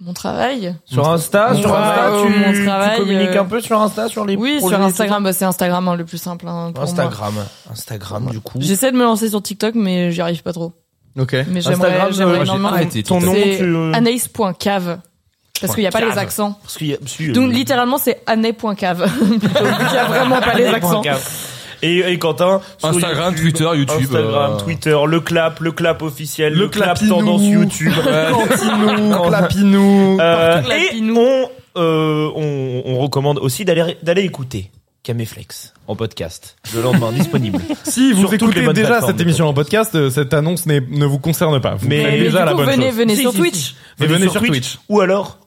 D: Mon travail.
B: Sur Insta,
D: Mon
B: sur Insta,
D: travail,
B: tu,
D: mon
B: tu
D: travail,
B: communiques
D: euh,
B: un peu sur Insta, sur les
D: Oui,
B: projets et
D: sur
B: tout
D: Instagram, bah, c'est Instagram hein, le plus simple hein,
B: ça
D: pour moi.
B: Instagram, Instagram du coup.
D: J'essaie de me lancer sur TikTok, mais j'y arrive pas trop.
C: Ok.
D: Mais
B: Instagram, euh,
D: j'aimerais, j'aimerais
B: moi,
E: j'ai
D: énormément.
E: arrêté.
B: Ton nom,
D: C'est
B: tu... euh,
D: Anaïs.cave. Parce qu'il n'y a pas
E: Cave.
D: les accents.
B: Parce qu'il y a... si, euh,
D: Donc littéralement c'est Anaïs.cave. Il n'y a vraiment pas les accents.
B: Et, et Quentin sur
E: Instagram, Twitter, YouTube,
B: Instagram,
E: euh,
B: Twitter, le clap, le clap officiel, le,
C: Le
B: clap
C: clapinou.
B: tendance YouTube.
C: Clapinou, clapinou.
B: Euh,
D: Partout.
B: et
D: Clapinou.
B: on, euh, on, on recommande aussi d'aller d'aller écouter Caméflex en podcast le lendemain disponible.
C: Si vous
B: Sur toutes les
C: écoutez
B: bonnes
C: déjà
B: plateformes,
C: cette émission en podcast, euh, cette annonce n'est- ne vous concerne pas. Vous
B: Mais-
C: faites
B: mais
C: déjà
D: du
C: la
D: coup,
C: bonne
D: venez,
C: chose.
D: venez
B: Si,
D: sur
B: si,
D: Twitch.
B: si.
C: Et venez sur Twitch.
B: ou alors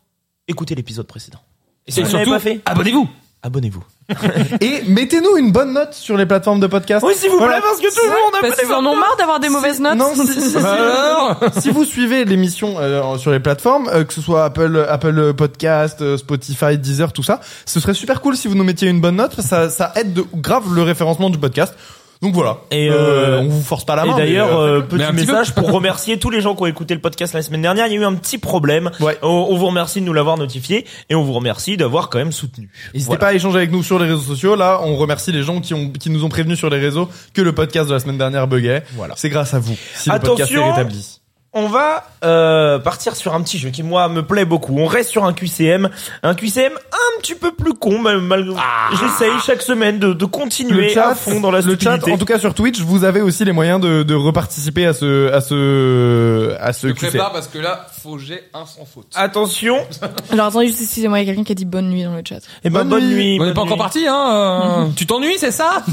B: écoutez l'épisode précédent. Et si
E: Et
B: vous ne l'avez
E: surtout,
B: pas fait,
E: abonnez-vous.
B: abonnez-vous.
C: Et mettez-nous une bonne note sur les plateformes de podcast.
B: Oui, s'il vous plaît,
C: Voilà.
B: parce que tout le monde a
D: Parce qu'ils en ont marre d'avoir des mauvaises notes.
C: Non, si, si, si.
E: Alors
C: si vous suivez l'émission euh, sur les plateformes, euh, que ce soit Apple, Apple Podcast, euh, Spotify, Deezer, tout ça, ce serait super cool si vous nous mettiez une bonne note. Ça, ça aide de, grave le référencement du podcast. Donc voilà.
B: Et, euh,
C: on vous force pas la main.
B: Et
C: mais,
B: d'ailleurs,
C: euh,
B: euh,
E: mais un
B: petit
E: petit peu.
B: message pour remercier tous les gens qui ont écouté le podcast la semaine dernière. Il y a eu un petit problème.
C: Ouais.
B: On, on vous remercie de nous l'avoir notifié et on vous remercie d'avoir quand même soutenu.
C: N'hésitez
B: Voilà.
C: pas à échanger avec nous sur les réseaux sociaux. Là, on remercie les gens qui, ont, qui nous ont prévenus sur les réseaux que le podcast de la semaine dernière buguait.
E: Voilà.
C: C'est grâce à vous. Si le podcast est
B: Attention.
C: rétabli.
B: On va euh, partir sur un petit jeu qui moi me plaît beaucoup. On reste sur un QCM, un QCM un petit peu plus con, mais malgré.
E: Ah.
B: J'essaye chaque semaine de, de continuer à fond dans la
C: le chat,
B: stupidité.
C: en tout cas sur Twitch, vous avez aussi les moyens de, de reparticiper à ce, à ce, à ce
E: Je
C: QC.
E: prépare parce que là, faut que j'ai un sans
B: Ah,
E: faute.
B: Attention,
D: Alors attendez juste excusez-moi, il y a quelqu'un qui a dit bonne nuit dans le chat.
B: et ben,
C: Eh Bonne
B: bonne
C: nuit.
B: nuit.
E: On
B: bonne
E: n'est pas encore
B: nuit.
E: parti, hein euh, Tu t'ennuies, c'est ça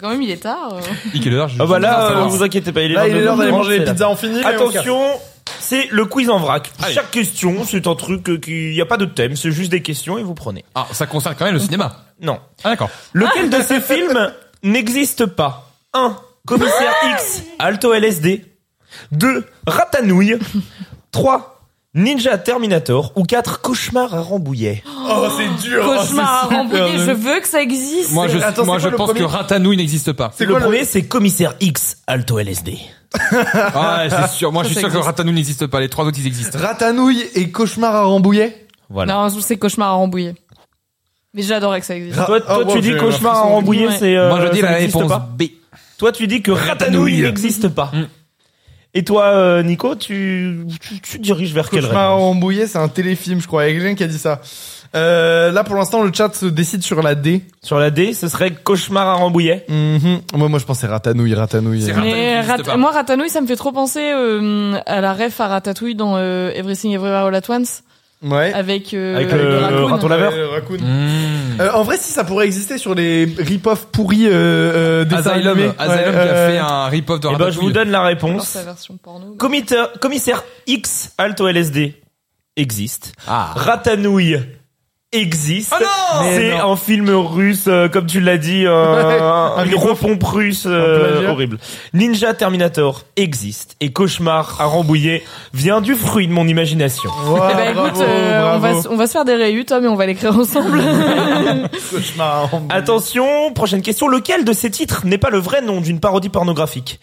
D: Quand même il est tard. euh.
E: Il est quelle heure Je-
B: Ah bah
E: je-
B: là,
E: je-
B: euh, vous inquiétez pas, il est
C: Là, il est l'heure d'aller
B: de-
C: manger
B: c'est
C: les
B: là.
C: pizzas en fini. mais on se casse.
B: Attention, c'est le quiz en vrac.
E: Allez.
B: Chaque question, c'est un truc euh, qui, y a pas de thème, c'est juste des questions et vous prenez.
E: Ah, ça concerne quand même le cinéma.
B: Non.
E: Ah d'accord.
B: Lequel de ces films n'existe pas 1. Commissaire X, Alto LSD. 2. Ratanouille. 3. Ninja Terminator. Ou 4. Cauchemar à Rambouillet.
C: Oh, c'est dur. oh,
D: Cauchemar à
C: c'est super
D: rembouiller,
C: dur.
D: je veux que ça existe.
E: Moi je,
C: Attends,
E: moi,
C: c'est
E: je
C: quoi le
E: pense que
C: premier
E: Ratanouille n'existe pas.
C: C'est
B: Le
C: quoi le-
B: premier, c'est Commissaire X, Alto LSD.
E: Ah, ouais, c'est sûr. Moi je
D: Ça,
E: suis
D: ça
E: sûr que
D: existe.
E: Ratanouille n'existe pas. Les trois autres ils existent.
C: Ratanouille et cauchemar à Rambouillet.
B: Voilà.
D: Non, c'est cauchemar à rembouiller. Mais j'adorerais que ça existe.
C: Ra-
B: Toi, toi,
C: oh, wow,
B: tu dis
C: j'ai
B: Cauchemar à
C: l'impression-
B: Rambouillet,
D: Ouais.
B: c'est... euh,
E: moi je dis
B: ça
E: la
B: n'existe
E: réponse
B: pas.
E: B.
B: Toi, tu dis que Ratanouille
E: Ratanouille.
B: n'existe pas.
E: Mm.
B: Et toi, euh, Nico, tu, tu, tu diriges vers quel
C: Cauchemar à
B: rêve
C: Rambouillet, c'est un téléfilm, je crois. Il y a quelqu'un qui a dit ça. Euh, là, pour l'instant, le chat se décide sur la D.
B: Sur la D, ce serait Cauchemar à Rambouillet.
C: Mhm. Moi, moi, je pensais ratanouille, ratanouille.
E: C'est Ratanouille
D: Mais
E: n'existe
D: Rat-
E: pas.
D: moi Ratanouille ça me fait trop penser euh, à la ref à Ratatouille dans euh, Everything Everywhere All At Once
C: Ouais.
D: avec euh,
B: Avec
D: le
B: le
D: raccoon.
B: raton laveur.
C: Euh, raccoon.
E: Mmh.
C: Euh, en vrai, si ça pourrait exister sur les rip-off pourris euh, euh, des
E: Asylum, Asylum qui a
C: euh,
E: fait un rip-off de
B: Eh ben, je vous
E: Ratatouille.
B: donne la
D: Alors,
B: réponse.
D: sa version porno. mais-
B: Commiteur- commissaire X Alto LSD existe.
E: Ah.
B: Ratanouille existe.
E: Oh non
B: C'est
E: Mais
B: un film russe, euh, comme tu l'as dit,
C: Ouais,
B: euh,
C: un
B: une
C: rip-off.
B: repompe russe euh,
C: Un plagiat.
B: horrible. Ninja Terminator existe et Cauchemar à Rambouillet vient du fruit de mon imagination.
D: Eh ben écoute, euh, on, va, se- on va se faire des réus, Tom, et on va l'écrire ensemble.
B: Attention, prochaine question. Lequel de ces titres n'est pas le vrai nom d'une parodie pornographique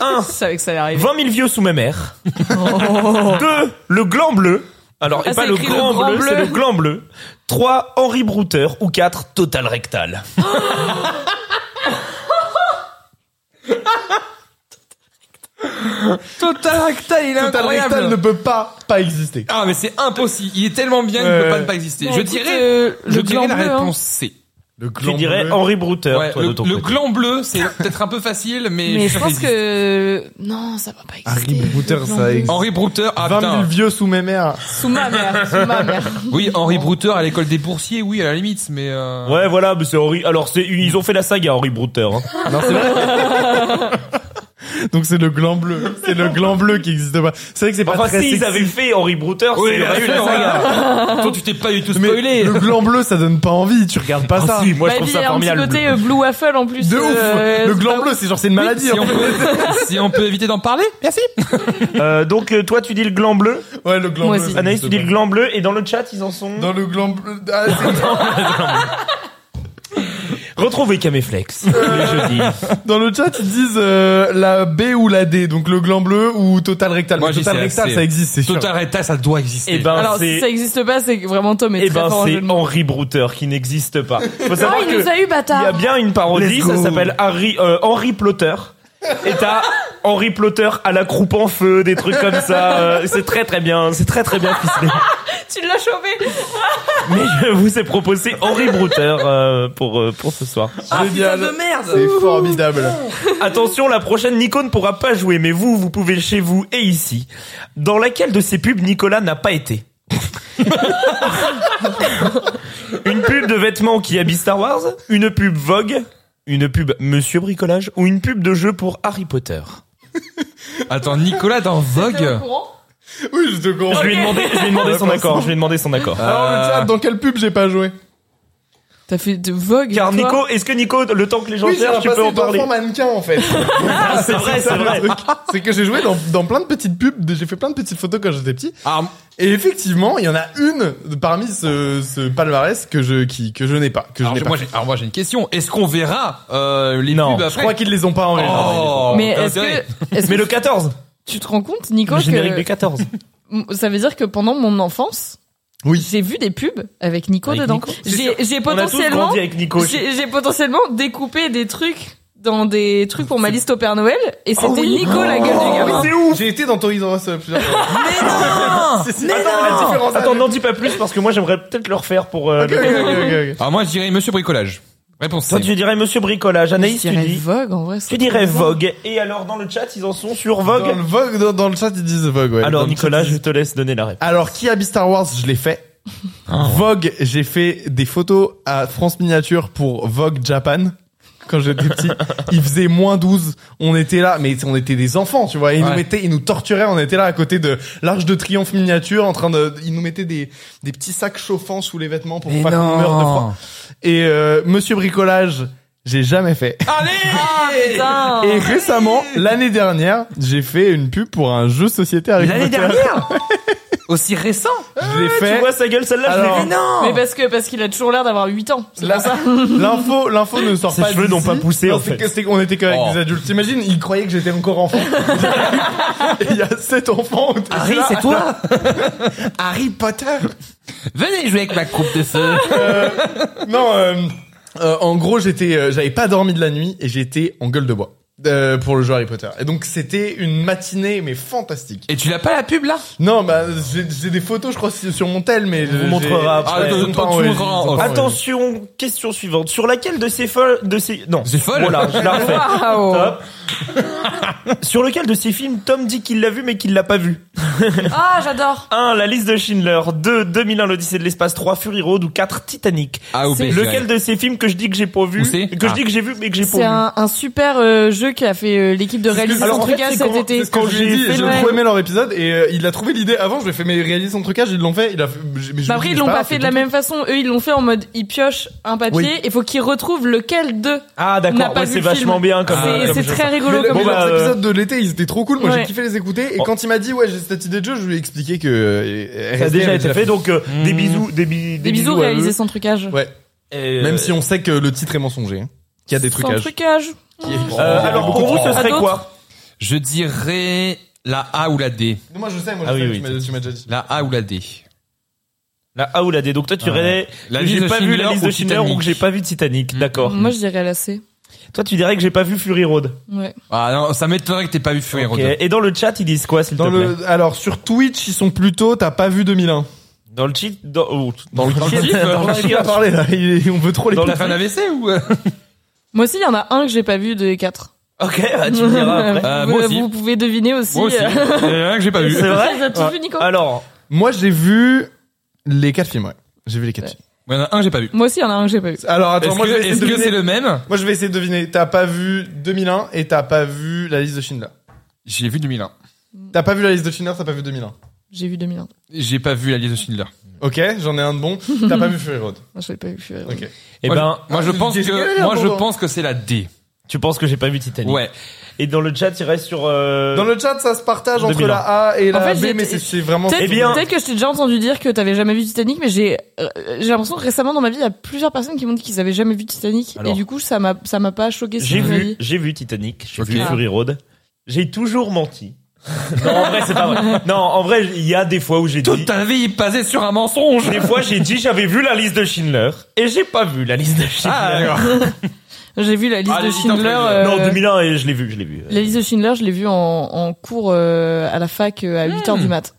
B: 1.
D: Je savais que ça allait arriver.
B: 20 000 vieux sous ma mère.
D: Oh.
B: 2. Le gland bleu. Alors,
D: Ah,
B: et pas
D: c'est
B: le
D: écrit le
B: grand
D: grand
B: bleu,
D: bleu.
B: c'est le gland bleu. 3. Henri Brouter. Ou 4. Total rectal.
E: Total Rectal, il est
C: Total
E: incroyable.
C: Rectal ne peut pas pas exister.
E: Ah mais c'est impossible. Il est tellement bien, il
C: Ouais.
E: peut pas ne pas exister.
D: Bon,
E: je
D: écoute,
E: dirais,
D: euh,
E: je
D: le
E: dirais la
D: gland bleu, hein.
E: réponse C.
C: Le
B: Tu dirais Henri Brouter,
E: Ouais,
B: toi,
E: le
B: de ton
E: le
B: côté.
E: gland bleu, c'est peut-être un peu facile, mais,
D: Mais
E: suis
D: je
E: sûr
D: pense
E: qu'il existe.
D: que non, ça va pas exister.
C: Harry Potter,
D: Non,
C: ça
D: non.
C: existe.
E: Henri Brouter, ah
C: 20 000
E: putain.
C: vieux sous mes mères.
D: Sous ma mère, sous ma mère.
E: Oui, Henri Brouter à l'école des boursiers, oui, à la limite, mais euh...
B: Ouais, voilà, mais c'est Henri. Alors, c'est, ils ont fait la saga Henri Brouter. hein.
C: Non, c'est vrai. Donc c'est le gland bleu. C'est le gland bleu qui existe pas. C'est vrai que c'est pas
B: Enfin,
C: très
B: si ils
C: sexy.
B: avaient fait Henri Brouter,
E: Oui,
B: c'est-
E: il y aurait eu la saga. Toi, tu t'es pas du tout
C: Mais
E: spoilé.
C: le gland bleu, ça donne pas envie. Tu regardes pas ça.
B: Ah, si, moi, je
D: Bah,
B: trouve
D: puis, il
B: ça
D: y a un petit
B: formidable.
D: côté euh, blue waffle en plus.
C: De ouf.
D: euh,
C: le
D: c'est
C: gland
D: pas
C: bleu,
D: ouf.
C: c'est genre c'est une maladie.
E: Si
C: en
E: on,
C: fait.
E: peut, si on peut éviter d'en parler, merci.
B: Euh, donc, euh, toi, tu dis le gland bleu.
C: Ouais, le gland
D: Moi
C: bleu.
D: aussi.
C: ça
B: Anaïs, tu
C: existe
B: dis
C: pas.
B: le gland bleu. Et dans le chat, ils en sont.
C: Dans le gland bleu. Ah, c'est-
B: Retrouvez Caméflex. le jeudi.
C: Dans le chat, ils disent euh, la B ou la D, donc le gland bleu ou total rectal.
E: Moi,
C: Mais
E: j'y
C: total
E: sais
C: rectal,
E: assez.
C: ça existe, c'est sûr.
E: Total Rectal, ça doit exister.
B: Eh ben,
D: Alors, si
B: c'est-
D: ça existe pas, c'est que vraiment Tom est
B: Eh
D: très
B: ben,
D: fort en jeu
B: c'est
D: de mots.
B: Henri Brouter qui n'existe pas. Faut
D: Ah,
B: savoir
D: il nous
B: que
D: a eu,
B: il y a
D: bâtard
B: bien une parodie,
C: Let's
B: ça
C: go.
B: s'appelle Harry, euh, Henri Plotter. Et t'as Henri Plotter à la croupe en feu, des trucs comme ça. euh, c'est très très bien, c'est très très bien ficelé.
D: Tu l'as chauffé
B: Mais je vous ai proposé Henri Brouter euh, pour euh, pour ce soir.
F: Ah, putain
C: Génial.
F: de merde
C: C'est formidable.
B: Attention, la prochaine Nico ne pourra pas jouer, mais vous, vous pouvez chez vous et ici. Dans laquelle de ces pubs Nicolas n'a pas été Une pub de vêtements qui habille Star Wars Une pub Vogue Une pub Monsieur Bricolage Ou une pub de jeu pour Harry Potter
E: Attends, Nicolas dans
D: T'es au
E: Vogue.
D: courant
C: Oui, je te comprends.
B: Je lui ai demandé, je lui ai demandé son accord. Je lui ai demandé son accord.
C: Alors
E: euh,
C: le chat, dans quelle pub j'ai pas joué
D: T'as fait de Vogue
B: Car
D: toi
B: Nico, est-ce que Nico, le temps que les gens
C: Oui, j'ai
B: cherchent, tu peux en parler
C: mannequin en fait.
B: Ah, C'est vrai, c'est vrai.
C: Le truc, C'est que j'ai joué dans, dans plein de petites pubs, j'ai fait plein de petites photos quand j'étais petit.
E: Ah,
C: Et effectivement, il y en a une de- parmi ce, ce palmarès que je qui que je n'ai pas, que je
E: alors,
C: n'ai
E: je-
C: pas.
E: moi, j'ai- alors, moi, j'ai une question. Est-ce qu'on verra euh, les
B: Non,
E: pubs
C: je
E: après
C: crois qu'ils les ont pas en
E: Oh,
D: Mais
E: t'as
D: est-ce
E: intérêt.
D: que, est-ce
B: Mais
D: que
B: le 14,
D: tu te rends compte, Nico,
B: le générique
D: que
B: du 14.
D: m- ça veut dire que pendant mon enfance,
C: Oui.
D: j'ai vu des pubs avec Nico
B: Avec
D: dedans.
B: Nico. C'est
D: J'ai j'ai
B: On a tous
D: potentiellement,
B: grandi avec Nico.
D: j'ai j'ai potentiellement découpé des trucs dans des trucs pour ma liste au Père Noël et c'était Nico la gueule du
C: Ah
D: gamin.
B: Ah Oh, C'est ouf
C: J'ai été dans Toys R Us euh, plusieurs fois.
F: Ah. Mais non
C: C'est- c'est-
F: Mais
C: attends,
F: non
C: la différence-
B: Ah. Attends, n'en dis pas plus parce que moi j'aimerais peut-être le refaire pour. euh,
C: Ok,
B: le-
C: ok, ok, ok.
E: Alors, moi, je dirais Monsieur Bricolage. Réponse
B: Toi
E: C.
B: tu dirais Monsieur Bricolage, Anaïs
D: Je
B: tu
D: dirais
B: dis.
D: Vogue en vrai.
B: Tu dirais Vogue. Et alors dans le chat ils en sont sur Vogue.
C: Dans le Vogue, dans, dans le chat, ils disent Vogue. Ouais.
B: Alors
C: Dans le
B: Nicolas,
C: chat, ils
B: je
C: disent-
B: te laisse donner la réponse.
C: Alors qui habille Star Wars, je l'ai fait. Vogue, j'ai fait des photos à France Miniature pour Vogue Japan. Quand j'étais petit, il faisait moins 12, on était là, mais on était des enfants, tu vois, ils nous
E: Ouais.
C: mettaient, ils nous torturaient, on était là à côté de l'Arche de Triomphe miniature, en train de, ils nous mettaient des, des petits sacs chauffants sous les vêtements pour
E: Mais
C: pas qu'on
E: non.
C: meure de froid. Et euh, Monsieur Bricolage, j'ai jamais fait.
D: Ah putain.
B: Oh,
C: Et récemment, l'année dernière, j'ai fait une pub pour un jeu de société Harry
F: L'année
C: Potter.
F: dernière Aussi récent
C: Je l'ai
B: Ah, Tu
C: fait.
B: vois sa gueule celle-là, je l'ai
C: Alors,
F: Mais
B: vu.
F: non
E: bah,
D: Mais parce que parce qu'il a toujours l'air d'avoir 8 ans. C'est
C: La-
D: pour ça.
C: L'info, l'info ne sort
B: Ses
C: pas.
B: cheveux
C: d'ici.
B: n'ont pas poussé,
C: Non,
B: en
C: c'est
B: fait.
C: que- c'est qu'on était quand même
E: Oh.
C: des adultes. T'imagines, ils croyaient que j'étais encore enfant. Et Il y a sept enfants. au total.
F: Harry, c'est toi
C: Harry Potter.
E: Venez jouer avec ma coupe de feu.
C: Non, euh, euh, en gros, j'étais, euh, j'avais pas dormi de la nuit et j'étais en gueule de bois euh, pour le jeu Harry Potter. Et donc c'était une matinée mais fantastique.
E: Et tu l'as pas la pub là
C: Non, bah j'ai j'ai des photos, je crois, sur mon tel, mais je
B: vous montrera après.
E: Ah, tu- tu- tu montrera en off.
B: Attention, question suivante. Sur laquelle de ces folles, de ces, non.
E: C'est folle.
B: Voilà, je la refais.
D: Waouh.
B: Top. Sur lequel de ces films Tom dit qu'il l'a vu mais qu'il l'a pas vu
D: Ah j'adore.
B: 1. La liste de Schindler 2. 2001 l'Odyssée de l'espace 3. Fury Road ou 4. Titanic
E: Ah, ou B, je dirais.
B: Lequel de ces films que je dis que j'ai pas vu,
E: Où c'est
B: que je
E: Ah.
B: dis que j'ai vu mais que j'ai
D: C'est
B: pas vu
D: un, un super euh, jeu qui a fait euh, l'équipe de réalisation
C: Alors, en fait,
D: Trucas
C: c'est
D: hein, cet
C: comment-
D: été. Bah,
C: c'est ce que je lui ai dit,
D: fait
C: J'ai
D: le-
C: trop aimé leur épisode et euh, il a trouvé l'idée avant. Je lui ai fait mes réalisations de trucage, ils l'ont fait. Il a, fait- mais je- mais je
D: Bah
C: lui
D: après
C: ai dit, ah,
D: ils l'ont
C: c'est
D: pas
C: grave,
D: fait de
C: c'est
D: la même façon. Eux ils l'ont fait en mode ils piochent un papier.
C: Oui.
D: Il faut qu'ils retrouvent lequel d'eux.
B: Ah
D: N'a
B: d'accord,
D: pas
B: ouais,
D: vu
B: c'est
D: le film.
B: vachement bien comme euh,
D: C'est-
B: comme
D: C'est
B: jeu.
D: très rigolo
C: Mais le-
D: comme
C: mais
B: Bon,
D: jeu.
B: bah,
C: leurs
B: euh,
C: épisodes de l'été, ils étaient trop cool. Moi,
D: Ouais.
C: j'ai kiffé les écouter. Et
B: Oh.
C: quand il m'a dit, ouais, j'ai cette idée de jeu, je lui ai expliqué que euh,
B: Ça a
C: RSD
B: déjà
C: avait
B: été
C: la-
B: fait, donc euh, des bisous, des, bi-
D: Des bisous
B: à eux.
D: réalisés sans trucage.
C: Ouais.
B: Et, euh,
C: Même si on sait que le titre est mensongé, hein, qu'il y a des
D: Sans
C: trucages.
D: trucage.
B: euh, alors pour vous, ce
D: À
B: serait
D: d'autres
B: quoi
E: Je dirais la A ou la D.
C: Non, Moi, je sais. Moi,
B: Ah
C: je sais.
B: oui,
C: tu
B: oui.
C: m'as- tu m'as déjà dit.
E: La A ou la D.
B: La A ou la D Donc toi, tu dirais
E: La
B: que
E: liste
B: j'ai
E: de
B: pas vu Euh, la
E: Schindler
B: liste de
E: ou
B: Schindler
E: Titanic.
B: ou que j'ai pas vu
D: Mmh.
B: Titanic. D'accord.
D: Moi je dirais la C.
B: Toi, tu dirais que j'ai pas vu Fury Road.
D: Ouais.
E: Ah non, ça m'étonnerait que t'aies pas vu Fury
B: Ok.
E: Road.
B: Et dans le chat, ils disent quoi, s'il te
C: Dans
B: plaît
C: le, alors sur Twitch, ils sont plutôt. T'as pas vu 2001
B: Dans le cheat, dans, oh,
E: Dans le dans le
B: cheat,
E: clip,
B: dans
E: euh,
B: le
C: On
B: cheat.
C: arrive plus à parler là. Il est- On veut trop les.
B: Ah, Dans
E: T'as fait un AVC ou euh
D: Moi aussi il y en a un que j'ai pas vu des quatre.
B: Ok, bah, tu me diras après.
E: Euh,
D: vous,
E: moi aussi.
D: vous pouvez deviner aussi.
E: Moi aussi.
D: euh,
E: Il y en a un que j'ai pas vu.
B: C'est vrai
D: Vous avez tout vu, Nico
B: Alors,
C: Moi, j'ai vu les quatre films. Ouais. J'ai vu les quatre.
D: Ouais.
C: films.
E: Il y en a un que j'ai pas vu.
D: Moi aussi il y en a un que j'ai pas vu.
C: Alors attends,
E: Est-ce
C: moi,
E: que
C: je vais essayer
E: est-ce
C: de
E: que c'est
C: deviner.
E: le même
C: Moi, je vais essayer de deviner. T'as pas vu 2001 et t'as pas vu la liste de Schindler.
E: J'ai vu 2001.
C: T'as pas vu la liste de Schindler, t'as pas vu 2001.
D: J'ai vu 2001.
E: J'ai pas vu la liste de Schindler.
C: Ok, j'en ai un de bon. T'as pas vu Fury Road.
D: Je l'ai pas vu. je suis-
C: Ok.
B: eh
E: Moi,
B: ben,
E: je- moi je pense
C: J'ai galéré
E: que moi je
C: pendant.
E: pense que c'est la D.
B: Tu penses que j'ai pas vu Titanic
E: Ouais.
B: Et dans le chat, il reste sur. euh,
C: Dans le chat, ça se partage entre
B: 2001.
C: la A et la
D: En fait,
C: B,
D: j'ai-
C: mais c'est- c'est vraiment.
D: Peut-être
B: Eh bien-
D: peut-être que je t'ai déjà entendu dire que t'avais jamais vu Titanic, mais j'ai euh, j'ai l'impression que récemment dans ma vie, il y a plusieurs personnes qui m'ont dit qu'ils avaient jamais vu Titanic,
B: Alors.
D: et du coup ça m'a ça m'a pas choqué.
B: J'ai vu, j'ai vu Titanic, j'ai
E: Ok.
D: Ah.
B: vu Fury Road. J'ai toujours menti. non, en vrai, c'est pas vrai. Non, en vrai, il y a des fois où j'ai dit.
E: Toute ta vie est basée sur un mensonge.
B: Des fois, j'ai dit j'avais vu la liste de Schindler et j'ai pas vu la liste de Schindler.
E: Ah, d'accord.
D: J'ai vu la liste
E: Ah,
D: de
E: les Italiens,
D: Schindler.
E: très
D: euh,
B: Non, 2001 et je l'ai vu, je l'ai vu.
D: La liste de Schindler, je l'ai vue en, en cours euh, à la fac euh, à 8h du mat.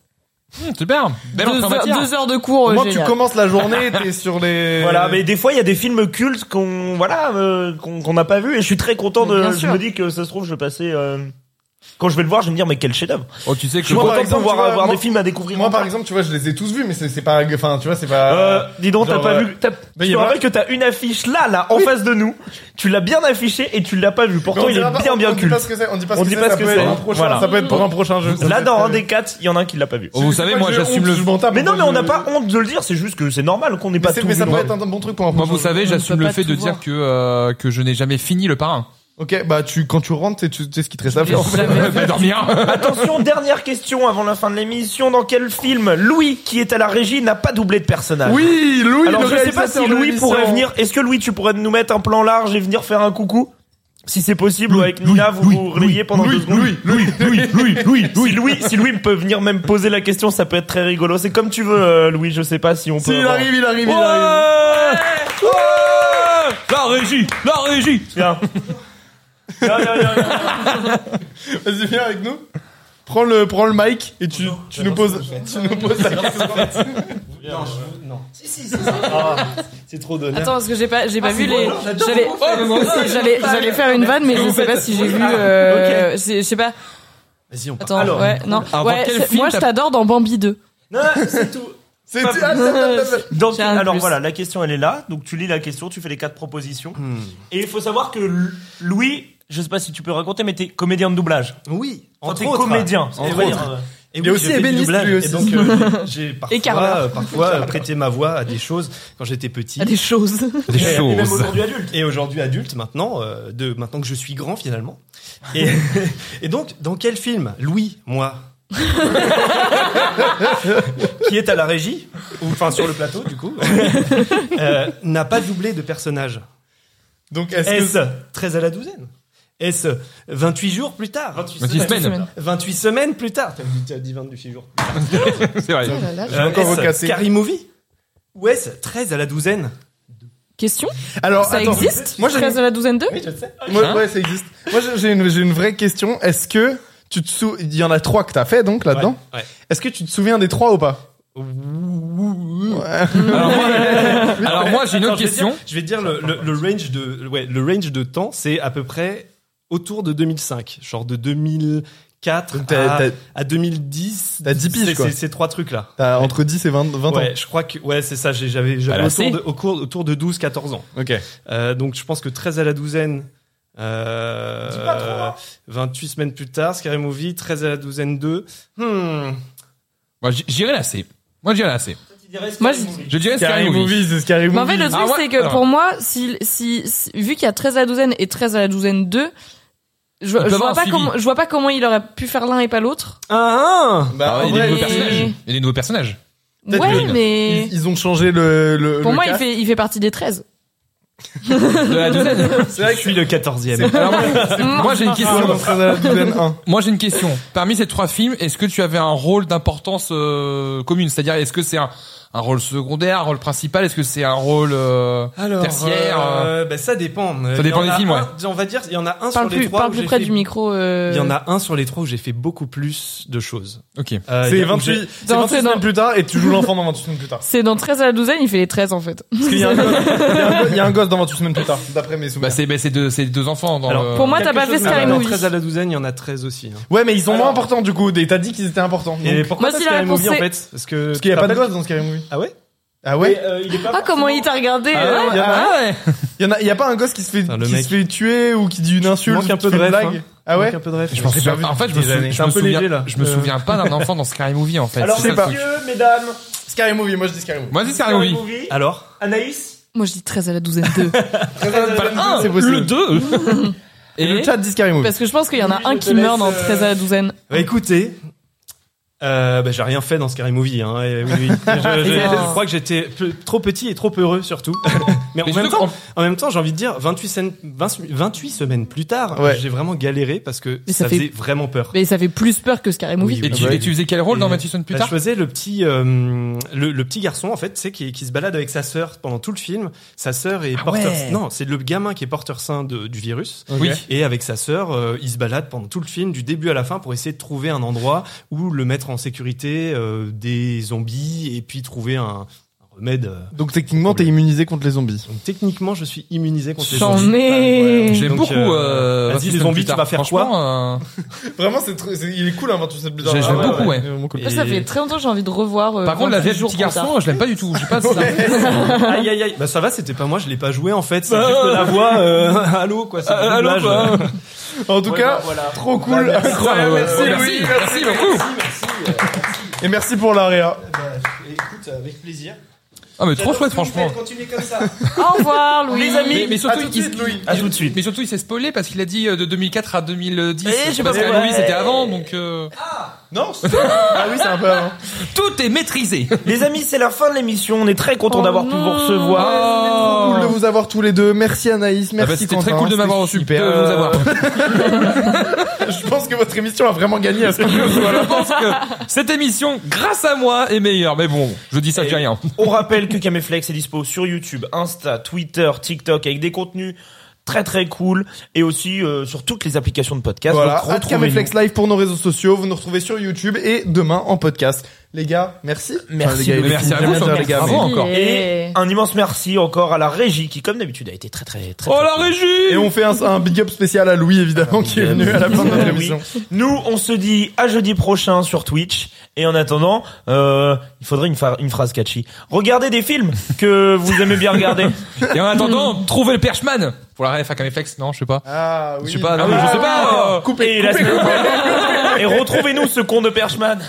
E: Hum, Super. Belle
D: deux,
E: entrée en
D: heures,
E: matière.
D: deux heures de cours,
C: Au
D: euh,
C: moins, tu
D: génial.
C: commences la journée, t'es sur les.
B: Voilà, mais des fois il y a des films cultes qu'on voilà euh, qu'on qu'on n'a pas vu et je suis très content
D: Mais
B: de.
D: bien
B: Je
D: sûr.
B: me dis que ça se trouve je vais passer. euh, Quand je vais le voir, je vais me dire mais quel chef-d'œuvre.
E: Oh, tu sais que
B: Je suis
C: Moi,
B: content de
C: par exemple,
B: pouvoir
C: tu vois,
B: avoir
C: moi-
B: des films à découvrir.
C: Moi, par exemple, tu vois, je les ai tous vus, mais c'est c'est pas. Enfin, tu vois, c'est pas.
B: Euh, dis donc, t'as
C: genre,
B: pas
C: euh,
B: vu. t'as-
C: mais
B: Je
C: y
B: te
C: a
B: rappelle que t'as une affiche là, là, en face de nous. Tu l'as bien affiché et tu l'as pas vu.
C: mais
B: Pourtant,
C: on
B: il
C: dira
B: est
C: pas-
B: bien,
C: on
B: bien
C: dit pas
B: culte.
C: ce que c'est, On dit pas
B: On
C: ce
B: dit
C: que
B: pas ce
C: c'est. Ça
B: que
C: peut
B: c'est.
C: être un prochain-
B: Voilà.
C: Ça peut être pour un prochain jeu. ça
B: Là,
C: peut
B: dans
C: être-
B: un des quatre, il y en a un qui l'a pas vu.
E: Oh, vous savez, moi,
C: j'ai
E: j'assume
C: honte,
E: le.
C: je m'en tape,
B: Mais non, mais
C: moi,
B: on n'a
C: je-
B: pas honte de le dire. C'est juste que c'est normal qu'on n'ait
C: Mais
B: pas
C: c'est-
B: tout
C: mais
B: vu.
C: ça
B: non.
C: peut être un bon truc pour un
E: Moi,
C: prochain
E: vous
C: jeu.
E: savez,
D: on
E: j'assume
D: peut
E: le
D: pas
E: fait
D: tout
E: de dire
D: voir.
E: que euh, que je n'ai jamais fini le parrain.
C: Ok, bah, tu, quand tu rentres, tu- tu tu sais ce qui te reste à faire.
E: Va dormir.
B: Attention, dernière question avant la fin de l'émission. Dans quel film Louis, qui est à la régie, n'a pas doublé de personnage
C: Oui, Louis,
B: Alors,
C: le
B: je sais pas si
C: réalisateur de
B: Louis
C: l'émission.
B: pourrait venir. Est-ce que Louis, tu pourrais nous mettre un plan large et venir faire un coucou si c'est possible, ou avec Nina, vous vous relayez pendant deux secondes.
C: Louis, Louis, Louis, Louis, Louis,
B: Si Louis, si Louis peut venir même poser la question, ça peut être très rigolo. C'est comme tu veux, euh, Louis. Je sais pas si on peut.
C: S'il
B: avoir- Oh
C: arrive, il arrive, il
B: Ouais
C: arrive.
E: La régie, la régie.
B: Viens. Viens, viens, viens, viens.
C: Vas-y, viens avec nous. Prends le, prends le mic et tu, tu nous poses, tu nous poses la question.
D: Attends, parce que j'ai pas,
E: Ah,
D: j'ai pas vu les. J'allais,
E: Oh,
D: j'allais, j'allais faire une vanne, mais je sais pas si j'ai vu. Euh, c'est- Je sais pas.
E: Vas-y, on part.
D: Attends,
B: Alors.
D: ouais, non.
E: Alors,
D: Ouais,
E: dans quel
D: c'est-
E: film
D: moi,
E: t'as-
D: je t'adore dans Bambi 2.
B: Non, c'est tout.
C: C'est, ah, ça, ça, ça, ça.
B: Donc,
D: J'ai un de
B: alors
D: plus.
B: voilà, la question elle est là. Donc tu lis la question, tu fais les quatre propositions.
C: Hmm.
B: Et il faut savoir que L- Louis, je sais pas si tu peux raconter, mais t'es comédien de doublage.
G: Oui,
B: Enfin,
G: entre
B: t'es
G: autres.
B: comédien. c'est
G: Entre
B: vrai,
G: autres.
B: euh,
G: Et
C: Il est aussi
G: j'ai fait du
C: ébéniste,
G: doublage,
C: lui
G: et
C: aussi.
G: donc euh, j'ai
D: Et carveur.
G: parfois, euh, parfois euh, prêté ma voix à des choses quand j'étais petit.
D: Des choses.
E: Des
B: Et même
E: choses.
B: aujourd'hui adulte.
G: Et aujourd'hui adulte maintenant, euh, de maintenant que je suis grand finalement. Et, et donc dans quel film Louis, moi, qui est à la régie, ou enfin sur le plateau du coup, euh, n'a pas doublé de personnage.
C: Donc, est-ce que
G: S 13 à la douzaine. S 28 jours plus tard. 28
E: Vas-y, semaine.
D: semaine.
G: 28 semaines plus tard. T'as dit, t'as dit 28 jours.
D: Oh
E: C'est vrai.
C: J'ai encore recassé.
G: Carrie Movie. Ou S 13 à la douzaine.
D: Question
C: Alors,
D: Ça
C: attends.
D: existe
C: Moi, j'ai,
D: 13 à la douzaine 2
G: je sais.
C: moi,
E: Hein
C: ouais, ça existe. Moi, j'ai- j'ai une, j'ai une vraie question. Est-ce que tu te sou... il y en a trois que t'as fait, donc, là-dedans?
G: Ouais, ouais.
C: Est-ce que tu te souviens des trois ou pas?
E: Alors moi, alors moi, j'ai une autre
G: Attends, je vais
E: question.
G: dire- Je vais te dire, le, le- le range de ouais, le range de temps, c'est à peu près autour de 2005, genre de 2004
C: Donc, t'as-
G: à,
C: t'as-
G: à 2010.
C: T'as 10 piges,
G: C'est-
C: quoi.
G: c'est- Ces trois trucs là.
C: T'as entre 10 et 20, 20 ans.
G: Ouais, je crois que ouais, c'est ça. j'ai- J'avais j'avais
E: Voilà,
G: autour
E: c'est-
G: de au cours- autour de 12 14 ans.
C: Ok.
G: Euh, donc je pense que 13 à la douzaine. euh,
E: hein.
G: 28 semaines plus tard, Scary Movie, 13 à la douzaine 2. Hmm.
E: Moi, j- j'irai la C. Moi, j'irai la C.
D: Moi, je-
E: Je dirais Scary
C: Scary
E: Movie.
C: Movie, c'est Scary
D: Mais en
C: Movie.
D: fait, le truc,
E: Ah ouais,
D: c'est que
E: alors.
D: pour moi, si, si, si- vu qu'il y a 13 à la douzaine et 13 à la douzaine 2, je,
E: peut
D: je
E: avoir
D: vois
E: un
D: pas
E: suivi.
D: comment, je vois pas comment il aurait pu faire l'un et pas l'autre.
G: Ah, ah
C: Bah,
E: Ah,
C: en
E: il y
C: vrai,
E: a des nouveaux
D: Et-
E: personnages. Il y a des nouveaux personnages.
C: Peut-être
D: Ouais,
E: que-
D: mais
C: ils, ils ont changé le, le
D: pour
C: le
D: moi, il
C: cast.
D: fait, il fait partie des 13.
E: De la douzaine.
C: C'est vrai
G: je suis le 14e.
E: Alors, moi, moi, j'ai une question.
C: que
E: Moi, j'ai une question. Parmi ces trois films, est-ce que tu avais un rôle d'importance euh, commune C'est-à-dire, est-ce que c'est un, un rôle secondaire, un rôle principal Est-ce que c'est un rôle euh,
G: Alors,
E: tertiaire euh,
G: euh, bah, ça dépend. Euh,
E: Ça dépend
G: il y en
E: des
G: a
E: films,
G: un- On va dire, il y en a un
D: Parle
G: sur les
D: plus,
G: trois.
D: parle
G: où
D: plus
G: j'ai
D: près
G: fait-
D: du micro. euh,
G: Il y en a un sur les trois où j'ai fait beaucoup plus de choses.
E: Ok.
G: Euh, il y
C: c'est
G: a- où j'ai-
C: 28 c'est
D: Dans-
C: 28
D: c'est
C: semaines
D: dans-
C: plus tard et tu joues l'enfant dans 28 semaines plus tard.
D: C'est dans 13 à la douzaine, il fait les 13 en fait.
C: Parce qu'il y a un gosse- il y a un gosse- il y a un gosse dans 28 semaines plus tard, d'après mes
E: Bah,
C: souvenirs.
E: c'est bah, c'est deux, c'est deux enfants. Dans
G: Alors,
E: le-
D: pour moi, t'as
G: quelque
D: pas fait
G: chose, mais
D: Scary
G: dans
D: Movie.
G: 13 à la douzaine, il y en a 13 aussi. hein.
C: Ouais, mais ils sont moins
G: Alors-
C: importants du coup. Et t'as dit qu'ils étaient importants.
G: Et
C: Donc,
G: pourquoi
D: Moi,
G: pas
D: si la
G: Scary
D: réponse,
G: Movie en
D: c'est-
G: fait Parce que
C: Parce qu'il y a
G: t'as
C: pas de gosse dans Scary Movie.
G: Ah ouais
C: Ah ouais
B: euh,
D: Ah, comment il t'a regardé euh,
C: il y en a-
E: Ah ouais.
C: Il y en a, il y a pas un gosse qui se fait,
G: Putain, le
C: qui
G: mec.
C: se fait tuer ou qui dit une insulte,
G: manque un
C: qui
G: peu
C: fait
G: de
C: une
G: ref,
C: blague.
G: hein.
C: Ah ouais?
G: Un peu de rêve.
E: Je m'en
C: j'ai
E: souviens-
C: pas vu
E: En fait, je me,
C: depuis des
E: sou-
C: années.
E: je
C: C'est un
E: me
C: peu
E: souviens,
C: léger, là.
E: je me
C: Euh,
E: souviens pas d'un enfant dans Scary Movie en fait.
B: Alors,
E: C'est ça, le truc.
B: messieurs, mesdames,
C: Scary Movie, moi je dis Scary Movie.
E: Vas-y, Scary
B: Scary
E: Movie.
B: Movie,
G: Alors
B: Anaïs,
G: Bah,
D: Moi je dis 13 à la douzaine 2.
E: Pas le un,
C: c'est possible.
E: le 2.
C: Et, le chat dit Scary Movie.
D: Parce que je pense qu'il y en a
G: Oui, je
D: un
G: te
D: qui meurt
G: laisse,
D: dans
G: euh,
D: 13 à la douzaine.
G: Bah écoutez, euh, bah, j'ai rien fait dans Scary Movie. Hein, et oui, oui. Je, je- je crois que j'étais peu- trop petit et trop heureux surtout. Mais en
E: Mais
G: même
E: surtout
G: temps,
E: qu'en-
G: en même temps, j'ai envie de dire 28, sen- 20 28 semaines plus tard,
C: Ouais.
G: j'ai vraiment galéré parce que
D: Mais
G: ça,
D: ça fait-
G: faisait vraiment peur.
D: Mais ça fait plus peur que Scary Movie.
C: bah
E: Et tu, et tu faisais quel rôle dans 28 semaines plus
G: Bah,
E: tard
G: Je faisais le petit, euh, le, le petit garçon en fait, tu sais, qui, qui se balade avec sa sœur pendant tout le film. Sa sœur est porteur.
F: ouais.
G: Non, c'est le gamin qui est porteur sain de- du virus.
E: Oui.
G: Et avec sa sœur, euh, il se balade pendant tout le film, du début à la fin, pour essayer de trouver un endroit où le mettre en sécurité euh, des zombies et puis trouver un, un remède. euh.
C: Donc techniquement, t'es immunisé contre les zombies.
G: Donc techniquement, je suis immunisé contre les
D: J'en
G: zombies.
D: ai.
G: Ouais,
E: J'aime
G: Donc,
E: beaucoup. Euh,
G: euh, vas-y,
E: 28
G: les
E: semaines
G: zombies,
E: plus
G: tu
E: tard.
G: vas faire quoi
E: Franchement, euh,
C: Vraiment, c'est, il est cool, hein, 28
E: j'ai- J'aime
G: Ah
E: beaucoup, ouais.
G: Et-
D: Moi, Ça fait très longtemps que j'ai envie de revoir. euh,
E: Par contre, la
D: 28
E: vieille
D: jours
E: petit
D: plus tard.
E: garçon, je l'aime pas du tout. Je sais pas si ça-
G: Aïe aïe aïe. Bah ça va, c'était pas moi, je l'ai pas joué en fait.
D: Bah,
G: C'est juste la voix. euh, allô quoi. c'est du
D: Euh,
E: Ah, allô,
G: doublage.
E: quoi.
C: En tout
G: bah,
C: cas, trop cool, incroyable.
E: Ouais,
C: merci,
E: merci,
C: Louis.
E: merci beaucoup.
C: Et merci pour la réa.
G: Écoute, avec plaisir.
E: Ah, mais trop chouette, franchement.
G: Continuez comme ça.
D: Au revoir, Louis.
B: Les amis,
E: Mais, mais surtout, il,
B: À tout de suite.
E: mais surtout, il s'est spoilé parce qu'il a dit euh, de 2004 à 2010.
B: Eh, je sais pas
E: Parce que
B: pourquoi.
E: Louis, c'était avant, donc euh,
C: Non c'est- Ah oui, c'est un peu avant.
E: tout est maîtrisé.
B: Les amis, c'est la fin de l'émission. On est très content
D: Oh
B: d'avoir
D: non.
B: pu vous recevoir.
E: Oh.
C: Cool de vous avoir tous les deux. Merci Anaïs,
E: Ah bah,
C: merci
E: c'était
C: Quentin.
E: très cool de m'avoir reçu.
C: C'était
E: De
C: Super.
E: vous avoir.
C: Je pense que votre émission a vraiment gagné à ce moment-là.
E: Je pense que cette émission, grâce à moi, est meilleure. Mais bon, je dis ça, je dis rien.
B: On rappelle que Caméflex est dispo sur YouTube, Insta, Twitter, TikTok avec des contenus très très cool et aussi euh, sur toutes les applications de podcast.
C: Voilà,
B: Donc,
C: at
B: retrouvez-nous.
C: Caméflex Live pour nos réseaux sociaux. Vous nous retrouvez sur YouTube et demain en podcast. Les gars, merci.
B: Merci
C: les gars,
B: beaucoup.
C: il est
E: Merci à
C: bien
E: vous,
C: de dire,
E: surtout.
C: les gars,
E: Bravo
C: mais-
E: encore.
B: Et
D: Et...
B: un immense merci encore à la régie qui, comme d'habitude, a été très très très.
E: Oh
B: très
E: la
B: cool.
E: régie
C: Et on fait un, un big up spécial à Louis, évidemment, qui est venu à la fin de notre
B: Euh, oui.
C: émission.
B: Nous, on se dit à jeudi prochain sur Twitch. Et en attendant, euh, il faudrait une, fa- une phrase catchy. Regardez des films que vous aimez bien regarder.
E: Et en attendant, trouvez le perchman pour la ref à Caméflex. Non, je sais pas.
C: Ah oui.
E: Je sais pas. non, mais je sais pas. euh,
B: et, la- et retrouvez-nous ce con de Perchman.